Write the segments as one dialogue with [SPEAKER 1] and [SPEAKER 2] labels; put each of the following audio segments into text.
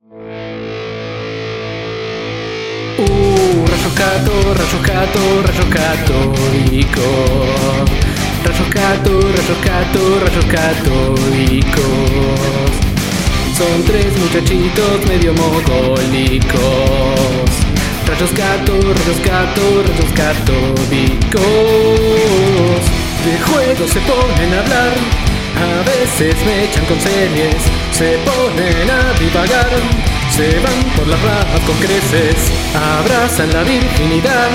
[SPEAKER 1] Uh, cato, rayo cato, rayo católico. Rayo cato, rayo cato, rayo católicos. Son tres muchachitos medio mogólicos. Rayos gato, rayos gato, rayos católicos. De juego se ponen a hablar. A veces me echan con series. Se ponen a divagar. Se van por las ramas con creces, abrazan la virginidad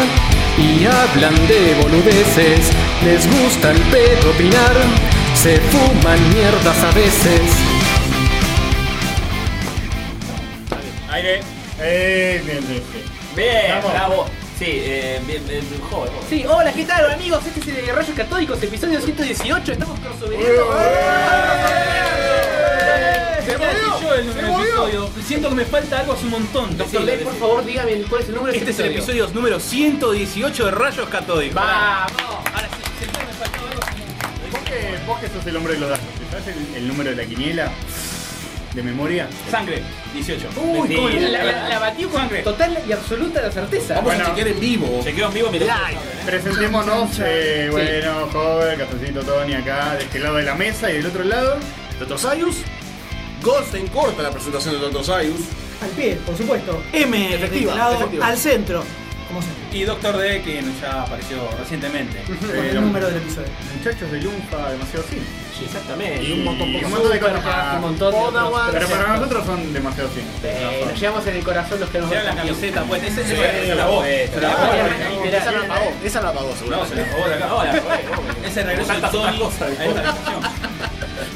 [SPEAKER 1] y hablan de boludeces. Les gusta el pedo opinar, se fuman mierdas a veces.
[SPEAKER 2] Aire. Eh, bien, bien, bien.
[SPEAKER 3] Bien,
[SPEAKER 2] Vamos.
[SPEAKER 3] bravo. Sí, eh, bien, bien, joven. joven.
[SPEAKER 1] Sí, hola, ¿qué tal amigos? Este es el de Rayos Católicos, episodio 118, estamos crossoverando.
[SPEAKER 2] ¡Eh!
[SPEAKER 4] Se movió, yo el número episodio. Siento que me falta algo hace un montón.
[SPEAKER 1] Doctor Ley, por favor, dígame el- cuál es el número de
[SPEAKER 4] Este es el episodio número 118 de Rayos Catódicos.
[SPEAKER 1] ¡Vamos!
[SPEAKER 4] Ahora sí, sentí que me faltó algo hace un montón.
[SPEAKER 2] Vos que, vos que sos el hombre de los datos, ¿te sabes el, el número de la quiniela? ¿De memoria?
[SPEAKER 4] Sangre, 18.
[SPEAKER 1] Uy,
[SPEAKER 3] cómo
[SPEAKER 1] la,
[SPEAKER 3] la-
[SPEAKER 1] la, la batió con
[SPEAKER 4] Sangre.
[SPEAKER 1] total y absoluta la certeza.
[SPEAKER 5] Vamos
[SPEAKER 2] Bueno.
[SPEAKER 5] a chequear en vivo.
[SPEAKER 3] Se quedó en vivo mirá.
[SPEAKER 2] Presentémonos, eh, bueno, joven, cafecito Tony acá, de este lado de la mesa y del otro lado.
[SPEAKER 5] Dr. Sayus. Ghost en corta la presentación de Dr. Sayus.
[SPEAKER 6] Al pie, por supuesto.
[SPEAKER 7] M
[SPEAKER 5] Efectiva,
[SPEAKER 7] del lado
[SPEAKER 5] efectiva.
[SPEAKER 7] al centro. Como se
[SPEAKER 4] Y Doctor D, quien ya apareció recientemente.
[SPEAKER 7] Con
[SPEAKER 2] Eh,
[SPEAKER 7] el
[SPEAKER 2] los
[SPEAKER 7] número del episodio.
[SPEAKER 2] Muchachos de Lunfa, demasiado simple.
[SPEAKER 3] Sí, exactamente.
[SPEAKER 2] Y un montón,
[SPEAKER 3] de
[SPEAKER 2] un
[SPEAKER 3] cosas.
[SPEAKER 2] montón de cosas
[SPEAKER 1] Superman, un
[SPEAKER 2] para...
[SPEAKER 1] montón de otros
[SPEAKER 2] Pero para
[SPEAKER 1] proyectos.
[SPEAKER 2] nosotros son demasiado simples.
[SPEAKER 1] Eh, nos llevamos en el corazón los que nos
[SPEAKER 4] Se la
[SPEAKER 1] votan.
[SPEAKER 4] camiseta, pues. Ese
[SPEAKER 5] Sí,
[SPEAKER 4] ese- se la voz.
[SPEAKER 5] eh,
[SPEAKER 4] Se la
[SPEAKER 5] claro.
[SPEAKER 4] voz.
[SPEAKER 5] Esa la pagó, esa la pagó
[SPEAKER 4] No,
[SPEAKER 5] seguro.
[SPEAKER 4] se la robó de acá. Ahora, Ese regreso del Sony a esta sección.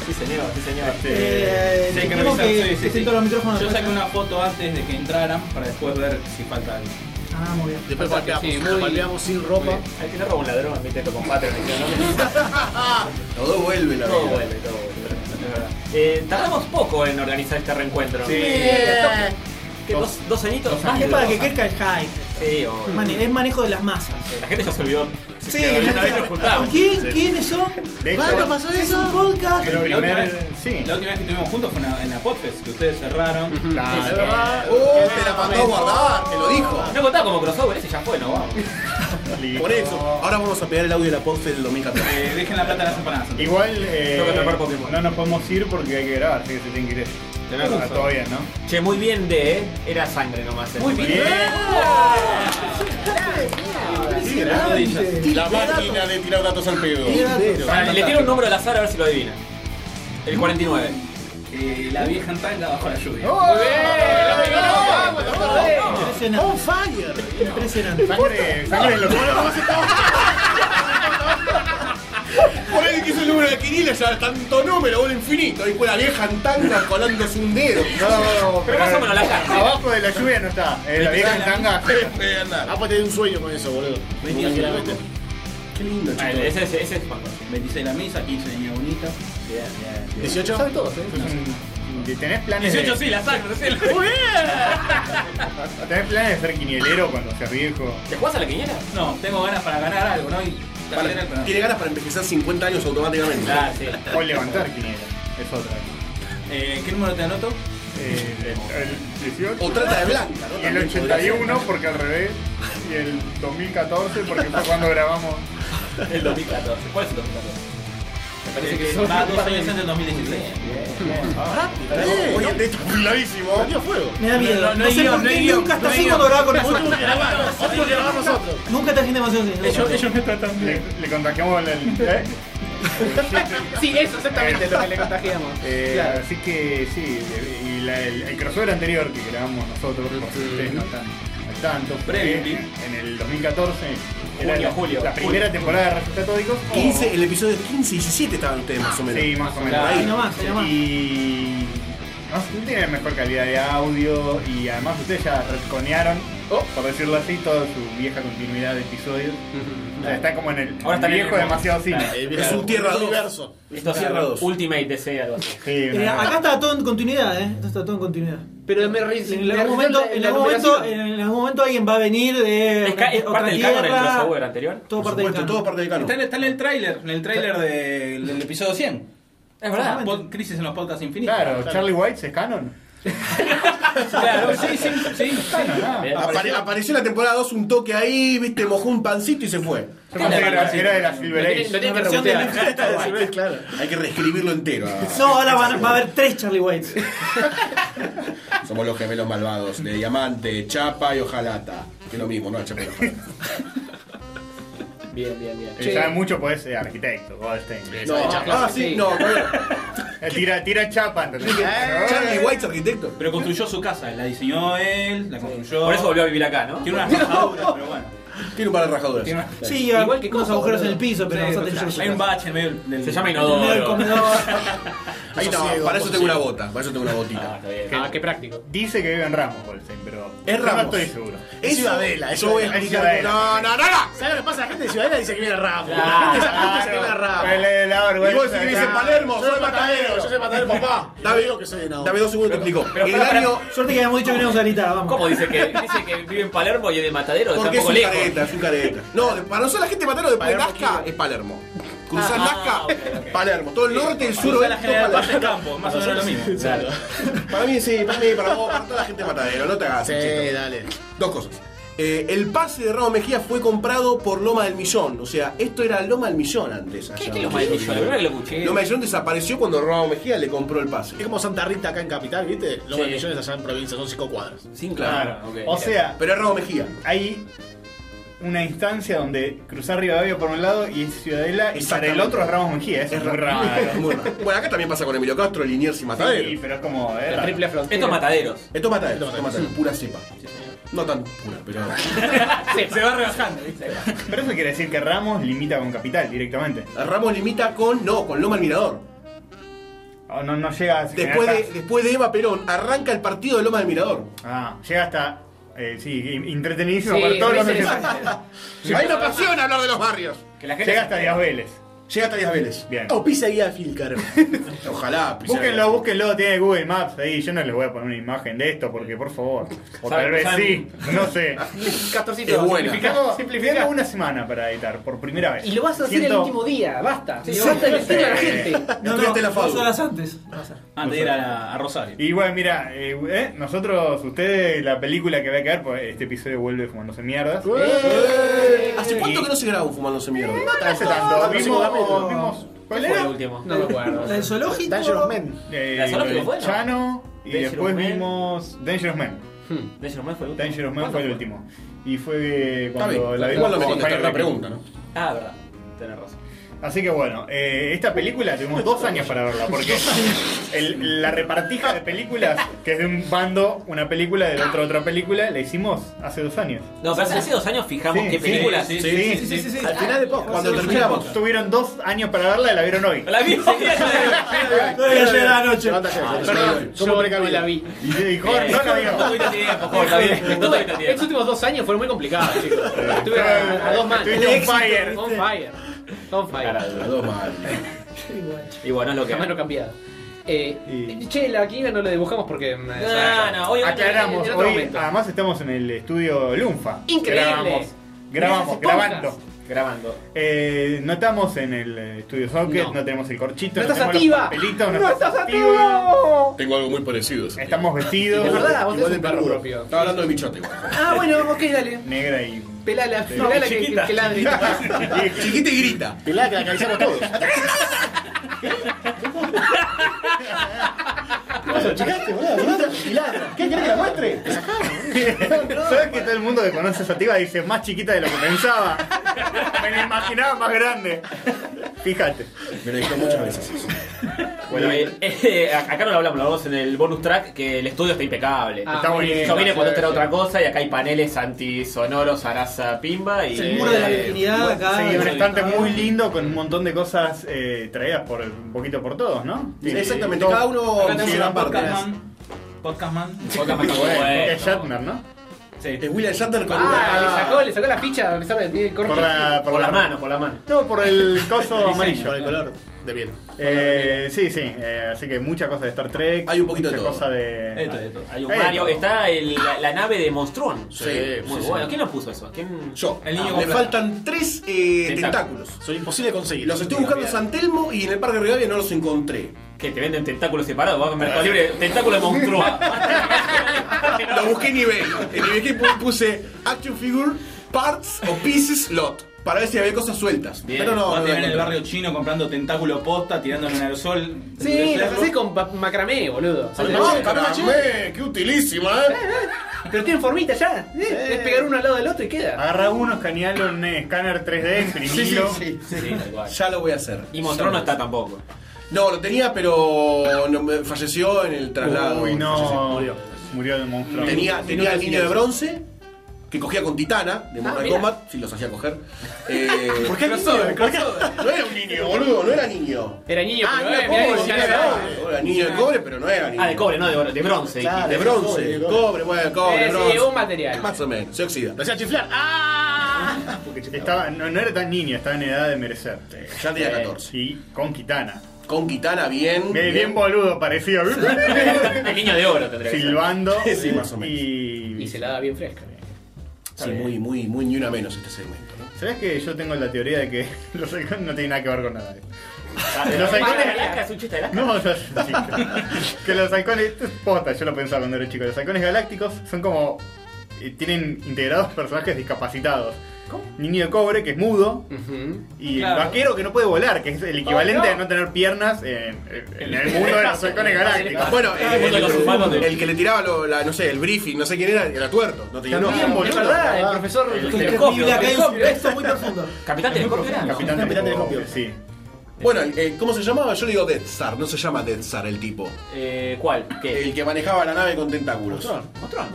[SPEAKER 3] Sí, señor, sí, señor.
[SPEAKER 7] Eh,
[SPEAKER 4] Sí, hay que
[SPEAKER 7] tenemos
[SPEAKER 4] revisar,
[SPEAKER 7] que
[SPEAKER 4] sí, sí,
[SPEAKER 7] distinto
[SPEAKER 4] sí.
[SPEAKER 7] los micrófonos.
[SPEAKER 4] Yo
[SPEAKER 7] después.
[SPEAKER 4] saqué una foto antes de que entraran para después ver si falta algo.
[SPEAKER 7] Ah, muy bien.
[SPEAKER 5] Después
[SPEAKER 1] Pasa que
[SPEAKER 5] palpeamos,
[SPEAKER 1] sí, muy-
[SPEAKER 5] palpeamos sin ropa.
[SPEAKER 3] Al que le roba un ladrón, admite lo combate, me dice, ¿no?
[SPEAKER 5] Los dos vuelven la
[SPEAKER 3] Todo
[SPEAKER 5] vida.
[SPEAKER 3] vuelve, todo vuelve. Eh, tardamos poco en organizar este reencuentro.
[SPEAKER 7] Bien.
[SPEAKER 3] ¿Qué, dos, dos añitos?
[SPEAKER 2] Dos
[SPEAKER 3] más
[SPEAKER 7] Es
[SPEAKER 3] de
[SPEAKER 7] para
[SPEAKER 3] dos
[SPEAKER 7] que
[SPEAKER 3] años.
[SPEAKER 7] crezca el hype.
[SPEAKER 3] Sí, obvio.
[SPEAKER 7] Mane- Es manejo de las masas.
[SPEAKER 3] La gente ya se olvidó.
[SPEAKER 7] Sí,
[SPEAKER 3] la
[SPEAKER 7] la-
[SPEAKER 3] vez nos juntamos.
[SPEAKER 7] ¿Quién? ¿Quiénes son?
[SPEAKER 2] De hecho,
[SPEAKER 7] Bueno, pasó eso? ¿Es un podcast?
[SPEAKER 2] Pero
[SPEAKER 4] La última
[SPEAKER 2] primer...
[SPEAKER 4] vez-
[SPEAKER 2] eh, Sí.
[SPEAKER 4] La última vez que estuvimos juntos fue en la- en la Podfest, que ustedes cerraron. Eh,
[SPEAKER 2] Claro.
[SPEAKER 4] Es verdad.
[SPEAKER 5] Oh, te la
[SPEAKER 1] Ah,
[SPEAKER 5] mandó a guardar, te lo dijo.
[SPEAKER 4] eh,
[SPEAKER 3] No contaba como crossover, ese ya fue, no vamos.
[SPEAKER 2] Listo.
[SPEAKER 5] Por eso, ahora vamos a pegar el audio de la post del 2014.
[SPEAKER 4] Eh, dejen la plata en las empanadas. entonces.
[SPEAKER 2] Igual eh,
[SPEAKER 3] Tengo que atrapar Pokémon.
[SPEAKER 2] no nos podemos ir porque hay que grabar, así que se tienen que ir.
[SPEAKER 4] Tenés razón.
[SPEAKER 2] Ah, Todo bien, ¿no?
[SPEAKER 3] Che, muy bien de, ¿eh? Era sangre nomás.
[SPEAKER 4] Muy bien.
[SPEAKER 2] Sí,
[SPEAKER 4] Las rodillas.
[SPEAKER 5] La máquina de tirar datos al pedo.
[SPEAKER 3] Pará, le tiro un número al azar a ver si lo adivina. El 49.
[SPEAKER 4] Eh, la vieja en tanga bajo la lluvia.
[SPEAKER 7] Impresionante.
[SPEAKER 5] fire!
[SPEAKER 7] Impresionante.
[SPEAKER 2] Sangre, sangre en los ojos.
[SPEAKER 5] Por ahí que hizo el número de Quirila ya tanto número, un infinito. Y fue la vieja en tanga colándose un dedo.
[SPEAKER 2] No,
[SPEAKER 3] Pero más o menos la cara.
[SPEAKER 2] Abajo de la lluvia no está. eh, la vieja en tanga.
[SPEAKER 5] Ah, pues tenés un sueño con eso, boludo. Tranquilamente. Qué lindo,
[SPEAKER 4] Ah,
[SPEAKER 5] chico.
[SPEAKER 3] Vale, ese, ese, ese es Juan.
[SPEAKER 4] 26 la misa, 15 niña bonita.
[SPEAKER 5] 18. ¿eh?
[SPEAKER 2] Mm, ¿Tenés planes,
[SPEAKER 4] Eh,
[SPEAKER 3] 18
[SPEAKER 2] de,
[SPEAKER 3] sí, la sangre, sí.
[SPEAKER 2] ¿Tenés planes de ser quinielero cuando seas viejo?
[SPEAKER 3] ¿Te jugás a la quiniela?
[SPEAKER 4] No, tengo ganas para ganar algo, ¿no? Y
[SPEAKER 5] Para-
[SPEAKER 4] también el plan.
[SPEAKER 5] tiene ganas para empezar 50 años automáticamente.
[SPEAKER 3] Ah, sí.
[SPEAKER 2] O levantar quiniela. Es otra.
[SPEAKER 4] Eh, ¿Qué número te anoto?
[SPEAKER 2] Eh, el, el 18.
[SPEAKER 5] O trata de blanca, ¿no?
[SPEAKER 2] Y
[SPEAKER 5] También
[SPEAKER 2] el
[SPEAKER 5] podría ser.
[SPEAKER 2] 81 porque al revés. Y el 2014 porque fue cuando grabamos.
[SPEAKER 3] El 2014. ¿Cuál es el 2014?
[SPEAKER 4] Me parece que Eh, va dos años antes del 2016.
[SPEAKER 5] Eh, Oye, te está filadísimo. Prendió fuego.
[SPEAKER 7] Me da miedo.
[SPEAKER 4] No,
[SPEAKER 7] No,
[SPEAKER 4] no, no hay
[SPEAKER 7] sé
[SPEAKER 4] guión,
[SPEAKER 7] por
[SPEAKER 4] no hay
[SPEAKER 7] qué
[SPEAKER 4] guión,
[SPEAKER 7] nunca
[SPEAKER 4] no
[SPEAKER 7] está
[SPEAKER 4] hay
[SPEAKER 7] así
[SPEAKER 4] guión.
[SPEAKER 7] cuando lo hago con nosotros.
[SPEAKER 5] Otro que grabamos nosotros.
[SPEAKER 7] Nunca trajiste demasiado
[SPEAKER 4] Ellos, ellos me tratan
[SPEAKER 2] Le,
[SPEAKER 4] bien.
[SPEAKER 2] le contagiamos el. el- ¿eh?
[SPEAKER 1] Sí, eso exactamente lo que le contagiamos.
[SPEAKER 2] Eh,
[SPEAKER 1] Claro.
[SPEAKER 2] Así que sí, de- y la- el, el crossover anterior que grabamos nosotros, porque ustedes no están al tanto, fue
[SPEAKER 4] Preview.
[SPEAKER 2] en el 2014, era
[SPEAKER 3] Junio,
[SPEAKER 2] la,
[SPEAKER 3] julio,
[SPEAKER 2] la
[SPEAKER 3] julio.
[SPEAKER 2] primera temporada de Rayos Catódicos.
[SPEAKER 5] 15, el episodio 15 y 17 estaban ustedes más o menos.
[SPEAKER 2] Sí, más o menos.
[SPEAKER 4] Claro.
[SPEAKER 2] ahí.
[SPEAKER 7] Ahí nomás, ahí nomás.
[SPEAKER 2] Y no, no tienen mejor calidad de audio y además ustedes ya retconearon, por decirlo así, toda su vieja continuidad de episodios. O sea, está como en el
[SPEAKER 3] Ahora está
[SPEAKER 2] viejo
[SPEAKER 3] viejo, ¿no?
[SPEAKER 2] demasiado cine.
[SPEAKER 3] Claro.
[SPEAKER 5] Eh, Es un tierra 2. Universo.
[SPEAKER 3] Esto es
[SPEAKER 5] tierra 2.
[SPEAKER 3] Ultimate DC, algo así.
[SPEAKER 2] Sí,
[SPEAKER 7] Eh,
[SPEAKER 2] una-
[SPEAKER 7] acá está todo en continuidad, ¿eh? Esto está todo en continuidad.
[SPEAKER 1] Pero me re-
[SPEAKER 7] En
[SPEAKER 1] me
[SPEAKER 7] algún, momento,
[SPEAKER 1] resulta-
[SPEAKER 7] en,
[SPEAKER 1] la
[SPEAKER 7] algún momento,
[SPEAKER 1] numeración.
[SPEAKER 7] en algún momento alguien va a venir de
[SPEAKER 3] Es, ca- es
[SPEAKER 7] otra
[SPEAKER 3] parte del canon del
[SPEAKER 7] tierra.
[SPEAKER 3] crossover anterior.
[SPEAKER 7] Todo
[SPEAKER 5] Por
[SPEAKER 7] parte del
[SPEAKER 5] supuesto, todo
[SPEAKER 7] canon.
[SPEAKER 5] parte del canon.
[SPEAKER 4] Está en, está en el tráiler, en el tráiler del, del episodio 100.
[SPEAKER 3] Es verdad.
[SPEAKER 4] Pod- crisis en los podcasts infinitos.
[SPEAKER 2] Claro, Charlie White es canon.
[SPEAKER 3] Claro, sí, sí, sí. sí.
[SPEAKER 2] no.
[SPEAKER 8] Apare- apareció en la temporada 2 un toque ahí, viste, mojó un pancito y se fue.
[SPEAKER 2] Yo pensé que era, era de la Silver
[SPEAKER 3] Lo tiene-
[SPEAKER 2] Age.
[SPEAKER 3] lo tiene que
[SPEAKER 7] versión de
[SPEAKER 3] rebotear.
[SPEAKER 8] Claro. Hay que reescribirlo entero.
[SPEAKER 7] No, ahora van- va a haber tres Charlie Whites.
[SPEAKER 8] Somos los gemelos malvados de diamante, chapa y hojalata. Que es lo mismo, ¿no? Chapa y hojalata.
[SPEAKER 3] Bien, bien, bien.
[SPEAKER 2] Eh, Ya mucho podés ser arquitecto, Goldstein.
[SPEAKER 8] No,
[SPEAKER 3] de chapa.
[SPEAKER 8] ah, sí, no. no.
[SPEAKER 2] Eh, Tira, tira chapa, ¿entendés?
[SPEAKER 8] Charlie White, arquitecto.
[SPEAKER 4] Pero construyó su casa, la diseñó él, la construyó.
[SPEAKER 3] Por eso volvió a vivir acá, ¿no?
[SPEAKER 4] Tiene unas rajaduras, pero bueno.
[SPEAKER 8] Tiene un par de rajaduras.
[SPEAKER 3] Tiene una-
[SPEAKER 7] Sí,
[SPEAKER 3] Igual
[SPEAKER 7] igual
[SPEAKER 3] que
[SPEAKER 7] que unos
[SPEAKER 3] cosa,
[SPEAKER 7] agujeros en
[SPEAKER 3] boludo.
[SPEAKER 7] el piso, pero
[SPEAKER 3] Sí,
[SPEAKER 7] bastante
[SPEAKER 3] total.
[SPEAKER 7] chulo.
[SPEAKER 4] Hay un bache en medio del.
[SPEAKER 3] Se llama
[SPEAKER 7] En medio del
[SPEAKER 3] inodoro.
[SPEAKER 7] comedor.
[SPEAKER 8] Ahí
[SPEAKER 4] Sos
[SPEAKER 8] no,
[SPEAKER 4] ciego,
[SPEAKER 8] para eso
[SPEAKER 4] vos
[SPEAKER 8] tengo
[SPEAKER 4] sos
[SPEAKER 8] una bota. Para eso tengo una botita.
[SPEAKER 3] Eh,
[SPEAKER 4] Ah, qué práctico.
[SPEAKER 2] Dice que vive en Ramos, Goldstein, pero.
[SPEAKER 8] Es
[SPEAKER 2] yo
[SPEAKER 8] Ramos.
[SPEAKER 2] No estoy seguro.
[SPEAKER 8] Es Ciudadela, yo voy a
[SPEAKER 2] Ciudadela.
[SPEAKER 8] explicar. No, no, no, no.
[SPEAKER 1] ¿Sabes lo que pasa? La gente de Ciudadela dice que viene Ramos. La
[SPEAKER 2] Ah,
[SPEAKER 3] Claro.
[SPEAKER 1] gente de San Juan dice que viene Ramos.
[SPEAKER 2] Dale la vergüenza
[SPEAKER 8] Y vos si
[SPEAKER 2] de
[SPEAKER 8] vivís en
[SPEAKER 2] Ramos.
[SPEAKER 8] Palermo,
[SPEAKER 1] Yo
[SPEAKER 8] soy
[SPEAKER 1] soy matadero, yo
[SPEAKER 8] matadero.
[SPEAKER 1] soy matadero, papá. Yo digo que soy de Nahua.
[SPEAKER 8] Dame dos segundos y te explico.
[SPEAKER 3] pero
[SPEAKER 8] El
[SPEAKER 3] para, para.
[SPEAKER 8] año.
[SPEAKER 7] Suerte que habíamos dicho que no íbamos a gritar, vamos.
[SPEAKER 3] ¿Cómo dice que, dice que vive en Palermo y es de Matadero? Está un
[SPEAKER 8] Porque es
[SPEAKER 3] poco
[SPEAKER 8] un
[SPEAKER 3] lejos.
[SPEAKER 8] careta, es un careta. No, de- para nosotros la gente de Matadero después de
[SPEAKER 1] Palermo,
[SPEAKER 8] Nazca
[SPEAKER 1] Chile.
[SPEAKER 8] es Palermo. Cruzar
[SPEAKER 3] Ah,
[SPEAKER 8] Nazca,
[SPEAKER 3] ok, ok.
[SPEAKER 8] Palermo. Todo el norte, el sur,
[SPEAKER 4] Cruzó la
[SPEAKER 8] oeste,
[SPEAKER 4] general
[SPEAKER 8] Palermo.
[SPEAKER 4] Paz del campo, más o menos lo mismo.
[SPEAKER 3] Claro.
[SPEAKER 8] Para mí sí, para mí, para vos, para toda la gente de Matadero, no te hagas.
[SPEAKER 1] Sí,
[SPEAKER 8] chiste.
[SPEAKER 1] dale.
[SPEAKER 8] Dos cosas. Eh, el pase de Ramos Mejía fue comprado por Loma del Millón. O sea, esto era Loma del Millón antes.
[SPEAKER 3] ¿Qué
[SPEAKER 8] allá.
[SPEAKER 3] qué es lo más difícil? La primera que lo escuché.
[SPEAKER 8] Loma del Millón desapareció cuando Ramos Mejía le compró el pase.
[SPEAKER 1] Es como Santa Rita acá en Capital, ¿viste? Los
[SPEAKER 3] Sí.
[SPEAKER 1] millones allá en provincia, son cinco cuadras.
[SPEAKER 3] Sin
[SPEAKER 8] Claro,
[SPEAKER 3] ok.
[SPEAKER 2] O sea,
[SPEAKER 8] Pero es Ramos Mejía.
[SPEAKER 2] hay una instancia donde cruzar Rivadavia por un lado y Ciudadela y para
[SPEAKER 8] Exactamente.
[SPEAKER 2] el otro es Ramos Mejía. Eso es muy raro.
[SPEAKER 8] Muy raro. Bueno, acá también pasa con Emilio Castro, Liniers y Matadero.
[SPEAKER 2] Sí, pero es como. es
[SPEAKER 4] La
[SPEAKER 2] raro.
[SPEAKER 4] triple frontera.
[SPEAKER 3] Estos mataderos.
[SPEAKER 8] Esto es Matadero, esto es Matadero, pura cepa. No tan pura, pero...
[SPEAKER 4] Sí, Ah, se va rebajando, ¿viste?
[SPEAKER 2] Pero eso quiere decir que Ramos limita con Capital directamente.
[SPEAKER 8] Ramos limita con... No, con Loma del Mirador.
[SPEAKER 2] O no, no llega a
[SPEAKER 8] Después de,
[SPEAKER 2] hasta-
[SPEAKER 8] después de Eva Perón, arranca el partido de Loma del Mirador.
[SPEAKER 2] Ah, llega hasta. eh, sí, in- entretenidísimo
[SPEAKER 3] Sí,
[SPEAKER 2] para todos
[SPEAKER 3] muy
[SPEAKER 2] los
[SPEAKER 3] interesante.
[SPEAKER 8] Ahí no apasiona hablar de los barrios.
[SPEAKER 3] Que la gente
[SPEAKER 2] Llega hasta Díaz Vélez.
[SPEAKER 8] Llega hasta Díaz Vélez. Oh,
[SPEAKER 2] Bien.
[SPEAKER 1] O pizza guía Filcar.
[SPEAKER 8] Ojalá. pisa-
[SPEAKER 2] Búsquenlo, búsquenlo, tiene Google Maps ahí. Yo no les voy a poner una imagen de esto porque, por favor. O
[SPEAKER 3] Saben-
[SPEAKER 2] tal vez sí,
[SPEAKER 3] saben-
[SPEAKER 2] no sé.
[SPEAKER 3] Castorcito,
[SPEAKER 8] Es buena.
[SPEAKER 3] simplifica-
[SPEAKER 2] Tengo,
[SPEAKER 3] simplifica.
[SPEAKER 2] tengo una semana para editar, por primera vez.
[SPEAKER 9] Y lo vas a hacer el
[SPEAKER 2] Siento-
[SPEAKER 9] último día, basta.
[SPEAKER 3] Sí,
[SPEAKER 9] basta de
[SPEAKER 3] obvio.
[SPEAKER 9] mentir a la gente.
[SPEAKER 7] No, no,
[SPEAKER 8] Estudiaste la
[SPEAKER 7] dos
[SPEAKER 8] FAU.
[SPEAKER 7] horas antes.
[SPEAKER 4] Ah, Antes de ir a, a Rosario.
[SPEAKER 2] Y bueno, mira, eh, eh, nosotros, ustedes, la película que va a caer, pues este episodio vuelve fumándose mierdas.
[SPEAKER 8] ¡Eh! ¿Hace
[SPEAKER 2] Y-
[SPEAKER 8] cuánto que no se grabó fumándose mierda?
[SPEAKER 2] Hace tanto,
[SPEAKER 1] no,
[SPEAKER 2] vimos,
[SPEAKER 1] no,
[SPEAKER 2] vimos, ¿cuál
[SPEAKER 3] ¿Cuál fue
[SPEAKER 2] era?
[SPEAKER 3] el último?
[SPEAKER 9] No me acuerdo.
[SPEAKER 7] La del zoológico.
[SPEAKER 1] Dangerous Men.
[SPEAKER 2] Eh,
[SPEAKER 3] La sola que fue, ¿no?
[SPEAKER 2] Chano, y
[SPEAKER 3] Dangerous
[SPEAKER 2] después
[SPEAKER 3] Man.
[SPEAKER 2] vimos Dangerous Man.
[SPEAKER 3] Dangerous Man fue el último.
[SPEAKER 2] Dangerous Man
[SPEAKER 3] ¿Cuándo
[SPEAKER 2] fue el último. Y fue
[SPEAKER 8] Está
[SPEAKER 2] cuando
[SPEAKER 8] bien,
[SPEAKER 2] la vimos
[SPEAKER 8] igual no me
[SPEAKER 2] con
[SPEAKER 8] contestaron la
[SPEAKER 2] Fire
[SPEAKER 8] pregunta, ¿no?
[SPEAKER 3] Ah, verdad. Tenés razón.
[SPEAKER 2] Así que bueno, eh, esta película tuvimos dos años para verla, porque el- la repartija de películas, que es de un bando una película, del otro otra película, la hicimos hace dos años.
[SPEAKER 3] No, pero hace- hace dos años fijamos
[SPEAKER 2] Sí,
[SPEAKER 3] qué
[SPEAKER 2] sí,
[SPEAKER 3] película.
[SPEAKER 2] sí,
[SPEAKER 7] Sí, sí, sí, sí.
[SPEAKER 1] Al final de post,
[SPEAKER 8] Cuando
[SPEAKER 1] cuando
[SPEAKER 8] terminamos.
[SPEAKER 2] Tuvieron dos años para verla y la vieron hoy.
[SPEAKER 3] La vi ese día, yo la vi.
[SPEAKER 7] No voy a llegar a la noche.
[SPEAKER 1] Perdón,
[SPEAKER 9] Yo no la vi.
[SPEAKER 2] Y, y Jorge no la vio.
[SPEAKER 3] No tuviste tiempo, Jorge, la vi. No
[SPEAKER 9] Estuve-
[SPEAKER 3] tuviste
[SPEAKER 9] estos
[SPEAKER 3] tiempo.
[SPEAKER 9] últimos dos años fueron muy complicados, chicos. Estuve a, a dos manos.
[SPEAKER 2] Estuviste on fire.
[SPEAKER 9] On fire. On fire.
[SPEAKER 8] Las dos mal.
[SPEAKER 3] Y bueno, es lo que.
[SPEAKER 9] La mano cambiada. Eh,
[SPEAKER 2] Y-
[SPEAKER 9] Che, la quiniela no la dibujamos porque. mm,
[SPEAKER 3] Ah, No, no, hoy
[SPEAKER 2] Aclaramos,
[SPEAKER 9] En otro
[SPEAKER 2] hoy
[SPEAKER 9] momento.
[SPEAKER 2] además estamos en el estudio Lunfa.
[SPEAKER 9] Increíble.
[SPEAKER 2] Grabamos, grabamos,
[SPEAKER 9] Mirá, hace
[SPEAKER 2] grabando.
[SPEAKER 3] Grabando.
[SPEAKER 2] Eh, no estamos en el eh, estudio Socket, no,
[SPEAKER 9] No.
[SPEAKER 2] tenemos el corchito,
[SPEAKER 9] ¡No estás
[SPEAKER 2] tenemos
[SPEAKER 9] activa!
[SPEAKER 2] los papelitos, no,
[SPEAKER 9] ¡No
[SPEAKER 2] estás
[SPEAKER 9] estás
[SPEAKER 2] activa.
[SPEAKER 9] activo!
[SPEAKER 8] Tengo algo muy parecido. ese.
[SPEAKER 2] Estamos vestidos.
[SPEAKER 9] Es verdad,
[SPEAKER 1] Igual
[SPEAKER 9] vos tenés
[SPEAKER 1] de
[SPEAKER 9] un perro
[SPEAKER 1] peludo.
[SPEAKER 9] propio.
[SPEAKER 8] Estaba hablando de Michote igual.
[SPEAKER 9] Ah, bueno, ok, dale.
[SPEAKER 2] Negra y.
[SPEAKER 9] Pelala, pelala que, que, que ladre.
[SPEAKER 2] Ah.
[SPEAKER 8] Chiquita y grita.
[SPEAKER 1] Pelá que la acariciamos todos. ¿Chicaste, boludo? Y ladra. ¿Qué querés que la muestre?
[SPEAKER 2] ¿Sabes que todo el mundo que conoce a Sativa dice más chiquita de lo que pensaba? Me la imaginaba más grande. Fíjate.
[SPEAKER 8] Me lo dijo muchas veces. eso.
[SPEAKER 3] Bueno, eh, eh, acá no lo hablamos, lo hablamos en el bonus track que el estudio está impecable.
[SPEAKER 9] Ah,
[SPEAKER 2] Está buenísimo.
[SPEAKER 3] Yo vine cuando
[SPEAKER 2] Sí,
[SPEAKER 3] esta era
[SPEAKER 2] sí.
[SPEAKER 3] otra cosa y acá hay paneles antisonoros, Arasa Pimba y.
[SPEAKER 7] Es el muro de la
[SPEAKER 3] eh,
[SPEAKER 7] virginidad acá.
[SPEAKER 2] Sí, un
[SPEAKER 7] Sí,
[SPEAKER 2] estante
[SPEAKER 7] acá.
[SPEAKER 2] muy lindo con un montón de cosas eh, traídas por un poquito por todos, ¿no?
[SPEAKER 8] Sí, Exactamente,
[SPEAKER 2] Todo-
[SPEAKER 8] cada uno
[SPEAKER 4] Acá
[SPEAKER 8] su
[SPEAKER 4] tenemos
[SPEAKER 8] gran
[SPEAKER 4] a
[SPEAKER 8] parte.
[SPEAKER 4] Podcastman. Podcastman.
[SPEAKER 3] Pocas más como
[SPEAKER 2] Porque es
[SPEAKER 3] esto.
[SPEAKER 2] Shatner, ¿no?
[SPEAKER 4] Sí.
[SPEAKER 8] Es William Shatner con
[SPEAKER 9] Ah, le
[SPEAKER 8] una-
[SPEAKER 9] sacó, le sacó la ficha a pesar del del corte.
[SPEAKER 2] Por la,
[SPEAKER 3] Por las manos, por las manos.
[SPEAKER 2] No, por el coso amarillo.
[SPEAKER 1] Con el color de piel.
[SPEAKER 2] Eh, sí, sí. eh, así que mucha cosa de Star Trek.
[SPEAKER 8] Hay un poquito de
[SPEAKER 2] mucha
[SPEAKER 8] todo.
[SPEAKER 2] cosa de.
[SPEAKER 4] Esto, esto.
[SPEAKER 3] Hay un
[SPEAKER 2] Eh,
[SPEAKER 3] Mario,
[SPEAKER 2] no.
[SPEAKER 3] está el- la, la nave de Monstrón.
[SPEAKER 8] Sí,
[SPEAKER 3] muy
[SPEAKER 8] sí,
[SPEAKER 3] bueno.
[SPEAKER 8] sí.
[SPEAKER 3] ¿Quién nos puso eso? ¿Quién?
[SPEAKER 8] Yo.
[SPEAKER 4] El niño
[SPEAKER 8] Ah,
[SPEAKER 4] con
[SPEAKER 8] le
[SPEAKER 4] plata.
[SPEAKER 8] faltan tres eh,
[SPEAKER 3] Tentáculos.
[SPEAKER 8] tentáculos.
[SPEAKER 1] Son imposibles de conseguir.
[SPEAKER 8] Los estoy buscando en San Telmo y en el Parque Rivadavia no los encontré.
[SPEAKER 3] que te venden tentáculos separados, vas a Mercado Libre, tentáculos monstruosos.
[SPEAKER 8] Lo busqué en eBay. En eBay que pu- puse action figure, parts o pieces lot. Para ver si había cosas sueltas.
[SPEAKER 3] Bien,
[SPEAKER 8] Pero no,
[SPEAKER 4] Vas a
[SPEAKER 8] no.
[SPEAKER 4] terminar en el
[SPEAKER 8] no.
[SPEAKER 4] barrio chino comprando tentáculo posta, tirándome un aerosol.
[SPEAKER 9] Sí, las
[SPEAKER 4] Claro.
[SPEAKER 9] haces con pa- macramé, boludo.
[SPEAKER 8] No,
[SPEAKER 9] Salta-
[SPEAKER 8] caramba, ¡Qué utilísima, eh!
[SPEAKER 9] Pero tienen formita ya. ¿eh? Es pegar uno al lado del otro y queda.
[SPEAKER 2] Agarra uno, escanealo en eh, escáner 3D,
[SPEAKER 8] Sí, sí,
[SPEAKER 2] imprimilo.
[SPEAKER 8] sí.
[SPEAKER 3] Sí, tal cual.
[SPEAKER 8] Ya lo voy a hacer.
[SPEAKER 3] Y Montrón no está tampoco.
[SPEAKER 8] No, lo tenía, pero no, me- falleció en el traslado.
[SPEAKER 2] Uy,
[SPEAKER 8] Falleció.
[SPEAKER 2] no. Murió de monstruo.
[SPEAKER 8] Tenía, tenía el niño de bronce que cogía con Titana de Mortal
[SPEAKER 9] mira.
[SPEAKER 8] Kombat, si los hacía coger. Eh,
[SPEAKER 9] qué crossover? crossover.
[SPEAKER 8] No era un niño, boludo, no era niño.
[SPEAKER 9] Era niño,
[SPEAKER 8] Ah,
[SPEAKER 9] pero
[SPEAKER 8] era
[SPEAKER 9] eh, mirá
[SPEAKER 8] pobre,
[SPEAKER 9] que ya
[SPEAKER 8] era
[SPEAKER 9] era-
[SPEAKER 8] pobre. Era niño de cobre, pero no era niño.
[SPEAKER 3] Ah, de cobre, no de oro, de bronce.
[SPEAKER 10] Claro.
[SPEAKER 8] De bronce,
[SPEAKER 10] De cobre.
[SPEAKER 8] cobre, bueno, cobre,
[SPEAKER 9] Eh,
[SPEAKER 8] bronce.
[SPEAKER 9] sí, un material.
[SPEAKER 8] Más o menos, se oxida.
[SPEAKER 10] Empecé a chiflar. ¡Ah!
[SPEAKER 2] Estaba, no, no era tan niña, estaba en edad de merecer.
[SPEAKER 8] Ya tenía 14.
[SPEAKER 2] Sí, con Kitana.
[SPEAKER 8] Con Kitana bien.
[SPEAKER 2] Bien, bien boludo, parecía.
[SPEAKER 3] El niño de oro tendría que ser.
[SPEAKER 2] Silbando.
[SPEAKER 8] Sí, más o menos.
[SPEAKER 2] Y.
[SPEAKER 9] Y se la da bien fresca.
[SPEAKER 8] Sí, muy, muy, muy ni una menos este segmento, ¿no?
[SPEAKER 2] ¿Sabes que yo tengo la teoría de que los halcones no tienen nada que ver con nada?
[SPEAKER 3] Ah,
[SPEAKER 2] Los halcones.
[SPEAKER 3] Alaska, es un chiste de Alaska.
[SPEAKER 2] No, no, sí, que los halcones. esto es Posta, yo lo pensaba cuando era chico. Los halcones galácticos son como. eh, Tienen integrados personajes discapacitados. Niño de cobre, que es mudo.
[SPEAKER 9] Ujú.
[SPEAKER 2] Y
[SPEAKER 4] Claro.
[SPEAKER 2] el vaquero que no puede volar, que es el equivalente
[SPEAKER 9] no.
[SPEAKER 2] a no tener piernas en, en el mundo de los halcones galácticos.
[SPEAKER 8] Bueno,
[SPEAKER 3] Ah,
[SPEAKER 8] el,
[SPEAKER 3] bueno,
[SPEAKER 8] el-
[SPEAKER 3] los humanos de-
[SPEAKER 8] el que le tiraba, lo- la, no sé, el briefing, no sé quién era, era tuerto. No tenía
[SPEAKER 2] También,
[SPEAKER 8] nada.
[SPEAKER 2] boludo.
[SPEAKER 9] Es verdad, el
[SPEAKER 10] ah,
[SPEAKER 9] profesor.
[SPEAKER 3] el
[SPEAKER 9] el-
[SPEAKER 3] telescopio.
[SPEAKER 7] Biblia, acá hay un
[SPEAKER 9] telescopio,
[SPEAKER 7] texto muy profundo.
[SPEAKER 3] Capitán Telescopio era, ¿no?
[SPEAKER 2] Capitán,
[SPEAKER 10] Capitán
[SPEAKER 2] Telescopio,
[SPEAKER 10] Telescopio.
[SPEAKER 2] sí.
[SPEAKER 8] Bueno, eh, ¿cómo se llamaba? Yo le digo Death Star, no se llama Death Star el tipo.
[SPEAKER 3] Eh, ¿Cuál? ¿Qué?
[SPEAKER 8] El que manejaba la nave con tentáculos.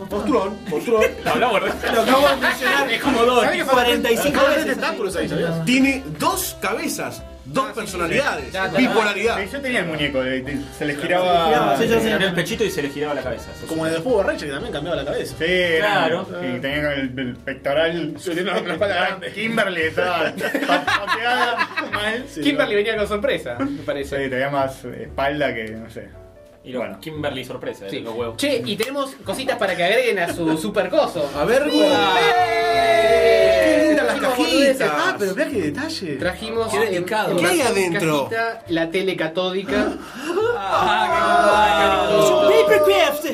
[SPEAKER 8] Postrón, postrón.
[SPEAKER 3] Hablamos de
[SPEAKER 7] Lo acabo de mencionar. Es como dos.
[SPEAKER 10] ¿Sabés que
[SPEAKER 7] 45
[SPEAKER 10] Acabo de ver
[SPEAKER 7] veces.
[SPEAKER 10] tentáculos ahí, ¿sabías?
[SPEAKER 8] Tiene dos cabezas, dos personalidades, bipolaridad.
[SPEAKER 2] Sí, Yo tenía el muñeco, de- de- se les
[SPEAKER 7] giraba,
[SPEAKER 2] giraba. Sí,
[SPEAKER 7] sí, sí.
[SPEAKER 3] Se le abrió el pechito y se le giraba la cabeza.
[SPEAKER 10] Como en el juego Rachel que también cambiaba la cabeza.
[SPEAKER 2] era-
[SPEAKER 3] Claro.
[SPEAKER 2] Y tenía el, el pectoral. Kimberly estaba pateada mal. Sí,
[SPEAKER 9] Kimberly venía con sorpresa, me parece.
[SPEAKER 2] tenía más espalda que, no sé.
[SPEAKER 3] Y lo,
[SPEAKER 2] Bueno.
[SPEAKER 3] Kimberly sorpresa, ¿eh?
[SPEAKER 9] Sí.
[SPEAKER 3] los huevos.
[SPEAKER 9] Che, y tenemos cositas para que agreguen a su super coso.
[SPEAKER 8] A ver, güey.
[SPEAKER 9] ¡Eh!
[SPEAKER 8] ¿Qué eran las
[SPEAKER 9] Trajimos boludeces.
[SPEAKER 8] cajitas?
[SPEAKER 10] Ah, pero mirá qué detalle.
[SPEAKER 9] Trajimos
[SPEAKER 7] Qué
[SPEAKER 9] en-
[SPEAKER 7] delicado.
[SPEAKER 9] en
[SPEAKER 8] ¿Qué hay
[SPEAKER 9] la
[SPEAKER 8] adentro?
[SPEAKER 9] cajita la tele catódica.
[SPEAKER 7] Es un papercraft.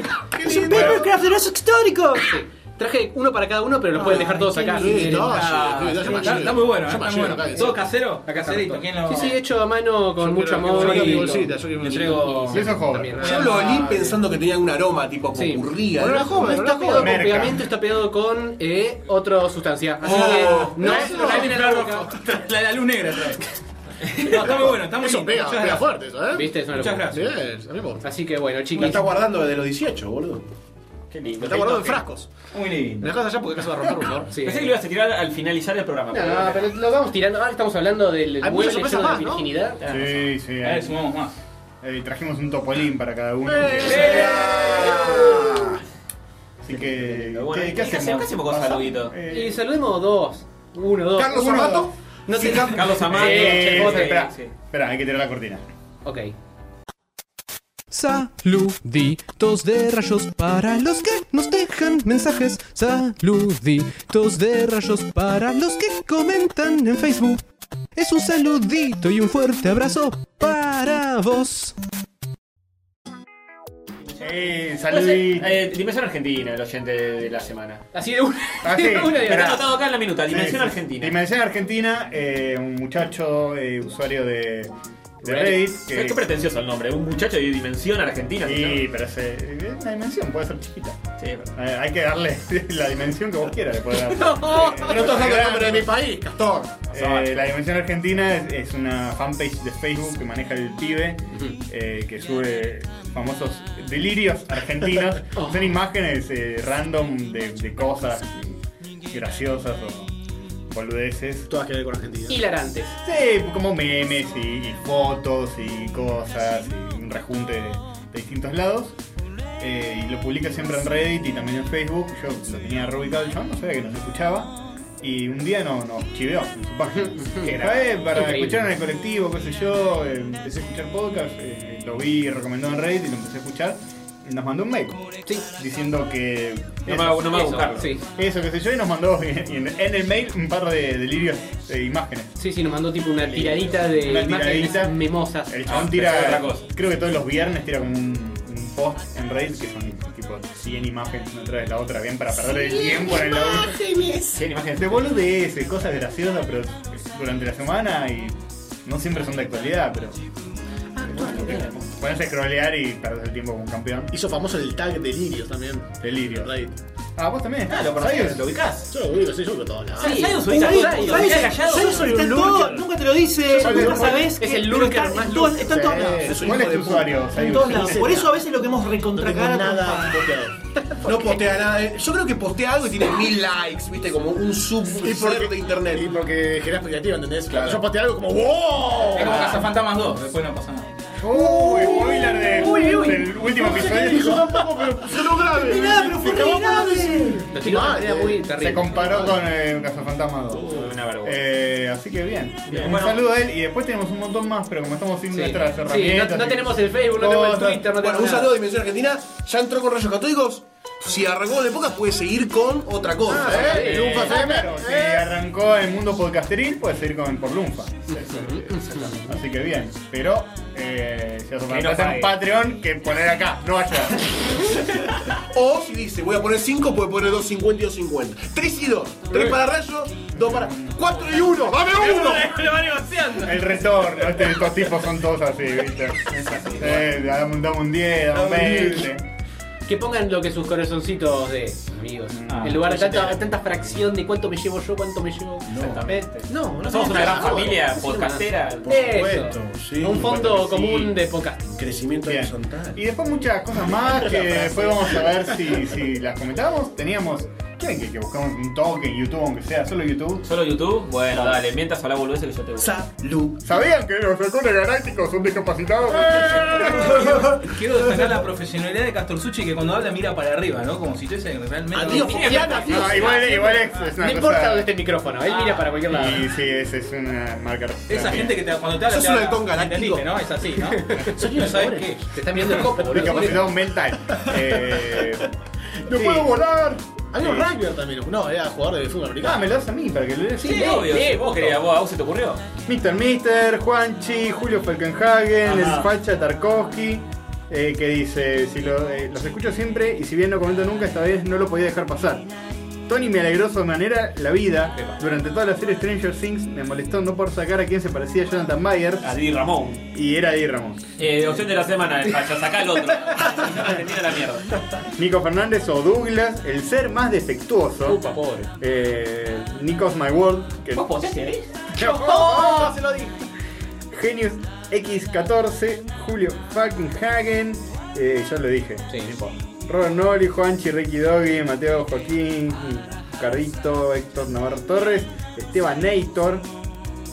[SPEAKER 7] Es un papercraft de los históricos.
[SPEAKER 9] Traje uno para cada uno, pero lo pueden dejar todos acá.
[SPEAKER 8] Qué
[SPEAKER 9] si quieren.
[SPEAKER 8] detalle, qué detalle.
[SPEAKER 4] Está, está muy bueno, ¿eh?
[SPEAKER 8] Yo me
[SPEAKER 4] Está muy
[SPEAKER 8] llevo
[SPEAKER 4] bueno.
[SPEAKER 8] acá, que
[SPEAKER 4] ¿Todo
[SPEAKER 8] sí.
[SPEAKER 4] casero?
[SPEAKER 9] Acá está
[SPEAKER 4] ¿Caserito?
[SPEAKER 9] todo.
[SPEAKER 4] ¿Quién lo...?
[SPEAKER 9] Sí, sí, hecho a mano con
[SPEAKER 10] Yo
[SPEAKER 9] mucho
[SPEAKER 10] quiero-
[SPEAKER 9] amor.
[SPEAKER 10] quiero
[SPEAKER 9] y-
[SPEAKER 10] mi bolsita, yo quiero mi
[SPEAKER 4] Le
[SPEAKER 10] bolsita.
[SPEAKER 4] entrego...
[SPEAKER 2] Y eso es joven.
[SPEAKER 9] También,
[SPEAKER 8] Yo lo olí pensando que tenían un aroma tipo
[SPEAKER 9] Sí.
[SPEAKER 8] popurría.
[SPEAKER 10] Bueno,
[SPEAKER 8] ¿no?
[SPEAKER 10] la joven,
[SPEAKER 9] No está
[SPEAKER 10] la
[SPEAKER 9] pegado con
[SPEAKER 10] joven.
[SPEAKER 2] Merca.
[SPEAKER 9] pegamento, está pegado con eh, otra sustancia. Así
[SPEAKER 8] Oh.
[SPEAKER 9] que no,
[SPEAKER 10] Eso
[SPEAKER 9] no la miren a la boca.
[SPEAKER 4] La, la luz negra trae. No, está muy bueno, está muy
[SPEAKER 10] Eso
[SPEAKER 4] lindo.
[SPEAKER 10] pega,
[SPEAKER 4] Muchas
[SPEAKER 10] pega
[SPEAKER 4] gracias.
[SPEAKER 10] fuerte eso, ¿eh?
[SPEAKER 9] ¿Viste? Es una
[SPEAKER 4] Muchas
[SPEAKER 9] locura.
[SPEAKER 4] gracias.
[SPEAKER 10] Bien, a mí me gusta.
[SPEAKER 9] Así que bueno,
[SPEAKER 8] Me
[SPEAKER 9] chiquis.
[SPEAKER 8] está guardando desde los 18, boludo.
[SPEAKER 3] Qué
[SPEAKER 10] Me
[SPEAKER 3] lindo.
[SPEAKER 10] está guardando en frascos.
[SPEAKER 4] Muy
[SPEAKER 10] Me
[SPEAKER 4] lindo.
[SPEAKER 10] dejas allá porque acá se va a romper un favor.
[SPEAKER 9] Sí.
[SPEAKER 3] Pensé que lo ibas a tirar al finalizar el programa.
[SPEAKER 9] No, no, pero lo vamos tirando. Ahora estamos hablando del
[SPEAKER 10] Hay
[SPEAKER 9] mueble
[SPEAKER 10] muchas sorpresas
[SPEAKER 9] lleno de
[SPEAKER 10] más, ¿no?
[SPEAKER 9] virginidad.
[SPEAKER 2] Sí, sí.
[SPEAKER 3] Ah,
[SPEAKER 4] A ver, sumamos más.
[SPEAKER 2] Eh, trajimos un topolín para cada uno.
[SPEAKER 3] ¡Eh!
[SPEAKER 2] Así que.
[SPEAKER 3] Bueno, ¿qué hacemos? ¿Qué hacemos con
[SPEAKER 2] Pasa-
[SPEAKER 3] Saludito?
[SPEAKER 2] Eh,
[SPEAKER 9] Y saludemos dos. Uno, dos.
[SPEAKER 8] Carlos
[SPEAKER 9] Uno,
[SPEAKER 8] Amato.
[SPEAKER 9] dos. No te
[SPEAKER 3] Carlos Amado.
[SPEAKER 2] eh,
[SPEAKER 3] Che,
[SPEAKER 2] espera,
[SPEAKER 3] sí,
[SPEAKER 2] espera,
[SPEAKER 3] sí.
[SPEAKER 2] espera, hay que tirar la cortina.
[SPEAKER 9] Ok.
[SPEAKER 1] Saluditos de rayos para los que nos dejan mensajes. Saluditos de rayos para los que comentan en Facebook. Es un saludito y un fuerte abrazo para vos.
[SPEAKER 2] Eh,
[SPEAKER 3] No sé,
[SPEAKER 2] saludito.
[SPEAKER 3] eh, Dimensión Argentina, el oyente de, de la semana.
[SPEAKER 9] Así de una.
[SPEAKER 2] Ah, sí.
[SPEAKER 9] de una de
[SPEAKER 3] Está
[SPEAKER 9] verdad.
[SPEAKER 3] anotado acá en la minuta,
[SPEAKER 2] Sí,
[SPEAKER 3] Dimensión
[SPEAKER 2] sí.
[SPEAKER 3] Argentina.
[SPEAKER 2] Dimensión Argentina, eh, un muchacho eh, usuario de, de Reddit.
[SPEAKER 3] Qué, qué pretencioso el nombre, un muchacho de Dimensión Argentina.
[SPEAKER 2] sí, pero se- es eh, una dimensión, puede ser chiquita.
[SPEAKER 3] Sí, es verdad.
[SPEAKER 2] Eh, Hay que darle la dimensión que vos quieras. le podés dar. Eh,
[SPEAKER 8] No estás dando el
[SPEAKER 2] grande.
[SPEAKER 8] nombre de mi país, Castor.
[SPEAKER 2] Eh, la Dimensión Argentina es, es una fanpage de Facebook que maneja el pibe, eh, que sube famosos delirios argentinos. Son imágenes eh, random de, de cosas graciosas o boludeces.
[SPEAKER 10] Todas que ver con Argentina.
[SPEAKER 9] Hilarantes.
[SPEAKER 2] Sí, como memes y, y fotos y cosas y un rejunte de, de distintos lados. Eh, y lo publica siempre en Reddit y también en Facebook. Yo lo tenía reubicado, yo no sabía que nos escuchaba. Y un día no- nos chiveó en su página. Fue para
[SPEAKER 9] Increíble.
[SPEAKER 2] escuchar en el eh, colectivo, qué sé yo. eh, Empecé a escuchar podcast, eh, lo vi recomendado en Reddit y lo empecé a escuchar. nos mandó un mail diciendo que.
[SPEAKER 3] No
[SPEAKER 2] eso,
[SPEAKER 3] me hago- no me hago
[SPEAKER 2] eso,
[SPEAKER 3] buscarlo.
[SPEAKER 9] Sí.
[SPEAKER 2] Eso, qué sé yo, y nos mandó en, en el mail un par de delirios de imágenes.
[SPEAKER 9] Sí, sí, nos mandó tipo una tiradita de
[SPEAKER 2] Una
[SPEAKER 9] imágenes
[SPEAKER 2] tiradita.
[SPEAKER 9] mimosas.
[SPEAKER 2] El chabón
[SPEAKER 3] Ah,
[SPEAKER 2] tira.
[SPEAKER 3] pensé otra cosa.
[SPEAKER 2] Creo que todos los viernes tira como un, un post en Reddit que son tipo 100 imágenes una tras de la otra, bien para perder el tiempo en el auto. 100 imágenes de boludeces, cosas graciosas, pero durante la semana y no siempre son de actualidad, pero.
[SPEAKER 11] Ah,
[SPEAKER 2] Puedes scrollear y perdés el tiempo como un campeón.
[SPEAKER 11] Hizo famoso el tag delirios también.
[SPEAKER 2] Delirio.
[SPEAKER 11] Reddit.
[SPEAKER 2] Ah, vos también.
[SPEAKER 12] Ah, lo conocés, lo ubicás.
[SPEAKER 11] Yo lo digo, sí, yo lo todos lados.
[SPEAKER 12] Sí. Sayos ubica
[SPEAKER 7] Sayos-
[SPEAKER 12] todo, lo
[SPEAKER 7] Sayos-
[SPEAKER 12] ubica callado.
[SPEAKER 7] Sayos está en todo, nunca te lo dice,
[SPEAKER 2] soy
[SPEAKER 7] nunca
[SPEAKER 2] el
[SPEAKER 7] sabes
[SPEAKER 9] es
[SPEAKER 7] que
[SPEAKER 9] el
[SPEAKER 7] pero
[SPEAKER 9] lurker
[SPEAKER 7] está,
[SPEAKER 9] más
[SPEAKER 7] en todo- está en todos lados.
[SPEAKER 11] soy
[SPEAKER 2] ¿Cuál
[SPEAKER 11] hijo
[SPEAKER 2] es tu
[SPEAKER 11] de
[SPEAKER 2] usuario?
[SPEAKER 7] En todos lados. Por eso a veces lo que hemos
[SPEAKER 11] No tengo
[SPEAKER 7] recontracara
[SPEAKER 11] nada bloqueado.
[SPEAKER 1] No postea nada. eh. Yo creo que postea algo y tiene mil likes, viste, como un sub
[SPEAKER 11] Y porque-
[SPEAKER 1] de internet.
[SPEAKER 11] Y porque genera expectativa, ¿entendés? Yo pateo algo como ¡Wow!
[SPEAKER 4] Es como Cazafantasmas 2, después no pasa nada.
[SPEAKER 2] Uy, spoiler de- del último episodio.
[SPEAKER 11] tampoco, pero se lo grave.
[SPEAKER 7] Nada, pero fue re grave.
[SPEAKER 9] Lo tiró de una manera muy terrible.
[SPEAKER 2] Se comparó con eh, Cazafantasma 2.
[SPEAKER 3] Una vergüenza.
[SPEAKER 2] Eh, así que bien.
[SPEAKER 9] Bien,
[SPEAKER 2] un
[SPEAKER 9] bueno.
[SPEAKER 2] saludo a él y después tenemos un montón más, pero como estamos sin
[SPEAKER 9] Sí.
[SPEAKER 2] nuestras
[SPEAKER 9] Sí, no-
[SPEAKER 2] herramientas.
[SPEAKER 9] no,
[SPEAKER 2] y-
[SPEAKER 9] tenemos el Facebook, no tenemos el
[SPEAKER 2] cosas.
[SPEAKER 9] Twitter,
[SPEAKER 1] Bueno,
[SPEAKER 9] no tenemos
[SPEAKER 1] un
[SPEAKER 9] nada.
[SPEAKER 1] saludo de Dimensión Argentina. Ya entró con Rayos Católicos. Si arrancó de pocas, puede seguir con otra cosa.
[SPEAKER 2] Ah,
[SPEAKER 1] ¿eh?
[SPEAKER 2] eh,
[SPEAKER 11] Lunfa
[SPEAKER 2] claro,
[SPEAKER 11] FM,
[SPEAKER 2] Si
[SPEAKER 11] eh.
[SPEAKER 2] arrancó en mundo podcasteril, puede seguir con por Lunfa. Así que bien. Pero eh, si os
[SPEAKER 3] Que
[SPEAKER 2] hacer
[SPEAKER 3] no
[SPEAKER 2] un
[SPEAKER 3] pague.
[SPEAKER 2] Patreon que poner acá, no allá.
[SPEAKER 1] O si dice, voy a poner 5, puede poner 2.50 y 2.50. 3 y 2. 3 para Rayos, 2 para. 4 y 1. ¡Dame 1!
[SPEAKER 3] Lo va negociando.
[SPEAKER 2] El retorno, este- estos tipos son todos así, ¿viste? Eh, dame, un- dame un 10, dame un 20.
[SPEAKER 9] Que pongan lo que sus corazoncitos de amigos. en lugar de tanta, tanta fracción de cuánto me llevo yo, cuánto me llevo.
[SPEAKER 3] Exactamente.
[SPEAKER 9] Eh, No, no,
[SPEAKER 3] No somos
[SPEAKER 9] no,
[SPEAKER 3] una gran
[SPEAKER 9] no,
[SPEAKER 3] familia
[SPEAKER 9] no, no,
[SPEAKER 3] podcastera.
[SPEAKER 9] no. Eso.
[SPEAKER 11] supuesto, sí,
[SPEAKER 9] un
[SPEAKER 2] claro
[SPEAKER 9] fondo
[SPEAKER 2] que sí.
[SPEAKER 9] común de podcast.
[SPEAKER 1] Crecimiento
[SPEAKER 2] Bien. Y después muchas cosas más que después vamos a ver si, si las comentamos. Teníamos. ¿Quieren que, que buscamos un toque en YouTube, aunque sea solo YouTube?
[SPEAKER 3] ¿Solo YouTube? Bueno, dale, mientras habla boludeces que yo te busco.
[SPEAKER 1] Salud.
[SPEAKER 2] ¿Sabían que los halcones galácticos son discapacitados?
[SPEAKER 4] ¡Eh! Quiero destacar la profesionalidad de Castor Suchi que cuando habla mira para arriba, ¿no? Como si estuviese realmente.
[SPEAKER 1] Adiós, Fofiana, adiós.
[SPEAKER 2] No, igual, igual es, es una
[SPEAKER 9] No importa
[SPEAKER 2] cosa- Ah,
[SPEAKER 9] dónde esté el micrófono, él mira para cualquier lado.
[SPEAKER 2] Y sí, esa es una marca.
[SPEAKER 4] Esa gente que te, cuando te habla.
[SPEAKER 1] Sos
[SPEAKER 4] te
[SPEAKER 1] un
[SPEAKER 4] habla-
[SPEAKER 1] halcón galáctico.
[SPEAKER 4] entendiste, ¿no? Es así, ¿no? no sabes qué.
[SPEAKER 9] Te están mirando el copo, boludo.
[SPEAKER 2] Discapacitado mental. Eh,
[SPEAKER 11] ¡No
[SPEAKER 2] sí.
[SPEAKER 11] puedo volar! Había un
[SPEAKER 2] Sí.
[SPEAKER 11] rugby también. No, era jugador de fútbol
[SPEAKER 2] Ah,
[SPEAKER 11] americano.
[SPEAKER 2] me lo das a mí para que lo leas.
[SPEAKER 3] Sí, obvio.
[SPEAKER 9] sí,
[SPEAKER 3] si vos querías, vos, a vos se te ocurrió.
[SPEAKER 2] Mr. Mister, Juanchi, Julio Falkenhagen,
[SPEAKER 3] Ajá.
[SPEAKER 2] el Facha Tarkovsky, eh, que dice, si lo- eh, los escucho siempre y si bien no comento nunca, esta vez no lo podía dejar pasar. Tony me alegró su manera la vida. Durante toda la serie Stranger Things me molestó no por sacar a quien se parecía a Jonathan Mayer
[SPEAKER 3] Así Ramón.
[SPEAKER 2] y era Eddie Ramón.
[SPEAKER 3] Eh, opción de la semana, el facha, sacá el otro. Te tira la mierda.
[SPEAKER 2] Nico Fernández o Douglas, el ser más defectuoso.
[SPEAKER 9] Upa, pobre.
[SPEAKER 2] Eh, Nico's My World. Que...
[SPEAKER 3] ¿Vos
[SPEAKER 9] Pues este,
[SPEAKER 3] poseaste ahí?
[SPEAKER 9] ¿eh?
[SPEAKER 2] ¡Oh! Genius X14, Julio Falkenhagen, eh, ya lo dije.
[SPEAKER 3] Sí, no importa.
[SPEAKER 2] Robert Noli, Juanchi, Ricky Doggy, Mateo Joaquín, Carrito, Héctor Navarro Torres, Esteban Neitor,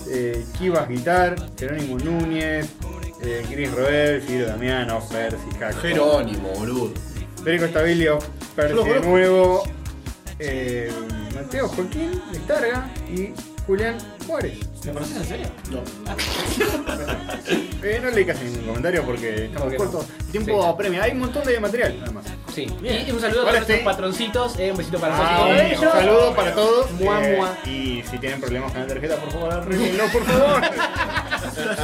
[SPEAKER 2] eh, Kivas Guitar, Jerónimo Núñez, eh, Chris Roel, Ciro Damiano, Percy, Jaco.
[SPEAKER 1] Jerónimo, boludo.
[SPEAKER 2] Federico Estabilio, Percy de nuevo, eh, Mateo Joaquín, Estarga y Julián Juárez.
[SPEAKER 3] ¿Me conoces en serio?
[SPEAKER 2] Eh, no leí casi ningún comentario porque estamos
[SPEAKER 9] Porque
[SPEAKER 2] cortos. Tiempo premio. Hay un montón de material, además.
[SPEAKER 9] Sí. Y un saludo a
[SPEAKER 2] Ahora
[SPEAKER 9] todos nuestros
[SPEAKER 2] sí.
[SPEAKER 9] patroncitos. eh, un besito para
[SPEAKER 2] Ah,
[SPEAKER 9] todos.
[SPEAKER 2] este- un saludo para todos.
[SPEAKER 9] Mua,
[SPEAKER 2] Eh,
[SPEAKER 9] mua.
[SPEAKER 2] Y si tienen problemas con la tarjeta, por favor, arreglenlo, por favor.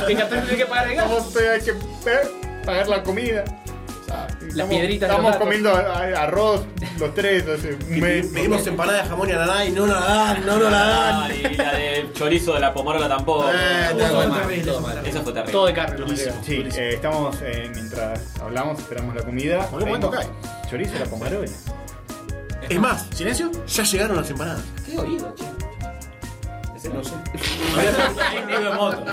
[SPEAKER 9] Que Castor tiene que pagar el gas.
[SPEAKER 2] Vamos a hay que eh, pagar la comida. Las
[SPEAKER 9] piedritas de
[SPEAKER 2] Estamos
[SPEAKER 9] los gatos.
[SPEAKER 2] comiendo a- a- arroz los tres hace un mes.
[SPEAKER 1] Medimos empanada de jamón y ananá y no la dan, no nos la
[SPEAKER 11] Ah,
[SPEAKER 1] dan.
[SPEAKER 3] Dale, y la de chorizo de la pomarola tampoco.
[SPEAKER 1] Eh,
[SPEAKER 3] Eso
[SPEAKER 1] todo
[SPEAKER 3] fue
[SPEAKER 1] mal,
[SPEAKER 3] terrible,
[SPEAKER 1] todo
[SPEAKER 3] Eso fue terrible.
[SPEAKER 9] Todo de carne, lo que
[SPEAKER 2] Sí, eh, estamos eh, mientras hablamos, esperamos la comida.
[SPEAKER 11] Por un momento
[SPEAKER 2] Pedimos Chorizo, la pomarola.
[SPEAKER 1] Es más, ¿silencio? Ya llegaron las empanadas.
[SPEAKER 9] Qué oído, che.
[SPEAKER 3] Era una moto.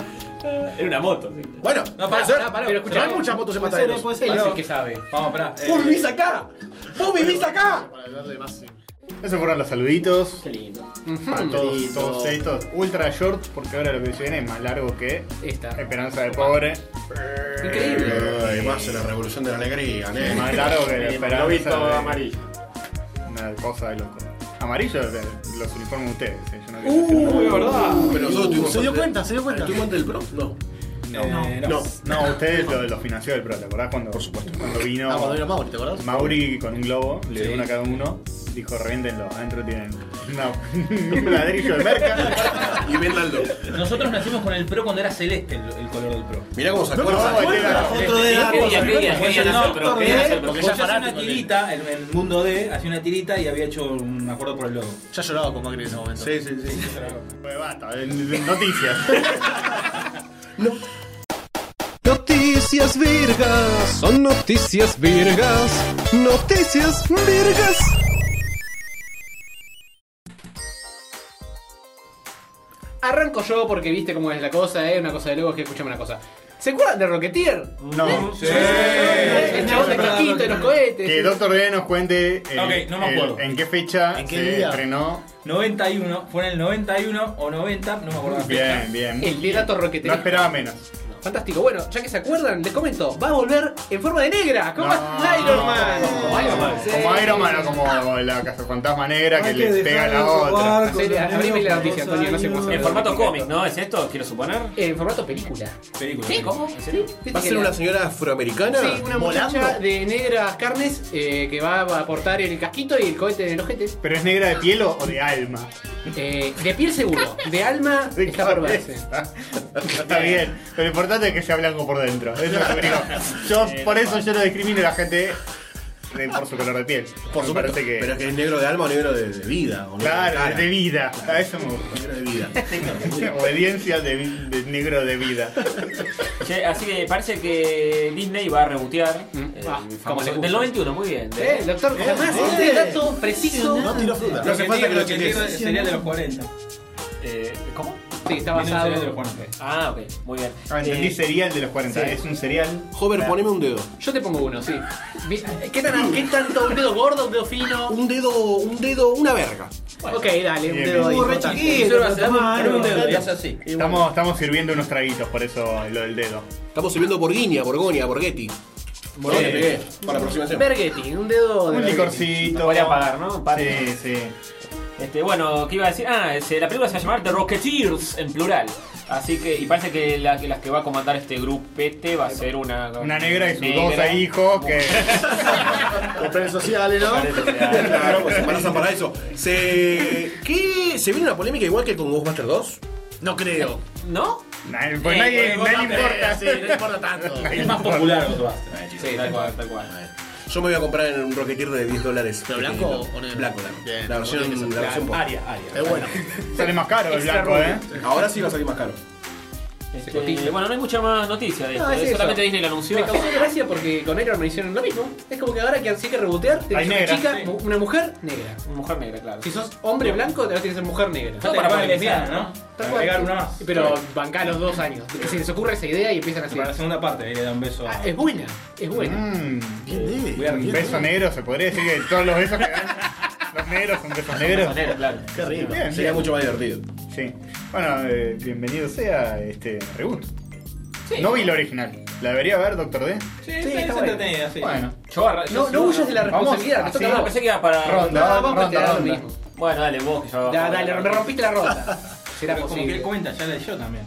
[SPEAKER 3] Era una moto.
[SPEAKER 1] Bueno,
[SPEAKER 4] No, pará,
[SPEAKER 1] ser-
[SPEAKER 4] pará, pará.
[SPEAKER 9] Pero
[SPEAKER 11] Pero
[SPEAKER 9] escucha,
[SPEAKER 11] hay muchas motos en
[SPEAKER 7] Puede ser,
[SPEAKER 11] mataderos.
[SPEAKER 7] puede
[SPEAKER 9] él
[SPEAKER 7] ser.
[SPEAKER 9] es el que sabe.
[SPEAKER 4] Vamos, pará. eh,
[SPEAKER 1] ¡Vos vivís acá! ¡Vos vivís acá!
[SPEAKER 11] Para darle más. sí.
[SPEAKER 2] Esos fueron los saluditos.
[SPEAKER 9] Qué lindo.
[SPEAKER 2] Para todos, todos estos. Ultra short, porque ahora lo que viene es más largo que
[SPEAKER 9] Esta.
[SPEAKER 2] Esperanza de Pobre.
[SPEAKER 9] Increíble.
[SPEAKER 8] Eh,
[SPEAKER 1] Ay, más en la revolución de la alegría,
[SPEAKER 2] Es
[SPEAKER 1] ¿eh?
[SPEAKER 2] más largo que la Esperanza de...
[SPEAKER 3] amarillo.
[SPEAKER 2] Una cosa de loco. Amarillo eh, los
[SPEAKER 9] Uh,
[SPEAKER 2] uniformes de ustedes. eh, Yo no quiero decir
[SPEAKER 3] Uy, verdad.
[SPEAKER 8] Ah,
[SPEAKER 1] Pero nosotros tuvimos.
[SPEAKER 11] ¿Se dio cuenta? ¿Se dio cuenta?
[SPEAKER 1] ¿Tuvimos antes del pro? No.
[SPEAKER 2] nada. No, no. no. ustedes lo, lo financió el pro, ¿te acordás? Cuando, Por supuesto. Cuando vino
[SPEAKER 8] Ah, cuando vino Mauri, ¿te acordás?
[SPEAKER 2] Mauri con un globo, le dio
[SPEAKER 4] Sí.
[SPEAKER 2] uno a cada uno, dijo, reviéntenlo, adentro tienen una- un ladrillo de merca.
[SPEAKER 8] Y véndanlo.
[SPEAKER 4] Nosotros nacimos con el pro cuando era celeste el, el color del pro.
[SPEAKER 8] Mirá cómo sacó
[SPEAKER 2] No,
[SPEAKER 8] la
[SPEAKER 2] no,
[SPEAKER 8] saquera.
[SPEAKER 2] no,
[SPEAKER 7] Otro de la cosa.
[SPEAKER 4] Porque ella hacía una tirita, en el mundo D, hacía una tirita y había hecho un acuerdo por el logo.
[SPEAKER 8] Ya lloraba con Macri en ese momento. Sí, sí, sí.
[SPEAKER 2] Pues basta, en- noticias.
[SPEAKER 1] Noticias virgas, son noticias virgas, noticias virgas.
[SPEAKER 9] Arranco yo porque viste cómo es la cosa, eh, una cosa de logos que escuchame una cosa. ¿Se acuerdan de Rocketeer? Eh,
[SPEAKER 2] No. Eh,
[SPEAKER 9] el chabón de casquito, de los cohetes.
[SPEAKER 2] Que Doctor D nos cuente el-
[SPEAKER 4] Ok, no me
[SPEAKER 2] el-
[SPEAKER 4] acuerdo.
[SPEAKER 2] en qué fecha
[SPEAKER 7] ¿En qué
[SPEAKER 2] se
[SPEAKER 7] día?
[SPEAKER 2] estrenó.
[SPEAKER 4] 91, fue en el 91 o 90, no me acuerdo la fecha.
[SPEAKER 2] Bien, bien.
[SPEAKER 9] El de datos
[SPEAKER 2] No
[SPEAKER 9] roqueteros.
[SPEAKER 2] esperaba menos.
[SPEAKER 9] Fantástico. Bueno, ya que se acuerdan, les comento, va a volver en forma de negra. ¿Cómo
[SPEAKER 2] No.
[SPEAKER 9] es Iron Man?
[SPEAKER 2] Como Iron Man.
[SPEAKER 9] Sí.
[SPEAKER 2] Como Iron Man o como la cazafantasma negra que le pega a la otra.
[SPEAKER 9] Hacele- abrime la noticia, Antonio, no sé cómo se
[SPEAKER 3] En formato cómic, ¿no? ¿Es esto? Quiero suponer.
[SPEAKER 9] Eh, En formato película.
[SPEAKER 4] Película.
[SPEAKER 9] ¿Cómo? ¿En serio?
[SPEAKER 8] ¿Va a ser una señora afroamericana?
[SPEAKER 9] Sí, una
[SPEAKER 8] ¿Volando?
[SPEAKER 9] muchacha de negras carnes eh, que va a aportar el casquito y el cohete de los jetes.
[SPEAKER 2] ¿Pero es negra de piel o o de alma?
[SPEAKER 9] Eh, de piel seguro, de alma
[SPEAKER 2] De
[SPEAKER 9] está por verse.
[SPEAKER 2] cabeza. Está bien. Pero lo importante es que sea blanco por dentro. Eso es lo único. Yo, por eso yo no discrimino a la gente de- por su color de piel.
[SPEAKER 8] Por
[SPEAKER 2] Me
[SPEAKER 8] supuesto.
[SPEAKER 2] parece que.
[SPEAKER 8] Pero es que es negro de alma o negro de, de vida. O negro de,
[SPEAKER 2] Claro,
[SPEAKER 8] cara.
[SPEAKER 2] de vida. A eso me gusta.
[SPEAKER 8] Negro de vida.
[SPEAKER 2] Obediencia de, vi- de negro de vida.
[SPEAKER 3] Che, así que parece que Disney va a rebotear. eh,
[SPEAKER 9] Ah,
[SPEAKER 3] el famoso-
[SPEAKER 9] como le gusta.
[SPEAKER 3] del 91, muy bien.
[SPEAKER 9] Eh, doctor, jamás este dato preciso.
[SPEAKER 7] No tiró fruta.
[SPEAKER 8] No hace falta que lo cheques.
[SPEAKER 4] chequees. Sería de los 40.
[SPEAKER 3] Eh, ¿Cómo?
[SPEAKER 9] Sí, está
[SPEAKER 4] Viene un cereal de los
[SPEAKER 9] basado.
[SPEAKER 4] 40.
[SPEAKER 3] Ah, ok, muy bien.
[SPEAKER 2] Ah, entendí
[SPEAKER 3] Eh,
[SPEAKER 2] cereal de los 40.
[SPEAKER 9] sí.
[SPEAKER 2] Es un cereal.
[SPEAKER 8] Hover, poneme un dedo.
[SPEAKER 9] Yo te pongo uno, sí. Vi- eh, ¿Qué, tan, ¿Qué tanto? ¿Un dedo gordo? ¿Un dedo fino?
[SPEAKER 8] Un dedo, un dedo, una verga.
[SPEAKER 9] Ok, dale,
[SPEAKER 2] Bien,
[SPEAKER 9] un dedo
[SPEAKER 2] bien.
[SPEAKER 7] Estuvo re
[SPEAKER 9] importante.
[SPEAKER 7] chiquito,
[SPEAKER 9] Solo va
[SPEAKER 7] pero
[SPEAKER 9] a ser un-
[SPEAKER 7] tomá,
[SPEAKER 9] un
[SPEAKER 7] no,
[SPEAKER 9] dedo,
[SPEAKER 7] dale.
[SPEAKER 9] y hace así.
[SPEAKER 2] Estamos, estamos sirviendo unos traguitos, por eso lo del dedo.
[SPEAKER 8] Estamos sirviendo Borguinia, Borgonia, Borghetti. Borghetti,
[SPEAKER 2] Eh,
[SPEAKER 8] eh, para la aproximación.
[SPEAKER 9] Bergetti, un dedo de
[SPEAKER 2] Un
[SPEAKER 9] Bergetti.
[SPEAKER 2] licorcito.
[SPEAKER 3] Podría pagar, ¿no? Un par.
[SPEAKER 2] Sí, sí.
[SPEAKER 3] Este, bueno, ¿qué iba a decir? Ah, se- la película se va a llamar The Rocketeers en plural. Así que, y parece que, la- que las que va a comandar este grupete va a ser una.
[SPEAKER 2] Una negra y sus
[SPEAKER 3] negra.
[SPEAKER 2] dos hijos que.
[SPEAKER 7] Los planes sociales, ¿no?
[SPEAKER 3] Parece que-
[SPEAKER 8] Claro, pues se pasan para eso. Se. ¿Qué? ¿Se viene una polémica igual que con Ghostbusters 2?
[SPEAKER 7] No creo.
[SPEAKER 3] ¿No?
[SPEAKER 2] Nadie- pues nadie, nadie importa.
[SPEAKER 7] Sí, no importa tanto.
[SPEAKER 4] Es más popular Ghostbusters.
[SPEAKER 3] Sí, tal cual, tal cual.
[SPEAKER 8] Yo me voy a comprar en un Rocketeer de 10 dólares.
[SPEAKER 7] ¿Pero blanco o negro?
[SPEAKER 8] Blanco, blanco.
[SPEAKER 7] Bien.
[SPEAKER 8] La versión, la versión pop.
[SPEAKER 4] Aria, Aria.
[SPEAKER 7] Es bueno.
[SPEAKER 2] Sale más caro el blanco, ¿eh?
[SPEAKER 8] Ahora sí va a salir más caro.
[SPEAKER 3] Este, bueno, no hay mucha más noticia de esto.
[SPEAKER 9] No, es
[SPEAKER 3] eh,
[SPEAKER 9] eso.
[SPEAKER 3] solamente Disney lo anunció.
[SPEAKER 9] Me causó gracia porque con Iron Man hicieron lo mismo. Es como que ahora que así que rebotear, tenés
[SPEAKER 2] Hay
[SPEAKER 9] una
[SPEAKER 2] negra,
[SPEAKER 9] chica,
[SPEAKER 4] sí.
[SPEAKER 9] mu- una mujer negra.
[SPEAKER 3] Mujer negra, claro.
[SPEAKER 9] Si sos hombre blanco, te vas a tener que ser mujer negra.
[SPEAKER 3] No, para poner
[SPEAKER 4] lesbiana,
[SPEAKER 3] lesbiana,
[SPEAKER 4] ¿no?
[SPEAKER 3] ¿no?
[SPEAKER 9] Tal
[SPEAKER 4] Para
[SPEAKER 9] cual.
[SPEAKER 4] pegar una más.
[SPEAKER 9] Pero bancá los dos años. Se les ocurre esa idea y empiezan así.
[SPEAKER 4] Para la segunda parte, ahí le da un beso a.
[SPEAKER 9] Ah, es buena, es buena.
[SPEAKER 2] Mm,
[SPEAKER 7] Bien,
[SPEAKER 8] Eh,
[SPEAKER 7] Debe.
[SPEAKER 4] Voy a
[SPEAKER 7] Bien,
[SPEAKER 2] beso
[SPEAKER 7] Debe.
[SPEAKER 2] negro, se podría decir que todos los besos que dan los negros son besos negros.
[SPEAKER 3] Negra, claro.
[SPEAKER 7] Qué rico.
[SPEAKER 2] Bien,
[SPEAKER 8] Sería
[SPEAKER 2] bien.
[SPEAKER 8] mucho más divertido.
[SPEAKER 2] Sí. Bueno, eh, bienvenido sea este reboot. No vi la original. ¿La debería ver, Doctor D?
[SPEAKER 4] Sí, sí, es entretenida, sí.
[SPEAKER 2] Bueno.
[SPEAKER 3] Yo arra- yo
[SPEAKER 9] No,
[SPEAKER 3] sí-
[SPEAKER 9] no huyas de la
[SPEAKER 2] Vamos,
[SPEAKER 9] responsabilidad,
[SPEAKER 2] así
[SPEAKER 9] te
[SPEAKER 3] Ah,
[SPEAKER 9] toca a vos.
[SPEAKER 3] pensé que iba para.
[SPEAKER 2] Ronda,
[SPEAKER 9] No, vamos a
[SPEAKER 2] ronda,
[SPEAKER 9] quedar lo
[SPEAKER 2] ronda.
[SPEAKER 9] mismo.
[SPEAKER 3] Bueno, dale, vos que yo.
[SPEAKER 9] Da- Dale, me rompiste la ronda. Será
[SPEAKER 4] Pero como que él
[SPEAKER 9] posible.
[SPEAKER 4] comenta, ya leyó también.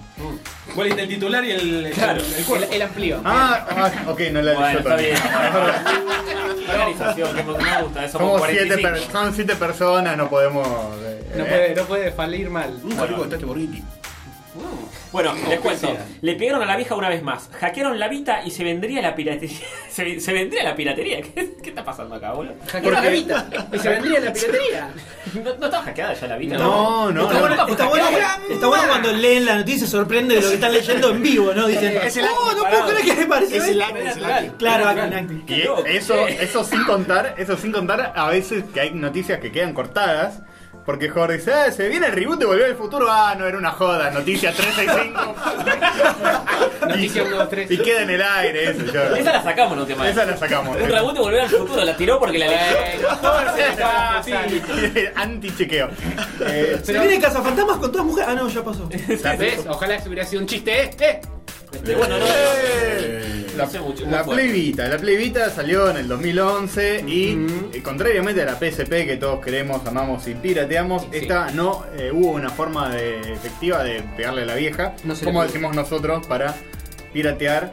[SPEAKER 4] ¿Cuál es el titular y el,
[SPEAKER 3] Claro.
[SPEAKER 4] el, el
[SPEAKER 9] El,
[SPEAKER 4] cuerpo?
[SPEAKER 9] el amplío.
[SPEAKER 2] Ah, ah, ok, no la leí
[SPEAKER 3] Bueno,
[SPEAKER 2] yo
[SPEAKER 3] está
[SPEAKER 2] también.
[SPEAKER 3] bien. Organización, que no me gusta. Eso
[SPEAKER 2] Somos siete
[SPEAKER 3] 45.
[SPEAKER 2] per- son siete personas, no podemos. eh,
[SPEAKER 9] No puede, no puede falir mal.
[SPEAKER 8] Nunca rico está este Borghetti.
[SPEAKER 9] Uh.
[SPEAKER 3] Bueno, les cuento. Le pegaron a la vieja una vez más. Hackearon la Vita y se vendría la piratería. Se, se vendría la piratería. ¿Qué, qué está pasando acá, boludo?
[SPEAKER 9] Hackearon la Vita y se vendría la piratería.
[SPEAKER 3] ¿No, no estaba hackeada ya la Vita?
[SPEAKER 2] No, no,
[SPEAKER 7] Está
[SPEAKER 2] no.
[SPEAKER 7] bueno, está bueno- está bueno cuando leen la noticia y se sorprende de lo que están leyendo en vivo, ¿no? Dicen,
[SPEAKER 2] Es el
[SPEAKER 7] oh, no puedo
[SPEAKER 3] parado.
[SPEAKER 7] creer que me pareció
[SPEAKER 3] Es el
[SPEAKER 7] esto".
[SPEAKER 3] acting, es el acting.
[SPEAKER 7] Claro, acting, acting.
[SPEAKER 2] Y eso, eso sin contar, eso sin contar a veces que hay noticias que quedan cortadas. Porque Jorge dice, "Ah, se viene el reboot de Volver al Futuro. Ah, no, era una joda, noticia 365.
[SPEAKER 9] Noticia 1, 2, 3.
[SPEAKER 2] y queda en el aire eso, yo.
[SPEAKER 3] Esa la sacamos, no te mal.
[SPEAKER 2] Esa la sacamos.
[SPEAKER 3] Un reboot de volver al futuro. La tiró porque la
[SPEAKER 9] Ah,
[SPEAKER 3] leyó.
[SPEAKER 2] Anti-chequeo. Eh,
[SPEAKER 7] Se viene Cazafantasmas con todas mujeres. Ah, no, ya pasó.
[SPEAKER 9] ¿Ves? Ojalá que hubiera sido un chiste este.
[SPEAKER 3] Este, bueno, no.
[SPEAKER 2] La,
[SPEAKER 8] Eh,
[SPEAKER 3] No sé mucho,
[SPEAKER 2] la
[SPEAKER 3] muy fuerte.
[SPEAKER 2] Play Vita. La Play Vita salió en el 2011 y eh, contrariamente a la PSP que todos queremos, amamos y pirateamos,
[SPEAKER 9] sí.
[SPEAKER 2] esta no eh, hubo una forma de- efectiva de pegarle a la vieja,
[SPEAKER 9] No se le
[SPEAKER 2] como
[SPEAKER 9] pudo.
[SPEAKER 2] decimos nosotros, para piratear.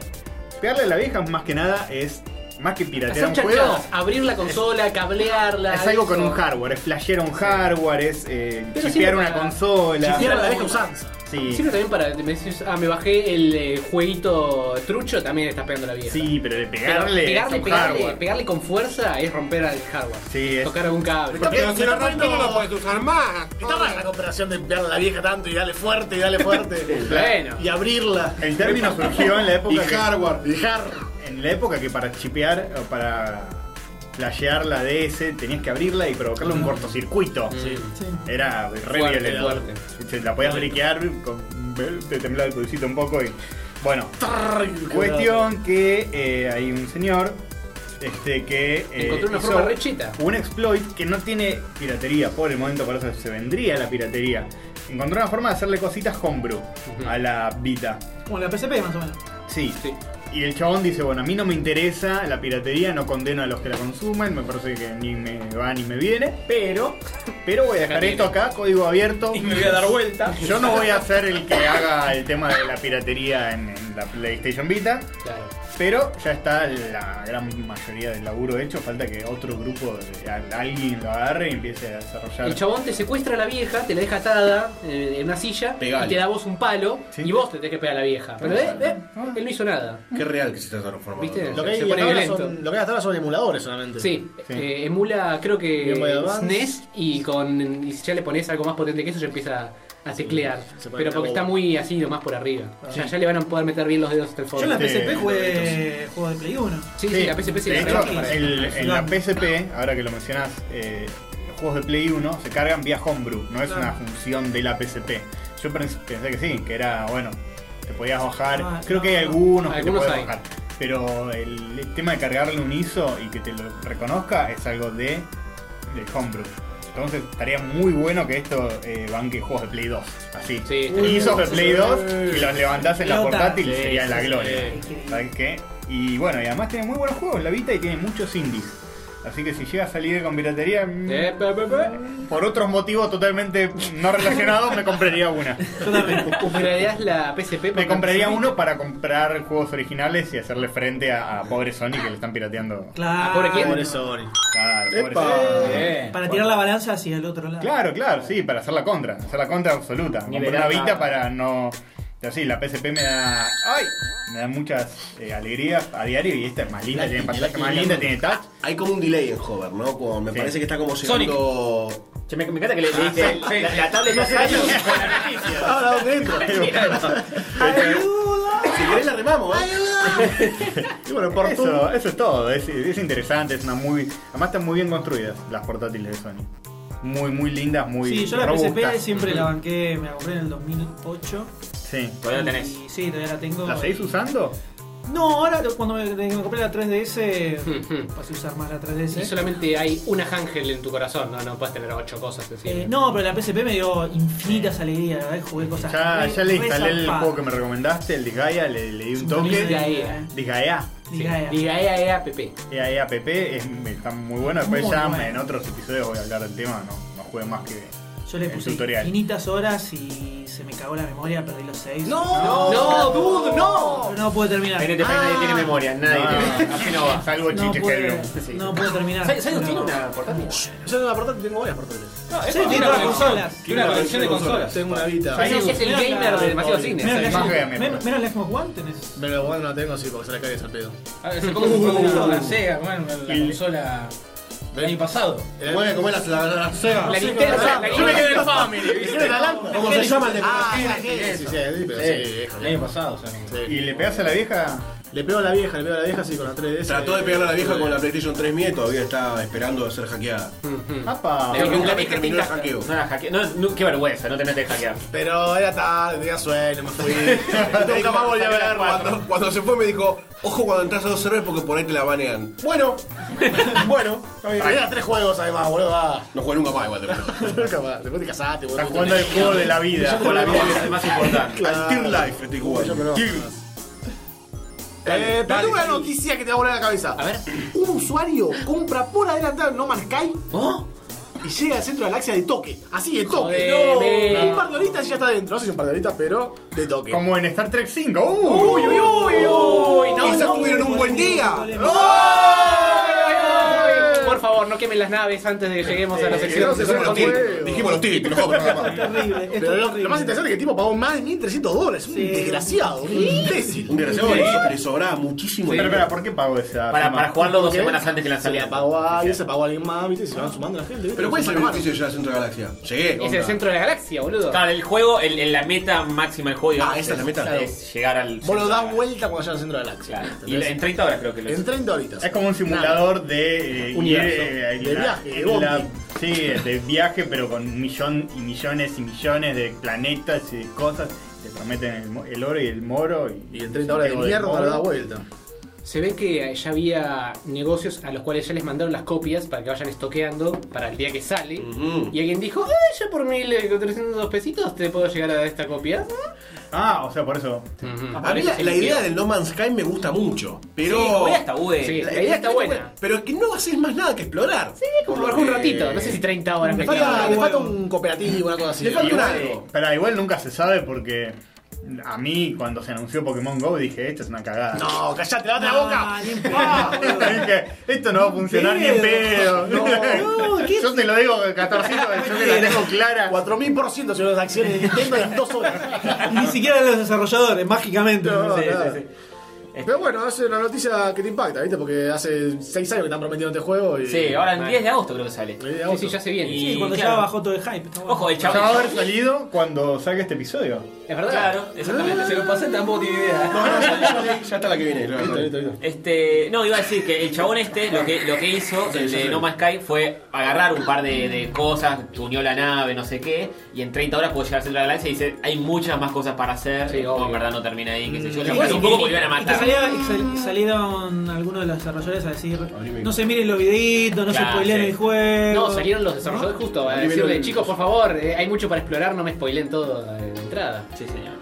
[SPEAKER 2] Pegarle a la vieja más que nada es. Más que piratear
[SPEAKER 9] Hacer
[SPEAKER 2] un juego.
[SPEAKER 9] chanchadas, abrir la consola, cablearla.
[SPEAKER 2] Es algo con
[SPEAKER 9] eso.
[SPEAKER 2] un hardware, es flashear un hardware, es eh,
[SPEAKER 9] Pero
[SPEAKER 2] chipear
[SPEAKER 9] siempre
[SPEAKER 2] una
[SPEAKER 9] para-
[SPEAKER 2] consola.
[SPEAKER 9] chipear a la vieja usanza.
[SPEAKER 2] Sí.
[SPEAKER 9] Siempre también para. Me decís, ah, me bajé el eh, jueguito trucho, también le estás pegando a la vieja.
[SPEAKER 2] Sí, pero de
[SPEAKER 9] Pero
[SPEAKER 2] pegarle, es
[SPEAKER 9] pegarle,
[SPEAKER 2] un
[SPEAKER 9] pegarle,
[SPEAKER 2] hardware.
[SPEAKER 9] pegarle con fuerza es romper al hardware.
[SPEAKER 2] Sí, es-
[SPEAKER 9] Tocar algún cable.
[SPEAKER 8] Porque
[SPEAKER 9] Porque-
[SPEAKER 8] si lo rompes no lo puedes usar más.
[SPEAKER 1] Está rara la comparación de emplear a la vieja tanto y darle fuerte y darle fuerte.
[SPEAKER 9] Bueno.
[SPEAKER 1] y abrirla.
[SPEAKER 2] El término surgió en la época.
[SPEAKER 1] Y
[SPEAKER 2] que-
[SPEAKER 1] hardware.
[SPEAKER 2] y hard- En la época que para chipear o para flashear la DS tenías que abrirla y provocarle
[SPEAKER 1] Mm.
[SPEAKER 2] un cortocircuito. Era re
[SPEAKER 9] Fuerte,
[SPEAKER 2] violento.
[SPEAKER 9] fuerte.
[SPEAKER 2] Se la podías briquear, con- te temblaba el pulsito un poco y. Bueno. Cuestión que eh, hay un señor este, que eh,
[SPEAKER 9] Encontró una
[SPEAKER 2] hizo
[SPEAKER 9] forma rechita.
[SPEAKER 2] un exploit que no tiene piratería, por el momento para eso se vendría la piratería. Encontró una forma de hacerle cositas homebrew a la Vita.
[SPEAKER 7] Como la PSP más o menos.
[SPEAKER 2] Sí. Y el chabón dice, bueno, a mí no me interesa la piratería, no condeno a los que la consumen, me parece que ni me va ni me viene, pero, pero voy a dejar esto acá, código abierto.
[SPEAKER 4] Y me voy a dar vuelta.
[SPEAKER 2] Yo no voy a ser el que haga el tema de la piratería en, en la PlayStation Vita,
[SPEAKER 9] Claro.
[SPEAKER 2] pero ya está la gran mayoría del laburo hecho, falta que otro grupo, de- a- alguien lo agarre y empiece a desarrollar.
[SPEAKER 9] El chabón te secuestra a la vieja, te la deja atada eh, en una silla
[SPEAKER 8] Pegale.
[SPEAKER 9] y te da vos un palo y vos te tenés que pegar a la vieja. Pero eh, eh, él no hizo nada.
[SPEAKER 8] Qué real que se está transformando.
[SPEAKER 9] ¿Viste?
[SPEAKER 8] todo.
[SPEAKER 1] Lo que, hay
[SPEAKER 9] Se pone
[SPEAKER 1] hasta ahora
[SPEAKER 9] violento.
[SPEAKER 1] son, lo que hay hasta ahora son emuladores solamente.
[SPEAKER 9] Sí, eh, emula creo que
[SPEAKER 1] Game Boy Advance.
[SPEAKER 9] SNES y con y si ya le pones algo más potente que eso ya empieza a teclear.
[SPEAKER 1] se pone
[SPEAKER 9] Pero porque
[SPEAKER 1] bravo.
[SPEAKER 9] está muy así nomás por arriba. O sea, ya le van a poder meter bien los dedos hasta el
[SPEAKER 7] Yo en la
[SPEAKER 9] fondo.
[SPEAKER 2] Sí,
[SPEAKER 7] PSP jugué juegos de Play 1.
[SPEAKER 9] Sí, sí,
[SPEAKER 2] Sí,
[SPEAKER 9] la PSP se
[SPEAKER 2] de
[SPEAKER 9] la
[SPEAKER 2] hecho,
[SPEAKER 9] rebanca para eso.
[SPEAKER 2] el- en la PSP, ahora que lo mencionás, eh, los juegos de Play 1 se cargan vía homebrew, no es
[SPEAKER 7] Claro.
[SPEAKER 2] una función de la PSP. Yo pens- pensé que sí, que era, bueno, te podías bajar,
[SPEAKER 7] Ah,
[SPEAKER 2] creo que hay
[SPEAKER 7] no.
[SPEAKER 2] algunos, que te
[SPEAKER 9] Algunos
[SPEAKER 2] podés
[SPEAKER 9] hay.
[SPEAKER 2] bajar. Pero el, el tema de cargarle un ISO y que te lo reconozca es algo de, de homebrew. Entonces estaría muy bueno que esto eh, banque juegos de Play 2. Así.
[SPEAKER 9] Sí,
[SPEAKER 2] Uy, ISOs de Play 2 y los levantás en la
[SPEAKER 7] Pelota.
[SPEAKER 2] portátil
[SPEAKER 9] Sí,
[SPEAKER 2] sería
[SPEAKER 9] sí,
[SPEAKER 2] la
[SPEAKER 9] sí.
[SPEAKER 2] gloria.
[SPEAKER 7] Increíble.
[SPEAKER 2] ¿Sabes qué? Y bueno, y además tiene muy buenos juegos la Vita y tiene muchos indies. Así que si llega a salir con piratería, mm,
[SPEAKER 9] Eh, pe, pe, pe.
[SPEAKER 2] por otros motivos totalmente no relacionados, me compraría una.
[SPEAKER 9] Upgradeás la PSP.
[SPEAKER 2] Me
[SPEAKER 9] porque-
[SPEAKER 2] compraría uno para comprar juegos originales y hacerle frente a, a pobre Sony que le están pirateando.
[SPEAKER 7] Claro.
[SPEAKER 9] pobre quién?
[SPEAKER 1] Por eso, Ori.
[SPEAKER 2] Claro, pobre
[SPEAKER 1] Epa.
[SPEAKER 2] Sony.
[SPEAKER 4] Bien.
[SPEAKER 7] Para tirar la balanza hacia el otro lado.
[SPEAKER 2] Claro, claro, sí, para hacer la contra, hacer la contra absoluta. Comprar
[SPEAKER 9] Liberar
[SPEAKER 2] una Vita
[SPEAKER 9] nada.
[SPEAKER 2] para no. Pero sí, la PSP me da. ¡Ay! Me da muchas eh, alegrías a diario y esta es más linda, tiene pantalla más linda, tiene touch.
[SPEAKER 8] Hay como un delay en Hover, ¿no? Como me
[SPEAKER 2] Sí.
[SPEAKER 8] parece que está como llegando.
[SPEAKER 9] Che, me, me encanta que le, le diste la, la tablet hace años.
[SPEAKER 8] Ahora, ¿dónde entro? Si querés la remamos, ¿eh?
[SPEAKER 2] Y bueno, por eso, eso es todo. Es, es interesante, es una muy. Además están muy bien construidas las portátiles de Sony. Muy, muy lindas, muy.
[SPEAKER 7] Sí, yo la
[SPEAKER 2] robustas.
[SPEAKER 7] PSP siempre la banqué, me la compré en el 2008.
[SPEAKER 2] Sí.
[SPEAKER 9] Pues
[SPEAKER 3] Todavía la tenés.
[SPEAKER 7] Y sí, todavía la tengo.
[SPEAKER 2] ¿La seguís usando?
[SPEAKER 7] No, ahora cuando me, desde que me compré la 3DS,
[SPEAKER 2] Hmm.
[SPEAKER 7] pasé a usar más la 3DS.
[SPEAKER 9] Y solamente hay una ángel en tu corazón, no, no puedes tener ocho cosas encima.
[SPEAKER 7] Eh, no, pero la PSP me dio infinitas alegrías, la verdad, jugué cosas.
[SPEAKER 2] Ya,
[SPEAKER 7] re-
[SPEAKER 2] ya le
[SPEAKER 7] re
[SPEAKER 2] instalé el
[SPEAKER 7] zarpadas.
[SPEAKER 2] juego que me recomendaste, el Disgaea, le, le di un
[SPEAKER 9] Disgaea.
[SPEAKER 2] toque.
[SPEAKER 7] Disgaea,
[SPEAKER 2] Disgaea.
[SPEAKER 7] Disgaea.
[SPEAKER 9] Diga EA, EA, PP.
[SPEAKER 2] EAEAPP es, está muy bueno. Después
[SPEAKER 7] Muy
[SPEAKER 2] ya
[SPEAKER 7] bueno.
[SPEAKER 2] en otros episodios voy a hablar del tema. No, no juegue más que.
[SPEAKER 7] Yo le
[SPEAKER 2] el
[SPEAKER 7] puse
[SPEAKER 2] tutorial.
[SPEAKER 7] infinitas horas y se me cagó la memoria, perdí los 6.
[SPEAKER 9] No, dude, no.
[SPEAKER 7] No pude terminar.
[SPEAKER 9] Ahí no te- nadie tiene memoria, nadie tiene. Así Ah. no va.
[SPEAKER 2] Salvo
[SPEAKER 7] no
[SPEAKER 2] Chiche
[SPEAKER 7] pude,
[SPEAKER 2] Headroom.
[SPEAKER 7] no pude terminar.
[SPEAKER 9] ¿Sabes
[SPEAKER 7] pero-
[SPEAKER 9] tiene una portátil?
[SPEAKER 1] Yo no la portátil tengo varias portátiles.
[SPEAKER 7] Sí, tiene todas las consolas.
[SPEAKER 4] Tiene una colección de consolas.
[SPEAKER 1] Tengo una Vita.
[SPEAKER 9] Ahí es el
[SPEAKER 7] Menos la-
[SPEAKER 9] gamer de demasiado
[SPEAKER 7] Menos
[SPEAKER 9] cine.
[SPEAKER 7] la
[SPEAKER 2] Más
[SPEAKER 7] Xbox-
[SPEAKER 2] que-
[SPEAKER 7] men- menos la Xbox One tenés.
[SPEAKER 1] Pero bueno, no la tengo así porque se la cagues al pedo.
[SPEAKER 4] A ver, Ah, se como una, una Sega, bueno, la consola del año pasado.
[SPEAKER 1] El bueno, ¿cómo era la, la, la Sega?
[SPEAKER 9] La Nintendo, la Nintendo.
[SPEAKER 1] en Family, ¿viste? ¿Cómo se llama el de Ah, sí, sí, sí, sí, pero sí, viejo,
[SPEAKER 4] El año pasado, o sea.
[SPEAKER 1] sí.
[SPEAKER 2] ¿Y le pegas a la vieja?
[SPEAKER 1] Le pego a la vieja, le pego a la vieja, sí, con la 3DS.
[SPEAKER 8] Trató de pegarle a la vieja con la PlayStation 3 mía y todavía está esperando ser hackeada.
[SPEAKER 2] ¡Apa!
[SPEAKER 8] Creo que un
[SPEAKER 9] La
[SPEAKER 8] lápiz terminó el hackeo.
[SPEAKER 9] No la hackeé. No, no, qué vergüenza, no te metes a hackear.
[SPEAKER 1] Pero era tarde, tenía sueño, me fui.
[SPEAKER 8] Nunca
[SPEAKER 1] Nunca
[SPEAKER 8] más
[SPEAKER 1] más
[SPEAKER 8] volví
[SPEAKER 1] a ver
[SPEAKER 8] Cuando, cuando se fue me dijo, ojo cuando entras a dos servers porque por ahí te la banean. Bueno, bueno.
[SPEAKER 1] Había tres juegos además, boludo. Ah, va.
[SPEAKER 8] No jugué nunca más igual de verdad.
[SPEAKER 1] Nunca más. Después te casaste, boludo.
[SPEAKER 2] Estás jugando el juego de la vida.
[SPEAKER 1] Con la vida.
[SPEAKER 9] Es más importante.
[SPEAKER 1] Claro.
[SPEAKER 8] Al Tear Life estoy
[SPEAKER 1] Yo
[SPEAKER 8] jugando. Eh,
[SPEAKER 1] conozco.
[SPEAKER 8] Dale,
[SPEAKER 1] Eh, pero
[SPEAKER 8] dale,
[SPEAKER 1] tengo una
[SPEAKER 8] sí.
[SPEAKER 1] noticia que te va a volar la cabeza.
[SPEAKER 9] A ver.
[SPEAKER 1] Un usuario compra por adelantado en No Man's Sky y llega al centro de la galaxia de toque. Así de toque.
[SPEAKER 9] Joder, men.
[SPEAKER 1] Un par de horitas y ya está adentro. No sé si un par de horitas, pero de toque.
[SPEAKER 2] Como en Star Trek 5.
[SPEAKER 1] ¡Uy, uy, uy! uy. No,
[SPEAKER 9] no,
[SPEAKER 1] tuvieron un buen día.
[SPEAKER 9] Por favor, no quemen las naves antes de que lleguemos a
[SPEAKER 1] Eh, no
[SPEAKER 9] los sección.
[SPEAKER 1] se fueron los títulos.
[SPEAKER 9] Dijimos-
[SPEAKER 1] Dijimos los títulos, joder, nada más.
[SPEAKER 11] Terrible. Es
[SPEAKER 1] Pero lo,
[SPEAKER 11] terrible.
[SPEAKER 1] lo más interesante es que el tipo pagó más de 1.300 dólares. Un desgraciado, un imbécil.
[SPEAKER 8] Un desgraciado que le sobraba muchísimo.
[SPEAKER 2] Pero,
[SPEAKER 8] dinero.
[SPEAKER 2] espera, ¿por qué pago esa?
[SPEAKER 9] Para,
[SPEAKER 2] firma?
[SPEAKER 9] para jugarlo dos
[SPEAKER 1] ¿Qué?
[SPEAKER 9] semanas antes que la
[SPEAKER 1] Se le
[SPEAKER 9] salida.
[SPEAKER 1] apagó a alguien, se apagó a alguien más, ¿viste? Se van sumando la gente. ¿viste?
[SPEAKER 8] Pero ¿cuál es el
[SPEAKER 1] Sumando.
[SPEAKER 8] beneficio de llegar al centro de la galaxia? Llegué.
[SPEAKER 9] Es el
[SPEAKER 8] onda.
[SPEAKER 9] centro de la galaxia, boludo.
[SPEAKER 3] Claro, el juego, el- el- la meta máxima del juego, digamos,
[SPEAKER 8] esa es la meta.
[SPEAKER 3] es llegar al.
[SPEAKER 1] Vos lo das vuelta cuando llegas al centro de la galaxia.
[SPEAKER 3] Claro. Y
[SPEAKER 1] ¿entendés?
[SPEAKER 3] en 30 horas creo que lo
[SPEAKER 1] En 30 horitas.
[SPEAKER 2] Es como un simulador de. eh,
[SPEAKER 1] Universo.
[SPEAKER 2] eh,
[SPEAKER 1] De
[SPEAKER 2] la-
[SPEAKER 1] viaje, de
[SPEAKER 2] la-
[SPEAKER 1] bondi.
[SPEAKER 2] Sí, de viaje, pero con un millón y millones y millones de planetas y de cosas. Te prometen el, mo- el oro y el moro. Y,
[SPEAKER 1] Y en 30 horas de
[SPEAKER 2] Digo,
[SPEAKER 1] mierda
[SPEAKER 2] moro.
[SPEAKER 1] lo da vuelta.
[SPEAKER 9] Se ve que ya había negocios a los cuales ya les mandaron las copias para que vayan estoqueando para el día que sale.
[SPEAKER 8] Ujú.
[SPEAKER 9] Y alguien dijo, "Eh, yo por 1.302 pesitos te puedo llegar a esta copia.
[SPEAKER 2] Ah, o sea, por eso.
[SPEAKER 9] Ujú.
[SPEAKER 8] A mí la, la idea del No Man's Sky me gusta mucho, pero...
[SPEAKER 3] Sí, como ya está bueno.
[SPEAKER 9] Sí, la idea está buena.
[SPEAKER 8] Pero es Eh, que no haces más nada que explorar. Sí,
[SPEAKER 9] Como por un ratito, no sé si 30 horas.
[SPEAKER 1] Le
[SPEAKER 9] me
[SPEAKER 1] falta,
[SPEAKER 9] quedaron.
[SPEAKER 1] le falta un cooperativo, una cosa así.
[SPEAKER 8] Le falta un
[SPEAKER 1] Igual-
[SPEAKER 8] algo.
[SPEAKER 2] Pero igual nunca se sabe porque. A mí, cuando se anunció Pokémon Go, dije: Esta es una cagada.
[SPEAKER 1] No, callate, lavate la boca.
[SPEAKER 11] Ah, ni en pedo, boludo.
[SPEAKER 2] dije: Esto no va a funcionar ni en pedo.
[SPEAKER 11] No, ¿qué?
[SPEAKER 2] yo te lo digo, 14, yo que la tengo clara.
[SPEAKER 1] 4000% sobre las acciones de Nintendo en las dos horas.
[SPEAKER 11] Y ni siquiera los desarrolladores, mágicamente.
[SPEAKER 1] No,
[SPEAKER 11] Sí.
[SPEAKER 1] nada. Pero bueno, es una noticia que te impacta, ¿viste? Porque hace 6 años que están prometiendo este juego y.
[SPEAKER 3] Sí, ahora el
[SPEAKER 9] Vale.
[SPEAKER 3] 10 de agosto creo que sale.
[SPEAKER 1] y de
[SPEAKER 9] Sí,
[SPEAKER 1] auto.
[SPEAKER 9] sí, ya se viene.
[SPEAKER 3] Y-
[SPEAKER 11] Sí, cuando
[SPEAKER 3] claro.
[SPEAKER 11] ya bajó todo el hype. está bueno.
[SPEAKER 3] Ojo, el
[SPEAKER 2] Ya
[SPEAKER 3] chavo.
[SPEAKER 2] va a haber salido cuando salga este episodio.
[SPEAKER 9] Es verdad.
[SPEAKER 3] Claro, exactamente.
[SPEAKER 4] Se lo pasé, tampoco tiene idea.
[SPEAKER 8] No, no, ya, ya- ya está la que viene. la
[SPEAKER 1] Listo,
[SPEAKER 8] verdad.
[SPEAKER 1] listo, listo.
[SPEAKER 3] Este, no, iba a decir que el chabón este lo que, lo que hizo, el de No Man's Sky, fue agarrar un par de, de cosas, tuneó la nave, no sé qué, y en 30 horas pudo llegar al centro de la galaxia y dice, hay muchas más cosas para hacer,
[SPEAKER 9] Sí,
[SPEAKER 3] no,
[SPEAKER 9] obvio.
[SPEAKER 3] en verdad no termina ahí, qué sé yo.
[SPEAKER 11] Mm,
[SPEAKER 3] Ya
[SPEAKER 11] sí,
[SPEAKER 3] fue
[SPEAKER 11] sí,
[SPEAKER 3] un poco
[SPEAKER 11] sí.
[SPEAKER 3] porque iban a
[SPEAKER 11] Y que
[SPEAKER 3] matar.
[SPEAKER 11] salía- y sal- salieron algunos de los desarrolladores a decir, no se miren los videitos, no
[SPEAKER 3] Claro,
[SPEAKER 11] se spoileen
[SPEAKER 3] sí.
[SPEAKER 11] el juego.
[SPEAKER 9] No, salieron los desarrolladores justo a decirle, chicos, por favor, eh, hay mucho para explorar, no me spoilen todo eh, de entrada.
[SPEAKER 3] Sí, señor.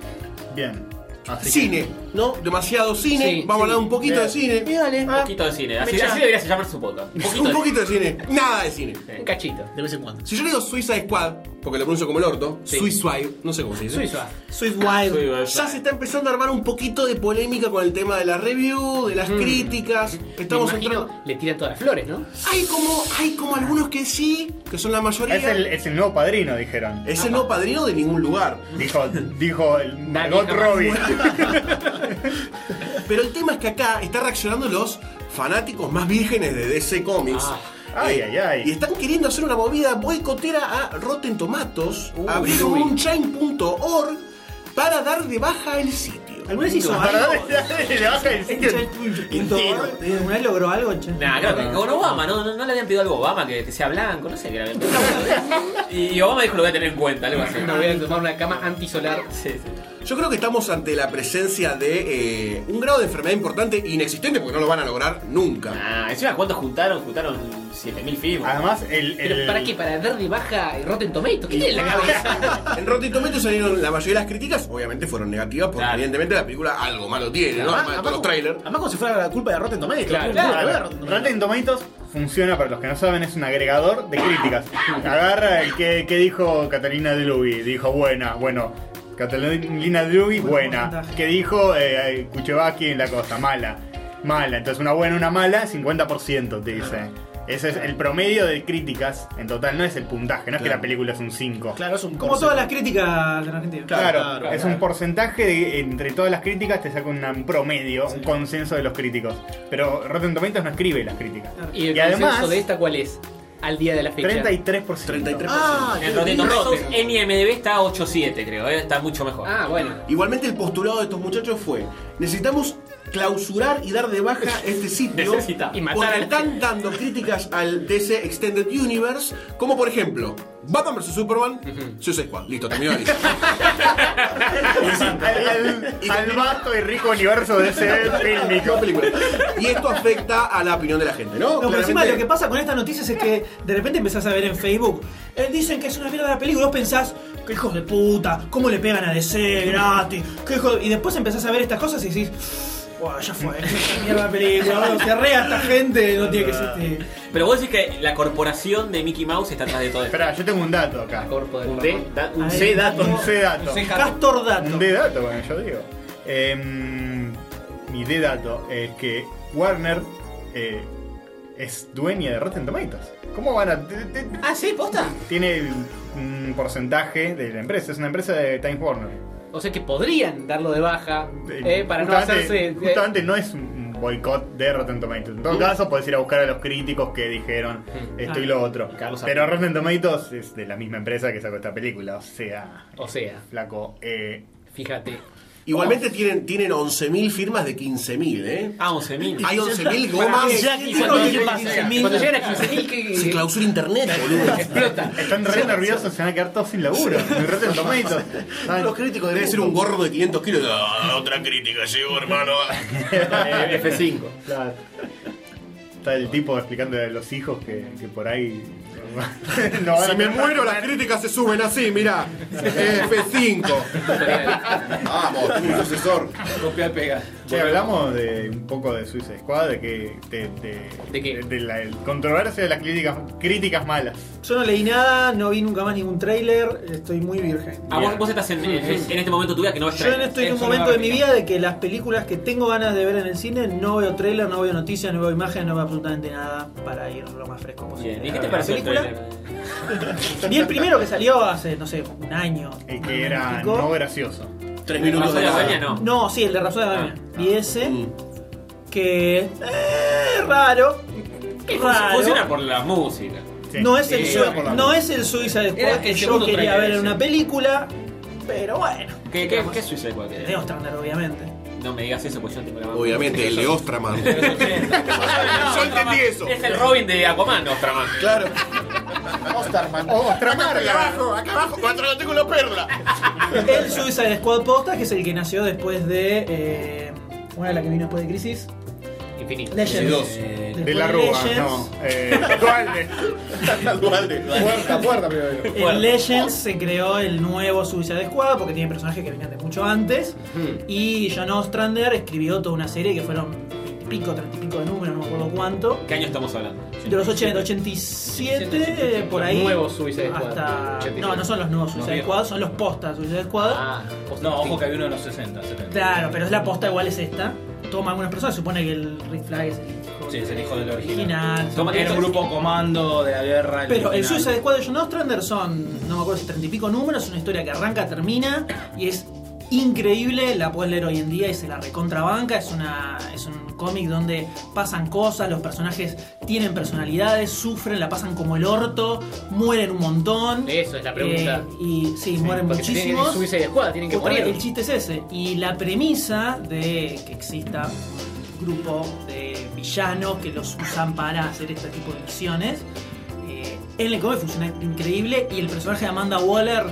[SPEAKER 2] Bien. Así que-
[SPEAKER 8] Cine, ¿no? Demasiado cine.
[SPEAKER 9] Sí,
[SPEAKER 8] Vamos a hablar
[SPEAKER 9] sí. Eh,
[SPEAKER 8] un poquito
[SPEAKER 2] Bien.
[SPEAKER 8] de cine.
[SPEAKER 3] Un poquito de cine, así,
[SPEAKER 9] Mecha.
[SPEAKER 3] así debería llamar su podcast. Un poquito
[SPEAKER 8] Ah. Un
[SPEAKER 3] de
[SPEAKER 8] poquito de cine. Nada de cine.
[SPEAKER 9] Un cachito.
[SPEAKER 1] De vez en cuando.
[SPEAKER 8] Si yo le digo Suiza Squad, porque lo pronuncio como el orto,
[SPEAKER 9] Ah. Sí.
[SPEAKER 8] Suicide, no sé cómo se dice.
[SPEAKER 9] Suiza.
[SPEAKER 11] Soy wild.
[SPEAKER 3] Sí, bueno,
[SPEAKER 8] Ya se está empezando a armar un poquito de polémica con el tema de la review, de las críticas. Estamos
[SPEAKER 9] Me imagino,
[SPEAKER 8] entrando.
[SPEAKER 9] Le tiran todas las flores, ¿no?
[SPEAKER 8] Hay como, hay como algunos que sí, que son la mayoría.
[SPEAKER 2] Es el, es el nuevo padrino, dijeron.
[SPEAKER 8] Es el no padrino de ningún lugar.
[SPEAKER 2] Dijo, dijo el
[SPEAKER 9] Nadie
[SPEAKER 2] Margot
[SPEAKER 9] jamás
[SPEAKER 2] Robbie.
[SPEAKER 8] Pero el tema es que acá están reaccionando los fanáticos más vírgenes de DC Comics.
[SPEAKER 9] Ah.
[SPEAKER 2] Ay,
[SPEAKER 8] Eh,
[SPEAKER 2] ay, ay.
[SPEAKER 8] Y están queriendo hacer una movida boicotera a Rotten Tomatoes.
[SPEAKER 9] Uy,
[SPEAKER 8] abrieron
[SPEAKER 9] uy.
[SPEAKER 8] un chain.org para dar de baja el sitio.
[SPEAKER 11] ¿Alguna vez hizo
[SPEAKER 2] Para
[SPEAKER 11] algo? Este
[SPEAKER 2] darle le baja el sitio.
[SPEAKER 11] Entero. ¿Alguna vez logró algo? che?
[SPEAKER 3] Nah, claro, que con Obama, no, no, no le habían pedido algo a Obama que, que sea blanco, no sé qué era. Y Obama dijo lo voy a tener en cuenta, algo así.
[SPEAKER 9] Me voy a tomar una cama antisolar.
[SPEAKER 3] Sí, sí.
[SPEAKER 8] Yo creo que estamos ante la presencia de eh, un grado de enfermedad importante, inexistente, porque no lo van a lograr nunca.
[SPEAKER 3] Ah, encima cuántos juntaron, juntaron 7000 firmas.
[SPEAKER 2] Además, el.
[SPEAKER 9] ¿Pero
[SPEAKER 2] el
[SPEAKER 9] para qué? ¿Para dar de baja el Rotten Tomatoes? ¿Qué tiene en la cabeza?
[SPEAKER 8] En Rotten Tomatoes salieron la mayoría de las críticas, obviamente fueron negativas, porque
[SPEAKER 3] Claro.
[SPEAKER 8] evidentemente la película algo malo tiene, ¿no?
[SPEAKER 1] Además-
[SPEAKER 8] Además de todos
[SPEAKER 1] además
[SPEAKER 8] los
[SPEAKER 1] como-
[SPEAKER 8] trailers.
[SPEAKER 1] Además, como si fuera la culpa de Rotten Tomatoes.
[SPEAKER 9] Claro,
[SPEAKER 1] Tiene culpa de
[SPEAKER 2] Claro,
[SPEAKER 1] Rotten Tomatoes.
[SPEAKER 2] Rotten Tomatoes funciona, para los que no saben, es un agregador de críticas. Agarra el que, que dijo Catalina Delubi. Dijo, buena, bueno. Catalina Delubi, buena.
[SPEAKER 11] porcentaje.
[SPEAKER 2] Que dijo eh, Kuchevaki en la costa, mala. Mala. Entonces una buena, una mala, 50% te dice. Ese es el promedio de críticas en total, no es el puntaje, no es que la película es un 5.
[SPEAKER 1] Claro, es un
[SPEAKER 11] Como todas las críticas en Argentina.
[SPEAKER 2] Claro,
[SPEAKER 1] Claro,
[SPEAKER 2] es un porcentaje de- entre todas las críticas te saca una- un promedio, un consenso de los críticos. Pero Rotten Tomatoes no escribe las críticas.
[SPEAKER 9] ¿Y el
[SPEAKER 2] Y además-
[SPEAKER 9] consenso de esta cuál es? Al día de la fecha.
[SPEAKER 2] 33%.
[SPEAKER 8] 33%.
[SPEAKER 1] Ah,
[SPEAKER 3] En
[SPEAKER 1] qué
[SPEAKER 3] Rotten Tomatoes,
[SPEAKER 1] lindo.
[SPEAKER 3] en IMDB está 8.7 creo, eh, está mucho mejor.
[SPEAKER 9] Ah, bueno.
[SPEAKER 8] Igualmente el postulado de estos muchachos fue, necesitamos clausurar y dar de baja este sitio
[SPEAKER 3] Necesita.
[SPEAKER 9] Y matar
[SPEAKER 8] porque
[SPEAKER 9] al-
[SPEAKER 8] están dando críticas al DC Extended Universe, como por ejemplo, Batman vs Superman, Suicide Squad, listo, terminó ahí.
[SPEAKER 2] Ah, al, al- al vasto y rico universo de ese
[SPEAKER 8] Quedó
[SPEAKER 2] fílmico.
[SPEAKER 8] película. Y esto afecta a la opinión de la gente, ¿no?
[SPEAKER 11] No, pero encima
[SPEAKER 8] Claramente-
[SPEAKER 11] lo que pasa con estas noticias es que de repente empezás a ver en Facebook. eh, dicen que es una mierda la película. Vos pensás, qué hijos de puta, cómo le pegan a DC gratis. qué hijo de-". Y después empezás a ver estas cosas y decís.
[SPEAKER 7] Buah, ya fue. Mierda de película, boludo, se rea esta gente, no tiene que ser este.
[SPEAKER 3] Pero vos decís que la corporación de Mickey Mouse está atrás de todo esto.
[SPEAKER 2] Espera, yo tengo un dato acá.
[SPEAKER 3] Un D, da- un
[SPEAKER 2] Ahí,
[SPEAKER 3] C dato.
[SPEAKER 2] Un C dato.
[SPEAKER 7] Castor Dato.
[SPEAKER 2] Un D dato, bueno, yo digo. Em, mi D dato es que Warner eh, es dueña de Rotten Tomatoes. ¿Cómo van a.? te- te-
[SPEAKER 9] Ah, sí, posta.
[SPEAKER 2] Tiene un porcentaje de la empresa, es una empresa de Time Warner.
[SPEAKER 9] O sea que podrían darlo de baja eh, para no
[SPEAKER 2] Justamente-
[SPEAKER 9] hacerse. eh, Mm.
[SPEAKER 2] Justamente no es un boicot de Rotten Tomatoes. En todo caso, podés ir a buscar a los críticos que dijeron esto y lo otro.
[SPEAKER 9] Carlos
[SPEAKER 2] Pero
[SPEAKER 9] Arturo.
[SPEAKER 2] Rotten Tomatoes es de la misma empresa que sacó esta película. O sea,
[SPEAKER 9] o sea,
[SPEAKER 2] flaco. eh,
[SPEAKER 9] fíjate.
[SPEAKER 8] Igualmente tienen, tienen 11.000 firmas de 15.000, ¿eh?
[SPEAKER 3] Ah, 11.000.
[SPEAKER 8] Hay 11.000 gomas.
[SPEAKER 9] Ya, y cuando lleguen a 15.000. Cuando lleguen a 15.000, que-
[SPEAKER 8] Se clausura internet, boludo.
[SPEAKER 9] explota.
[SPEAKER 2] Están re nerviosos, se van a quedar todos sin laburo. En Rotten Tomatoes. Ay,
[SPEAKER 8] Los críticos deben ser un gordo de 500 kilos. Ah, otra crítica llegó, hermano.
[SPEAKER 3] Eh, F5.
[SPEAKER 2] claro. Está el tipo explicando a los hijos que, que por ahí. no van a
[SPEAKER 8] Si me
[SPEAKER 2] tener-
[SPEAKER 8] muero, las críticas se suben así, mirá. F5. Vamos, tu sucesor.
[SPEAKER 4] Copiar, pegar.
[SPEAKER 2] Che, hablamos de un poco de Suicide Squad, de que de, de-
[SPEAKER 9] ¿De qué?
[SPEAKER 2] de la el controversia de las críticas, críticas malas.
[SPEAKER 7] Yo no leí nada, no vi nunca más ningún tráiler, estoy muy virgen.
[SPEAKER 3] Ah, vos, vos estás en, en- en este momento de tu vida que no
[SPEAKER 7] Yo en- estoy en un
[SPEAKER 9] Eso
[SPEAKER 7] momento
[SPEAKER 9] no
[SPEAKER 7] de mi
[SPEAKER 9] aplica.
[SPEAKER 7] vida de que las películas que tengo ganas de ver en el cine no veo tráiler, no veo noticias, no veo imágenes, no veo absolutamente nada para ir lo más fresco posible.
[SPEAKER 3] Bien, ¿y qué
[SPEAKER 7] a
[SPEAKER 3] te
[SPEAKER 7] la
[SPEAKER 3] pareció el
[SPEAKER 7] película?
[SPEAKER 3] trailer?
[SPEAKER 7] Vi el primero que salió hace, no sé, un año.
[SPEAKER 2] El
[SPEAKER 7] un
[SPEAKER 2] eh, que era
[SPEAKER 7] pico.
[SPEAKER 2] no gracioso.
[SPEAKER 8] Tres minutos de
[SPEAKER 3] Rafael
[SPEAKER 8] nada.
[SPEAKER 3] Azaña no.
[SPEAKER 7] No, sí, el de Razón de
[SPEAKER 3] Ah,
[SPEAKER 7] Bohemia. Vi ese,
[SPEAKER 8] Mm.
[SPEAKER 7] que eh, raro.
[SPEAKER 3] Que fun-
[SPEAKER 7] Raro.
[SPEAKER 3] Funciona por la música.
[SPEAKER 2] Sí.
[SPEAKER 7] No es el,
[SPEAKER 3] Sí,
[SPEAKER 7] sui-
[SPEAKER 3] era por la
[SPEAKER 7] no es el Suicide Squad
[SPEAKER 9] Era
[SPEAKER 7] que
[SPEAKER 9] el
[SPEAKER 7] yo
[SPEAKER 9] segundo
[SPEAKER 7] quería
[SPEAKER 9] tráiler
[SPEAKER 7] ver en
[SPEAKER 9] ese.
[SPEAKER 7] una película, pero bueno.
[SPEAKER 3] ¿Qué, qué, qué es Suicide Squad?
[SPEAKER 7] De Ostrander, obviamente.
[SPEAKER 3] No me digas eso porque yo no tengo la mano.
[SPEAKER 8] Obviamente, el de Ostraman.
[SPEAKER 3] Yo entendí eso. Es el Robin de Aquaman, Ostraman.
[SPEAKER 8] Claro.
[SPEAKER 2] Osterman. Ostramarga.
[SPEAKER 8] abajo, acá abajo, cuando tengo una perla.
[SPEAKER 7] El Suicide Squad posta, que es el que nació después de. eh, una de las que vino después de Crisis.
[SPEAKER 9] Infinito.
[SPEAKER 7] Legends. Eh,
[SPEAKER 8] dos.
[SPEAKER 7] Después
[SPEAKER 2] De la Rúa,
[SPEAKER 7] Legends.
[SPEAKER 2] no. Eh, Dualde.
[SPEAKER 1] Puerta, puerta, primero.
[SPEAKER 7] En eh, Legends se creó el nuevo Suicide Squad porque tiene personajes que venían de mucho antes. Y John Ostrander escribió toda una serie que fueron 20 y pico, 30 y pico de números, no me acuerdo cuánto.
[SPEAKER 3] ¿Qué año estamos hablando?
[SPEAKER 7] De los 80, 87, eh, por ahí.
[SPEAKER 9] Nuevos Suicide Squad.
[SPEAKER 7] hasta...
[SPEAKER 9] 87.
[SPEAKER 7] No, no son los nuevos
[SPEAKER 4] Los
[SPEAKER 7] Suicide
[SPEAKER 4] viejos.
[SPEAKER 7] Squad, son los postas Suicide Squad.
[SPEAKER 9] Ah, posta.
[SPEAKER 4] No, ojo que había uno en los 60, 70.
[SPEAKER 7] Claro, pero es la posta igual es esta. Toma algunas personas, supone que el Rick Flag es el hijo
[SPEAKER 4] Sí, es el hijo del original.
[SPEAKER 7] original.
[SPEAKER 3] Toma-
[SPEAKER 4] Era un grupo comando de la guerra.
[SPEAKER 7] Pero el
[SPEAKER 4] original.
[SPEAKER 7] Suicide Squad de John Ostrander son, no me acuerdo si treinta y pico números, es una historia que arranca, termina y es increíble, la puedes leer hoy en día y se la recontrabanca, es, una, es un cómic donde pasan cosas, los personajes tienen personalidades, sufren, la pasan como el orto, mueren un montón.
[SPEAKER 9] Eso es la pregunta.
[SPEAKER 7] Eh, y sí, mueren
[SPEAKER 9] Porque si tienen
[SPEAKER 7] muchísimos.
[SPEAKER 9] Suicide Squad, tienen que
[SPEAKER 7] Justamente,
[SPEAKER 9] morir.
[SPEAKER 7] El chiste es ese. Y la premisa de que exista un grupo de villanos que los usan para hacer este tipo de misiones. eh, en el cómic funciona increíble. Y el personaje de Amanda Waller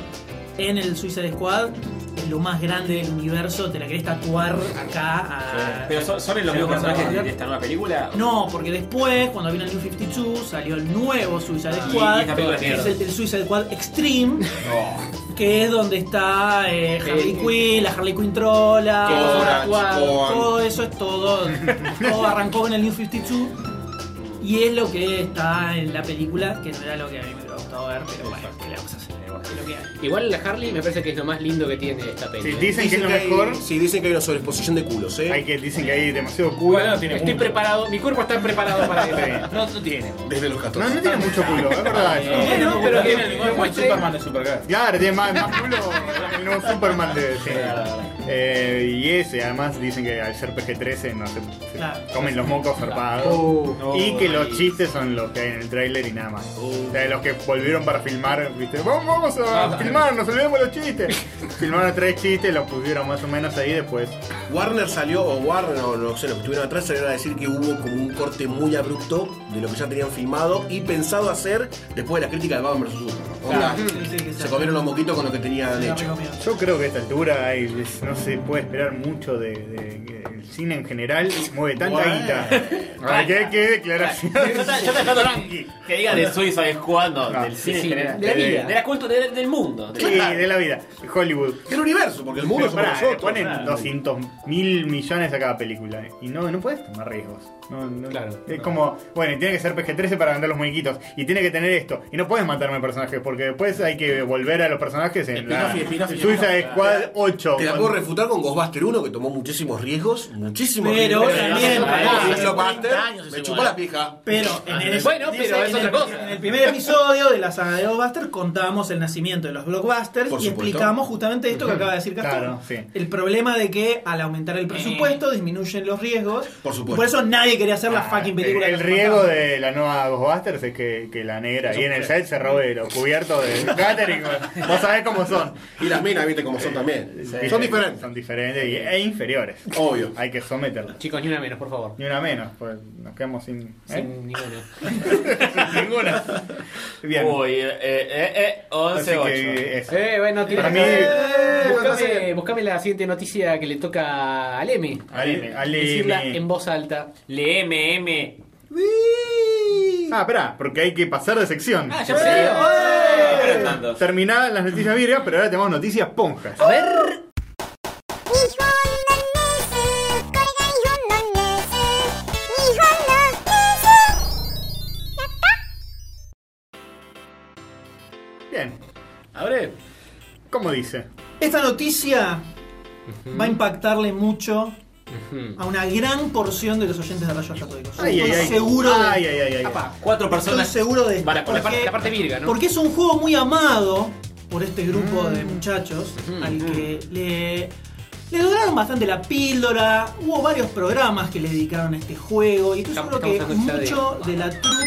[SPEAKER 7] en el Suicide Squad es lo más grande del universo. Te la querés tatuar acá a-
[SPEAKER 3] Pero son, son en los mismos personajes de de esta nueva película.
[SPEAKER 7] No, porque después, cuando vino el New 52, salió el nuevo Suicide
[SPEAKER 3] Ah, y- y
[SPEAKER 7] Squad,
[SPEAKER 3] esta película de
[SPEAKER 7] que es
[SPEAKER 3] mierda.
[SPEAKER 7] el, el Suicide Squad Extreme, que es donde está eh, Harley
[SPEAKER 9] Eh,
[SPEAKER 7] Quinn, la Harley Quinn trola,
[SPEAKER 9] Que los
[SPEAKER 7] Orange,
[SPEAKER 9] actuados.
[SPEAKER 7] todo eso es todo, todo arrancó con el New 52 y es lo que está en la película, que no era lo que a mí me hubiera gustado ver, pero bueno, ¿qué le vamos a hacer?
[SPEAKER 3] Mm.
[SPEAKER 7] Es lo que hay.
[SPEAKER 9] Igual la Harley me parece que es lo más lindo que tiene esta
[SPEAKER 2] Sí,
[SPEAKER 9] peli. ¿eh?
[SPEAKER 2] dicen que es lo mejor.
[SPEAKER 8] Hay, sí, dicen que hay una sobreexposición de culos, ¿eh?
[SPEAKER 2] Hay que, dicen que hay demasiado culo.
[SPEAKER 9] Bueno, estoy
[SPEAKER 2] mucho.
[SPEAKER 9] preparado, mi cuerpo está preparado para eso.
[SPEAKER 4] No, no tiene.
[SPEAKER 8] Desde los 14.
[SPEAKER 2] No, no tiene mucho culo, es verdad. eso.
[SPEAKER 9] Bueno, pero
[SPEAKER 4] no
[SPEAKER 9] que-
[SPEAKER 4] tiene
[SPEAKER 9] que
[SPEAKER 4] el igual
[SPEAKER 9] muestre-
[SPEAKER 4] Superman de Supergirl.
[SPEAKER 2] Claro, tiene más, más culo que el nuevo Superman de sí. Eh, Y ese, además dicen que al ser PG-13 no se, se
[SPEAKER 7] Claro.
[SPEAKER 2] comen los mocos zarpados. y que los chistes son los que hay en el tráiler y nada más. O sea, los que volvieron para filmar, viste, vamos, vamos a filmar, nos olvidemos los chistes. Filmaron tres chistes, los pusieron más o menos ahí después.
[SPEAKER 8] Warner salió, o Warner, o no sé, los que estuvieron atrás salieron a decir que hubo como un corte muy abrupto de lo que ya tenían filmado y pensado hacer después de la crítica de Batman vs. Superman. Onda,
[SPEAKER 7] Sí, sí, que
[SPEAKER 8] se comieron los moquitos con lo que tenían
[SPEAKER 7] sea,
[SPEAKER 8] hecho.
[SPEAKER 7] amigo mío.
[SPEAKER 2] Yo creo que a esta altura hay- es- no se puede esperar mucho de, de- el cine en general. Mueve tanta
[SPEAKER 8] Bueno.
[SPEAKER 2] guita. Hay que, hay que declarar
[SPEAKER 3] Yo te- yo te espero que- que diga de Suiza Squad, no, del cine en general. De la cultura, de- del mundo.
[SPEAKER 2] Sí, de la vida. De Hollywood.
[SPEAKER 8] El universo, porque el mundo
[SPEAKER 2] Pero
[SPEAKER 8] somos
[SPEAKER 2] pará,
[SPEAKER 8] nosotros.
[SPEAKER 2] le ponen
[SPEAKER 8] Claro.
[SPEAKER 2] 200 mil millones a cada película. eh, Y no, no puedes tomar riesgos. No, no- Es como, bueno, y tiene que ser PG-13 para vender los muñequitos. Y tiene que tener esto. Y no puedes matarme personajes porque después hay que volver a los personajes en la
[SPEAKER 8] Spin-off y spin-off y
[SPEAKER 2] Suiza
[SPEAKER 8] spin-off.
[SPEAKER 2] Squad 8.
[SPEAKER 8] Te la puedo refutar con Ghostbuster 1 que tomó muchísimos riesgos, muchísimos
[SPEAKER 2] Pero
[SPEAKER 8] riesgos.
[SPEAKER 2] también-
[SPEAKER 8] Ah,
[SPEAKER 2] hace
[SPEAKER 8] Ghostbuster,
[SPEAKER 2] 30 años
[SPEAKER 8] me
[SPEAKER 2] ese
[SPEAKER 8] chupó
[SPEAKER 2] igual.
[SPEAKER 8] la pija.
[SPEAKER 7] Pero en el, en ese- en el- en el primer episodio de la saga de Blockbuster contábamos el nacimiento de los blockbusters
[SPEAKER 8] Por
[SPEAKER 7] y
[SPEAKER 8] supuesto.
[SPEAKER 7] explicamos justamente esto que acaba de decir Gastón.
[SPEAKER 2] Claro, sí.
[SPEAKER 7] El problema de que al aumentar el presupuesto disminuyen los riesgos.
[SPEAKER 8] Por
[SPEAKER 7] Y por eso nadie quería hacer la fucking película.
[SPEAKER 2] Ah, El, el
[SPEAKER 7] que
[SPEAKER 2] riesgo
[SPEAKER 7] mataban.
[SPEAKER 2] de la nueva Ghostbusters es que, que la negra ahí en el set se robe los cubiertos de catering. Vos sabés cómo son.
[SPEAKER 8] Y las minas, viste cómo son también.
[SPEAKER 2] Sí,
[SPEAKER 8] Son diferentes.
[SPEAKER 2] Son diferentes y, e inferiores.
[SPEAKER 8] Obvio.
[SPEAKER 2] Hay que someterlas.
[SPEAKER 9] Chicos, ni una menos, por favor.
[SPEAKER 2] Ni una menos, pues nos quedamos sin. ¿eh?
[SPEAKER 9] Sin ninguna.
[SPEAKER 2] Sin ninguna. Bien.
[SPEAKER 3] Uy, eh, eh, eh,
[SPEAKER 2] Así
[SPEAKER 3] 11
[SPEAKER 2] que eso.
[SPEAKER 9] Eh, bueno, tiene
[SPEAKER 2] Para
[SPEAKER 9] que-
[SPEAKER 2] mí-
[SPEAKER 9] Eh,
[SPEAKER 2] fantasía.
[SPEAKER 9] buscame, buscame la siguiente noticia que le toca al M.
[SPEAKER 2] Al M, al M.
[SPEAKER 9] Eh, Decirla en voz alta.
[SPEAKER 3] Le M, M.
[SPEAKER 2] Ah, espera, porque hay que pasar de sección.
[SPEAKER 3] Ah, ya sé. Pero tanto.
[SPEAKER 2] Terminadas las noticias virgas, pero ahora tenemos noticias ponjas.
[SPEAKER 9] A ver.
[SPEAKER 2] Bien.
[SPEAKER 9] A ver.
[SPEAKER 2] ¿Cómo dice?
[SPEAKER 7] Esta noticia va a impactarle mucho a una gran porción de los oyentes de Rayos Católicos.
[SPEAKER 2] Ay,
[SPEAKER 7] Estoy
[SPEAKER 2] ay, ay.
[SPEAKER 7] seguro de-
[SPEAKER 2] Ay, ay, ay, ay.
[SPEAKER 7] Apa,
[SPEAKER 3] Cuatro
[SPEAKER 7] Estoy
[SPEAKER 3] personas.
[SPEAKER 7] seguro de esto.
[SPEAKER 3] Vale, por la
[SPEAKER 7] porque-
[SPEAKER 3] parte, la parte virga, ¿no?
[SPEAKER 7] Porque es un juego muy amado por este grupo de muchachos al que le, le duraron bastante la píldora. Hubo varios programas que le dedicaron a este juego y estoy
[SPEAKER 9] Estamos-
[SPEAKER 7] seguro que
[SPEAKER 9] estamos hablando ya de-
[SPEAKER 7] mucho de la troupe.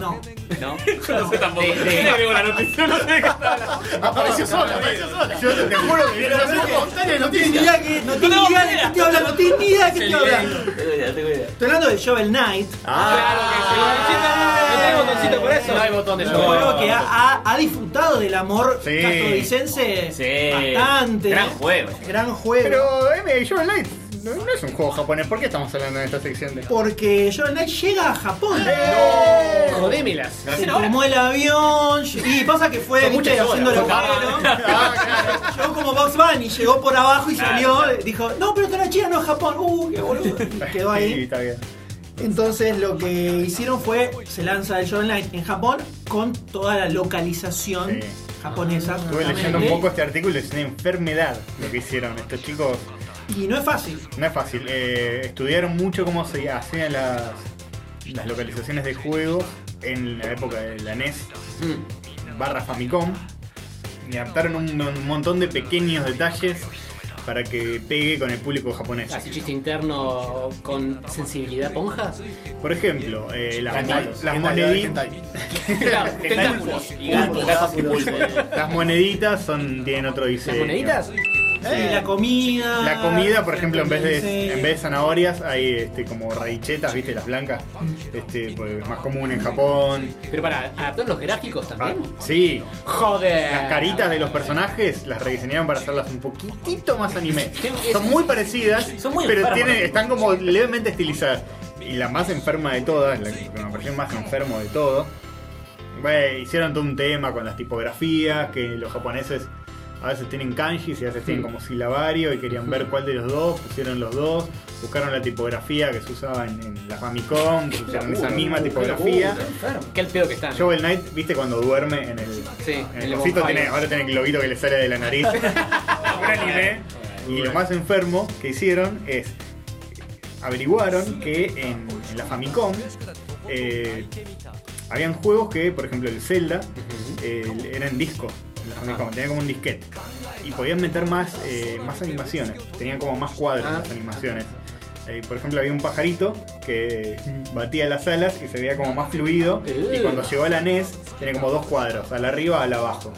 [SPEAKER 7] No,
[SPEAKER 9] No.
[SPEAKER 3] No sé tampoco.
[SPEAKER 9] De- de-
[SPEAKER 3] Yo no veo la noticia, no sé de qué está hablando.
[SPEAKER 2] Apareció sola, apareció sola. Yo te juro que viene una espontánea
[SPEAKER 7] no tengo
[SPEAKER 2] noticia.
[SPEAKER 7] idea que, no tengo idea de qué estoy hablando, no tengo idea de qué estoy hablando.
[SPEAKER 3] Tengo idea, tengo idea.
[SPEAKER 7] Estoy hablando de Shovel Knight.
[SPEAKER 2] Ah,
[SPEAKER 7] Ah,
[SPEAKER 9] ¿No hay botoncito por eso? No hay botón de
[SPEAKER 7] Un
[SPEAKER 9] juego.
[SPEAKER 7] juego que ha, ha- ha disfrutado del amor
[SPEAKER 2] Sí.
[SPEAKER 7] castodicense
[SPEAKER 3] Sí.
[SPEAKER 7] bastante.
[SPEAKER 3] Gran juego.
[SPEAKER 7] Gran juego.
[SPEAKER 2] Pero, M, Shovel Knight no, no es un juego japonés. ¿Por qué estamos hablando de esta sección de.?
[SPEAKER 7] Porque Shovel Knight llega a Japón.
[SPEAKER 2] ¡Eh!
[SPEAKER 9] Jodémelas.
[SPEAKER 7] Se tomó el avión y pasa que fue
[SPEAKER 9] Son
[SPEAKER 7] viste,
[SPEAKER 9] muchas horas,
[SPEAKER 7] haciendo lo
[SPEAKER 9] porque-
[SPEAKER 2] Ah,
[SPEAKER 7] caro. Llegó como Box Bunny, llegó por abajo y salió. Dijo, no, pero está en la China, no en Japón. Uh, qué boludo. Y quedó
[SPEAKER 2] Sí,
[SPEAKER 7] ahí.
[SPEAKER 2] está bien.
[SPEAKER 7] Entonces lo que hicieron fue, se lanza el Shovel Knight en Japón con toda la localización
[SPEAKER 2] Sí.
[SPEAKER 7] japonesa.
[SPEAKER 2] Estuve leyendo un poco este artículo, es una enfermedad lo que hicieron estos chicos.
[SPEAKER 7] Y no es fácil.
[SPEAKER 2] No es fácil, eh, estudiaron mucho cómo se hacían las, las localizaciones de juegos en la época de la E NES
[SPEAKER 9] Mm.
[SPEAKER 2] barra Famicom y adaptaron un, mon- montón de pequeños detalles para que pegue con el público japonés.
[SPEAKER 9] Así chiste interno con sensibilidad ponja.
[SPEAKER 2] Por ejemplo, eh, las,
[SPEAKER 3] Hentai.
[SPEAKER 2] mo- las moneditas...
[SPEAKER 9] Claro, tentáculos.
[SPEAKER 3] Y gatos, gatos y pulpos.
[SPEAKER 2] Las moneditas son, tienen otro diseño.
[SPEAKER 9] ¿Las moneditas? Ah,
[SPEAKER 7] Sí, la comida.
[SPEAKER 2] La comida, por ejemplo, en vez
[SPEAKER 7] Sí.
[SPEAKER 2] de en vez de zanahorias hay este como radichetas, ¿viste? Las blancas. Este, pues, es más común en Japón.
[SPEAKER 9] Pero para adaptar los gráficos también.
[SPEAKER 2] Sí,
[SPEAKER 9] Ah, Joder.
[SPEAKER 2] las caritas de los personajes las rediseñaron para hacerlas un poquitito más anime. Son muy parecidas,
[SPEAKER 3] Son muy
[SPEAKER 2] pero
[SPEAKER 3] enfermas.
[SPEAKER 2] tienen, están como levemente estilizadas. Y la más enferma de todas, la que me pareció más enfermo de todo, bueno, hicieron todo un tema con las tipografías, que los japoneses a veces tienen kanjis y a veces
[SPEAKER 3] Hmm.
[SPEAKER 2] tienen como silabario y querían ver cuál de los dos, pusieron los dos, buscaron la tipografía que se usaba en, en la Famicom, pusieron
[SPEAKER 3] Uh,
[SPEAKER 2] esa misma tipografía.
[SPEAKER 9] Qué el pedo que están.
[SPEAKER 2] Joel Knight, viste cuando duerme en el,
[SPEAKER 9] Sí,
[SPEAKER 2] en
[SPEAKER 9] en
[SPEAKER 2] el
[SPEAKER 9] el
[SPEAKER 2] cosito
[SPEAKER 9] bonfire.
[SPEAKER 2] tiene, ahora tiene el globito que le sale de la nariz. Un anime. Y lo más enfermo que hicieron es averiguaron que en, en la Famicom eh, habían juegos que, por ejemplo, el Zelda eh, era en disco. en la Famicom, tenía como un disquete. Y podían meter más, eh, más animaciones. Tenían como más cuadros las animaciones. Eh, por ejemplo, había un pajarito que batía las alas y se veía como más fluido. Y cuando llegó a la NES, tiene como dos cuadros, al arriba al abajo.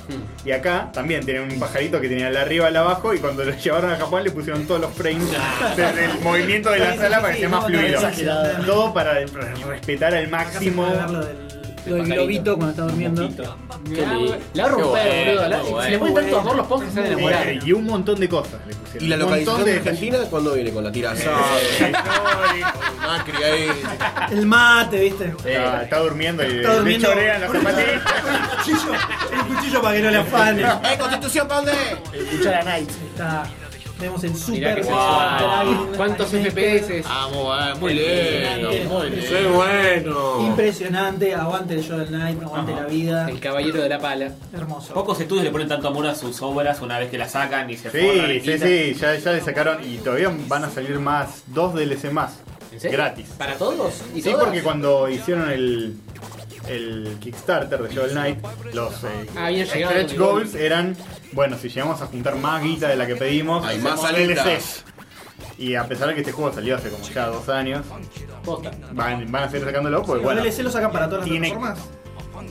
[SPEAKER 2] Y acá también tienen un pajarito que tenía al arriba al abajo. Y cuando lo llevaron a Japón, le pusieron todos los frames del del movimiento de
[SPEAKER 7] Sí,
[SPEAKER 2] las
[SPEAKER 7] sí,
[SPEAKER 2] alas para
[SPEAKER 7] sí,
[SPEAKER 2] que sea
[SPEAKER 7] no,
[SPEAKER 2] más
[SPEAKER 7] no,
[SPEAKER 2] fluido.
[SPEAKER 7] exagerado.
[SPEAKER 2] Todo para para respetar al máximo.
[SPEAKER 7] Hablarlo del-
[SPEAKER 11] Lo del globito cuando está durmiendo.
[SPEAKER 9] Qué lindo. La va a romper,
[SPEAKER 11] Qué
[SPEAKER 9] boludo.
[SPEAKER 11] bueno,
[SPEAKER 9] La-
[SPEAKER 11] qué
[SPEAKER 9] si le ponen
[SPEAKER 11] bueno.
[SPEAKER 9] tanto amor, los pongas se van a enamorar.
[SPEAKER 2] Eh, y un montón de cosas le pusieron.
[SPEAKER 8] Y la
[SPEAKER 2] Un montón
[SPEAKER 8] localización de
[SPEAKER 2] de-
[SPEAKER 8] Argentina, cuando viene? Con la tira asada, con Macri ahí.
[SPEAKER 11] El mate, ¿viste?
[SPEAKER 2] Está, está durmiendo y
[SPEAKER 11] Está
[SPEAKER 2] le
[SPEAKER 11] durmiendo.
[SPEAKER 2] chorean las zapatillas.
[SPEAKER 11] cuchillo, el cuchillo para que no le afane.
[SPEAKER 8] ¡Eh, Constitución, pa' dónde!
[SPEAKER 11] Escucha la Night. Está. Tenemos el
[SPEAKER 9] Mirá
[SPEAKER 11] super.
[SPEAKER 9] que
[SPEAKER 11] Dragon
[SPEAKER 9] sensual.
[SPEAKER 11] Knight.
[SPEAKER 9] ¿Cuántos FPS?
[SPEAKER 8] Vamos, muy
[SPEAKER 9] lindo,
[SPEAKER 8] muy
[SPEAKER 9] lindo.
[SPEAKER 8] ¡Qué bueno!
[SPEAKER 11] Eh, Impresionante. Aguante el Joel Knight, aguante la vida.
[SPEAKER 9] El caballero de la pala.
[SPEAKER 11] Hermoso.
[SPEAKER 3] Pocos estudios le ponen tanto amor a sus obras una vez que las sacan y se forran
[SPEAKER 2] Sí,
[SPEAKER 3] y
[SPEAKER 2] sí,
[SPEAKER 3] quitan.
[SPEAKER 2] sí, ya, ya le sacaron y todavía van a salir más, dos DLC más.
[SPEAKER 9] ¿En serio?
[SPEAKER 2] Gratis.
[SPEAKER 9] ¿Para todos? ¿Y
[SPEAKER 2] Sí,
[SPEAKER 9] todas?
[SPEAKER 2] porque cuando hicieron el, el Kickstarter de Shovel Knight, los eh,
[SPEAKER 9] Ah, habían llegado
[SPEAKER 2] stretch
[SPEAKER 9] los
[SPEAKER 2] goals eran, bueno, si llegamos a juntar más guita de la que pedimos,
[SPEAKER 8] Hay más
[SPEAKER 2] hacemos
[SPEAKER 8] salidas.
[SPEAKER 2] DLCs. Y a pesar de que este juego salió hace como ya dos años,
[SPEAKER 9] Posta.
[SPEAKER 2] van, van a seguir sacándolo, pues
[SPEAKER 11] Los
[SPEAKER 2] bueno.
[SPEAKER 11] DLC lo sacan para todas las
[SPEAKER 2] Tiene-
[SPEAKER 11] plataformas.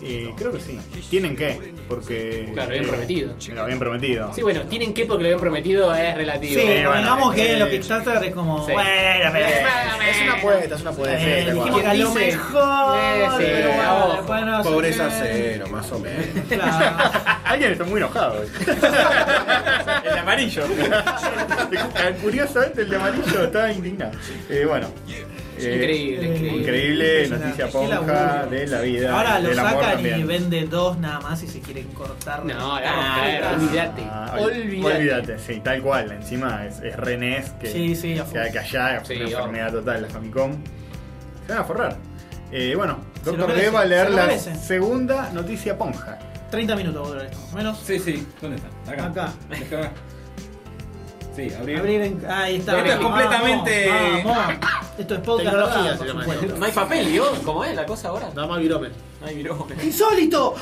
[SPEAKER 2] eh, creo que sí. ¿Tienen que Porque...
[SPEAKER 9] Claro, habían
[SPEAKER 2] eh,
[SPEAKER 9] prometido.
[SPEAKER 2] Lo habían prometido.
[SPEAKER 9] Sí, bueno, tienen que porque lo habían prometido, es
[SPEAKER 11] Sí,
[SPEAKER 9] relativo.
[SPEAKER 2] bueno,
[SPEAKER 11] digamos que
[SPEAKER 2] eh,
[SPEAKER 11] los Kickstarter es como.
[SPEAKER 9] sí.
[SPEAKER 11] Bueno, pero.
[SPEAKER 9] Es una
[SPEAKER 8] apuesta, es una
[SPEAKER 11] eh,
[SPEAKER 8] apuesta.
[SPEAKER 11] dijimos
[SPEAKER 8] igual.
[SPEAKER 11] que a lo
[SPEAKER 9] Dice-
[SPEAKER 11] mejor.
[SPEAKER 9] Sí,
[SPEAKER 11] pero
[SPEAKER 9] a
[SPEAKER 11] bueno,
[SPEAKER 9] vos.
[SPEAKER 11] después no sé
[SPEAKER 8] Pobreza
[SPEAKER 11] qué.
[SPEAKER 8] cero, más o menos.
[SPEAKER 11] Claro.
[SPEAKER 2] Alguien está muy enojado. hoy. el amarillo. Curiosamente el de amarillo está indignado. Eh, bueno. Eh,
[SPEAKER 9] Increíble, increíble.
[SPEAKER 2] Increíble
[SPEAKER 11] Impresionante.
[SPEAKER 2] noticia
[SPEAKER 11] Qué
[SPEAKER 2] ponja
[SPEAKER 11] laburo.
[SPEAKER 2] de la vida.
[SPEAKER 11] Ahora lo
[SPEAKER 2] del amor
[SPEAKER 11] sacan y
[SPEAKER 2] también.
[SPEAKER 11] vende dos nada más y se quieren cortar.
[SPEAKER 9] No, la vamos a caer,
[SPEAKER 11] Ah,
[SPEAKER 9] olvídate.
[SPEAKER 2] Ah, ol-
[SPEAKER 9] Olvídate.
[SPEAKER 2] olvídate, sí, tal cual. Encima es, es Renés que,
[SPEAKER 11] Sí, sí, a
[SPEAKER 2] o sea,
[SPEAKER 11] full.
[SPEAKER 2] que allá es
[SPEAKER 9] Sí,
[SPEAKER 2] una
[SPEAKER 9] obvio.
[SPEAKER 2] enfermedad total la Famicom. Se van a forrar. Eh, bueno,
[SPEAKER 11] Se lo
[SPEAKER 2] Doctor D
[SPEAKER 11] merecen,
[SPEAKER 2] va a leer
[SPEAKER 11] se lo
[SPEAKER 2] la
[SPEAKER 11] merecen.
[SPEAKER 2] segunda noticia ponja.
[SPEAKER 11] 30 minutos, boludo, esto, más o menos.
[SPEAKER 4] Sí, sí. ¿Dónde está? Acá.
[SPEAKER 7] Ah,
[SPEAKER 11] Acá.
[SPEAKER 4] Descarga. Sí, abrir.
[SPEAKER 11] Abrir en- Ahí está.
[SPEAKER 4] Esto es
[SPEAKER 11] Vamos,
[SPEAKER 4] completamente-
[SPEAKER 11] vamos. Esto es podcast.
[SPEAKER 8] Tecnología
[SPEAKER 11] ¿verdad?
[SPEAKER 8] se llama
[SPEAKER 11] Por supuesto.
[SPEAKER 3] No hay papel, Dios, ¿cómo es la cosa ahora?
[SPEAKER 8] Nada más virome.
[SPEAKER 3] No hay virome.
[SPEAKER 11] ¡Insólito!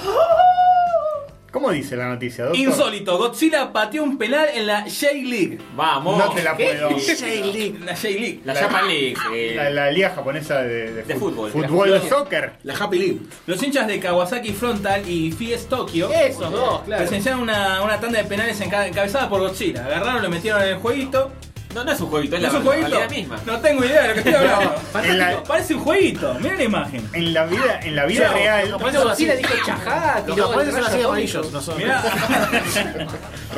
[SPEAKER 2] ¿Cómo dice la noticia, doctor?
[SPEAKER 4] Insólito, Godzilla pateó un penal en la J-League.
[SPEAKER 3] Vamos.
[SPEAKER 2] No te la
[SPEAKER 3] ¿Qué?
[SPEAKER 2] puedo.
[SPEAKER 4] J-League, la J-League.
[SPEAKER 3] La Japan League. eh,
[SPEAKER 2] La, la liga japonesa de, de
[SPEAKER 3] De
[SPEAKER 2] fútbol.
[SPEAKER 3] fútbol.
[SPEAKER 2] Fútbol, soccer.
[SPEAKER 8] La Happy League.
[SPEAKER 4] Los hinchas de Kawasaki Frontal y FIES Tokio
[SPEAKER 9] Esos dos, Eh, claro.
[SPEAKER 4] presenciaron una, una tanda de penales enca- encabezada por Godzilla. Agarraron, lo metieron en el jueguito.
[SPEAKER 3] No, no es un jueguito, es
[SPEAKER 4] ¿No
[SPEAKER 3] la
[SPEAKER 4] es un jueguito?
[SPEAKER 3] realidad misma.
[SPEAKER 4] No tengo idea de lo que estoy hablando.
[SPEAKER 2] En la-
[SPEAKER 4] Parece un jueguito, mira la imagen.
[SPEAKER 2] En la vida, en la vida
[SPEAKER 4] Chao.
[SPEAKER 2] real.
[SPEAKER 9] Godzilla dijo chajá,
[SPEAKER 8] Los
[SPEAKER 9] tiró
[SPEAKER 8] japoneses son así de
[SPEAKER 9] el rayo atómico.
[SPEAKER 8] amarillos, nosotros.
[SPEAKER 4] Mirá.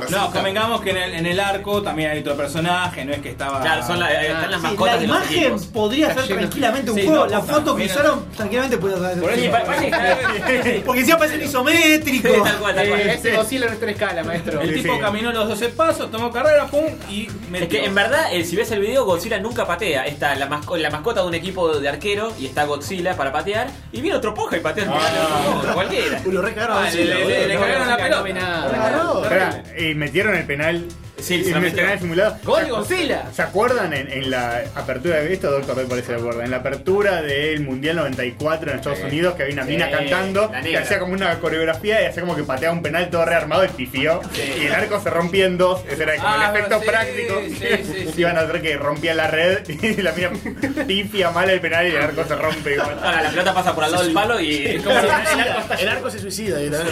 [SPEAKER 4] no, convengamos que en el, en el arco también hay otro personaje, no es que estaba.
[SPEAKER 3] Claro, son la- eh, están las
[SPEAKER 11] Sí,
[SPEAKER 3] mascotas
[SPEAKER 11] la
[SPEAKER 3] de los
[SPEAKER 11] imagen
[SPEAKER 3] equipos.
[SPEAKER 11] podría
[SPEAKER 9] Está
[SPEAKER 11] ser
[SPEAKER 9] lleno.
[SPEAKER 11] tranquilamente un
[SPEAKER 4] Sí,
[SPEAKER 11] juego.
[SPEAKER 4] no,
[SPEAKER 11] la
[SPEAKER 4] no,
[SPEAKER 11] foto que
[SPEAKER 4] mira.
[SPEAKER 11] usaron tranquilamente podría ser.
[SPEAKER 4] Por eso, pa- parece que está-
[SPEAKER 11] Porque si aparece el isométrico.
[SPEAKER 3] Sí, tal cual, tal cual.
[SPEAKER 9] Eh, Ese Godzilla no está en escala, maestro.
[SPEAKER 4] El
[SPEAKER 2] Sí,
[SPEAKER 4] tipo
[SPEAKER 2] sí.
[SPEAKER 4] caminó los 12 pasos, tomó carrera, pum, y metió.
[SPEAKER 3] Es que en verdad, eh, si ves el video, Godzilla nunca patea. Está la, masco- la mascota de un equipo de arquero y está Godzilla para patear. Y viene otro poja y patea el penal. Cualquiera.
[SPEAKER 8] Uy, lo recagaron
[SPEAKER 4] Ah,
[SPEAKER 8] a
[SPEAKER 4] le,
[SPEAKER 8] Godzilla,
[SPEAKER 4] le-
[SPEAKER 8] boludo.
[SPEAKER 4] le cagaron la
[SPEAKER 9] Godzilla
[SPEAKER 4] pelota.
[SPEAKER 9] no ve nada.
[SPEAKER 4] Le cagaron.
[SPEAKER 2] Espera, eh, metieron el penal.
[SPEAKER 3] Sí,
[SPEAKER 2] el
[SPEAKER 3] se lo metieron.
[SPEAKER 2] penal simulado.
[SPEAKER 9] ¡Gol
[SPEAKER 2] ¿Se
[SPEAKER 9] de
[SPEAKER 2] acu-
[SPEAKER 9] Godzilla!
[SPEAKER 2] ¿Se acuerdan en, en la apertura de esto, Doctor D parece que se acuerda, En la apertura del Mundial 94 en Estados Unidos, que había una
[SPEAKER 3] Sí,
[SPEAKER 2] mina cantando,
[SPEAKER 3] la
[SPEAKER 2] que
[SPEAKER 3] negra.
[SPEAKER 2] hacía como una coreografía y hacía como que pateaba un penal todo rearmado y pifió. Y el arco se rompía en dos. Ese era como
[SPEAKER 4] Ah,
[SPEAKER 2] el efecto
[SPEAKER 4] sí,
[SPEAKER 2] práctico.
[SPEAKER 4] sí, sí, sí.
[SPEAKER 2] Iban a hacer que rompía la red y la mina pifia mal el penal y el arco se rompe igual.
[SPEAKER 3] Ahora la pelota pasa por al lado del palo y.
[SPEAKER 8] El arco se suicida. y la-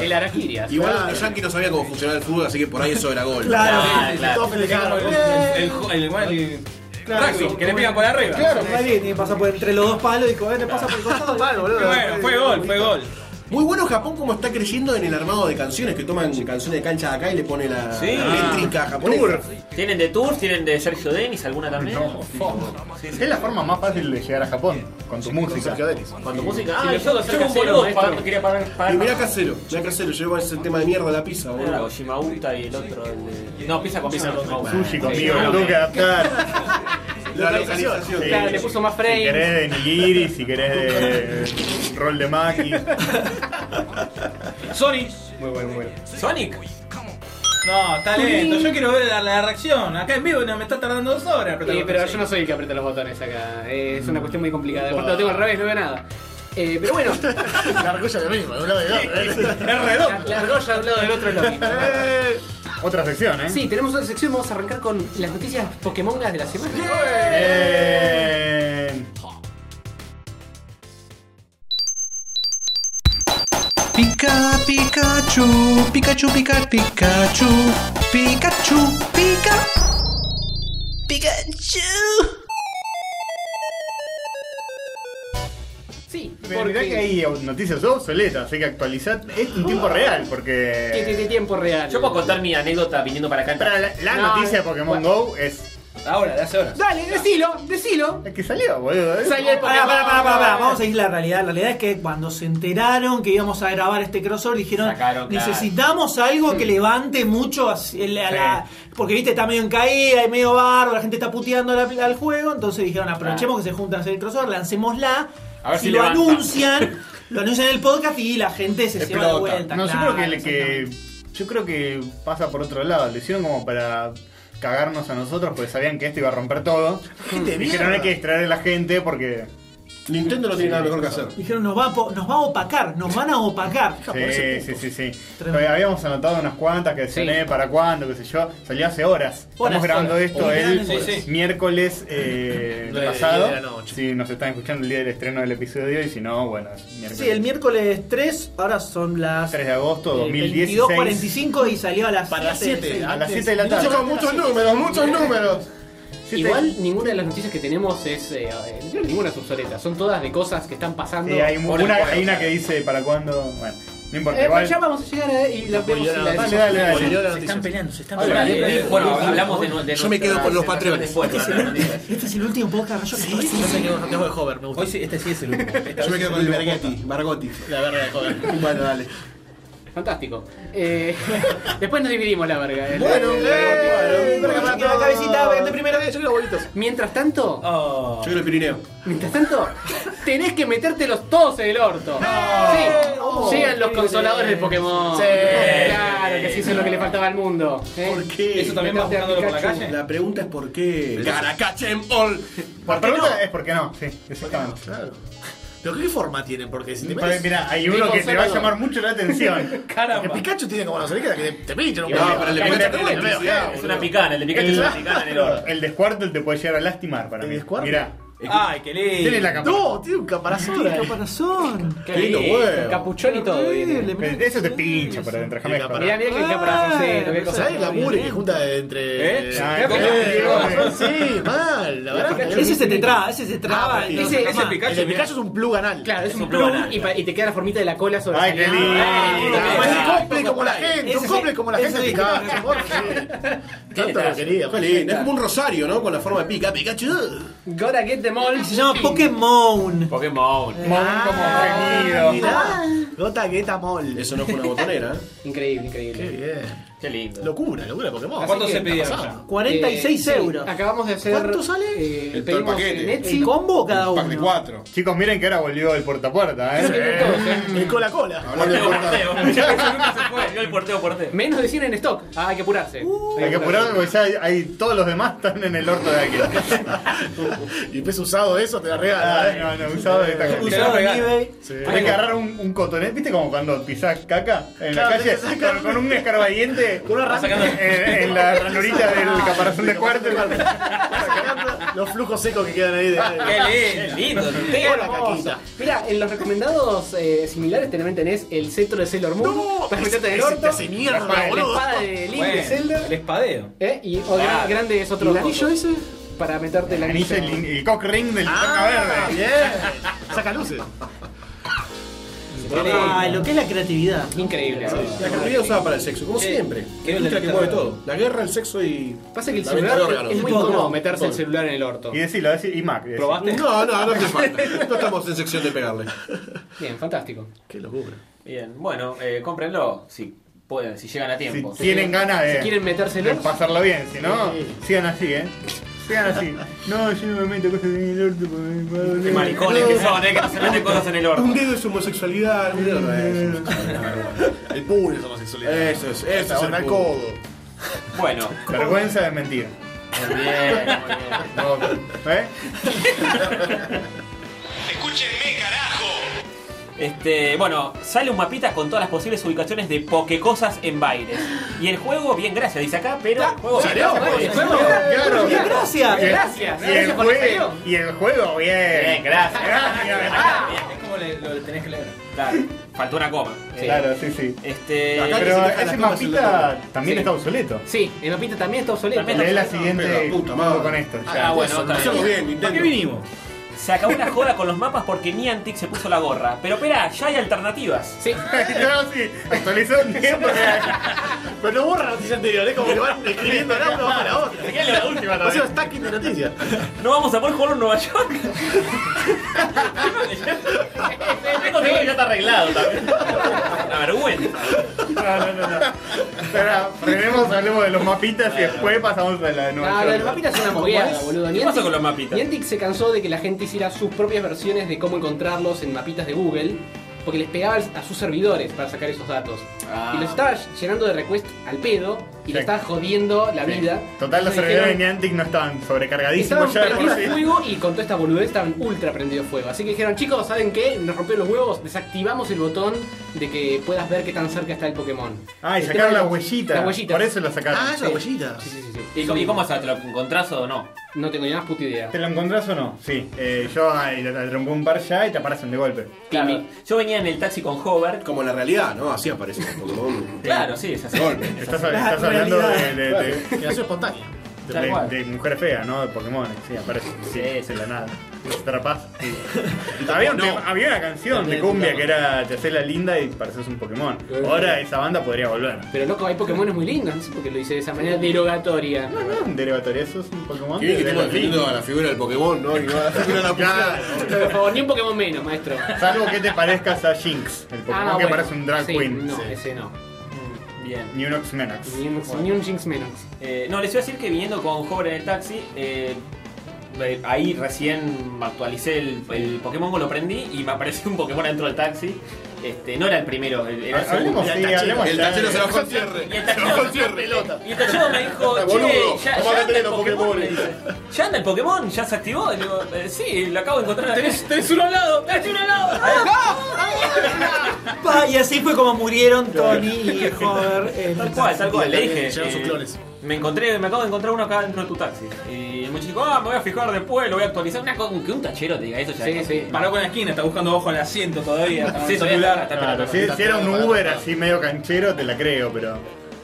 [SPEAKER 9] El Araquiria.
[SPEAKER 8] Igual los yankees no sabían cómo funcionaba el fútbol, así que por ahí eso era gol.
[SPEAKER 11] Claro,
[SPEAKER 3] Ah, claro.
[SPEAKER 11] todos festejaron.
[SPEAKER 4] El- el- el- el- el- igual el- Racing, que le pegan por arriba.
[SPEAKER 11] Claro, Madrid tiene que pasar por entre los dos palos y dijo, te pasa por el costado. Palo,
[SPEAKER 4] Qué Bueno, fue gol, fue gol.
[SPEAKER 8] Muy bueno Japón como está creyendo en el armado de canciones, que toman canciones de cancha de acá y le pone la,
[SPEAKER 3] Sí.
[SPEAKER 8] la métrica japonesa.
[SPEAKER 3] Tienen de Tours, tienen de Sergio Denis, alguna también.
[SPEAKER 2] No, Es la forma más fácil de llegar a Japón, con tu música.
[SPEAKER 3] Cuando música.
[SPEAKER 9] Si
[SPEAKER 3] Ah,
[SPEAKER 9] los
[SPEAKER 3] yo
[SPEAKER 9] dos
[SPEAKER 3] soy un
[SPEAKER 9] acercan cero,
[SPEAKER 3] boludo.
[SPEAKER 9] maestro.
[SPEAKER 3] pagando- Quería pagar.
[SPEAKER 8] Y
[SPEAKER 3] pagar
[SPEAKER 8] mirá Casero, mirá Casero, llevó ese tema de mierda a la pizza,
[SPEAKER 3] Era
[SPEAKER 8] boludo.
[SPEAKER 3] Oshimauta y el otro, el de. No, pizza con pizza.
[SPEAKER 2] Sushi conmigo, lo tengo que adaptar.
[SPEAKER 8] La localización.
[SPEAKER 9] Claro, le puso más
[SPEAKER 2] Si
[SPEAKER 9] frames.
[SPEAKER 2] querés de nigiri, si querés de rol de maki.
[SPEAKER 4] Sony.
[SPEAKER 2] Muy bueno, muy bueno.
[SPEAKER 3] Sonic.
[SPEAKER 4] No, está lento. Yo quiero ver la, la reacción. Acá en vivo no me está tardando dos horas.
[SPEAKER 9] Sí, pero yo no soy el que aprieta los botones acá. Eh, Es una cuestión muy complicada. Aparte lo tengo al revés, no veo nada. Eh, pero bueno,
[SPEAKER 8] La argolla de mismo, de un lado y de otro.
[SPEAKER 4] Es
[SPEAKER 9] la,
[SPEAKER 4] redondo.
[SPEAKER 9] la argolla de un lado del otro es lo mismo.
[SPEAKER 2] Otra sección, ¿eh?
[SPEAKER 9] Sí, tenemos otra sección. Vamos a arrancar con las noticias Pokémonas de la semana.
[SPEAKER 2] Bien.
[SPEAKER 13] Pica Pikachu, Pikachu, pica Pikachu, Pikachu, pica. Pikachu.
[SPEAKER 9] Sí,
[SPEAKER 2] Pero mirá que hay noticias obsoletas, así que actualizad esto en tiempo real, porque.
[SPEAKER 9] ¿Qué, qué, qué tiempo real?
[SPEAKER 3] Yo puedo contar mi anécdota viniendo para acá.
[SPEAKER 2] Pero la, la
[SPEAKER 9] No,
[SPEAKER 2] noticia de
[SPEAKER 9] eh,
[SPEAKER 2] Pokémon Go es.
[SPEAKER 4] Ahora, de hace horas.
[SPEAKER 9] Dale, decilo, decilo.
[SPEAKER 2] Es que salió, boludo. ¿eh?
[SPEAKER 9] Salió el
[SPEAKER 11] Pará,
[SPEAKER 9] Pokémon.
[SPEAKER 11] pará, pará, pará, pará, vamos a ir la realidad. La realidad es que cuando se enteraron que íbamos a grabar este crossover, dijeron,
[SPEAKER 3] Sacaron, claro.
[SPEAKER 11] necesitamos algo que levante mucho a la, la- Porque, viste, está medio en caída, hay medio barro, la gente está puteando la- al juego, entonces dijeron, aprovechemos que se juntan a hacer el crossover, lancémosla.
[SPEAKER 3] A ver
[SPEAKER 11] si,
[SPEAKER 3] si
[SPEAKER 11] lo
[SPEAKER 3] levanta.
[SPEAKER 11] anuncian, lo anuncian en el podcast y la gente se lleva de
[SPEAKER 2] Explota.
[SPEAKER 11] vuelta.
[SPEAKER 2] No,
[SPEAKER 11] claro,
[SPEAKER 2] yo creo que, le- que- yo creo que pasa por otro lado. Lo hicieron como para cagarnos a nosotros porque sabían que esto iba a romper todo.
[SPEAKER 8] Gente de
[SPEAKER 2] Dijeron
[SPEAKER 8] mierda.
[SPEAKER 2] hay que distraer a la gente porque.
[SPEAKER 8] Nintendo no tiene nada mejor que hacer.
[SPEAKER 11] Dijeron, nos va, a po- nos va a opacar, nos van a opacar.
[SPEAKER 2] Sí, sí, sí, sí.
[SPEAKER 11] Tremendo.
[SPEAKER 2] Pero Habíamos anotado unas cuantas que decían,
[SPEAKER 9] Sí.
[SPEAKER 2] eh, para cuándo, qué sé yo. Salió hace horas.
[SPEAKER 11] Horas,
[SPEAKER 2] Estamos grabando
[SPEAKER 11] horas.
[SPEAKER 2] esto
[SPEAKER 11] Horas,
[SPEAKER 2] el
[SPEAKER 11] sí,
[SPEAKER 4] sí.
[SPEAKER 2] miércoles eh,
[SPEAKER 9] Nueve,
[SPEAKER 2] pasado.
[SPEAKER 9] diez de la noche.
[SPEAKER 2] Si nos están escuchando el día del estreno del episodio y si no, bueno, es miércoles.
[SPEAKER 11] Sí, el miércoles 3, ahora son las
[SPEAKER 2] 3 de agosto de 2016.
[SPEAKER 11] 22.45 y salió a las
[SPEAKER 8] Para las
[SPEAKER 11] 7.
[SPEAKER 8] 7,
[SPEAKER 2] A las
[SPEAKER 11] Eh,
[SPEAKER 2] 7 de la tarde.
[SPEAKER 8] Muchos, muchos números, muchos números.
[SPEAKER 2] Siete-
[SPEAKER 9] Igual ninguna de las noticias que tenemos es. eh, eh, no, ninguna es obsoleta. Son todas de cosas que están pasando.
[SPEAKER 2] Sí, Eh, hay, mu-
[SPEAKER 9] por el
[SPEAKER 2] una,
[SPEAKER 9] juego.
[SPEAKER 2] hay una que dice para cuándo. Bueno, no importa.
[SPEAKER 9] Eh,
[SPEAKER 2] igual.
[SPEAKER 9] ya vamos a llegar
[SPEAKER 11] eh,
[SPEAKER 9] a, y la vemos. en la-
[SPEAKER 2] Dale, dale, dale.
[SPEAKER 8] Volvió la
[SPEAKER 4] Se
[SPEAKER 8] noticia.
[SPEAKER 4] están peleando, se están
[SPEAKER 9] Ahora,
[SPEAKER 4] peleando.
[SPEAKER 9] eh, eh,
[SPEAKER 3] Bueno, hablamos de, nu- de
[SPEAKER 8] Yo me quedo con los Patreones.
[SPEAKER 3] Después, ¿no?
[SPEAKER 11] Este es el último podcast rayo que estoy
[SPEAKER 8] Yo me quedo- no tengo de Hover, me gusta.
[SPEAKER 4] Hoy sí, este sí es el último. Esta
[SPEAKER 8] Yo me
[SPEAKER 4] vez
[SPEAKER 8] quedo
[SPEAKER 4] es
[SPEAKER 8] con el
[SPEAKER 4] último.
[SPEAKER 8] Bergetti, Bargotti. La verga de Hover. Bueno, dale.
[SPEAKER 9] Fantástico. Eh, después nos dividimos la verga. El-
[SPEAKER 8] Bueno,
[SPEAKER 9] el-
[SPEAKER 8] eh,
[SPEAKER 11] Bueno,
[SPEAKER 8] para
[SPEAKER 11] yo quiero la cabecita, vende primero.
[SPEAKER 8] Yo quiero los bolitos. Yo
[SPEAKER 9] Mientras tanto,
[SPEAKER 4] Oh.
[SPEAKER 8] quiero el Pirineo.
[SPEAKER 9] mientras tanto, tenés que metértelos todos en el orto. Sí,
[SPEAKER 8] Oh,
[SPEAKER 9] llegan los
[SPEAKER 8] qué
[SPEAKER 9] consoladores
[SPEAKER 8] bien.
[SPEAKER 9] del Pokémon.
[SPEAKER 8] Sí.
[SPEAKER 9] Claro, que sí, eso es lo que le faltaba al mundo. ¿eh?
[SPEAKER 8] ¿Por qué?
[SPEAKER 4] ¿Eso también va
[SPEAKER 9] Meterte a
[SPEAKER 4] buscándolo por la
[SPEAKER 9] Pikachu.
[SPEAKER 4] calle?
[SPEAKER 8] La pregunta es por qué. Caracachem all.
[SPEAKER 2] La pregunta es por qué no. Sí, exactamente.
[SPEAKER 8] Claro. Pero qué forma tienen, porque si te
[SPEAKER 2] Pero
[SPEAKER 8] metes...
[SPEAKER 2] Mira, hay uno que te va a llamar mucho la atención.
[SPEAKER 8] Que
[SPEAKER 4] Caramba.
[SPEAKER 8] Pikachu tiene como la salida que te, te pinchan un
[SPEAKER 3] No,
[SPEAKER 8] poco.
[SPEAKER 3] pero le
[SPEAKER 8] Porque
[SPEAKER 3] pinchan
[SPEAKER 8] te
[SPEAKER 3] con
[SPEAKER 8] duele,
[SPEAKER 3] electricidad,
[SPEAKER 8] veo,
[SPEAKER 3] Es
[SPEAKER 8] boludo. Eh,
[SPEAKER 3] una picana, el de picante es una picana en el oro.
[SPEAKER 2] El descuarto te puede llegar a lastimar para
[SPEAKER 8] ¿El
[SPEAKER 2] mí.
[SPEAKER 8] descuarto?
[SPEAKER 2] Mirá,
[SPEAKER 4] Ay, qué lindo.
[SPEAKER 2] tiene la capa-
[SPEAKER 8] No, tiene un caparazón.
[SPEAKER 11] Qué caparazón.
[SPEAKER 9] Qué
[SPEAKER 8] lindo
[SPEAKER 9] lindo,
[SPEAKER 8] huevo.
[SPEAKER 9] Capuchón y todo. viene.
[SPEAKER 11] Increíble, mirá.
[SPEAKER 2] Eso te pincha para adentro, jamás.
[SPEAKER 8] Mira,
[SPEAKER 2] para-
[SPEAKER 9] Mirá, mirá que caparazón. qué cosa.
[SPEAKER 8] ¿Sabes la mugre que junta entre.
[SPEAKER 4] ¿Eh?
[SPEAKER 2] Ah,
[SPEAKER 8] Sí,
[SPEAKER 2] eh,
[SPEAKER 8] caparazón, Sí, mal, la verdad.
[SPEAKER 11] Ese se te traba, ese se traba.
[SPEAKER 8] Ah,
[SPEAKER 11] y
[SPEAKER 8] ese-
[SPEAKER 11] no se
[SPEAKER 4] ese
[SPEAKER 11] toma.
[SPEAKER 4] pica-
[SPEAKER 8] El de Pikachu es un plug anal.
[SPEAKER 9] Claro, es un
[SPEAKER 3] plug
[SPEAKER 9] plug
[SPEAKER 3] anal.
[SPEAKER 9] y, pa- y te queda la formita de la cola sobre
[SPEAKER 2] Ay, qué lindo.
[SPEAKER 8] Como
[SPEAKER 2] Ese-
[SPEAKER 8] el cumple como la gente, un
[SPEAKER 11] ese-
[SPEAKER 8] cumple como la
[SPEAKER 11] ese
[SPEAKER 8] gente de
[SPEAKER 11] sí.
[SPEAKER 8] Pikachu, Jorge. Tanto lo quería, fue lindo. Es como un rosario, ¿no? Con la forma de pica. Pikachu.
[SPEAKER 9] Gotta get them all.
[SPEAKER 11] Se llama Pokémon.
[SPEAKER 3] Pokémon.
[SPEAKER 8] Eh.
[SPEAKER 2] como gemido.
[SPEAKER 8] Mirá, gota gueta mol. Eso no fue una botonera. ¿eh?
[SPEAKER 9] Increíble,
[SPEAKER 8] Qué
[SPEAKER 9] increíble.
[SPEAKER 8] bien.
[SPEAKER 3] Qué lindo.
[SPEAKER 8] Locura, locura Pokémon.
[SPEAKER 4] ¿Cuánto
[SPEAKER 8] Así
[SPEAKER 4] se
[SPEAKER 8] que
[SPEAKER 4] pidieron
[SPEAKER 8] está
[SPEAKER 4] ya?
[SPEAKER 8] pasando.
[SPEAKER 11] 46
[SPEAKER 9] Eh, sí,
[SPEAKER 11] euros.
[SPEAKER 9] Acabamos de hacer.
[SPEAKER 8] ¿Cuánto sale?
[SPEAKER 9] eh,
[SPEAKER 14] El- todo el
[SPEAKER 9] pedimos
[SPEAKER 14] paquete.
[SPEAKER 9] en
[SPEAKER 11] ¿El
[SPEAKER 9] Etsy.
[SPEAKER 11] combo o cada
[SPEAKER 14] Pack de
[SPEAKER 11] uno?
[SPEAKER 14] cuatro.
[SPEAKER 2] Chicos, miren que ahora volvió el puerta a puerta,
[SPEAKER 9] Creo
[SPEAKER 2] ¿eh?
[SPEAKER 9] que no todos, eh.
[SPEAKER 8] El cola cola.
[SPEAKER 14] Hablando de
[SPEAKER 3] Porteo.
[SPEAKER 14] puerta.
[SPEAKER 3] Yo el porteo, porteo.
[SPEAKER 9] Menos de 100 en stock. Ah, hay que apurarse.
[SPEAKER 8] Uh.
[SPEAKER 2] Hay que apurarse porque ya hay, hay- todos los demás están en el orto de aquí.
[SPEAKER 8] Y pez usado de eso te la
[SPEAKER 2] Ah,
[SPEAKER 8] regala. ¿eh?
[SPEAKER 2] no, no, usado de esta gente.
[SPEAKER 4] Te va
[SPEAKER 11] Usado
[SPEAKER 4] a
[SPEAKER 11] en
[SPEAKER 4] pegar.
[SPEAKER 11] eBay.
[SPEAKER 8] Sí.
[SPEAKER 2] Hay que agarrar un, un cotonete, ¿viste? Como cuando pisás caca en la
[SPEAKER 8] Claro,
[SPEAKER 2] calle
[SPEAKER 8] tenés que sacar-
[SPEAKER 2] con, con un escarbadiente
[SPEAKER 8] Con una rama.
[SPEAKER 2] en, en la ranurita del caparazón de cuarto.
[SPEAKER 8] Sacando los flujos secos que quedan ahí de.
[SPEAKER 3] Qué lindo.
[SPEAKER 9] Qué
[SPEAKER 8] Hola,
[SPEAKER 9] hermoso.
[SPEAKER 8] caquita.
[SPEAKER 9] Mira, en los recomendados eh, similares también tenés el centro de Sailor Moon. para meterte en el
[SPEAKER 8] Ese te
[SPEAKER 9] orto.
[SPEAKER 8] hace mierda,
[SPEAKER 9] La
[SPEAKER 8] este boludo.
[SPEAKER 9] espada de Link de
[SPEAKER 4] Bueno,
[SPEAKER 9] Zelda.
[SPEAKER 4] el espadeo.
[SPEAKER 9] ¿Eh? Y o gran- grande es otro.
[SPEAKER 8] ¿Y el anillo
[SPEAKER 9] coso. Para meterte el anillo.
[SPEAKER 2] Anillo, el, el cock ring del caca
[SPEAKER 8] Ah,
[SPEAKER 2] verde.
[SPEAKER 8] bien. Saca luces.
[SPEAKER 11] Ah, lo que es la creatividad.
[SPEAKER 9] Increíble.
[SPEAKER 8] La categoría usada para el sexo, como siempre.
[SPEAKER 4] qué
[SPEAKER 8] La industria que
[SPEAKER 4] violenta
[SPEAKER 8] mueve
[SPEAKER 4] todo.
[SPEAKER 8] todo. La guerra, el sexo y.
[SPEAKER 9] Pasa que el
[SPEAKER 8] La venta de
[SPEAKER 9] celular
[SPEAKER 8] órganos.
[SPEAKER 9] es muy
[SPEAKER 11] Todo.
[SPEAKER 9] cómodo meterse el celular en el orto.
[SPEAKER 2] Y decirlo, decir, y Mac. decilo.
[SPEAKER 4] ¿Probaste?
[SPEAKER 8] No, no, no te falta. No estamos en sección de pegarle.
[SPEAKER 9] Bien, fantástico.
[SPEAKER 8] Qué locura.
[SPEAKER 3] Bien, bueno, eh, cómprenlo si pueden, si llegan a
[SPEAKER 2] Si
[SPEAKER 3] tiempo.
[SPEAKER 2] tienen ganas de,
[SPEAKER 9] Si quieren metérselo.
[SPEAKER 2] de pasarlo bien, si no, sigan así, ¿eh? Sigan así. No, yo no me meto cosas en el orto porque me va a doler.
[SPEAKER 3] Qué maricones que son, eh, que no se meten cosas en el
[SPEAKER 8] Un
[SPEAKER 3] orto.
[SPEAKER 8] dedo es homosexualidad, un dedo no es homosexualidad.
[SPEAKER 14] El puro es homosexualidad.
[SPEAKER 8] Eso es, eso es
[SPEAKER 14] Ahora
[SPEAKER 8] el
[SPEAKER 14] el puro.
[SPEAKER 8] codo.
[SPEAKER 3] Bueno,
[SPEAKER 2] Vergüenza de mentir.
[SPEAKER 3] muy bien, muy bien.
[SPEAKER 2] No, ¿eh?
[SPEAKER 3] Este, bueno, sale un mapita con todas las posibles ubicaciones de Pokecosas en Baires. Y el juego, bien, gracias, dice acá, pero el juego.
[SPEAKER 8] ¿Salió?
[SPEAKER 3] Bien,
[SPEAKER 8] ¿Salió?
[SPEAKER 2] Claro.
[SPEAKER 11] Bien, gracias.
[SPEAKER 9] Gracias.
[SPEAKER 2] Y el
[SPEAKER 9] Gracias por el
[SPEAKER 2] juego,
[SPEAKER 9] salió.
[SPEAKER 2] y el juego bien.
[SPEAKER 3] Bien, gracias.
[SPEAKER 2] Gracias.
[SPEAKER 3] Acá, bien,
[SPEAKER 4] Es como le- lo tenés que leer. Este
[SPEAKER 3] Claro, faltó una coma. Eh,
[SPEAKER 2] Claro, sí, sí.
[SPEAKER 3] Este.
[SPEAKER 8] Acá
[SPEAKER 2] Pero
[SPEAKER 8] Casi te deja
[SPEAKER 2] ese
[SPEAKER 8] la cama
[SPEAKER 2] mapita también
[SPEAKER 9] Sí.
[SPEAKER 2] está obsoleto.
[SPEAKER 9] Sí, el mapita también está obsoleto.
[SPEAKER 3] También
[SPEAKER 2] Lee la
[SPEAKER 3] No,
[SPEAKER 2] siguiente
[SPEAKER 8] pero la puta madre.
[SPEAKER 2] con esto.
[SPEAKER 3] Ah, bueno, está
[SPEAKER 8] Hacemos
[SPEAKER 3] bien.
[SPEAKER 8] bien,
[SPEAKER 4] ¿Para qué
[SPEAKER 8] Nintendo.
[SPEAKER 4] vinimos?
[SPEAKER 3] Se acabó la joda con los mapas porque Niantic se puso la gorra. Pero espera, ya hay alternativas.
[SPEAKER 9] Sí.
[SPEAKER 2] no, sí, actualizó el tiempo.
[SPEAKER 1] Pero no borra la noticia anterior, es como que van escribiendo la una para la otra.
[SPEAKER 2] Se queda la última
[SPEAKER 1] O sea,
[SPEAKER 2] todavía.
[SPEAKER 1] stacking de noticias.
[SPEAKER 3] No vamos a poder jugar en Nueva York.
[SPEAKER 2] Esto seguro ya está arreglado también.
[SPEAKER 3] La vergüenza.
[SPEAKER 2] No, no, no. no. Espera, primero hablemos de los mapitas y después pasamos a la de Nueva
[SPEAKER 9] Ah,
[SPEAKER 2] York.
[SPEAKER 9] los mapitas es una mogueada, boludo.
[SPEAKER 3] ¿Qué
[SPEAKER 9] Niantic-
[SPEAKER 3] pasó con los mapitas?
[SPEAKER 9] Niantic se cansó de que la gente hiciera sus propias versiones de cómo encontrarlos en mapitas de Google, porque les pegaba a sus servidores para sacar esos datos.
[SPEAKER 2] Ah.
[SPEAKER 9] Y los estaba llenando de request al pedo y
[SPEAKER 2] Sí.
[SPEAKER 9] les estaba jodiendo la
[SPEAKER 2] Sí.
[SPEAKER 9] vida.
[SPEAKER 2] Total, los
[SPEAKER 9] Entonces
[SPEAKER 2] servidores de
[SPEAKER 9] dijeron-
[SPEAKER 2] Niantic no estaban
[SPEAKER 9] Estaban
[SPEAKER 2] sobrecargadísimos ya de por
[SPEAKER 9] prendidos
[SPEAKER 2] sí.
[SPEAKER 9] fuego y con toda esta boludez estaban ultra prendidos fuego. Así que dijeron, chicos, ¿saben qué? Nos rompieron los huevos, desactivamos el botón de que puedas ver qué tan cerca está el Pokémon.
[SPEAKER 2] Ah, y
[SPEAKER 9] El
[SPEAKER 2] sacaron
[SPEAKER 9] tema de
[SPEAKER 2] la
[SPEAKER 9] los-
[SPEAKER 2] huellita.
[SPEAKER 9] Las huellitas.
[SPEAKER 2] Por eso la sacaron.
[SPEAKER 1] Ah, es una huellita.
[SPEAKER 9] Sí, sí, sí, sí.
[SPEAKER 3] ¿Y, cómo- y cómo sabes? ¿Te lo encontrás o no?
[SPEAKER 9] No tengo ni más puta idea.
[SPEAKER 2] ¿Te lo encontrás o no? Sí. Eh, yo ahí te trompé un par ya y te aparecen de golpe.
[SPEAKER 3] Claro. Yo venía en el taxi con Eh, Hover.
[SPEAKER 8] Como la realidad, ¿no? Así aparece Pokémon.
[SPEAKER 3] Claro, sí, es así.
[SPEAKER 8] Golpe.
[SPEAKER 2] Estás,
[SPEAKER 11] La
[SPEAKER 2] estás hablando de,
[SPEAKER 11] realidad.
[SPEAKER 2] de, de-
[SPEAKER 1] Creación espontánea.
[SPEAKER 2] de-
[SPEAKER 3] Tal cual.
[SPEAKER 2] de mujer fea, ¿no? De Pokémon. Sí, aparece. Sí,
[SPEAKER 3] Sí, sí.
[SPEAKER 2] de la nada. Los atrapás. Sí. Había, un
[SPEAKER 8] No.
[SPEAKER 2] tema- había una canción de cumbia que era Te haces la linda y pareces un Pokémon. Ahora esa banda podría volver.
[SPEAKER 9] Pero loco, hay Pokémon muy lindos, no sé por qué lo hice de esa manera derogatoria.
[SPEAKER 2] No, no, un derivatorio, eso es un Pokémon.
[SPEAKER 8] Qué bien que
[SPEAKER 2] de
[SPEAKER 8] estemos
[SPEAKER 2] la linda.
[SPEAKER 8] defendiendo a la figura del Pokémon, ¿no? Y no a la figura de la
[SPEAKER 2] Claro.
[SPEAKER 9] Por favor, ni un Pokémon menos, maestro. Ah,
[SPEAKER 2] Salvo que te parezcas a Jinx, el Pokémon que
[SPEAKER 9] bueno.
[SPEAKER 2] parece un drag
[SPEAKER 9] Sí,
[SPEAKER 2] queen.
[SPEAKER 9] No,
[SPEAKER 2] Sí.
[SPEAKER 9] ese no.
[SPEAKER 3] Bien.
[SPEAKER 2] Ni un Oxmenax.
[SPEAKER 9] Ni un, ni un Jinx menos.
[SPEAKER 3] Eh, no, les iba a decir que viniendo con Hover en el taxi, eh, eh, ahí recién actualicé el, el Pokémon, lo prendí y me apareció un Pokémon dentro del taxi. Este, no era el primero, el- era el segundo.
[SPEAKER 2] Hablemos,
[SPEAKER 3] era el
[SPEAKER 2] sí,
[SPEAKER 3] taxi.
[SPEAKER 2] hablemos.
[SPEAKER 8] El tachero se bajó al cierre.
[SPEAKER 3] Y el
[SPEAKER 8] Se
[SPEAKER 3] tachero-
[SPEAKER 8] bajó al cierre.
[SPEAKER 3] Y el tachero me dijo,
[SPEAKER 8] Boludo,
[SPEAKER 3] che, ya,
[SPEAKER 8] vamos a
[SPEAKER 3] ya anda
[SPEAKER 8] tener
[SPEAKER 3] el
[SPEAKER 8] los
[SPEAKER 3] Pokémon. me
[SPEAKER 8] Pokémones.
[SPEAKER 3] dice. ¿Ya anda el Pokémon? ¿Ya se activó? Y le digo, "Eh, sí, lo acabo de encontrar. ¿Tenés, uno al lado, tenés uno al lado.
[SPEAKER 7] Pa, y así fue como murieron Tony y eh, Hover. en
[SPEAKER 3] Tal
[SPEAKER 7] el
[SPEAKER 3] cual,
[SPEAKER 7] taxi.
[SPEAKER 3] tal cual, le
[SPEAKER 1] también
[SPEAKER 3] dije.
[SPEAKER 1] llegaron sus
[SPEAKER 3] eh,
[SPEAKER 1] clones.
[SPEAKER 3] Me encontré, me acabo de encontrar uno acá dentro de tu taxi. Y el muchacho dijo, ah, me voy a fijar después, lo voy a actualizar. Una cosa, que un tachero te diga eso ya.
[SPEAKER 9] Sí,
[SPEAKER 3] es-
[SPEAKER 9] sí.
[SPEAKER 4] Paró con la esquina, está buscando abajo el asiento todavía. está con
[SPEAKER 3] Sí,
[SPEAKER 4] el
[SPEAKER 3] todavía
[SPEAKER 4] celular.
[SPEAKER 3] está, está
[SPEAKER 2] Claro,
[SPEAKER 3] esperando.
[SPEAKER 2] si, si era un Uber así medio canchero, te la creo, pero.